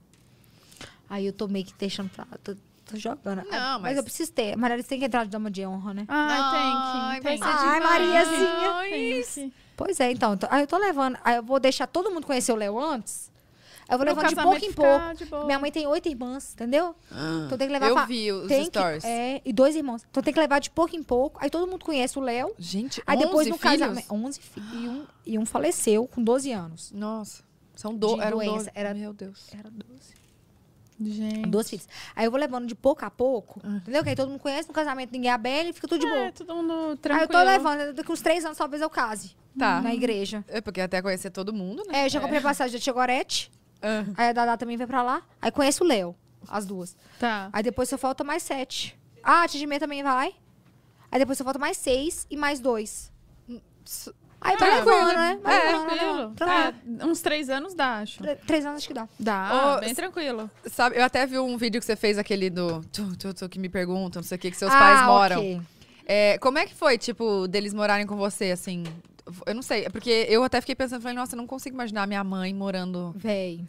Aí eu tô meio que deixando pra... Tô, tô jogando. Não, mas... mas- eu preciso ter. A Maria tem que entrar de dama de honra, né? Ai, Ai, Ah, tem que. vai Tem ser que. Ai, demais. Mariazinha. Ai, Tem isso. que. Pois é, então. tô- Aí eu tô levando. Aí eu vou deixar todo mundo conhecer o Léo antes. Aí eu vou Pro levando de casamento pouco em ficar pouco. de boa. Minha mãe tem oito irmãs, entendeu? Então tem que levar. Ah. Eu pra- vi os tem que- stories. é, e dois irmãos. Então tem que levar de pouco em pouco. Aí todo mundo conhece o Léo. Gente, Aí depois 11 no filhos? casamento. 11 filhos. E um, e um faleceu com 12 anos. Nossa, são do... De eram doença, doze. era- Meu Deus. Era 12. Gente. Duas filhas. Aí eu vou levando de pouco a pouco, Ah. entendeu? Que aí todo mundo conhece, no casamento ninguém é bela e fica tudo de boa. É, todo mundo aí eu tranquilo. tô levando, daqui uns três anos talvez eu case. Tá. Na igreja. É porque até conhecer todo mundo, né? É, eu já comprei passagem da Tia Gorete. Ah. Aí a Dadá também vai pra lá. Aí conhece o Léo, as duas. Tá. Aí depois só falta mais sete. Ah, a Tia Gimê também vai. Aí depois só falta mais seis e mais dois. Aí vai Tranquilo. levando, né? Vai É, levando, vai Tranquilo. levando. Tranquilo. É, uns três anos dá, acho. Tre- Três anos acho que dá. Dá, Ô, bem s- tranquilo. Sabe, eu até vi um vídeo que você fez, aquele do... Tu, tu, tu, que me perguntam, não sei o que, que seus Ah, pais moram. ok. É, como é que foi, tipo, deles morarem com você, assim? Eu não sei, é porque eu até fiquei pensando, falei, nossa, eu não consigo imaginar minha mãe morando Véi.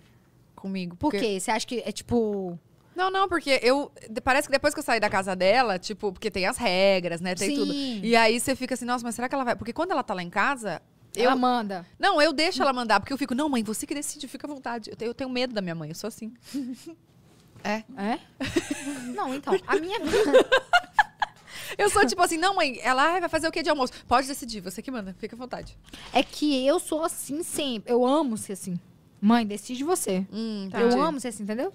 comigo. Por porque- quê? Você acha que é tipo. Não, não, porque eu. de- Parece que depois que eu saí da casa dela, tipo, porque tem as regras, né? Tem Sim. tudo. E aí você fica assim, nossa, mas será que ela vai. Porque quando ela tá lá em casa. Eu, Ela manda. não, eu deixo ela mandar, porque eu fico, não, mãe, você que decide, fica à vontade. Eu tenho, eu tenho medo da minha mãe, eu sou assim. É? Não, então, a minha... Eu sou tipo assim, não, mãe, ela "Ai, vai fazer o que de almoço? Pode decidir, você que manda, fica à vontade. É que eu sou assim sempre. Eu amo ser assim. Mãe, decide você. Hum, Eu amo ser assim, entendeu?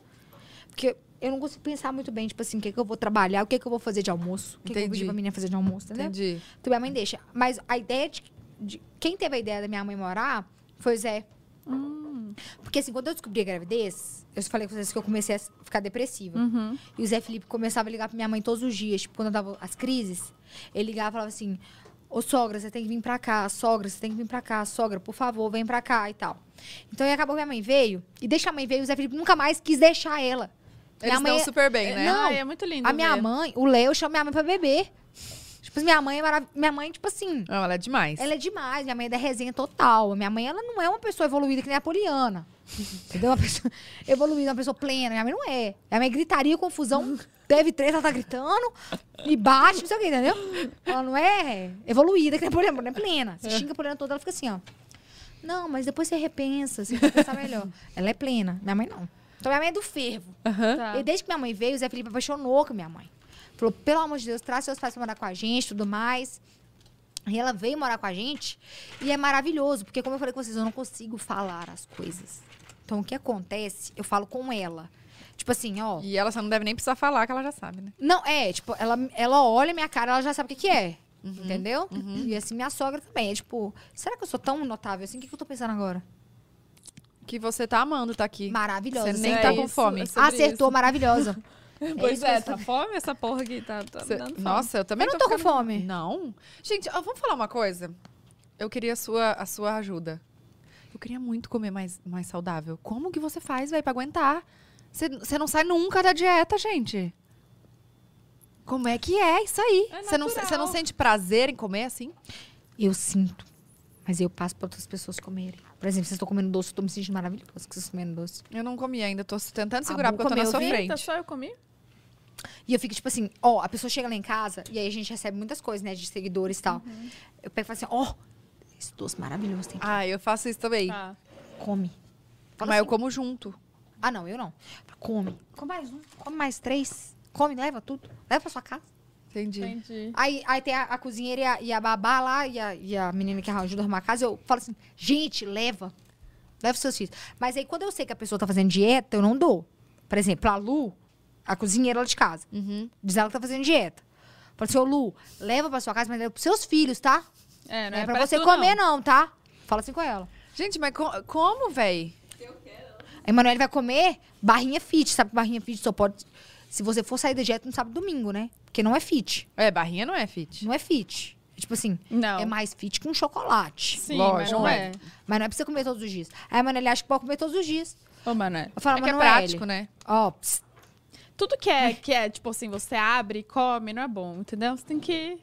Porque eu não consigo pensar muito bem, tipo assim, o que, que eu vou trabalhar, o que, que eu vou fazer de almoço. O que, que eu vou Entendi. pedir pra menina fazer de almoço, entendeu? Entendi. Então minha mãe deixa. Mas a ideia de, de- Quem teve a ideia da minha mãe morar foi o Zé. Hum. Porque assim, quando eu descobri a gravidez, eu falei com vocês que eu comecei a s- ficar depressiva. Uhum. E o Zé Felipe começava a ligar pra minha mãe todos os dias. Tipo, quando eu dava as crises, ele ligava e falava assim: Ô sogra, você tem que vir pra cá. Sogra, você tem que vir pra cá. Sogra, por favor, vem pra cá e tal. Então aí acabou que minha mãe veio. E deixa a mãe veio, o Zé Felipe nunca mais quis deixar ela. Eles minha mãe estão super bem, né? Não, Ai, é muito lindo. a minha ver. mãe, o Léo chama minha mãe pra beber. Tipo, minha mãe é maravilhosa. Minha mãe, tipo assim, Não, ela é demais. ela é demais. Minha mãe é da resenha total. A Minha mãe, ela não é uma pessoa evoluída que nem a Poliana. Entendeu? Uma pessoa evoluída, uma pessoa plena. Minha mãe não é. Minha mãe gritaria, confusão. Teve três, ela tá gritando. E bate, não sei o quê, entendeu? Ela não é evoluída que nem a Poliana. Não é plena. Você xinga a Poliana toda, ela fica assim, ó. Não, mas depois você repensa, você vai pensar melhor. Ela é plena. Minha mãe não. Então minha mãe é do fervo. Tá. E desde que minha mãe veio, o Zé Felipe apaixonou com minha mãe. Falou, pelo amor de Deus, traz seus pais pra morar com a gente, tudo mais. E ela veio morar com a gente e é maravilhoso, porque como eu falei com vocês, eu não consigo falar as coisas. Então o que acontece, eu falo com ela. Tipo assim, ó. E ela só não deve nem precisar falar, que ela já sabe, né? Não, é, tipo, ela, ela olha minha cara, ela já sabe o que, que é. Uhum, Entendeu? E assim, minha sogra também. É tipo, será que eu sou tão notável assim? O que, que eu tô pensando agora? Que você tá amando, tá aqui. Maravilhosa. Você nem assim, tá então, com isso, fome. assim, sobre Acertou, maravilhosa. Pois isso é, mesmo. tá fome essa porra aqui, tá, tá Cê- me dando fome. Nossa, eu também Eu não tô com ficando- fome. Não. Gente, ó, vamos falar uma coisa? Eu queria a sua, a sua ajuda. Eu queria muito comer mais, mais saudável. Como que você faz, velho, pra aguentar? Você não sai nunca da dieta, gente. Como é que é isso aí? É Você não, natural. cê não sente prazer em comer assim? Eu sinto. Mas eu passo pra outras pessoas comerem. Por exemplo, vocês estão comendo doce, eu tô me sentindo maravilhosa que vocês estão comendo doce. Eu não comi ainda. Tô tentando segurar Bu porque Ah, eu tô na comeu, sua viu? frente. Eita, só eu comi? E eu fico tipo assim, ó, a pessoa chega lá em casa e aí a gente recebe muitas coisas, né, de seguidores e tal. Eu pego e falo assim, ó, esse doce maravilhoso tem que Ah, eu faço isso também. Tá. come. Fala Mas eu assim. como junto. Ah, não, eu não. Falo, Come. Come mais um, come mais três. Come, leva tudo. Leva pra sua casa. Entendi. Entendi. Aí, aí tem a, a cozinheira e a, e a babá lá, e a, e a menina que ajuda a arrumar a casa. Eu falo assim, gente, leva. Leva os seus filhos. Mas aí, quando eu sei que a pessoa tá fazendo dieta, eu não dou. Por exemplo, a Lu, a cozinheira lá de casa, diz ela que tá fazendo dieta. Fala assim, ô Lu, leva pra sua casa, mas leva pros seus filhos, tá? É, Não não é, é, pra pra você tu, comer, não. tá? Fala assim com ela. Gente, mas co- como, velho? A Emanuele vai comer barrinha fit, sabe? que Barrinha fit só pode... Se você for sair da dieta no sábado e domingo, né? Porque não é fit. É, barrinha não é fit. Não é fit. É Tipo assim, Não. é mais fit que um chocolate. Sim, mas Lógico, não é. é. Mas não é pra você comer todos os dias. Aí a Manoel acha que pode comer todos os dias. Ô, Manoel. Eu falo, É que é Manoel, prático, né? Ó, psst, Tudo que é, que é, tipo assim, você abre e come, não é bom, entendeu? Você tem que.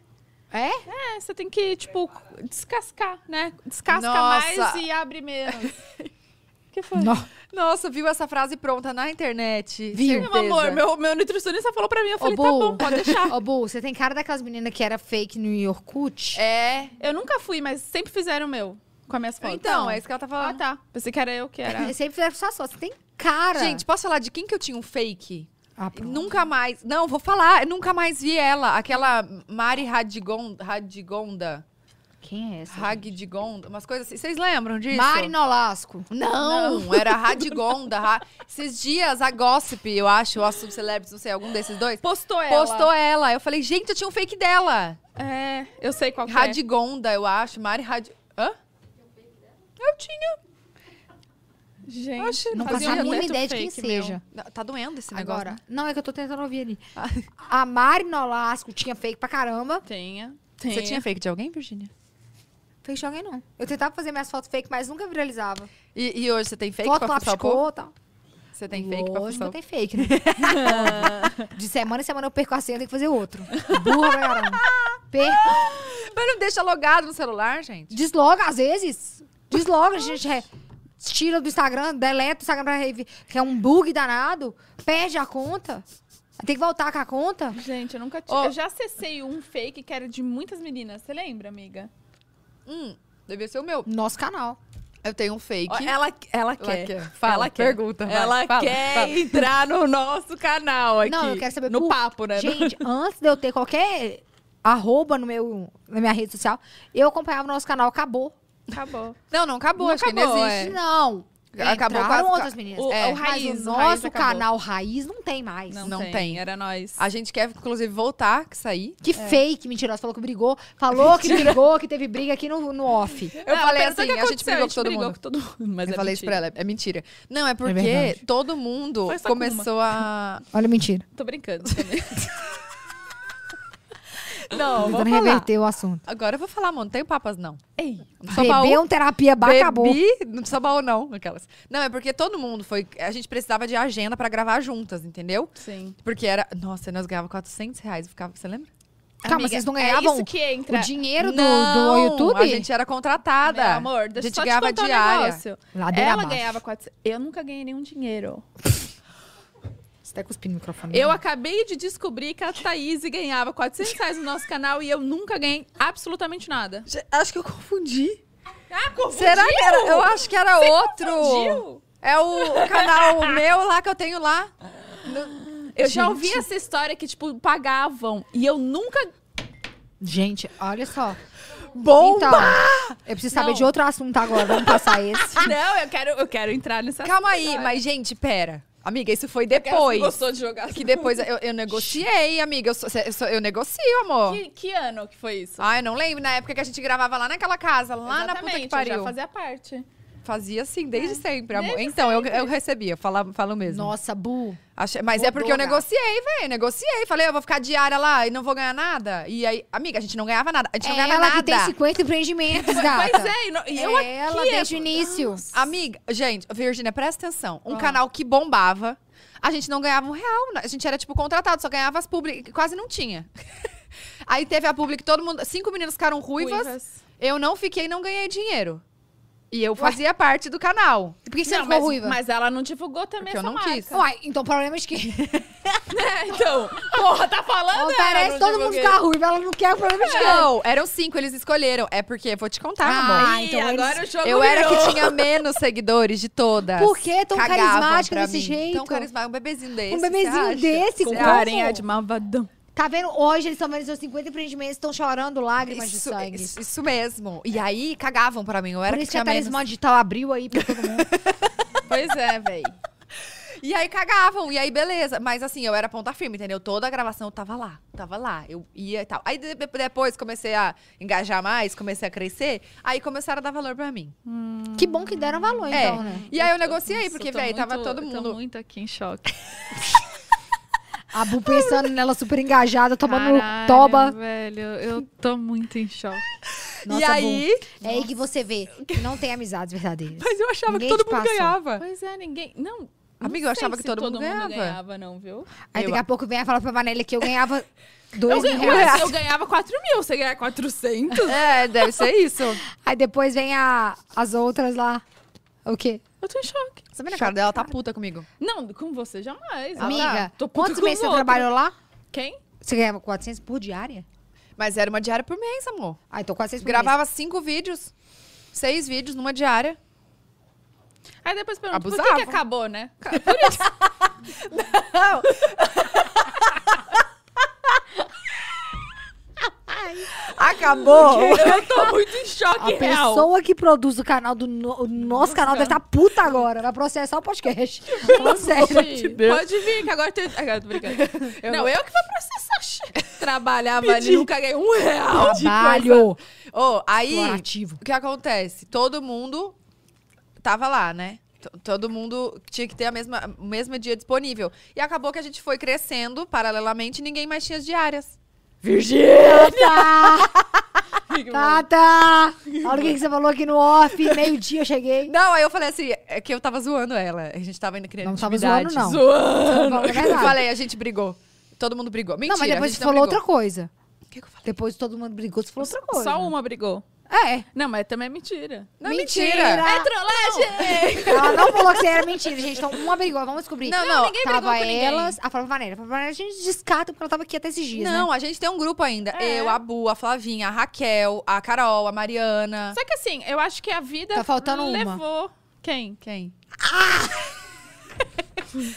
é? É, você tem que, tipo, descascar, né? Descasca Nossa. mais e abre menos. O que foi? Não. Nossa, viu essa frase pronta na internet? Viu? Meu Certeza. amor, meu, meu nutricionista falou pra mim, eu Ô, falei, Bu. tá bom, pode deixar. Ô, Bu, você tem cara daquelas meninas que era fake no Yorkut? É. Eu nunca fui, mas sempre fizeram o meu, com as minhas fotos. Então, é isso que ela tá Ah, falando. tá. Pensei que era eu que era. Você sempre fizeram suas fotos. Você tem cara. Gente, posso falar de quem que eu tinha um fake? Ah, pronto. Nunca mais. Não, vou falar. Eu nunca mais vi ela. Aquela Mari Radigon- Radigonda. Quem é essa? Radigonda. Umas coisas assim. Vocês lembram disso? Mari Nolasco. Não, era Radigonda. Ra- Esses dias, a Gossip, eu acho, ou a Subcelebrities, não sei, algum desses dois. Postou ela. Postou ela. Eu falei, gente, eu tinha um fake dela. É, eu sei qual que é. Radigonda, eu acho. Mari Rad... Hã? Eu tinha. Gente, Oxe, Não fazia faço a mínima muito ideia de quem fake, meu. seja. Não, Tá doendo esse negócio. Agora. Não, é que eu tô tentando ouvir ali. A Mari Nolasco tinha fake pra caramba. Tenha. né? Tenha. Você tinha fake de alguém, Virginia? Fake de alguém, não. Eu tentava fazer minhas fotos fake, mas nunca viralizava. E, e hoje você tem fake Foto pra lá fuçar o povo? piscou e tal. Você tem fake pra Lógico fuçar que o tem fake, né? De semana em semana eu perco a senha, eu tenho que fazer outro. Burra, pra caramba. Perco. Mas não deixa logado no celular, gente. Desloga, às vezes. Desloga, gente. É. tira do Instagram, deleta o Instagram pra revi- que é um bug danado, perde a conta. Tem que voltar com a conta. Gente, eu nunca tive. Ó. Eu já acessei um fake que era de muitas meninas. Você lembra, amiga? Hum, devia ser o meu. Nosso canal. Eu tenho um fake. Ó, Ela, ela quer. Fala, ela quer. pergunta. vai, ela fala, quer fala. entrar no nosso canal aqui. Não, eu quero saber É No por- Ah, papo, né? Gente, antes de eu ter qualquer arroba no meu, na minha rede social, eu acompanhava o nosso canal, acabou. Acabou. Não, não acabou, é. Não acho que acabou, ainda existe. Não. Acabou é. Entraram com as- outras meninas. o- É, o Raiz, mas o o nosso Raiz acabou. canal Raiz não tem mais. Não tem. Era nós. A gente quer, inclusive, voltar, que sair. Que É. fake, mentirosa. Falou que brigou, falou que brigou, que teve briga aqui no, no off. Eu Não, falei ela assim, perguntou o que a gente aconteceu, brigou com todo brigou mundo. com todo mundo, Mas eu é falei isso pra mentira. ela, é mentira. Não, é porque verdade. todo mundo Foi só com uma. começou a... Olha, mentira. Tô brincando também. Não, Tentando vamos falar. reverter o assunto. Agora eu vou falar, mano, não tenho papas, não. Ei, Não sou baú. Bebeu um terapia bar, acabou. um Bebi, não precisa baú não, aquelas. Não, é porque todo mundo foi... A gente precisava de agenda pra gravar juntas, entendeu? sim. Porque era... Nossa, nós ganhava 400 reais, eu ficava... Você lembra? Calma, Amiga, vocês não É ganhavam isso que entra. O dinheiro do, do Não, YouTube? a gente era contratada. Meu amor, deixa a gente eu só ganhava te contar um diária. negócio. Ladeira Ela abaixo. ganhava 400. Eu nunca ganhei nenhum dinheiro. Você tá cuspindo o Hum. microfone. Eu acabei de descobrir que a Thaís ganhava 400 reais no nosso canal e eu nunca ganhei absolutamente nada. Acho que eu confundi. Ah, confundiu! Será que era? Eu acho que era outro. Confundiu? É o o canal meu lá que eu tenho lá. Eu já ouvi essa história que, tipo, pagavam e eu nunca... Gente, olha só. Bom. Então, eu preciso saber Não. de outro assunto agora. Vamos passar esse. Não, eu quero, eu quero entrar nessa... Calma aí, mas gente, pera. Amiga, isso foi Depois. depois. Gostou de jogar. Que depois eu, eu negociei, amiga. Eu, sou- eu sou- eu negocio, amor. Que, que ano que foi isso? Ah, eu não lembro. Na época que a gente gravava lá naquela casa, lá na puta que Exatamente, pariu. Eu já fazia parte. Fazia assim, desde sempre, amor. desde então, Eu, eu recebia, fala, falo mesmo. Nossa, Bu. Achei- mas é Mudou, porque eu gata. negociei, velho. Negociei. Falei, eu vou ficar diária lá e não vou ganhar nada. E aí, amiga, a gente não ganhava nada. A gente É não ela ganhava nada. que tem 50 empreendimentos, gata. Pois é, e, no- e eu É ela aqui... desde o início. Amiga, gente, Virginia, presta atenção. Um Ah. canal que bombava, a gente não ganhava um real. A gente era, tipo, contratado, só ganhava as public. Quase não tinha. aí teve a public, todo mundo. Cinco meninas ficaram ruivas. Ruivas. Eu não fiquei, não ganhei dinheiro. E eu fazia parte do canal. Por que que você Não, não, mas, ficou é ruiva? mas ela não divulgou também Porque eu essa não marca. quis. Uai, então o problema é de quem? É, então, porra, tá falando? ela Parece não todo mundo divulguei. ficar ruiva, ela não quer o problema é de quem? Não, eram cinco, eles escolheram. É porque, vou te contar, Ah, amor. Ah, Ih, então eles- agora o jogo Eu era virou. que tinha menos seguidores de todas. Por que tão Cagavam carismática pra desse mim. jeito? Tão carismática, um bebezinho desse. Um você acha? é bebezinho desse, Com como? carinha de malvadão. Tá vendo? Hoje eles estão vendo seus 50 empreendimentos, estão chorando lágrimas de Isso, sangue. isso, isso mesmo. E aí cagavam pra mim. Eu era Por que isso é tinha que a menos. Talismã Digital abriu aí pra todo mundo. Pois é, véi. E aí cagavam, e aí beleza. Mas assim, eu era ponta firme, entendeu? Toda a gravação eu tava lá, tava lá. Eu ia e tal. Aí de- depois comecei a engajar mais, comecei a crescer. Aí começaram a dar valor pra mim. que bom que deram valor, É. então, né? E aí eu negociei, Nossa, porque, eu tô velho, tava muito- todo eu tô mundo. muito aqui em choque. A Bu pensando nela super engajada, tomando Caralho, toba. velho, eu tô muito em choque. Nossa, e Bu, aí, É aí que você vê que não tem amizades verdadeiras. mas eu achava Ninguém que todo te mundo passou. ganhava. Pois é, ninguém... Não, não Amiga, eu sei achava que se todo mundo ganhava. não, viu? Aí daqui a pouco vem a falar pra Vanelli que eu ganhava Eu, dois mil ganhava- reais. eu ganhava 4 mil, você ganhava 400. É, deve ser isso. Aí depois vem a- as outras lá. O quê? Eu tô em choque. Você vê na cara dela, tá puta comigo. Não, com você jamais. Ah, Amiga, tô puta quantos com meses o você outro. trabalhou lá? Quem? Você ganhava 400 por diária? Mas era uma diária por mês, amor. Ah, então 400 por Gravava cinco vídeos, seis vídeos numa diária. Aí depois pergunta, por que, Abusava. que acabou, né? Acabou! Eu tô muito em mês. choque A real. pessoa que produz o canal do no- o nosso canal deve estar puta agora. Vai processar o podcast. Falando sério. Pode, pode vir, que agora tem. Agora tô brincando. não, eu que vou processar. Xi. Trabalhava ali, nunca ganhei um real. Trabalho. Ô, aí, Explorativo. o que acontece? Todo mundo tava lá, né? T- Todo mundo tinha que ter a mesma, o mesmo dia disponível. E acabou que a gente foi crescendo paralelamente e ninguém mais tinha as diárias. Tata! Tata! Olha o que que você falou aqui no off. Meio-dia eu cheguei. Não, aí eu falei assim, é que eu tava zoando ela. A gente tava indo criando Não tava intimidade. zoando, não. Zoando. Não, é Eu verdade. falei, a gente brigou. Todo mundo brigou. Mentira, não, mas a depois gente você falou brigou. outra coisa. O que, que eu falei? Depois todo mundo brigou, você falou outra coisa. Só uma brigou. É, É. Não, mas também é mentira. Não, mentira. mentira. É trollagem! Ela não falou que isso era mentira, gente. Então, uma brigou, vamos descobrir. Não, não, ninguém brigou Tava com ninguém. elas, a Flávia Vaneira. A Flávia Vaneira a gente descarta porque ela tava aqui até esses dias, né? Não, a gente tem um grupo ainda. É. Eu, a Bu, a Flavinha, a Raquel, a Carol, a Mariana. Só que assim, eu acho que a vida Tá faltando uma. levou. Quem? Quem? Ah!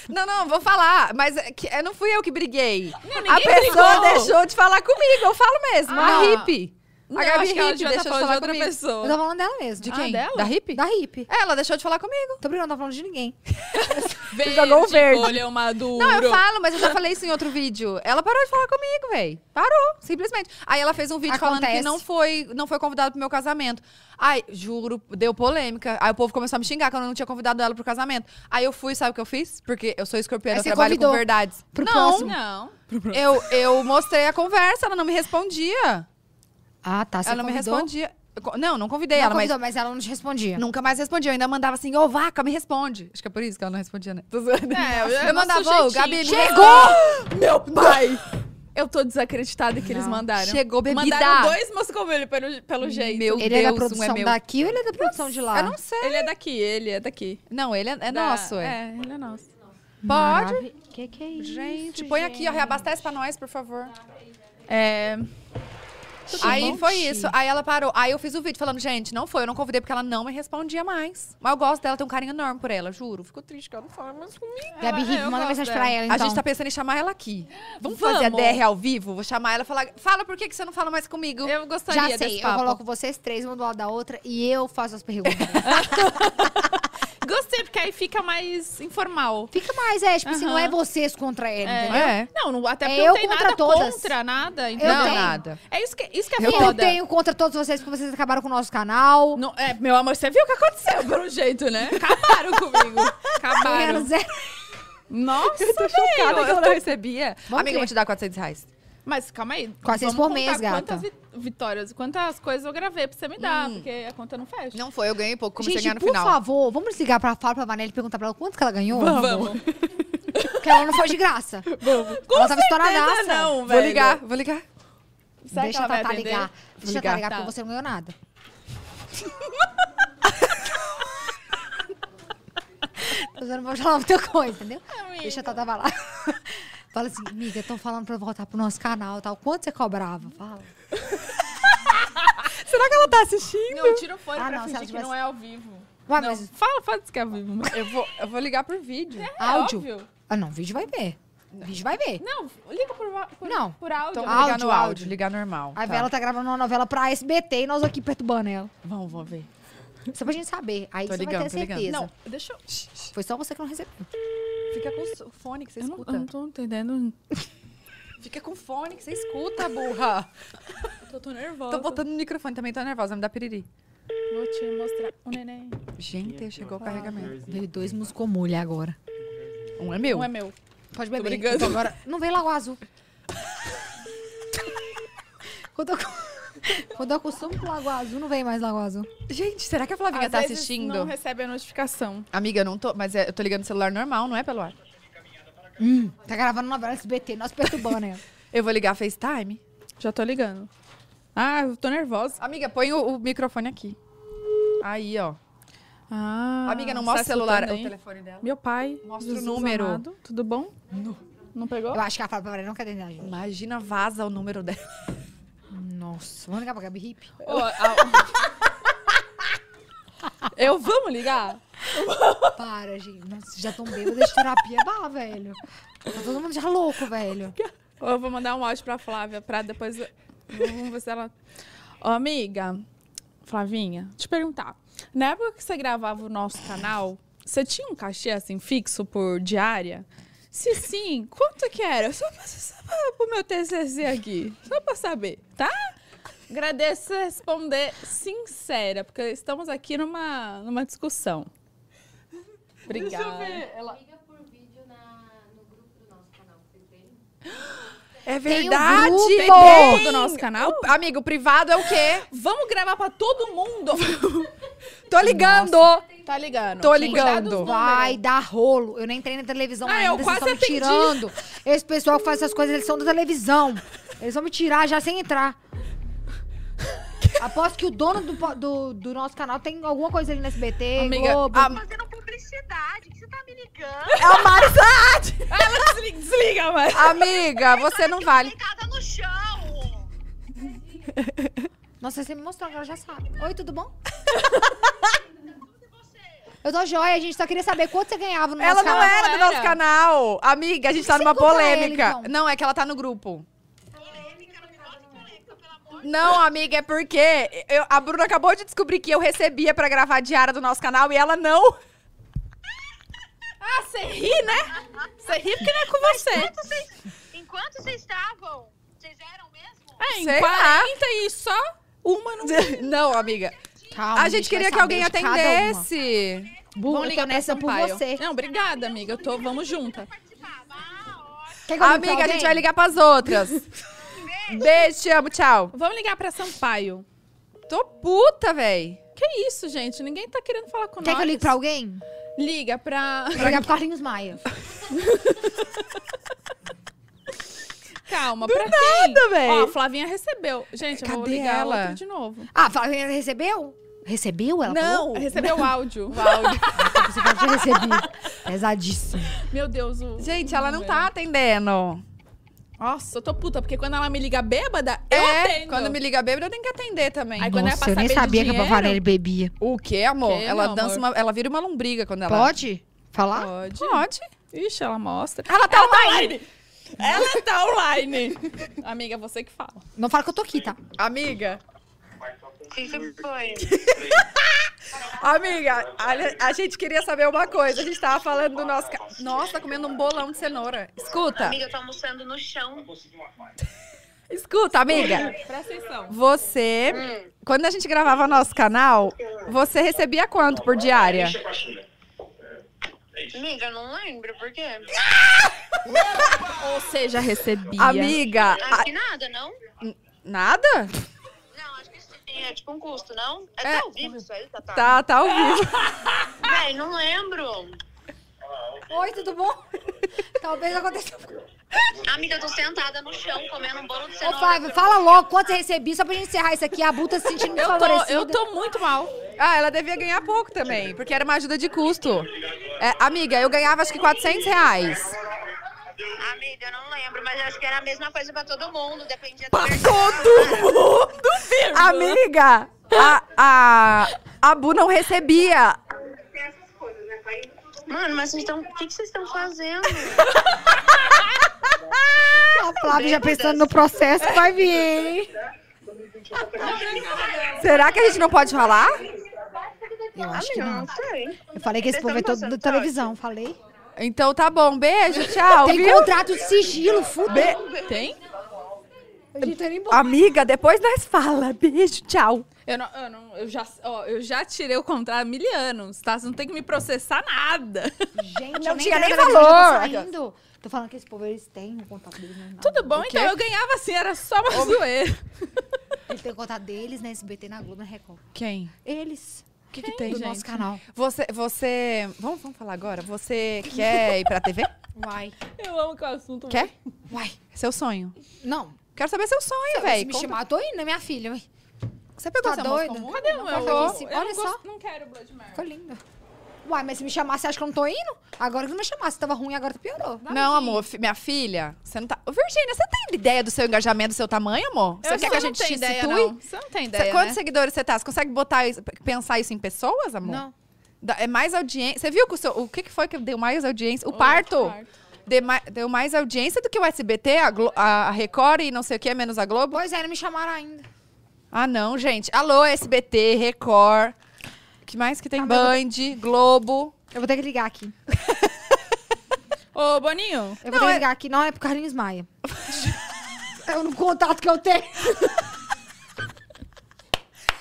Não, não, vou falar. Mas é que- eu não fui eu que briguei. ninguém a pessoa brigou. deixou de falar comigo. Eu falo mesmo. Ah. a hippie. Não, a Gabi acho que ela Hippie devia tá deixou de falando falar outra comigo. Eu pessoa. Ah, tô falando dela mesmo. De Ah, quem? Da hippie? É, Da hippie. Ela deixou de falar comigo. Tô brincando, não tô falando de ninguém. Verde, jogou o verde. Olhou maduro. Não, eu falo, mas eu já falei isso em outro vídeo. Ela parou de falar comigo, véi. Parou, simplesmente. Aí ela fez um vídeo falando que Acontece. não foi, não foi convidada pro meu casamento. Ai, juro, deu polêmica. Aí o povo começou a me xingar que eu não tinha convidado ela pro casamento. Aí eu fui, sabe o que eu fiz? Porque eu sou escorpiana, Aí eu você trabalho convidou com verdades. pro não, próximo. Não. eu, eu mostrei a conversa, ela não me respondia. Ah, tá. Você ela não me convidou? respondia. Eu co- Não, não convidei Não ela, mas convidou, mas... ela não te respondia. Nunca mais respondia. Eu ainda mandava assim, ô vaca, me responde. Acho que é por isso que ela não respondia, né? Tô zoando. É, eu- eu, é mandava, nosso ô, Gabi, me jeitinho. responde. Meu pai! Eu tô desacreditada que eles Não. mandaram. Chegou bebida. Mandaram dois Moscovilho pelo, pelo jeito. Meu Ele é da Deus, um produção é meu. daqui ou ele é da produção de lá? Eu não sei. Ele é daqui, ele é daqui. Não, ele é, é Da- nosso, é. É, ele é nosso. Pode? Maravi- Que que é isso? Gente, põe aqui, ó, reabastece pra nós, por favor. É... Aí bom? foi isso. Aí ela parou. Aí eu fiz o vídeo falando, gente, não foi, eu não convidei porque ela não me respondia mais. Mas eu gosto dela, tenho um carinho enorme por ela, juro. Fico triste que ela não fala mais comigo. Gabi Ela- Ribe, Ah, eu manda gosto é. mensagem dela. pra ela, então. A gente tá pensando em chamar ela aqui. Vamos, Vamos. fazer a DR ao vivo? Vou chamar ela e falar, fala por que, que você não fala mais comigo? Eu gostaria Já sei, desse eu papo. coloco vocês três, uma do lado da outra, e eu faço as perguntas. Gostei, porque aí fica mais informal. Fica mais, é, tipo assim, não é vocês contra ele, entendeu? É. Não, não até É porque eu não tem contra nada todas. contra, nada. Eu entendeu? não, tenho. nada. É isso que, isso que é Eu foda. tenho contra todos vocês, porque vocês acabaram com o nosso canal. Não- é, meu amor, você viu o que aconteceu, pelo jeito, né? Acabaram comigo. Ganharam Acabaram. zero. Nossa, Eu tô chocada velho. que eu não recebia. Vamos Amiga, eu ver. vou te dar 400 reais. Mas calma aí. Quase seis vamos por contar mês, gata. Hum. Quantas vi- vitórias, quantas coisas eu gravei pra você me dar, porque a conta não fecha. Não foi, eu ganhei pouco, comecei a Gente, ganhar no por final. favor, vamos ligar pra Fábio, pra Vanessa e perguntar pra ela quanto que ela ganhou? Vamos. Porque ela não foi de graça. Tá Com Ela certeza tava estouradaça. não, Vou velho. ligar, vou ligar. Será que Deixa a ela vai Tatá atender? ligar. Deixa a ligar. Tatá ligar, Tá. porque você não ganhou nada. Mas eu não vou falar muita coisa, entendeu? Deixa a Tatá falar. Fala assim, amiga, estão falando pra eu voltar pro nosso canal e tal. Quanto você cobrava? Fala. Será que ela tá assistindo? Não, tira o fone Ah, pra não, se fingir ela que tivesse- não é ao vivo. Ué, Não, mas fala, fala disso que é ao vivo. mas- Eu vou, eu vou ligar por vídeo. É Áudio? óbvio. Ah, não, vídeo vai ver. Vídeo vai ver. Não, liga por, va- por, Não. por áudio. Então né? vou ligar áudio, no áudio, áudio. ligar normal. A Vela tá gravando uma novela pra SBT e nós aqui perturbando ela. Vamos, vamos ver. Só pra gente saber. Aí Tô você ligando, vai ter tô ligando. certeza. Não, deixa eu... Foi só você que não recebeu. Fica com o fone que você Eu não, escuta. eu não tô entendendo. Fica com o fone que você escuta, burra. Eu tô, tô nervosa. tô botando no microfone também, tô nervosa, me dá piriri. Vou te mostrar o neném. Gente, chegou o carregamento. Veio dois muscou mulha agora. Um é meu. Não é meu. Pode beber. brigando. Então agora não vem Lagoa Azul. quando, eu, co- quando eu acostumo com Lagoa Azul, não vem mais Lagoa Azul. Gente, será que a Flavinha Às tá vezes assistindo? não recebe a notificação. Amiga, eu não tô, mas é- eu tô ligando no celular normal, não é pelo ar. Tá gravando novela SBT, nós perturbando ela. Eu vou ligar a FaceTime. Já tô ligando. Ah, eu tô nervosa. Amiga, põe o, o microfone aqui. Aí, ó. Ah, Amiga, não você mostra o tá celular, escutando o aí? telefone dela. Meu pai. Mostra o Jesus número. amado, Tudo bom? Não pegou? Eu acho que a Fábio Varela não quer atender a gente. Imagina, vaza o número dela. Nossa, vamos ligar pra Gabi Hip? Ó, a- eu vamos ligar? Para, gente. Nossa, já tão bêbada de terapia, dá, velho. Tá todo mundo já louco, velho. Ou eu vou mandar um áudio pra Flávia pra depois. Vamos ver se ela. Ô, amiga, Flavinha, te perguntar. Na época que você gravava o nosso canal, você tinha um cachê assim fixo por diária? Se sim, quanto que era? Só pra, só pra- pro meu TCC aqui. Só pra saber, tá? Agradeço responder sincera, porque estamos aqui numa, numa discussão. Obrigada. Liga por vídeo na, no grupo do nosso canal que vocês têm. É Tem o verdade! grupo. tem. Grupo do nosso canal? O- Amiga, o privado é o quê? Vamos gravar pra todo mundo. Tô ligando! Tá ligando. Tô Gente, ligando! Vai dar rolo. Eu nem entrei na televisão Ah, ainda, eu vocês quase estão me atendi. tirando. Esse pessoal que faz essas coisas, eles são da televisão. Eles vão me tirar já sem entrar. Aposto que o dono do, po- do, do nosso canal tem alguma coisa ali no SBT, Amiga, Globo. a- Fazendo publicidade, que você tá me ligando? É a Mari Saad! Ah, Desliga, desliga, mãe. Amiga, você não vale. Deitada no chão. Nossa, você me mostrou, agora já sabe. Oi, tudo bom? E você? Eu tô joia, gente. Só queria saber quanto você ganhava no Ela nosso não canal. era do nosso era. canal. Amiga, a gente tá Você numa encontra ela, polêmica. então. Não, é que ela tá no grupo. Polêmica, não me bota em polêmica, pelo amor de Não, amiga, é porque eu- a Bruna acabou de descobrir que eu recebia pra gravar a diária do nosso canal e ela não. Ah, você ri, né? Você ri porque não é com você. Deus. Vocês- Enquanto vocês estavam, vocês eram mesmo? É, em Sei lá. 40 e só uma não Não, amiga. Calma, a gente, vai queria que saber alguém de cada uma. atendesse. Bu, Vamos eu ligar tô pra nessa por Sampaio. você. Não, obrigada, amiga. Eu tô, vamos junta. Participava. Ah, ótimo. Quer que eu ligue pra Amiga, a gente alguém? vai ligar pras outras. Beijo, te amo, tchau. Vamos ligar pra Sampaio. Tô puta, véi. Que isso, gente? Ninguém tá querendo falar com Quer nós. que eu ligue pra alguém? Liga pra... Vou ligar pro Carlinhos Maia. Calma, pra quem? nada, véi. Ó, a Flavinha recebeu. Gente, eu vou Cadê ligar ela? outra de novo. Ah, fala, recebeu? Recebeu? Ela falou? Não. Recebeu o áudio. Ah, você pode ter recebido. Pesadíssimo. Meu Deus, o... Gente, o ela não número. tá atendendo. Nossa, eu tô puta, porque quando ela me liga bêbada, eu é, atendo. quando me liga bêbada, eu tenho que atender também. Ai, Quando é Nossa, pra eu saber nem de sabia que a dinheiro- Pavanelli bebia. O quê, amor? Que, ela meu dança amor? uma. Ela vira uma lombriga Tá quando ela. Pode falar? Pode. Pode. Ixi, ela mostra. Ela tá online! Ela tá online. Amiga, você que fala. Não fala que eu tô aqui, tá? Amiga. O que que foi? Amiga, a, a gente queria saber uma coisa. A gente tava falando do nosso. ca- Nossa, tá comendo um bolão de cenoura. Escuta, Amiga, eu tô almoçando no chão. escuta, amiga. Presta atenção. Você, quando a gente gravava nosso canal, você recebia quanto por diária? Amiga, eu não lembro, por quê? Ou seja, recebia. Amiga, Acho Ah, a- que nada, não? nada? Não, acho que sim. É tipo um custo, não? É, É. tão vivo isso aí, Tatá? Tá, tá ao vivo. Véi, não lembro. Oi, tudo bom? Talvez aconteça. Amiga, eu tô sentada no chão comendo um bolo de Ô, cenoura. Flávio, fala logo quanto você recebeu, só pra gente encerrar isso aqui. A Bu tá se sentindo Eu tô, desfavorecida. eu tô muito mal. Ah, ela devia ganhar pouco também, porque era uma ajuda de custo. É, amiga, eu ganhava acho que 400 reais. Amiga, eu não lembro, mas eu acho que era a mesma coisa pra todo mundo, dependia do Pra mercado. todo mundo, Amiga, a, a, a Bu não recebia. Mano, mas vocês estão. O que, que vocês estão fazendo? A Flávia já pensando no processo que vai vir, hein? Será que a gente não pode falar? Eu acho que Amiga, não. não sei. Eu falei que esse Vocês povo é tão todo da passando tá televisão, falei. Então tá bom, beijo, tchau, Tem viu? contrato de sigilo, fudeu. Tem? A gente tá ah, indo embora. Amiga, depois nós fala. Beijo, tchau. Eu, não, eu, não- eu já, ó, eu já tirei o contrato há mil anos, tá? Você não tem que me processar nada. Gente, Não eu tinha nem quero televisão, valor. já Tô, tá saindo. tô falando que esse povo, eles têm o contato deles. né? Não, não. Tudo bom, então eu ganhava assim, era só uma zoeira. Eles têm o contato deles né? na SBT, na Globo, na Record. Quem? Eles. O que, que tem, do gente? nosso canal. Você, você... Vamos, vamos falar agora? Você quer ir pra TV? Uai. Eu amo que o assunto. quer? É Uai. Seu sonho. Não. Quero saber seu sonho, Se me velho. chamar, eu tô indo, né, minha filha? Ué. Você pegou Tá essa doida? doida? Cadê o Não, meu? eu Eu, vou- eu olha não, só. gosto- não quero Blood Mary. Ficou lindo. Uai, mas se me chamar, você acha que eu não tô indo? Agora que não me chamasse, tava ruim, agora piorou. Não, amor, fi- minha filha, você não tá. Ô, Virgínia, você tem ideia do seu engajamento, do seu tamanho, amor? Você Eu quer sei, que a não gente tem te ideia, situe? não. Você não tem Cê- ideia, quantos né? seguidores você tá? Você consegue botar isso- pensar isso em pessoas, amor? Não. Da- é mais audiência. Você viu que o seu. O que, que foi que deu mais audiência? O parto. Deu mai- Deu mais audiência do que o SBT, a, Glo- a Record e não sei o que, menos a Globo? Pois é, não me chamaram ainda. Ah, não, gente. Alô, SBT, Record. O que mais que tem? Band, Globo. Eu vou ter que ligar aqui. Ô, Boninho, Eu vou ter que ligar aqui. Não, é pro Carlinhos Maia. é no contato que eu tenho.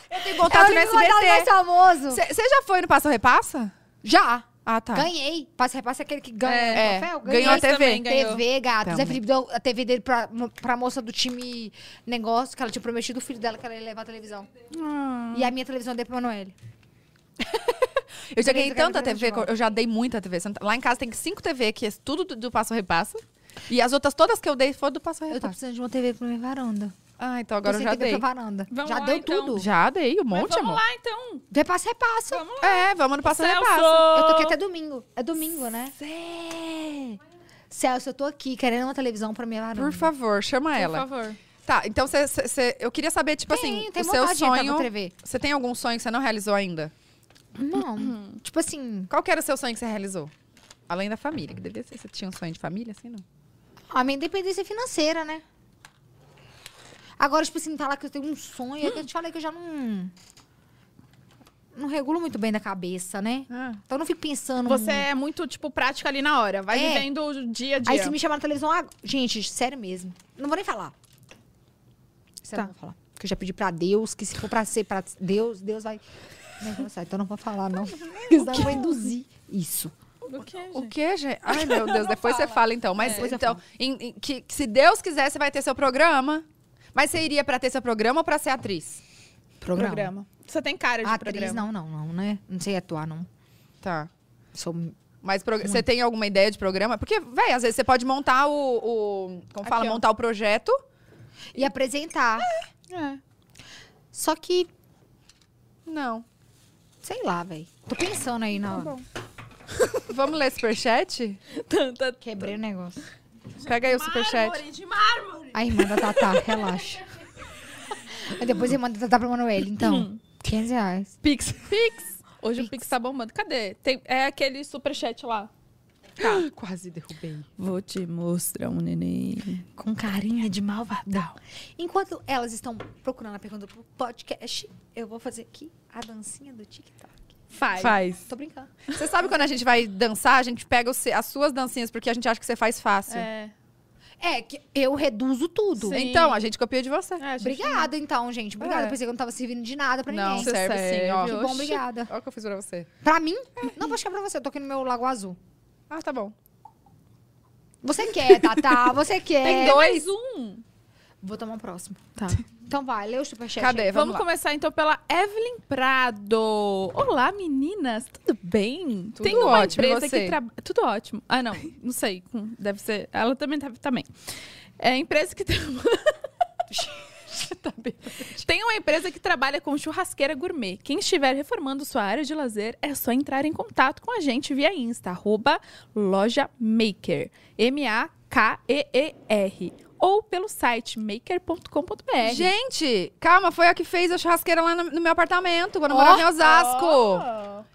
Eu tenho É o contato no único contato mais SBT. famoso. Você já foi no Passa ou Repassa? Já. Ah, tá. Ganhei. Passe repassa é aquele que ganha É, o troféu. é. Ganhou a Nós também TV. ganhou. TV, gato. Também. Zé Felipe deu a TV dele pra, pra moça do time negócio, que ela tinha prometido o filho dela que ela ia levar a televisão. Ah. E a minha televisão eu dei pro Manoel. Eu já Beleza, ganhei eu quero tanta ver TV, futebol. eu já dei muita TV. Você não tá- Lá em casa tem cinco TV, que é tudo do, do Passo Repassa. E as outras todas que eu dei foram do Passo Eu tô Repassa. precisando de uma TV pra minha varanda. Ah, então agora Você eu já que veio dei. pra varanda. Vamos já lá, deu então. tudo. Já dei um Mas monte, vamos amor. lá, então. Vê passo é passo. Vamos lá. É, vamos no passando Celso! repasso. Eu tô aqui até domingo. É domingo, né? Celso, eu tô aqui querendo uma televisão pra minha varanda. Por favor, chama Por ela. favor. Tá, então cê, cê- cê- eu queria saber, tipo Tem, assim, tem o seu vontade de entrar sonho. pra TV. Você tem algum sonho que você não realizou ainda? Não. tipo assim, Qual que era o seu sonho que você realizou? Além da família, que devia ser. Você tinha um sonho de família, assim, não? a Ah, minha independência financeira, né? Agora, tipo assim, falar que eu tenho um sonho, é que eu te falei que eu já não. Não regulo muito bem da cabeça, né? Ah. Então eu não fico pensando. Você muito. é muito, tipo, prática ali na hora. Vai É. vivendo o dia a dia. Aí se me chamar na televisão, ah, gente, sério mesmo. Não vou nem falar. Sério, Tá. não vou falar. Porque eu já pedi pra Deus que se for pra ser pra Deus, Deus vai. Não vou sair, então não vou falar, não. Porque um senão eu vou induzir isso. O quê, O gente? quê, gente? Ai, meu Deus, depois você fala então. É, Mas Depois eu então, em- em- que, que se Deus quiser, você vai ter seu programa. Mas você iria pra ter seu programa ou pra ser atriz? Programa. Você tem cara de Atriz, programa. não, não, não, né? Não sei atuar, não. Tá. Sou. Mas prog- você tem alguma ideia de programa? Porque, véi, às vezes você pode montar o. o- como fala? Aqui, ó. montar o projeto. E apresentar. É. Só que, Não. sei lá, velho. Tô pensando aí na hora. Vamos ler superchat? Tanta... Quebrei o negócio. Pega aí o superchat. De mármore. A irmã da Tatá, relaxa. Aí depois a irmã da Tatá pra Manoel, então. 500 reais. Pix. Pix. Hoje o Pix tá bombando. Cadê? Tem- É aquele superchat lá. Tá. Quase derrubei. Vou te mostrar um neném. com carinha de malvadão. Enquanto elas estão procurando a pergunta pro podcast, eu vou fazer aqui a dancinha do TikTok. Faz. Faz. Tô brincando. Você sabe quando a gente vai dançar, a gente pega o se- as suas dancinhas, porque a gente acha que você faz fácil. É. É, que eu reduzo tudo. Sim. Então, a gente copia de você. É, gente, Obrigada, então, gente. Obrigada. É. Pensei que eu não tava servindo de nada pra Não, ninguém. Você serve sim, ó. Que serve, bom, oxi. obrigada. Olha o que eu fiz pra você. Pra mim? Não, vou chegar pra você. Eu tô aqui no meu Lago Azul. Ah, tá bom. Você quer, Tatá? Você quer? Tem dois. Um. Vou tomar o próximo. Tá. Então vai, lê o superchat. Cadê? aí. Vamos Vamos lá. começar então pela Evelyn Prado. Olá, meninas. Tudo bem? Tudo Tem uma ótimo, e empresa você? que trabalha. Tudo ótimo. Ah, não. Não sei. Hum, Deve ser. Ela também deve também. É empresa que trabalha. Tem uma empresa que trabalha com churrasqueira gourmet. Quem estiver reformando sua área de lazer é só entrar em contato com a gente via Insta, arroba loja Maker, M-A-K-E-E-R, ou pelo site maker.com.br. Gente, calma, foi a que fez a churrasqueira lá no, no meu apartamento, quando eu Ó. morava em Osasco.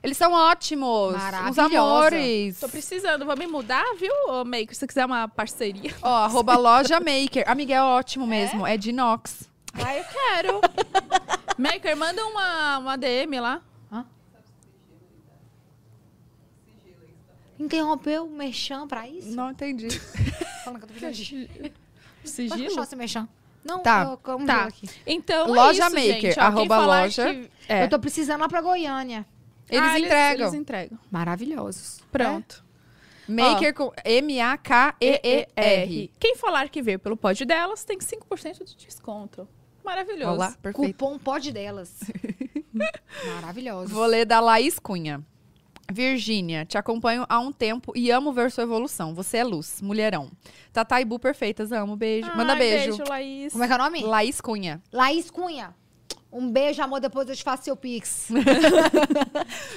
Eles são ótimos. Os Maravilhosa. amores. Oh, Tô precisando, vou me mudar, viu, ô, Maker? Se você quiser uma parceria. Ó, arroba loja maker. Amiga, é ótimo mesmo. É, de inox. Ah, eu quero. Maker, manda uma, uma DM lá. Interrompeu o merchan pra isso? Não entendi. Falando que eu tô pedindo. Pode Sigilo? puxar esse merchan. Não, Tá. eu, eu, Tá. aqui. Então, é Loja isso, Maker, gente. Ó, quem arroba falar loja. que- É. Eu tô precisando lá pra Goiânia. Eles Ah, entregam. Eles entregam. Maravilhosos. Pronto. Maker com É. M-A-K-E-E-R. Quem falar que veio pelo pod delas tem 5% de desconto. Maravilhoso. Olha lá, É, perfeito. Cupom pode delas. Maravilhosos. Vou ler da Laís Cunha. Virgínia, te acompanho há um tempo e amo ver sua evolução. Você é luz, mulherão. Tatá e Bu perfeitas, amo, beijo. Manda Ai, beijo. Beijo, Laís. Como é que é o nome? Laís Cunha. Laís Cunha. Um beijo, amor. Depois eu te faço seu pix.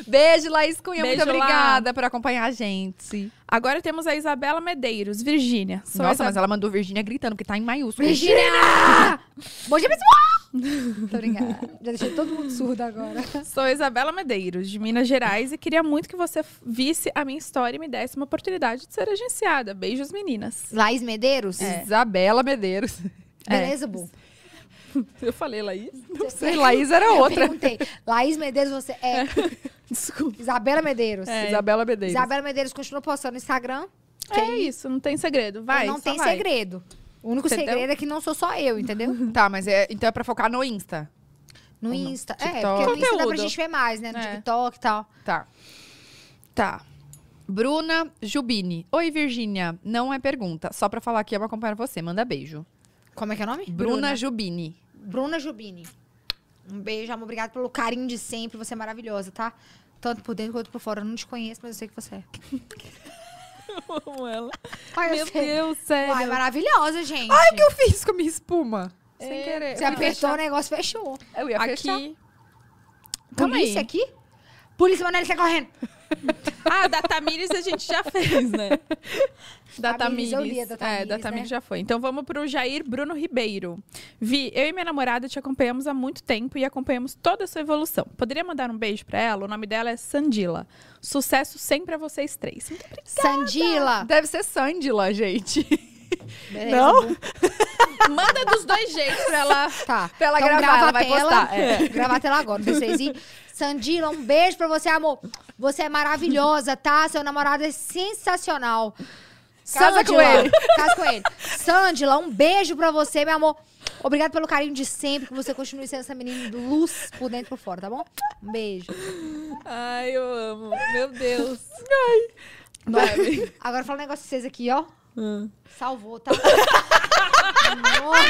Beijo, Laís Cunha. Beijo, Muito obrigada por acompanhar a gente. Agora temos a Isabela Medeiros, Virgínia. Sou a Nossa, mas Isabela- ela mandou Virgínia gritando, porque tá em maiúsculo. Virgínia! Bom dia, pessoal! Tô brincando. Já deixei todo mundo surdo agora. Sou a Isabela Medeiros, de Minas Gerais, e queria muito que você f- visse a minha história e me desse uma oportunidade de ser agenciada. Beijos, meninas. Laís Medeiros? É, Isabela Medeiros. Beleza, Bu? Eu falei, Laís? Não Sei, Laís era outra. Perguntei. Laís Medeiros, você é. Desculpa. Isabela Medeiros. Isabela Medeiros. Isabela Medeiros continua postando no Instagram. É isso, não tem segredo. Vai, não só tem vai. segredo. O único Entendeu? segredo é que não sou só eu, entendeu? Tá, mas é, então é pra focar no Insta. No Ou não. Insta. É, TikTok. porque no Insta dá pra Conteúdo. gente ver mais, né? No É. TikTok e tal. Tá. Tá. Bruna Jubini. Oi, Virgínia. Não é pergunta, só pra falar que amo acompanhar você. Manda beijo. Como é que é o nome? Bruna, Jubini. Bruna Jubini. Um beijo, amor. Obrigada pelo carinho de sempre. Você é maravilhosa, tá? Tanto por dentro quanto por fora. Eu não te conheço, mas eu sei que você é. Amo ela. Ai, eu Meu sei. Deus, sério. Ai, é maravilhosa, gente. eu fiz com a minha espuma? Sem querer. Você Eu fui apertou o negócio, fechou. fechar- Eu ia fechar. É. Aqui. Calma aí. Polícia aqui? Polícia, Manoel, sai correndo. Ah, da Tamires a gente já fez, né? Da Tamires. Tamires, eu li a da é, Tamires, da né? Tamires já foi. Então vamos pro Jair Bruno Ribeiro. Vi, eu e minha namorada te acompanhamos há muito tempo e acompanhamos toda a sua evolução. Poderia mandar um beijo pra ela? O nome dela é Sandila. Sucesso sempre a vocês três. Muito obrigada. Sandila. Ah. Deve ser Sandila, gente. Beleza, Não? bu- Manda dos dois jeitos pra ela. Tá. Pra ela gravar, ela vai postar, é. Gravar a tela agora, vocês irem. Sandila, um beijo pra você, amor. Você é maravilhosa, tá? Seu namorado é sensacional. Casa com ele. Casa com ele. Sandila, um beijo pra você, meu amor. Obrigado pelo carinho de sempre, que você continue sendo essa menina de luz por dentro e por fora, tá bom? Um beijo. Ai, eu amo. Meu Deus. Agora fala um negócio pra vocês aqui, ó. Ah. Salvou, tá? Nossa!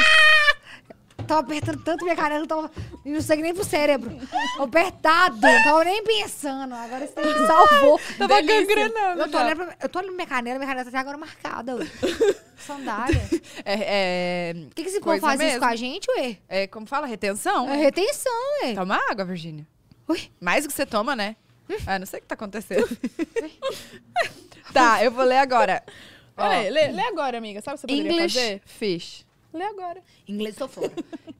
Tava apertando tanto minha canela, que tava não sei nem pro cérebro. Apertado, não tava nem pensando. Agora esse trem salvou. Tava Delícia. gangrenando tá. Eu tô, já. olhando pra, eu tô olhando minha canela, minha canela tá até agora marcada. ué. Sandália. Por É, é, que, que esse povo Coisa faz isso mesmo. com a gente, ué? é, como fala? Retenção? É retenção, ué. Toma água, Virgínia. Ui. Mais do que você toma, né? Ah, não sei o que tá acontecendo. tá, eu vou ler agora. Ó, Peraí, lê, lê agora, amiga. Sabe o que você poderia English fazer? fish. tá Lê agora. Inglês tô fora.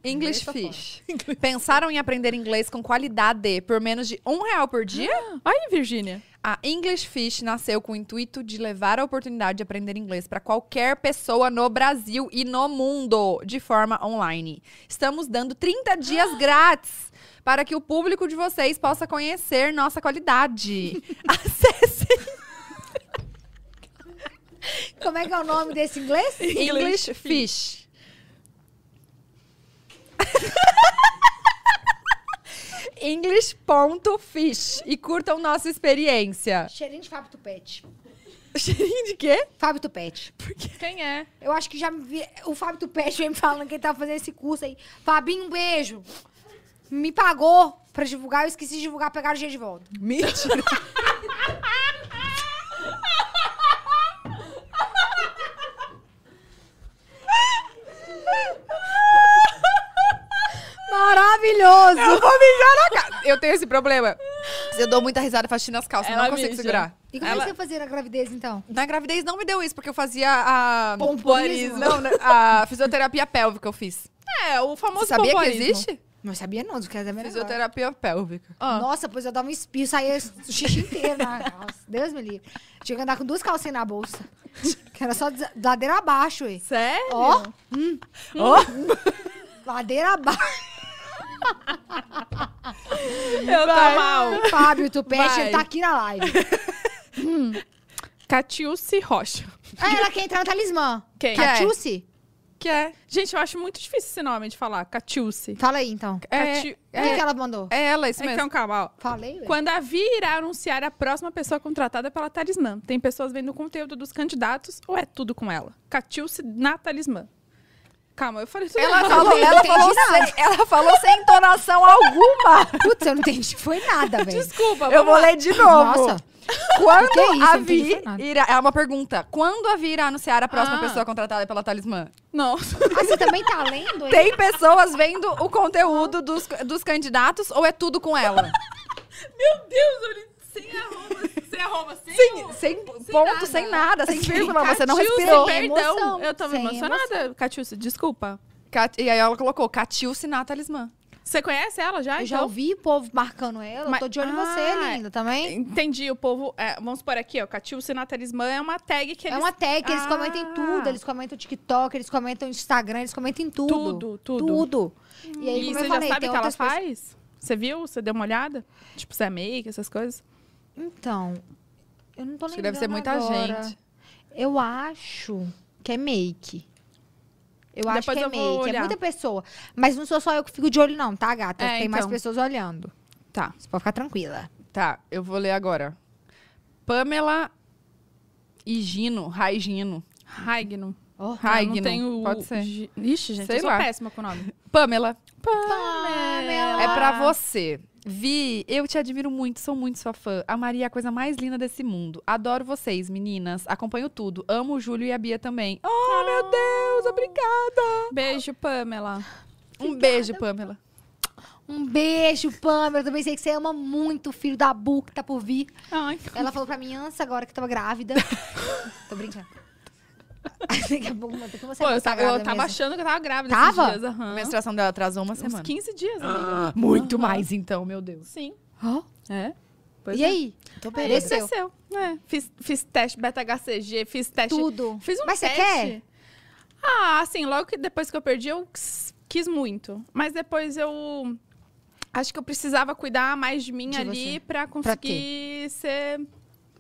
English fish. Pensaram em aprender inglês com qualidade por menos de um real por dia? Aí, Virgínia. A English Fish nasceu com o intuito de levar a oportunidade de aprender inglês para qualquer pessoa no Brasil e no mundo, de forma online. Estamos dando 30 dias grátis para que o público de vocês possa conhecer nossa qualidade. Acessem Como é que é o nome desse inglês? English Fish. English.fish e curtam nossa experiência. Cheirinho de Fábio Tupete. Cheirinho de quê? Fábio Tupete. Quem é? Eu acho que já me vi... O Fábio Tupete vem me falando que ele tá fazendo esse curso aí. Fabinho, um beijo. Me pagou pra divulgar, eu esqueci de divulgar, pegaram o dia de volta. Mentira. Maravilhoso! Eu vou mijar na cara. Eu tenho esse problema. Se eu dou muita risada, eu faxina as calças. eu Ela não consigo mija. segurar. E como é Ela- que você fazia na gravidez, então? Na gravidez não me deu isso, porque eu fazia a... Pompoarismo? Não, né, a fisioterapia pélvica eu fiz. É, o famoso Você sabia pompoarismo. que existe? Não sabia não, do que É. era melhor. Fisioterapia pélvica. Ó. Nossa, pois eu dava um espirro, saía o xixi inteiro na calça. Deus me livre. Tinha que andar com duas calcinhas na bolsa. Que era só des- ladeira abaixo, aí. Sério? Ó, Hum. Ó, ladeira abaixo. Eu tô Tá mal. Fábio Tupete, Vai. ele tá aqui na live. Catiúce Rocha. Ah, ela quer entrar no talismã. Tá Quem? é? Catiúce? que é... Gente, eu acho muito difícil esse nome de falar. Catiúce. Fala aí, então. É, Cati- O que, que ela mandou? é ela, isso mesmo. Então, calma. ó. Falei, ué. Quando a Vi irá anunciar a próxima pessoa contratada pela Talismã. Tem pessoas vendo o conteúdo dos candidatos ou é tudo com ela? Catiúce na Talismã. Calma, eu falei tudo Ela errado. falou, não ela, entendi falou nada. sem, ela falou sem entonação alguma. Putz, eu não entendi. Foi nada, velho. Desculpa, Eu vamos vou lá. ler de novo. Nossa. Quando Que é isso? a Eu não entendi Vi nada. irá... É uma pergunta. Quando a Vi irá anunciar a próxima Ah. pessoa contratada pela Talismã? Não. Ah, você também tá lendo aí? Tem pessoas vendo o conteúdo dos, dos candidatos ou é tudo com ela? Meu Deus, olha. Sem arroba, sem arroba, sem, Sem, sem ponto, sem nada, sem né? vírgula, você não respirou. Sem perdão. emoção. Eu tô Sem emocionada, Catiúce, desculpa. Cat- E aí ela colocou, Catil Siná Talismã. Você conhece ela já? Eu já então? ouvi o povo marcando ela. Eu Mas- tô de olho em Ah, você, linda, tá também. Entendi, o povo. é, vamos por aqui, ó. Catiúce na Talismã é uma tag que É eles. uma tag, eles comentam em Ah. tudo. Eles comentam TikTok, eles comentam Instagram, eles comentam em tudo. Tudo, tudo. Tudo. E aí, E como você eu falei, já sabe tem o que ela outras pessoas- faz? Você viu? Você deu uma olhada? Tipo, se é make, essas coisas? Então, eu não tô Acho lembrando que deve ser muita agora. gente. Eu acho que é make. Eu acho Depois que é eu vou make. É olhar. muita pessoa. Mas não sou só eu que fico de olho, não, tá, gata? É, Tem mais então. pessoas olhando. Tá. Você pode ficar tranquila. Tá, eu vou ler agora. Pamela Higino, Raigino. Ragno. Ó, Eu Raigno, não tenho o- pode ser. gi- Ixi, gente, Sei eu sou lá. péssima com o nome. Pamela, Pamela. é pra você. Vi, eu te admiro muito, sou muito sua fã. A Maria é a coisa mais linda desse mundo. Adoro vocês, meninas. Acompanho tudo. Amo o Júlio e a Bia também. Oh, meu Deus, obrigada. Beijo, Pamela. Um beijo, Pamela. Um beijo, Pamela. Eu também sei que você ama muito o filho da Bu que tá por vir. Ai, Ela falou pra mim antes agora que tava grávida. Tô brincando. Daqui a pouco, mas como você Pô, é eu muito tava, eu grávida tava mesmo. achando que eu tava grávida Tava? esses dias. aham. A menstruação dela atrasou uma Uns semana. 15 dias, amiga. Ah. Muito mais, então, meu Deus. Sim. Ó, É. Pois E é. aí? Tô Aí Desceu. Desceu. É. Fiz, fiz teste beta-HCG, fiz teste... Tudo. Fiz um Mas você teste. quer? Ah, assim, logo que depois que eu perdi, eu quis- quis muito. Mas depois eu... Acho que eu precisava cuidar mais de mim De ali pra quê? conseguir ser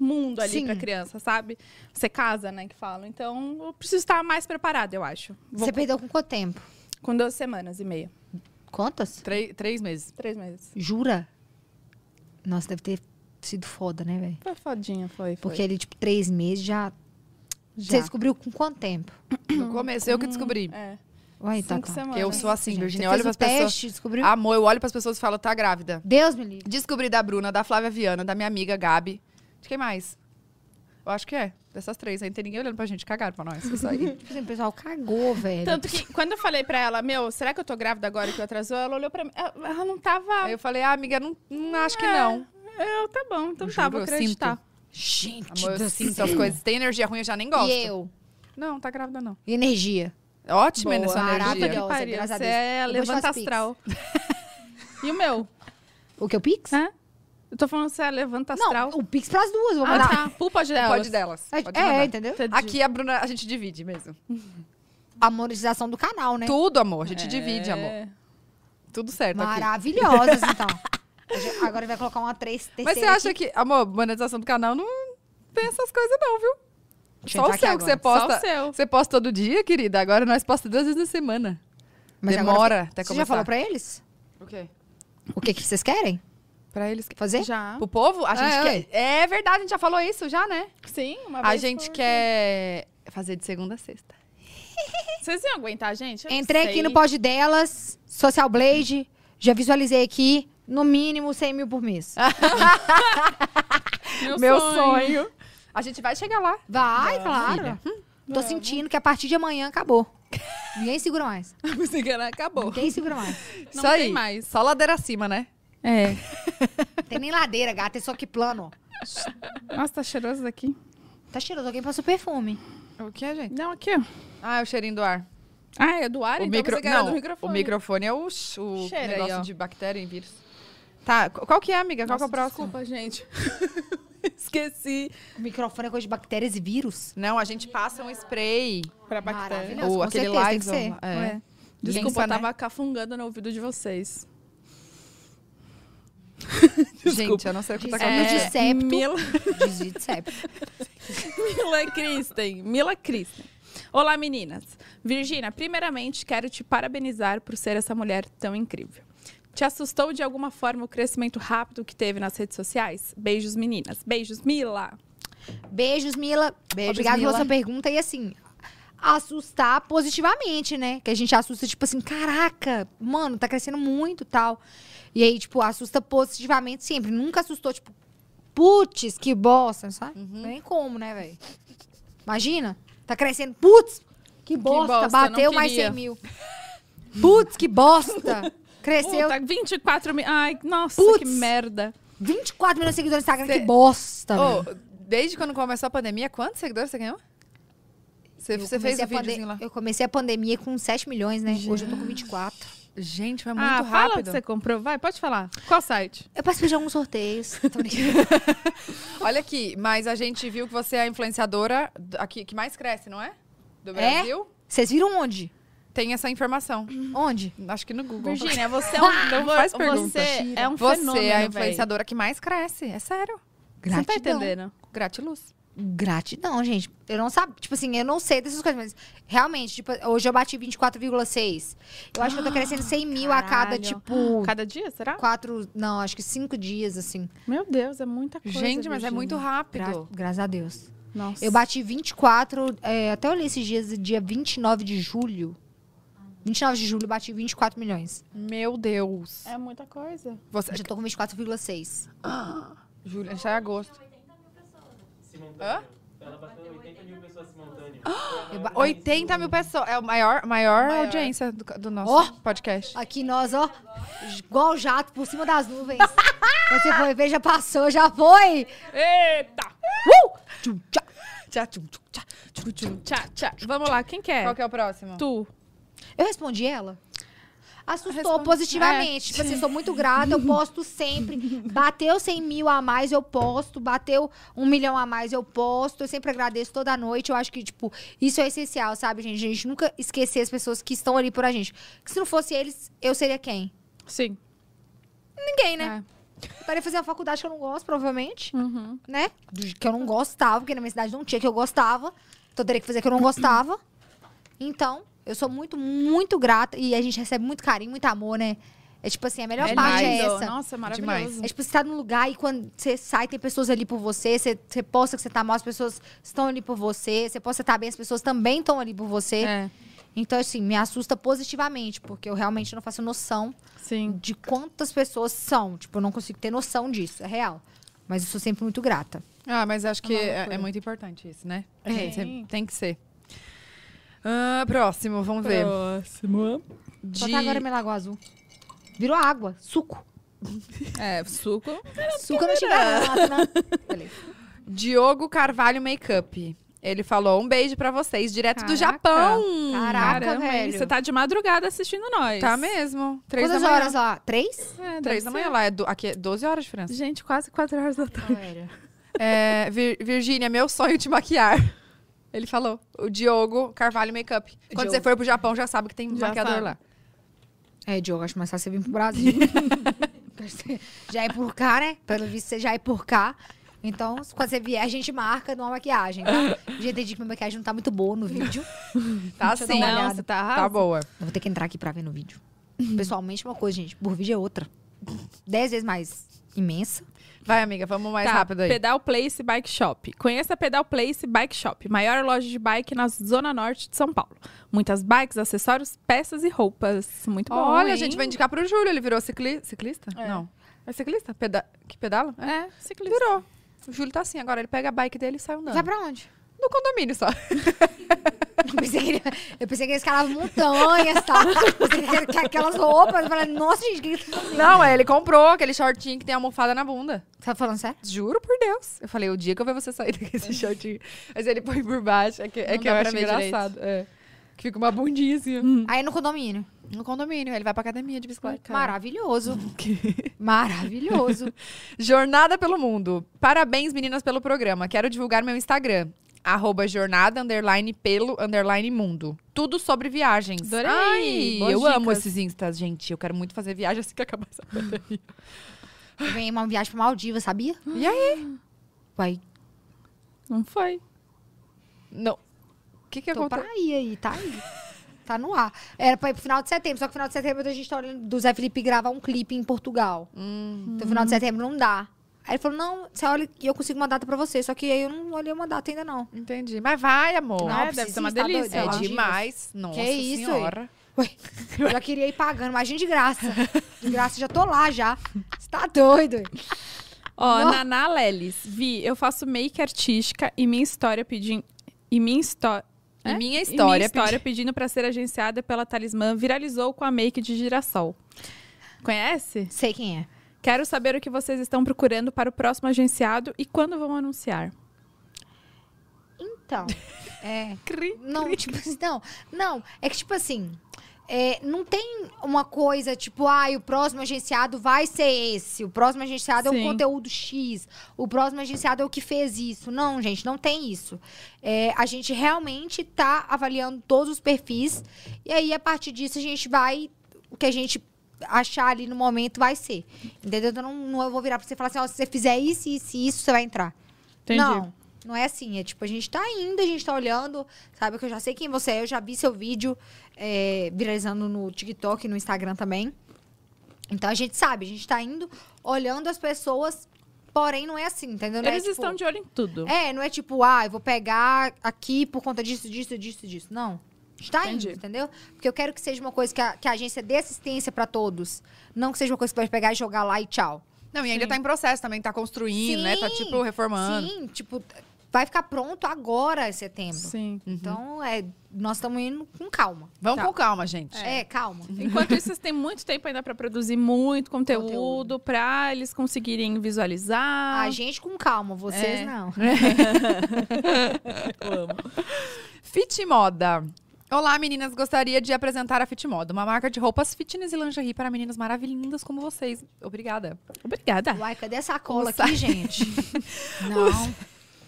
mundo ali Sim. pra criança, sabe? Ser casa, né, que falam. Então, eu preciso estar mais preparada, eu acho. Vou- Você perdeu com quanto tempo? Com duas semanas e meia. Quantas? Três, três meses. Três meses. Jura? Nossa, deve ter sido foda, né, velho? Foi fodinha, foi, foi. Porque ele, tipo, três meses já... Já. Você descobriu com quanto tempo? No começo, eu que descobri. É, Uai, cinco Tatá. semanas. Porque eu sou assim, Gente, Virginia. você Eu olho fez pras o pessoas. Ah. teste, descobriu? Amor, eu olho pras pessoas e falo, tá grávida. Deus me livre. Descobri da Bruna, da Flávia Viana, da minha amiga Gabi. De quem mais? Eu acho que é. Dessas três. Aí não tem ninguém olhando pra gente. Cagaram pra nós. Isso aí. Tipo assim, O pessoal cagou, velho. Tanto que quando eu falei pra ela, meu, será que eu tô grávida agora que eu atrasou? Ela olhou pra mim. Ela, ela não tava. aí eu falei, ah, amiga, não, não acho que É, não. Eu, tá bom, então Eu tá, juro, vou eu acreditar. Gente Amor, eu do sinto céu. as coisas. Tem energia ruim, eu já nem gosto. E eu? Não, tá grávida, não. E energia? Ótima Boa, essa energia. maravilhosa. que pariu. graças a Você Deus. é Eu vou te levanta fazer astral. e o meu? O que, o Pix? Ah, Hã? Eu tô falando você é levanta astral. Não, o é Pix pras duas, eu vou ah, mandar. tá. Pulpa de delas. Pode delas. É, Pode É, mandar. entendeu? Entendi. Aqui a Bruna, a gente divide mesmo. A monetização do canal, né? Tudo, amor. A gente É. divide, amor. Tudo certo tá aqui. Maravilhosas, então. Hoje- Agora vai colocar uma três terceira Mas você acha que, amor, monetização do canal não tem essas coisas não, viu? Deixa eu Só o entrar aqui seu que agora. você posta. Só o seu. Você posta todo dia, querida. Agora nós posta duas vezes na semana. Mas agora Demora até Você começar. já falou pra eles? O quê? O que, que vocês querem Pra eles. fazer? Já. Pro povo? A gente Ah, é, quer... É verdade, a gente já falou isso já, né? Sim, uma vez. A gente por- quer fazer de segunda a sexta. Vocês iam aguentar, gente? Eu não Entrei aqui sei. no pod delas, Social Blade, já visualizei aqui, no mínimo 100 mil por mês. Ah, Meu, Meu sonho. A gente vai chegar lá. Vai, claro. Hum, Tô sentindo que a partir de amanhã acabou. Ninguém segura mais. A música né, acabou. Ninguém segura mais. Não isso aí. tem mais. Só ladeira acima, né? É. Tem nem ladeira, gata, é só que plano. Nossa, tá cheiroso aqui. Tá cheiroso, alguém passou perfume. O que é, gente? Não, aqui, ó. Ah, é o cheirinho do ar. Ah, é do ar? o então micro... você quer Não, do microfone. o microfone é o, o Cheira aí, negócio ó. de bactéria e vírus. Tá, qu- qual que é, amiga? Qual Nossa, que é o próximo? Desculpa, gente. Esqueci. O microfone é coisa de bactérias e vírus. Não, a gente passa um spray. Pra bactéria. Maravilhoso. Nossa, ou com aquele certeza, tem que Lysol. ser. É. É. Desculpa, Pensa, eu né? tava cafungando no ouvido de vocês. Gente, eu não sei o que tá Desculpa. acontecendo. de septo. É, Mila, Desvio de septo. Mila Kristen. Mila Kristen. Olá, meninas. Virgínia, primeiramente quero te parabenizar por ser essa mulher tão incrível. Te assustou de alguma forma o crescimento rápido que teve nas redes sociais? Beijos, meninas. Beijos, Mila. Beijos, Mila. Beijos, Obrigada Mila. pela sua pergunta. E assim, assustar positivamente, né? Que a gente assusta, tipo assim, caraca, mano, tá crescendo muito e tal. E aí, tipo, assusta positivamente sempre. Nunca assustou, tipo, putz, que bosta, sabe? Nem como, né, velho? Imagina, tá crescendo, putz, que bosta, bosta, bateu não mais queria. 100 mil. Putz, que bosta. Cresceu Puta, 24 mil. Ai, nossa, Putz. que merda. 24 milhões de seguidores no Instagram, Cê- que bosta, Ô, velho. desde quando começou a pandemia, quantos seguidores você ganhou? Você, Eu você comecei fez o a pande- videozinho lá. Eu comecei a pandemia com 7 milhões, né? Hoje eu tô com 24. Gente, foi muito ah, fala o que rápido. você comprou. Vai, pode falar. Qual site? Eu participei de alguns sorteios. Tô brincando. Olha aqui, mas a gente viu que você é a influenciadora d- aqui que mais cresce, não é? Do Brasil. Vocês viram onde? Tem essa informação. Onde? Acho que no Google. Virgínia, você é um, Não faz pergunta. você é um Você fenômeno, é a véi. influenciadora que mais cresce. É sério. Você Gratidão. tá entendendo? Gratiluz. Gratidão, gente. Eu não sabia. Tipo assim, eu não sei dessas coisas, mas realmente, tipo, hoje eu bati 24,6. Eu acho que eu tô crescendo 100 mil a cada, Caralho. tipo, Cada dia, será? quatro. Não, acho que cinco dias, assim. Meu Deus, é muita coisa. Gente, mas é Virgínia. muito Gra- rápido. graças a Deus. Nossa. Eu bati 24, é, até olhei esses dias, dia 29 de julho. 29 de julho bati 24 milhões. Meu Deus. É muita coisa. Você, Já tô com 24,6. Júlia, já é agosto. Simultâneo. Ela bateu 80 mil pessoas simultâneo. Eu ba- 80 mil pessoas. É a maior, maior, Maior. audiência do, do nosso podcast. Aqui nós, ó, igual jato por cima das nuvens. Você foi ver, já passou, já foi. Eita! Tchum, tchá. Tchá, tchum, tchum, tchá, tchum, tchum. Tchá, tchá. Vamos lá, quem quer? Qual que é o próximo? Tu. Eu respondi ela. Assustou Respondi. positivamente. Tipo assim, sou muito grata, eu posto sempre. Bateu 100 mil a mais, eu posto. Bateu um milhão a mais, eu posto. Eu sempre agradeço toda noite. Eu acho que, tipo, isso é essencial, sabe, gente? A gente nunca esquecer as pessoas que estão ali por a gente. Porque se não fosse eles, eu seria quem? Sim. Ninguém, né? Né? Estaria fazendo uma faculdade que eu não gosto, provavelmente, Uhum. né? Do jeito Que eu não gostava, porque na minha cidade não tinha que eu gostava. Então eu teria que fazer que eu não gostava. Então, eu sou muito, muito grata. E a gente recebe muito carinho, muito amor, né? É tipo assim, a melhor parte é Lindo. essa. Nossa, Demais. maravilhoso. É tipo, você tá num lugar e quando você sai, tem pessoas ali por você. Você, você posta que você tá mal, as pessoas estão ali por você. Você posta que tá bem, as pessoas também estão ali por você. É, Então, assim, me assusta positivamente, porque eu realmente não faço noção sim. de quantas pessoas são. Tipo, eu não consigo ter noção disso, é real. Mas eu sou sempre muito grata. Ah, mas acho que uma é, loucura. é muito importante isso, né? É. Tem, tem- tem que ser. Ah, próximo, vamos ver. Próximo. Só De... tá agora minha lagoa azul. Virou água, suco. É, suco. Suco eu não tinha nada, né? Beleza. Diogo Carvalho Makeup. Ele falou um beijo pra vocês, direto do Caraca. Japão. Caraca, Caramba, velho. Você tá de madrugada assistindo nós. Tá mesmo. Três Quantas da manhã. horas lá? Três? É, deve Três da ser. manhã lá. É do- Aqui é 12 horas de diferença. Gente, quase quatro horas da tarde. Ah, É, Vir- Virgínia, meu sonho te maquiar. Ele falou. O Diogo Carvalho Makeup. Quando Diogo. você for pro Japão, já sabe que tem Já maquiador sabe. lá. É, Diogo, acho mais fácil você vir pro Brasil. já é por cá, né? Pelo visto, você já é por cá. Então, quando você vier, a gente marca numa maquiagem, tá? Já entendi que minha maquiagem não tá muito boa no vídeo. Tá Deixa eu sim. dar uma Não, olhada. você tá Tá arrasando. boa. Eu vou ter que entrar aqui pra ver no vídeo. Pessoalmente, uma coisa, gente. Por vídeo é outra. Dez vezes mais imensa. Vai, amiga, vamos mais Tá, rápido aí. Pedal Place Bike Shop. Conheça a Pedal Place Bike Shop, maior loja de bike na zona norte de São Paulo. Muitas bikes, acessórios, peças e roupas. Muito bom. Olha, hein? a gente vai indicar pro Júlio. Ele virou cicli... ciclista? Não. É ciclista? Peda... Que pedala? É. É, ciclista. Virou. O Júlio tá assim agora. Ele pega a bike dele e sai andando. Vai pra onde? No condomínio só. Eu pensei que ele, eu pensei que ele escalava montanhas e tal. Eu pensei que ele tinha aquelas roupas. Eu falei, nossa, gente, o que que tá fazendo? Não, é, ele comprou aquele shortinho que tem almofada na bunda. Você tá falando sério? Juro por Deus. Eu falei, o dia que eu ver você sair desse shortinho. Mas ele põe por baixo. É que, é Não que dá eu pra acho ver direito. engraçado. É. Que fica uma bundinha assim. ó. Aí no condomínio. No condomínio. Ele vai pra academia de bicicleta. Maravilhoso. Maravilhoso. Jornada pelo Mundo. Parabéns, meninas, pelo programa. Quero divulgar meu Instagram. Arroba jornada, underline, pelo, underline, mundo. Tudo sobre viagens. Adorei. Ai, Boas eu amo dicas. esses instas, gente. Eu quero muito fazer viagem assim que acabar essa pandemia. Eu ganhei uma viagem pra Maldivas, sabia? E aí? Vai, Não foi. Não. O que que tô pra aconteceu? aí, aí, tá aí. Tá no ar. Era pra ir pro final de setembro, só que final de setembro a gente tá olhando do Zé Felipe gravar um clipe em Portugal. Então final de setembro não dá. Aí ele falou, não, você olha e eu consigo uma data pra você. Só que aí eu não olhei uma data ainda, não. Entendi. Mas vai, amor. Não, é, precisa, deve ser uma tá doido? delícia. é lá. demais. Nossa isso, senhora. Ué, eu já queria ir pagando, imagina de graça. De graça, já tô lá já. Você tá doido? Ó, Nossa. Naná Lelis. Vi, eu faço make artística e minha história pedindo... E minha história... E minha É? E minha história. história pedindo pra ser agenciada pela Talismã viralizou com a make de girassol. Conhece? Sei quem é. Quero saber o que vocês estão procurando para o próximo agenciado e quando vão anunciar. Então, é... Não, tipo assim, não. Não, é que tipo assim... é, não tem uma coisa tipo, ai, o próximo agenciado vai ser esse, o próximo agenciado é Sim. o conteúdo X, o próximo agenciado é o que fez isso. Não, gente, não tem isso. É, a gente realmente tá avaliando todos os perfis e aí a partir disso a gente vai. O que a gente achar ali no momento vai ser. Entendeu? Então não, não eu vou virar pra você e falar assim: ó, se você fizer isso, isso e isso, você vai entrar. Entendi. Não, não é assim. É tipo, a gente tá indo, a gente tá olhando, sabe? Que eu já sei quem você é, eu já vi seu vídeo é, viralizando no TikTok, no Instagram também. Então a gente sabe, a gente tá indo, olhando as pessoas, porém não é assim, entendeu? Não é, Eles tipo, estão de olho em tudo. É, não é tipo, ah, eu vou pegar aqui por conta disso, disso, disso, disso. Não. Está indo, Entendi. entendeu? Porque eu quero que seja uma coisa que a, que a agência dê assistência pra todos. Não que seja uma coisa que vai pegar e jogar lá e tchau. Não, e ainda tá em processo também, tá construindo, né? Tá, Sim, tipo, reformando. Sim, tipo, vai ficar pronto agora em setembro. Sim. Uhum. Então, é, nós estamos indo com calma. Vamos Tá. com calma, gente. É, calma. Enquanto isso, vocês têm muito tempo ainda pra produzir muito conteúdo, pra eles conseguirem Ah. visualizar. A gente com calma, vocês É. não. Fit Moda. Olá, meninas. Gostaria de apresentar a Fit Moda, uma marca de roupas fitness e lingerie para meninas maravilhindas como vocês. Obrigada. Obrigada. Uai, cadê a sacola Nossa. aqui, gente? Não.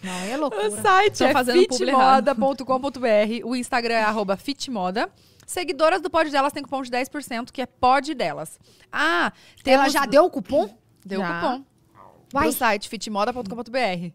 Não, é O loucura. site Tô é fazendo publi errado. fitmoda.com.br, o Instagram é arroba fitmoda. Seguidoras do Pod Delas tem cupom de 10%, que é Pod Delas. Ah, Ela temos- já deu o cupom? Deu Já. cupom. Uai. Pro site fitmoda.com.br.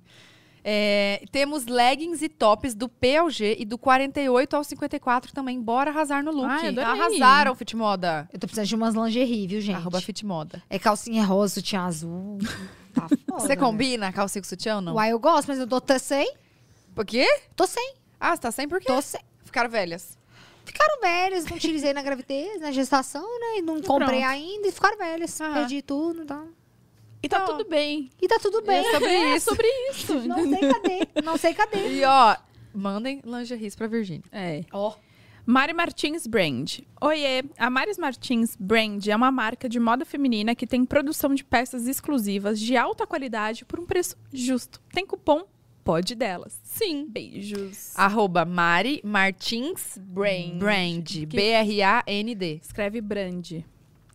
É, temos leggings e tops do PLG e do 48 ao 54 também. Bora arrasar no look. Ai, adorei. Arrasaram, Fitmoda. Eu tô precisando de umas lingerie, viu, gente? Arroba Fitmoda. É calcinha rosa, sutiã azul. Tá foda, Você né? combina calcinha com sutiã ou não? Uai, eu gosto, mas eu tô, tô sem. Por quê? Tô sem. Ah, você tá sem por quê? Tô sem. Ficaram velhas. Ficaram velhas, não utilizei na gravidez, na gestação, né? E não comprei ainda e ficaram velhas. Aham. Perdi tudo, então. E tá tudo bem. E tá tudo bem. É sobre isso. Sobre isso. Não sei cadê. Não sei cadê. E ó, mandem lingeries pra Virgínia. É. Ó. Mari Martins Brand. Oiê, a Maris Martins Brand é uma marca de moda feminina que tem produção de peças exclusivas de alta qualidade por um preço justo. Tem cupom Pode Delas. Sim. Beijos. Arroba Mari Martins Brand. Brand. B-R-A-N-D. Escreve Brand.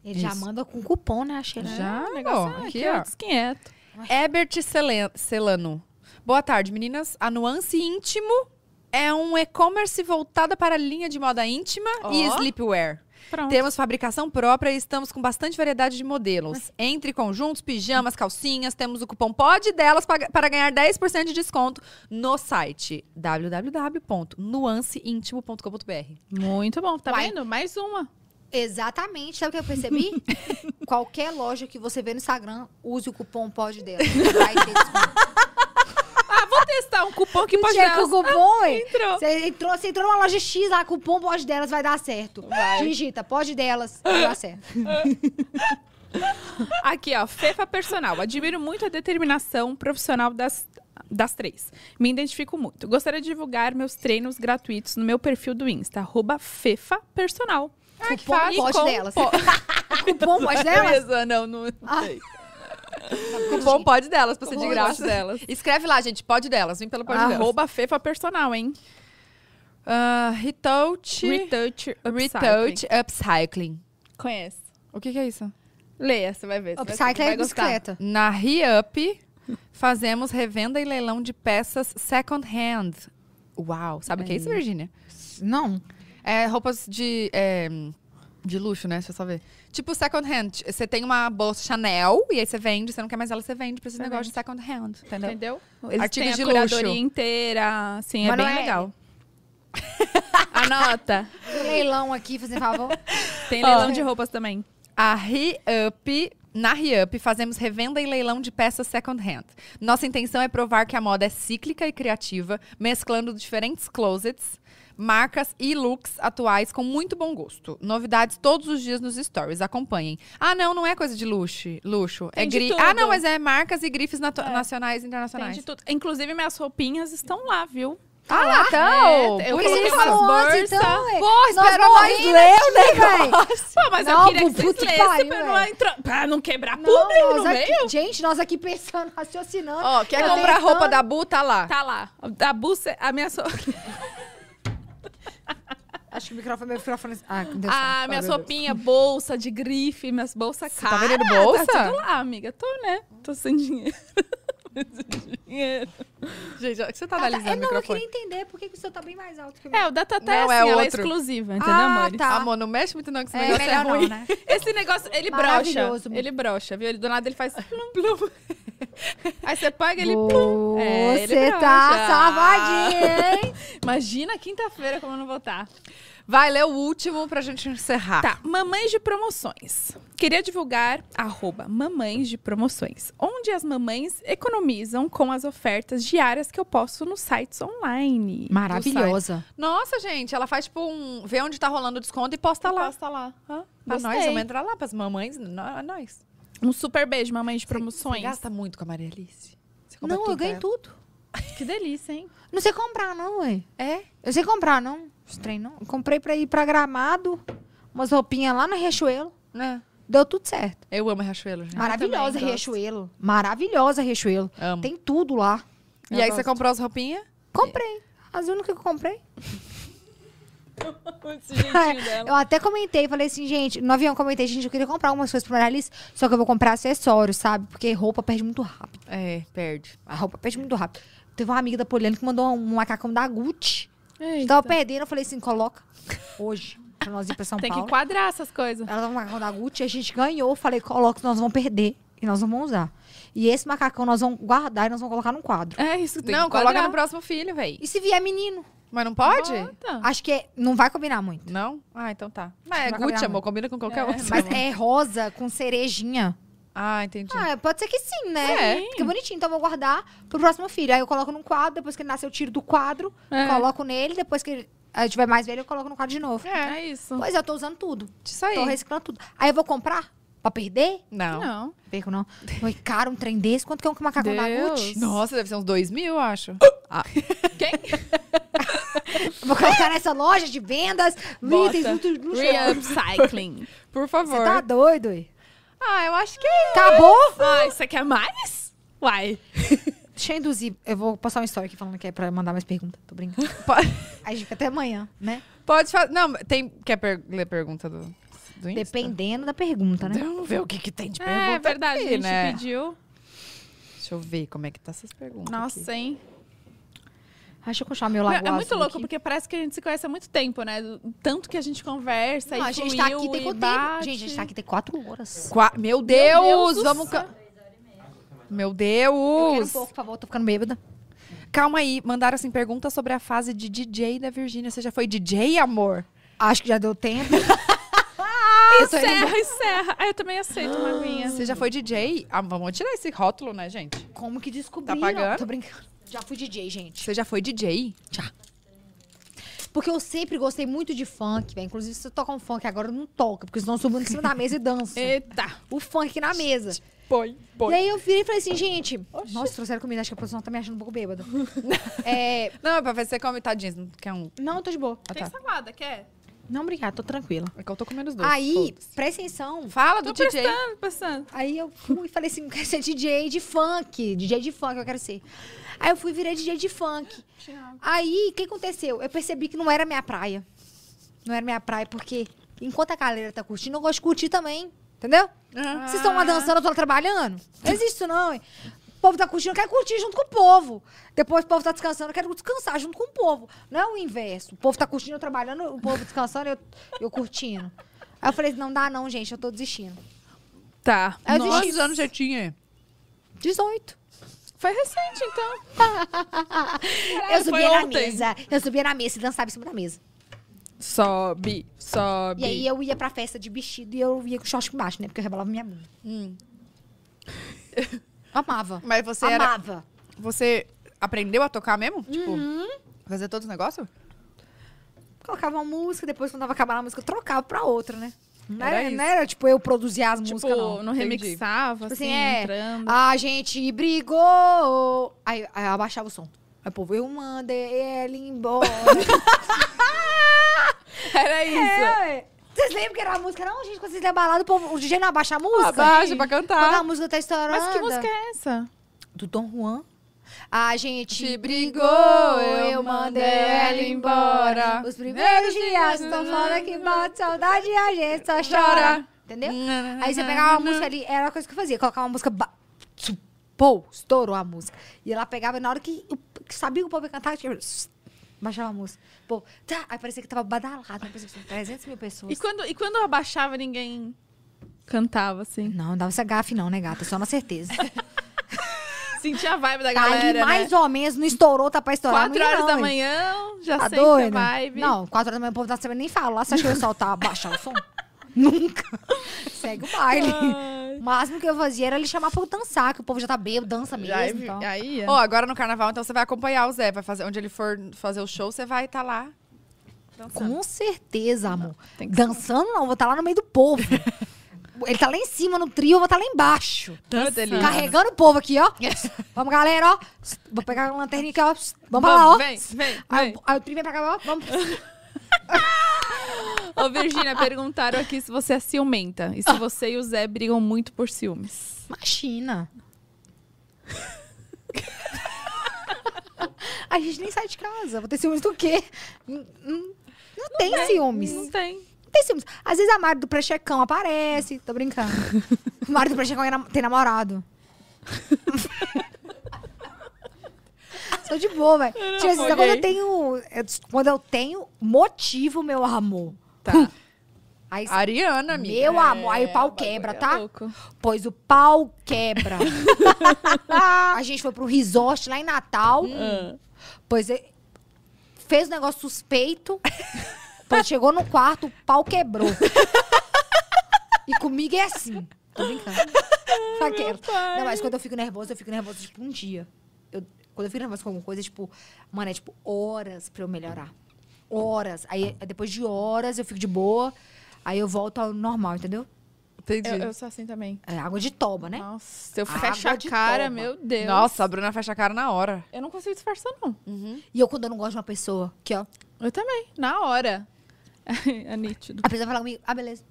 Ele já Isso. manda com cupom, né? Achei. Já, ó, Ah, aqui, que ó. antes quieto. Ebert Selen- Celano. Boa tarde, meninas. A Nuance Íntimo é um e-commerce voltada para a linha de moda íntima e Ó. sleepwear. Pronto. Temos fabricação própria e estamos com bastante variedade de modelos. Entre conjuntos, pijamas, calcinhas, temos o cupom POD delas pa- para ganhar 10% de desconto no site www.nuanceintimo.com.br. Muito bom, tá Uai. vendo? Mais uma. Exatamente. Sabe o que eu percebi? Qualquer loja que você vê no Instagram, use o cupom pode dela. Vai ter desconto. Testar um cupom que Pode Checa o Delas cupom, hein? entrou. Você entrou, você entrou numa loja X lá, cupom pode delas, vai dar certo. Digita, pode delas, vai dar certo. Aqui, ó, Fefa Personal. Admiro muito a determinação profissional das, das três. Me identifico muito. Gostaria de divulgar meus treinos gratuitos no meu perfil do Insta, arroba Fefa Personal. que fácil. Pode delas. cupom pode delas? Beleza, não, não. Ah. Cupom POD delas pra ser de Cupom graça. delas. Escreve lá, gente, POD delas. Vem pelo POD delas. Arroba Fefa Personal, hein? Ah, retouch. Retouch. Retouch Upcycling. Conhece. O que, que é isso? Leia, você vai ver. você vai- Upcycle vai é gostar. bicicleta. Na ReUp, fazemos revenda e leilão de peças second hand. Uau! Sabe o que é isso, Virgínia? Não. É roupas de. é, de luxo, né? Deixa eu só ver. Tipo second hand. Você tem uma bolsa Chanel e aí você vende, você não quer mais ela, você vende pra esse Você negócio de second hand, entendeu? Entendeu? Eles Artigos têm a de luxo. curadoria inteira, assim, é Mas não bem é- legal. Anota. O leilão aqui, fazendo favor. Tem leilão de roupas também. A ReUp, na ReUp, fazemos revenda e leilão de peças second hand. Nossa intenção é provar que a moda é cíclica e criativa, mesclando diferentes closets, marcas e looks atuais com muito bom gosto. Novidades todos os dias nos stories, acompanhem. Ah, não, não é coisa de luxo, luxo. Tem é de gri... tudo. Ah, não, mas é marcas e grifes nato- nacionais e Tem internacionais. de tudo. Inclusive, minhas roupinhas estão lá, viu? Ah, lá, então. É, eu por coloquei isso. umas bolsas. então. é. Porra, Nós espera nós morrendo ler aqui, o negócio. véi. Pô, mas Não, eu queria que Bubu, vocês que lessem pariu, pra, não velho. entrar, pra não quebrar Não, público nós no aqui- meio. gente, nós aqui pensando, raciocinando. Ó, quer Eu comprar tentando. roupa da Bu? Tá lá. Tá lá. A buce, a minha, so... Acho que o microfone, meu microfone. Ah, deu a minha certo. Ah, meu sopinha, bolsa de grife, minhas bolsas tá caras. vendendo bolsa? Tá tudo lá, amiga. Tô, né? Tô sem dinheiro. Sem dinheiro. Gente, olha que você tá Deus. Ah, tá. analisando o É, não, eu microfone. queria entender por que que o seu tá bem mais alto que o meu. É, o da Tatá é Não, assim, é ela é outro. exclusiva, entendeu, Ah, amores? tá. Amor, não mexe muito não, que esse É, negócio é melhor ruim. não, né? Esse negócio, ele brocha. Maravilhoso. Ele brocha, viu? Ele, do nada ele faz plum, plum. Aí você paga, ele plum. É, ele Você tá brocha. safadinha, hein? Imagina quinta-feira como eu não vou estar. Vai ler o último pra gente encerrar. Tá, mamães de promoções. Queria divulgar arroba mamães de promoções, onde as mamães economizam com as ofertas diárias que eu posto nos sites online. Maravilhosa. Nossa, gente, ela faz tipo um. Vê onde tá rolando o desconto e posta lá. Posta Tá lá. Hã? Pra Gostei. nós, vamos entrar lá pras mamães. nó- a Nós. Um super beijo, mamães de promoções. Gasta muito com a Maria Alice. Você compra Não, tudo eu ganho pra tudo. Que delícia, hein? Não sei comprar, não, ué. ela. É? Eu sei comprar, não. Esse trem, não. Eu comprei pra ir pra Gramado, umas roupinhas lá no Riachuelo. Né? Deu tudo certo. Eu amo Riachuelo, Ah, gente. Maravilhosa também gosto. Riachuelo. Maravilhosa Riachuelo. Amo. Tem tudo lá. E aí, você comprou as roupinhas? Comprei. As únicas que eu comprei. Esse jeitinho dela. Eu até comentei, falei assim, gente, no avião eu comentei, gente, eu queria comprar umas coisas pra Maria Alice, só que eu vou comprar acessórios, sabe? Porque roupa perde muito rápido. É, perde. A roupa perde muito rápido. Teve uma amiga da Poliana que mandou um macacão da Gucci. Eita. Tava perdendo, eu falei assim, coloca hoje, pra nós ir pra São Tem que Paulo. enquadrar essas coisas. Ela tava um macacão da Gucci, a gente ganhou, falei, coloca, senão nós vamos perder e nós não vamos usar. E esse macacão nós vamos guardar e nós vamos colocar num quadro. É isso, tem não, que enquadrar. coloca no próximo filho, véi. E se vier menino? Mas não pode? Bota. Acho que é- não vai combinar muito. Não? Ah, então tá. Mas é Vai Gucci, caber amor. Combina com qualquer outro. Mas é rosa com cerejinha. Ah, entendi. Ah, pode ser que sim, né? Sim. Fica bonitinho. Então eu vou guardar pro próximo filho. Aí eu coloco num quadro, depois que ele nasce eu tiro do quadro, É. coloco nele, depois que ele aí tiver mais velho eu coloco no quadro de novo. É, É isso. Pois é, eu tô usando tudo. isso aí. Tô reciclando tudo. Aí eu vou comprar pra perder? Não. Não. Perco não. Não é caro um trem desse? Quanto que é um macacão da Deus. Gucci? Nossa, deve ser uns dois mil, eu acho. Eu Vou colocar nessa loja de vendas, Bota. itens muito no chão. Reupcycling. Por favor. Você tá doido, ué? Ah, eu acho que é. Acabou? Ai, Ah, você quer mais? Uai. Deixa eu induzir. Eu vou postar uma história aqui falando que é pra mandar mais perguntas. Tô brincando. Po- Aí fica até amanhã, né? Pode fazer. Não, tem. Quer per- ler pergunta do. do Insta? Dependendo da pergunta, né? Então, Vamos ver o que, que tem de pergunta. É verdade, aqui, a gente né? pediu. Deixa eu ver como é que tá essas perguntas. aqui. Nossa, hein? Deixa eu puxar meu Não, lago é muito azul louco, aqui. porque parece que a gente se conhece há muito tempo, né? Do Tanto que a gente conversa Não, e a gente tá aqui fluiu tem e quanto tempo? bate. Gente, a gente tá aqui tem quatro horas. Qua- Meu Deus! Deus do vamos. ca- Meu Eu quero um Deus! pouco, por favor, tô ficando bêbada. Calma aí, mandaram assim perguntas sobre a fase de DJ da Virgínia. Você já foi DJ, amor? Acho que já deu tempo. Ah, eu tô indo Encerra, encerra. Ah, eu também aceito uma aguinha. Você já foi DJ? Ah, vamos tirar esse rótulo, né, gente? embora. Como que descobriram? Tá pagando? Tô brincando. Já fui DJ, gente. Você já foi DJ? Porque eu sempre gostei muito de funk, velho. Inclusive, se eu tocar um funk agora, eu não toca. Porque senão eu subo em cima da mesa e danço. É. Eita. O funk aqui na mesa. Põe, E aí eu virei e falei assim, gente... Nossa, trouxeram comida. Acho que a produção tá me achando um pouco bêbada. é... Não, é pra ver se você come, tadinha. você Não quer um. Não, tô de boa. Ah, Tem tá. salada, quer? Não, obrigada. Tô tranquila. É que eu tô comendo os dois. Aí, foda-se. presta atenção. Fala do Tô DJ. prestando, prestando. Aí eu fui e falei assim, eu quero ser DJ de funk. DJ de funk, eu quero ser. Aí eu fui e virei DJ de funk. Aí, o que aconteceu? Eu percebi que não era minha praia. Não era minha praia, porque enquanto a galera tá curtindo, eu gosto de curtir também. Entendeu? Vocês estão lá dançando, eu tô lá trabalhando. Não existe isso, não. hein? O povo tá curtindo, eu quero curtir junto com o povo. Depois o povo tá descansando, eu quero descansar junto com o povo. Não é o inverso. O povo tá curtindo, eu trabalhando, o povo descansando, eu, eu curtindo. Aí eu falei, não dá não, gente, eu tô desistindo. Tá. Aí eu Quantos desisti. anos já tinha? 18. Foi recente, então. foi eu subia na ontem. mesa. Eu subia na mesa e dançava em cima da mesa. Sobe, sobe. E aí eu ia pra festa de vestido e eu ia com short por baixo, né? Porque eu rebolava minha bunda. Hum. Amava. Mas você era. Amava. Você aprendeu a tocar mesmo? Tipo, Uhum. fazer todos os negócios? Colocava uma música, depois quando tava acabando a música, eu trocava pra outra, né? Não Era era, isso. não era, tipo, eu produzir as tipo, músicas, não. não, remixava, Tipo assim, assim, é. entrando. A gente brigou. Aí, aí eu abaixava o som. Aí o povo, eu mandei ela embora. Era isso. É, ué. Vocês lembram que era a música? Não, gente, quando vocês iam balada, o, povo, o DJ não Ah, abaixa a música? Abaixa pra Quando cantar. a música tá estourando. Mas que música é essa? Do Dom Juan. A gente Te brigou, eu mandei ela embora. Os primeiros dias estão falando que bate saudade e a gente só chora. Entendeu? Aí você pegava uma música ali, era a coisa que eu fazia, colocava uma música. Ba... tsu, Pô, estourou a música. E ela pegava, e na hora que, eu- que sabia que o povo ia cantar, tipo, ss, baixava a música. Pô, tá, aí parecia que tava badalado, parecia que tinha 300 mil pessoas. E quando, e quando eu abaixava, ninguém cantava, assim. Não, não dava essa gafe, não, né, gata? Só na certeza. Senti a vibe da Tá galera, ali né? mais ou menos, não estourou, tá pra estourar. Quatro não ia horas não, da hein? manhã, já Tá sente doido? a vibe. Não, quatro horas da manhã o povo tá sabendo nem falar. Você acha que eu ia soltar, baixar o som? Nunca. Segue o baile. Ai. O máximo que eu fazia era ele chamar pra eu dançar, que o povo já tá bêbado, dança mesmo. Já, então. aí, Ó, agora no carnaval, então você vai acompanhar o Zé. Vai fazer, onde ele for fazer o show, você vai estar lá. Com certeza, amor. tem que Dançando não, eu vou estar lá no meio do povo. ele tá lá em cima no trio, eu vou estar lá embaixo. dançando. Carregando o povo aqui, ó. Vamos, galera, ó. Vou pegar uma lanterna aqui, ó. Vamos, pra lá, ó. Vem, vem, Aí, vem. aí o trio vem pra cá, ó. Vamos. Ô, Virgínia, perguntaram aqui se você é ciumenta e se você e o Zé brigam muito por ciúmes. Imagina. A gente nem sai de casa. Vou ter ciúmes do quê? Hum, hum, Não, tem ciúmes. Não tem. Não tem ciúmes. Às vezes a Mari do Prechecão aparece. Tô brincando. A Mari do Prechecão é nam- tem namorado. Sou de boa, velho. Tira, às vezes, é quando eu afoguei. tenho... eu- Quando eu tenho motivo, meu amor. Tá. Aí, Ariana, amiga. meu amor. Aí o pau quebra, tá? É Louco. Pois o pau quebra. a gente foi pro resort lá em Natal. Pois é, fez um negócio suspeito. Quando chegou no quarto, o pau quebrou. e comigo é assim. Tô brincando. Faqueiro. Não, mas quando eu fico nervosa, eu fico nervosa, tipo, um dia. Eu- quando eu fico nervosa com alguma coisa, tipo, mano, é tipo horas pra eu melhorar. Horas. Aí, depois de horas, eu fico de boa. Aí eu volto ao normal, entendeu? Entendi. Eu, eu sou assim também. É água de toba, né? Nossa, se eu Água fechar de a cara, toma. meu Deus. Nossa, a Bruna fecha a cara na hora. Eu não consigo disfarçar, não. E eu, quando eu não gosto de uma pessoa, que ó, Eu também, na hora. É nítido. a pessoa fala comigo, ah, beleza.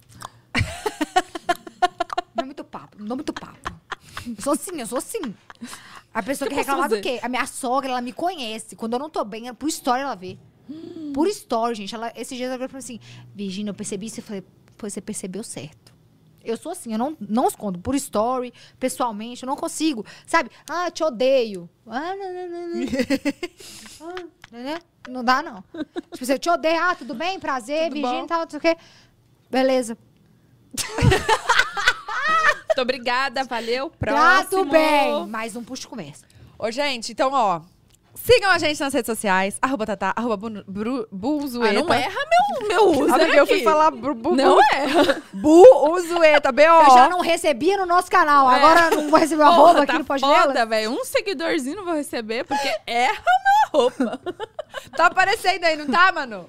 não é muito papo, não dou muito papo. Eu sou assim, eu sou assim. A pessoa Que que eu posso reclamar do fazer? quê? A minha sogra, ela me conhece. Quando eu não tô bem, é por história ela vê. Por história, gente. Ela, esses dias ela falou pra mim assim, Virginia, eu percebi isso. Eu falei, pois você percebeu certo. Eu sou assim, eu não, não escondo. Por story, pessoalmente, eu não consigo. Sabe? Ah, te odeio. Ah, não, não, não, não. Ah, né? Não dá, não. Tipo, se eu te odeio, ah, tudo bem? Prazer, Tudo Virginia bom? e tal, não sei o quê. Beleza. Muito obrigada, valeu, próximo. Trato bem. Mais um puxo de conversa. Ô, gente, então, ó. Sigam a gente nas redes sociais. Arroba Tatá, arroba Bunu- Bru- Ah, Buzueta. não erra meu, meu uso, Sabe né, que eu fui aqui? falar bu, bu, Não bu, erra. Buzueta, B.O. é. Eu já não recebia no nosso canal. É. Agora não vou receber o Porra, arroba aqui tá no pós dela. foda, velho. Um seguidorzinho não vou receber, porque erra meu arroba. Tá aparecendo aí, não tá, mano?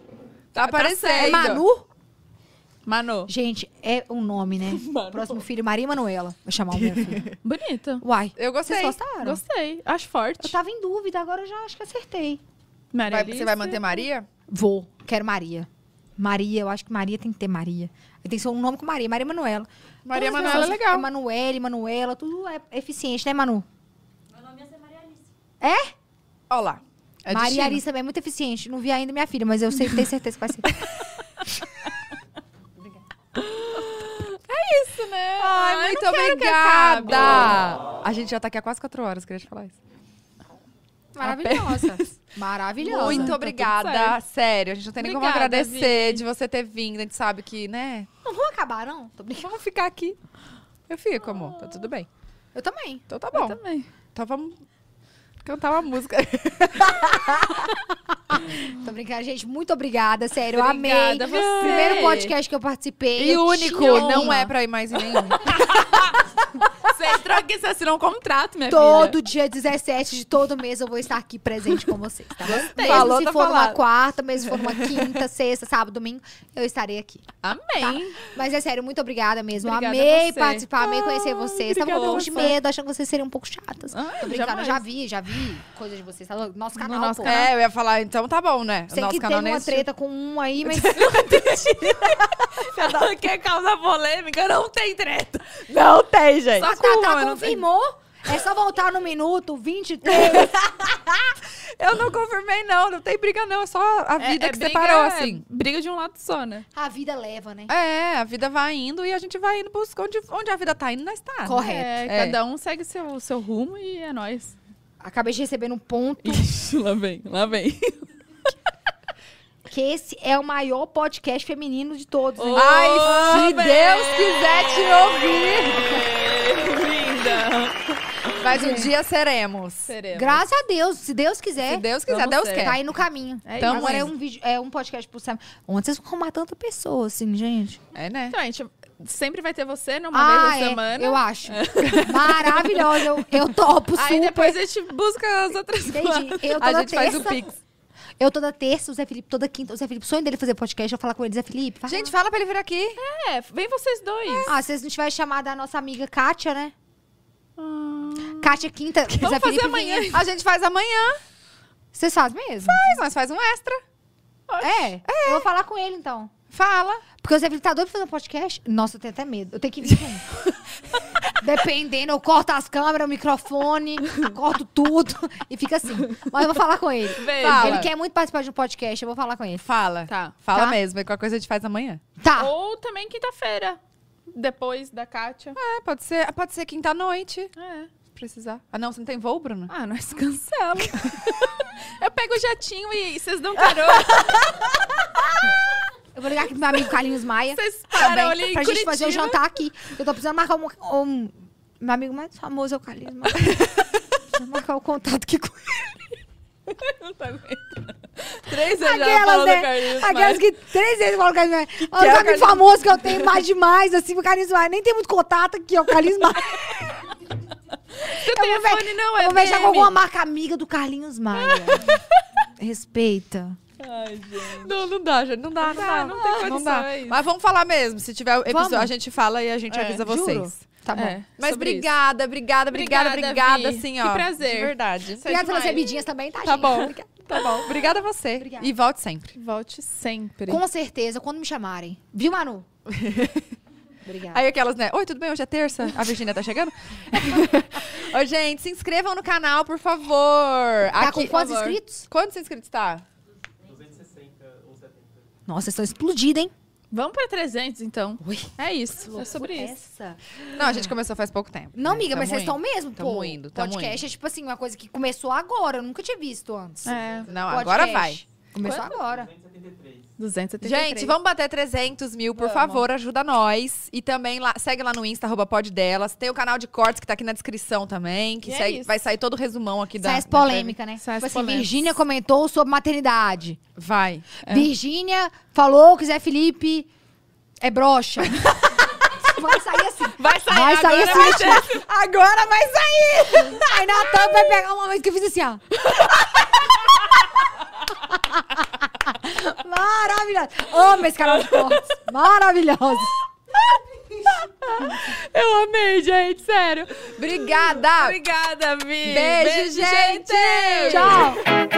Tá aparecendo. É Manu? Manu. Gente, é um nome, né? Próximo filho, Maria Manuela. Vou chamar o meu filho. Bonito. Uai. Eu gostei. Vocês gostaram? Gostei. Acho forte. Eu tava em dúvida, agora eu já acho que acertei. Maria Vai- você vai Alice. manter Maria? Vou. Quero Maria. Maria, eu acho que Maria tem que ter Maria. Tem que ser um nome com Maria, Maria Manuela. Maria Todas as Manuela é pessoas- legal. Emanuele, Manuela, tudo é eficiente, né, Manu? Meu nome ia ser Maria Alice. Ó lá. É Maria destino. Aris também é muito eficiente. Não vi ainda minha filha, mas eu sei, tenho certeza que vai ser. Ah, Ai, eu muito não quero que acabe. obrigada. A gente já tá aqui há quase quatro horas, queria te falar isso. Maravilhosa. Maravilhosa. Muito tudo obrigada. certo. Sério, a gente não tem nem como Obrigada, agradecer de você ter vindo. A gente sabe que, né? Não vão acabar, não? Tô brincando. Vamos ficar aqui. Eu fico, amor. Tá tudo bem. Eu também. Então tá Eu bom. também. Então vamos cantar uma música. Tô brincando, gente. Muito obrigada, sério. Eu amei. Obrigada, você. Primeiro podcast que eu participei. E eu único, tinha não uma. é pra ir mais em nenhum. Você entrou aqui, você assinou um contrato, minha filha. Todo dia 17 de todo mês eu vou estar aqui presente com vocês, tá? Mesmo Falou, se tá for numa falado. quarta, mesmo se for numa quinta, sexta, sábado, domingo, eu estarei aqui. Amém. Mas é sério, muito obrigada mesmo. Obrigada a amei você. Ah, participar, amei conhecer vocês. Tava obrigada com um a pouco de você. medo, achando que vocês seriam um pouco chatas. Ah, Tô brincando, eu jamais. já vi, já vi coisa de vocês. Tá no nosso canal, nosso pô. é, eu ia falar, então tá bom, né? Sei que teve uma treta com um aí, mas Ela quer causar polêmica, não tem treta. Não tem, gente. a com uma, Tatá mas não tem. tá, confirmou. É só voltar no minuto 23. Eu não confirmei, não. Não tem briga, não. É só a vida que separou, assim. é Briga de um lado só, né? A vida leva, né? É, a vida vai indo e a gente vai indo buscar onde, onde a vida tá indo, nós tá. né? Correto. É, É. cada um segue seu, seu rumo e é nóis. Acabei de receber um ponto Ixi, lá vem, lá vem. que esse é o maior podcast feminino de todos. hein? Ai, se Ô, Deus quiser te ouvir. Linda. Mas um dia seremos. Seremos. Ah, Graças a Deus, se Deus quiser. Se Deus quiser, Vamos Deus ser. quer. Tá aí no caminho. É Tamo Agora é indo. um, vídeo, é um podcast pro Sam. Onde vocês vão arrumar tanta pessoa, assim, gente? É, né? Então, a gente sempre vai ter você, né? Uma vez na é, semana. eu acho. É. Maravilhosa. Eu, eu topo Aí super. depois a gente busca as outras Entendi. coisas. Eu A toda gente faz o terça- Pix. Eu toda terça, o Zé Felipe toda quinta. O Zé Felipe, o sonho dele é fazer podcast, eu falar com ele, Zé Felipe, vai Gente, fala pra ele vir aqui. É, vem vocês dois. Ah, se a gente vai chamar da nossa amiga Kátia, né? Ah. Kátia Quinta. Vamos Zé fazer Felipe amanhã. vinha. A gente faz amanhã. Vocês fazem mesmo? Mas nós faz um extra. É. Eu vou falar com ele, então. Fala. Porque o Zé Felipe tá doido pra fazer um podcast. Nossa, eu tenho até medo. Eu tenho que vir com um. Dependendo, eu corto as câmeras, o microfone, corto tudo e fica assim. Mas eu vou falar com ele. Vem. Fala. Ele quer muito participar de um podcast, eu vou falar com ele. Fala. Tá. Fala Tá? mesmo. E qualquer coisa a gente faz amanhã. Tá. Ou também quinta-feira. Depois da Kátia. É, pode ser, pode ser quinta-noite, É. se precisar. Ah, não, você não tem voo, Bruna? Ah, nós cancela. eu pego o jatinho e vocês dão carona. Eu vou ligar aqui pro meu amigo Carlinhos Maia. Vocês também, param ali em Tá pra gente fazer um Curitiba. jantar aqui. Eu tô precisando marcar um. um- meu amigo mais famoso é o Carlinhos Maia. Preciso marcar o contato que com Não tá aguentando. Três vezes já aquelas, falou né? do Carlinhos, Aquelas que três vezes falam o Carlinhos Maia. Ó, que é o Os amigos Carlinhos- famosos que eu tenho mais demais, assim, o Carlinhos Maia. Nem tem muito contato aqui, ó, o Carlinhos Maia. mas Seu telefone não é Eu vou beijar com DM. alguma marca amiga do Carlinhos Maia. Respeita. Tá Ai, gente. Não, não dá, gente. Não dá, não, dá. Ah, não tem Não dá. condições. Mas vamos falar mesmo. Se tiver Vamos. episódio, a gente fala e a gente É, avisa juro. vocês. Tá bom. É, Mas sobre isso. obrigada, obrigada, obrigada, Obrigada, obrigada, Vi. assim, Que ó. prazer. é De verdade. Obrigada pelas demais. bebidinhas também, tá, gente? é Tá bom. Obrigada. Tá bom. Obrigada a você. Obrigada. E volte sempre. Volte sempre. Com certeza, quando me chamarem. Viu, Manu? Obrigada. Aí aquelas, né? Oi, tudo bem? Hoje é terça. A Virgínia tá chegando? Ô, gente, se inscrevam no canal, por favor. Tá Aqui- com quantos por favor. inscritos? Quantos inscritos tá? 260 ou 70. Nossa, vocês estão explodidos, hein? Vamos pra 300, então. Ui. É isso. É sobre isso. Essa. Não, a gente começou faz pouco tempo. Então, Não, amiga, Tamo mas vocês indo. estão mesmo, Tamo pô. indo, tamo podcast é tipo assim, uma coisa que começou agora. Eu nunca tinha visto antes. É, Não, Podcast. agora vai. Começou agora. 273. 273. Gente, vamos bater 300 mil, por Vamos. favor, ajuda nós. E também lá, segue lá no Insta, arroba pod delas. Tem o canal de cortes que tá aqui na descrição também, que E é segue- isso. vai sair todo o resumão aqui da. Sai as da- polêmica, É. né? Sai as Tipo assim, polêmicas. Virgínia comentou sobre maternidade. Vai. Virgínia falou que Zé Felipe é broxa. Vai sair assim. Vai sair, Vai sair agora assim. Agora vai sair! Aí Natan vai pegar uma vez que eu fiz assim, ó. Maravilhosa. Amo esse canal de cortes. Maravilhosa. Eu amei, gente, sério. Obrigada! Obrigada, Vi. Beijo, gente! Tchau.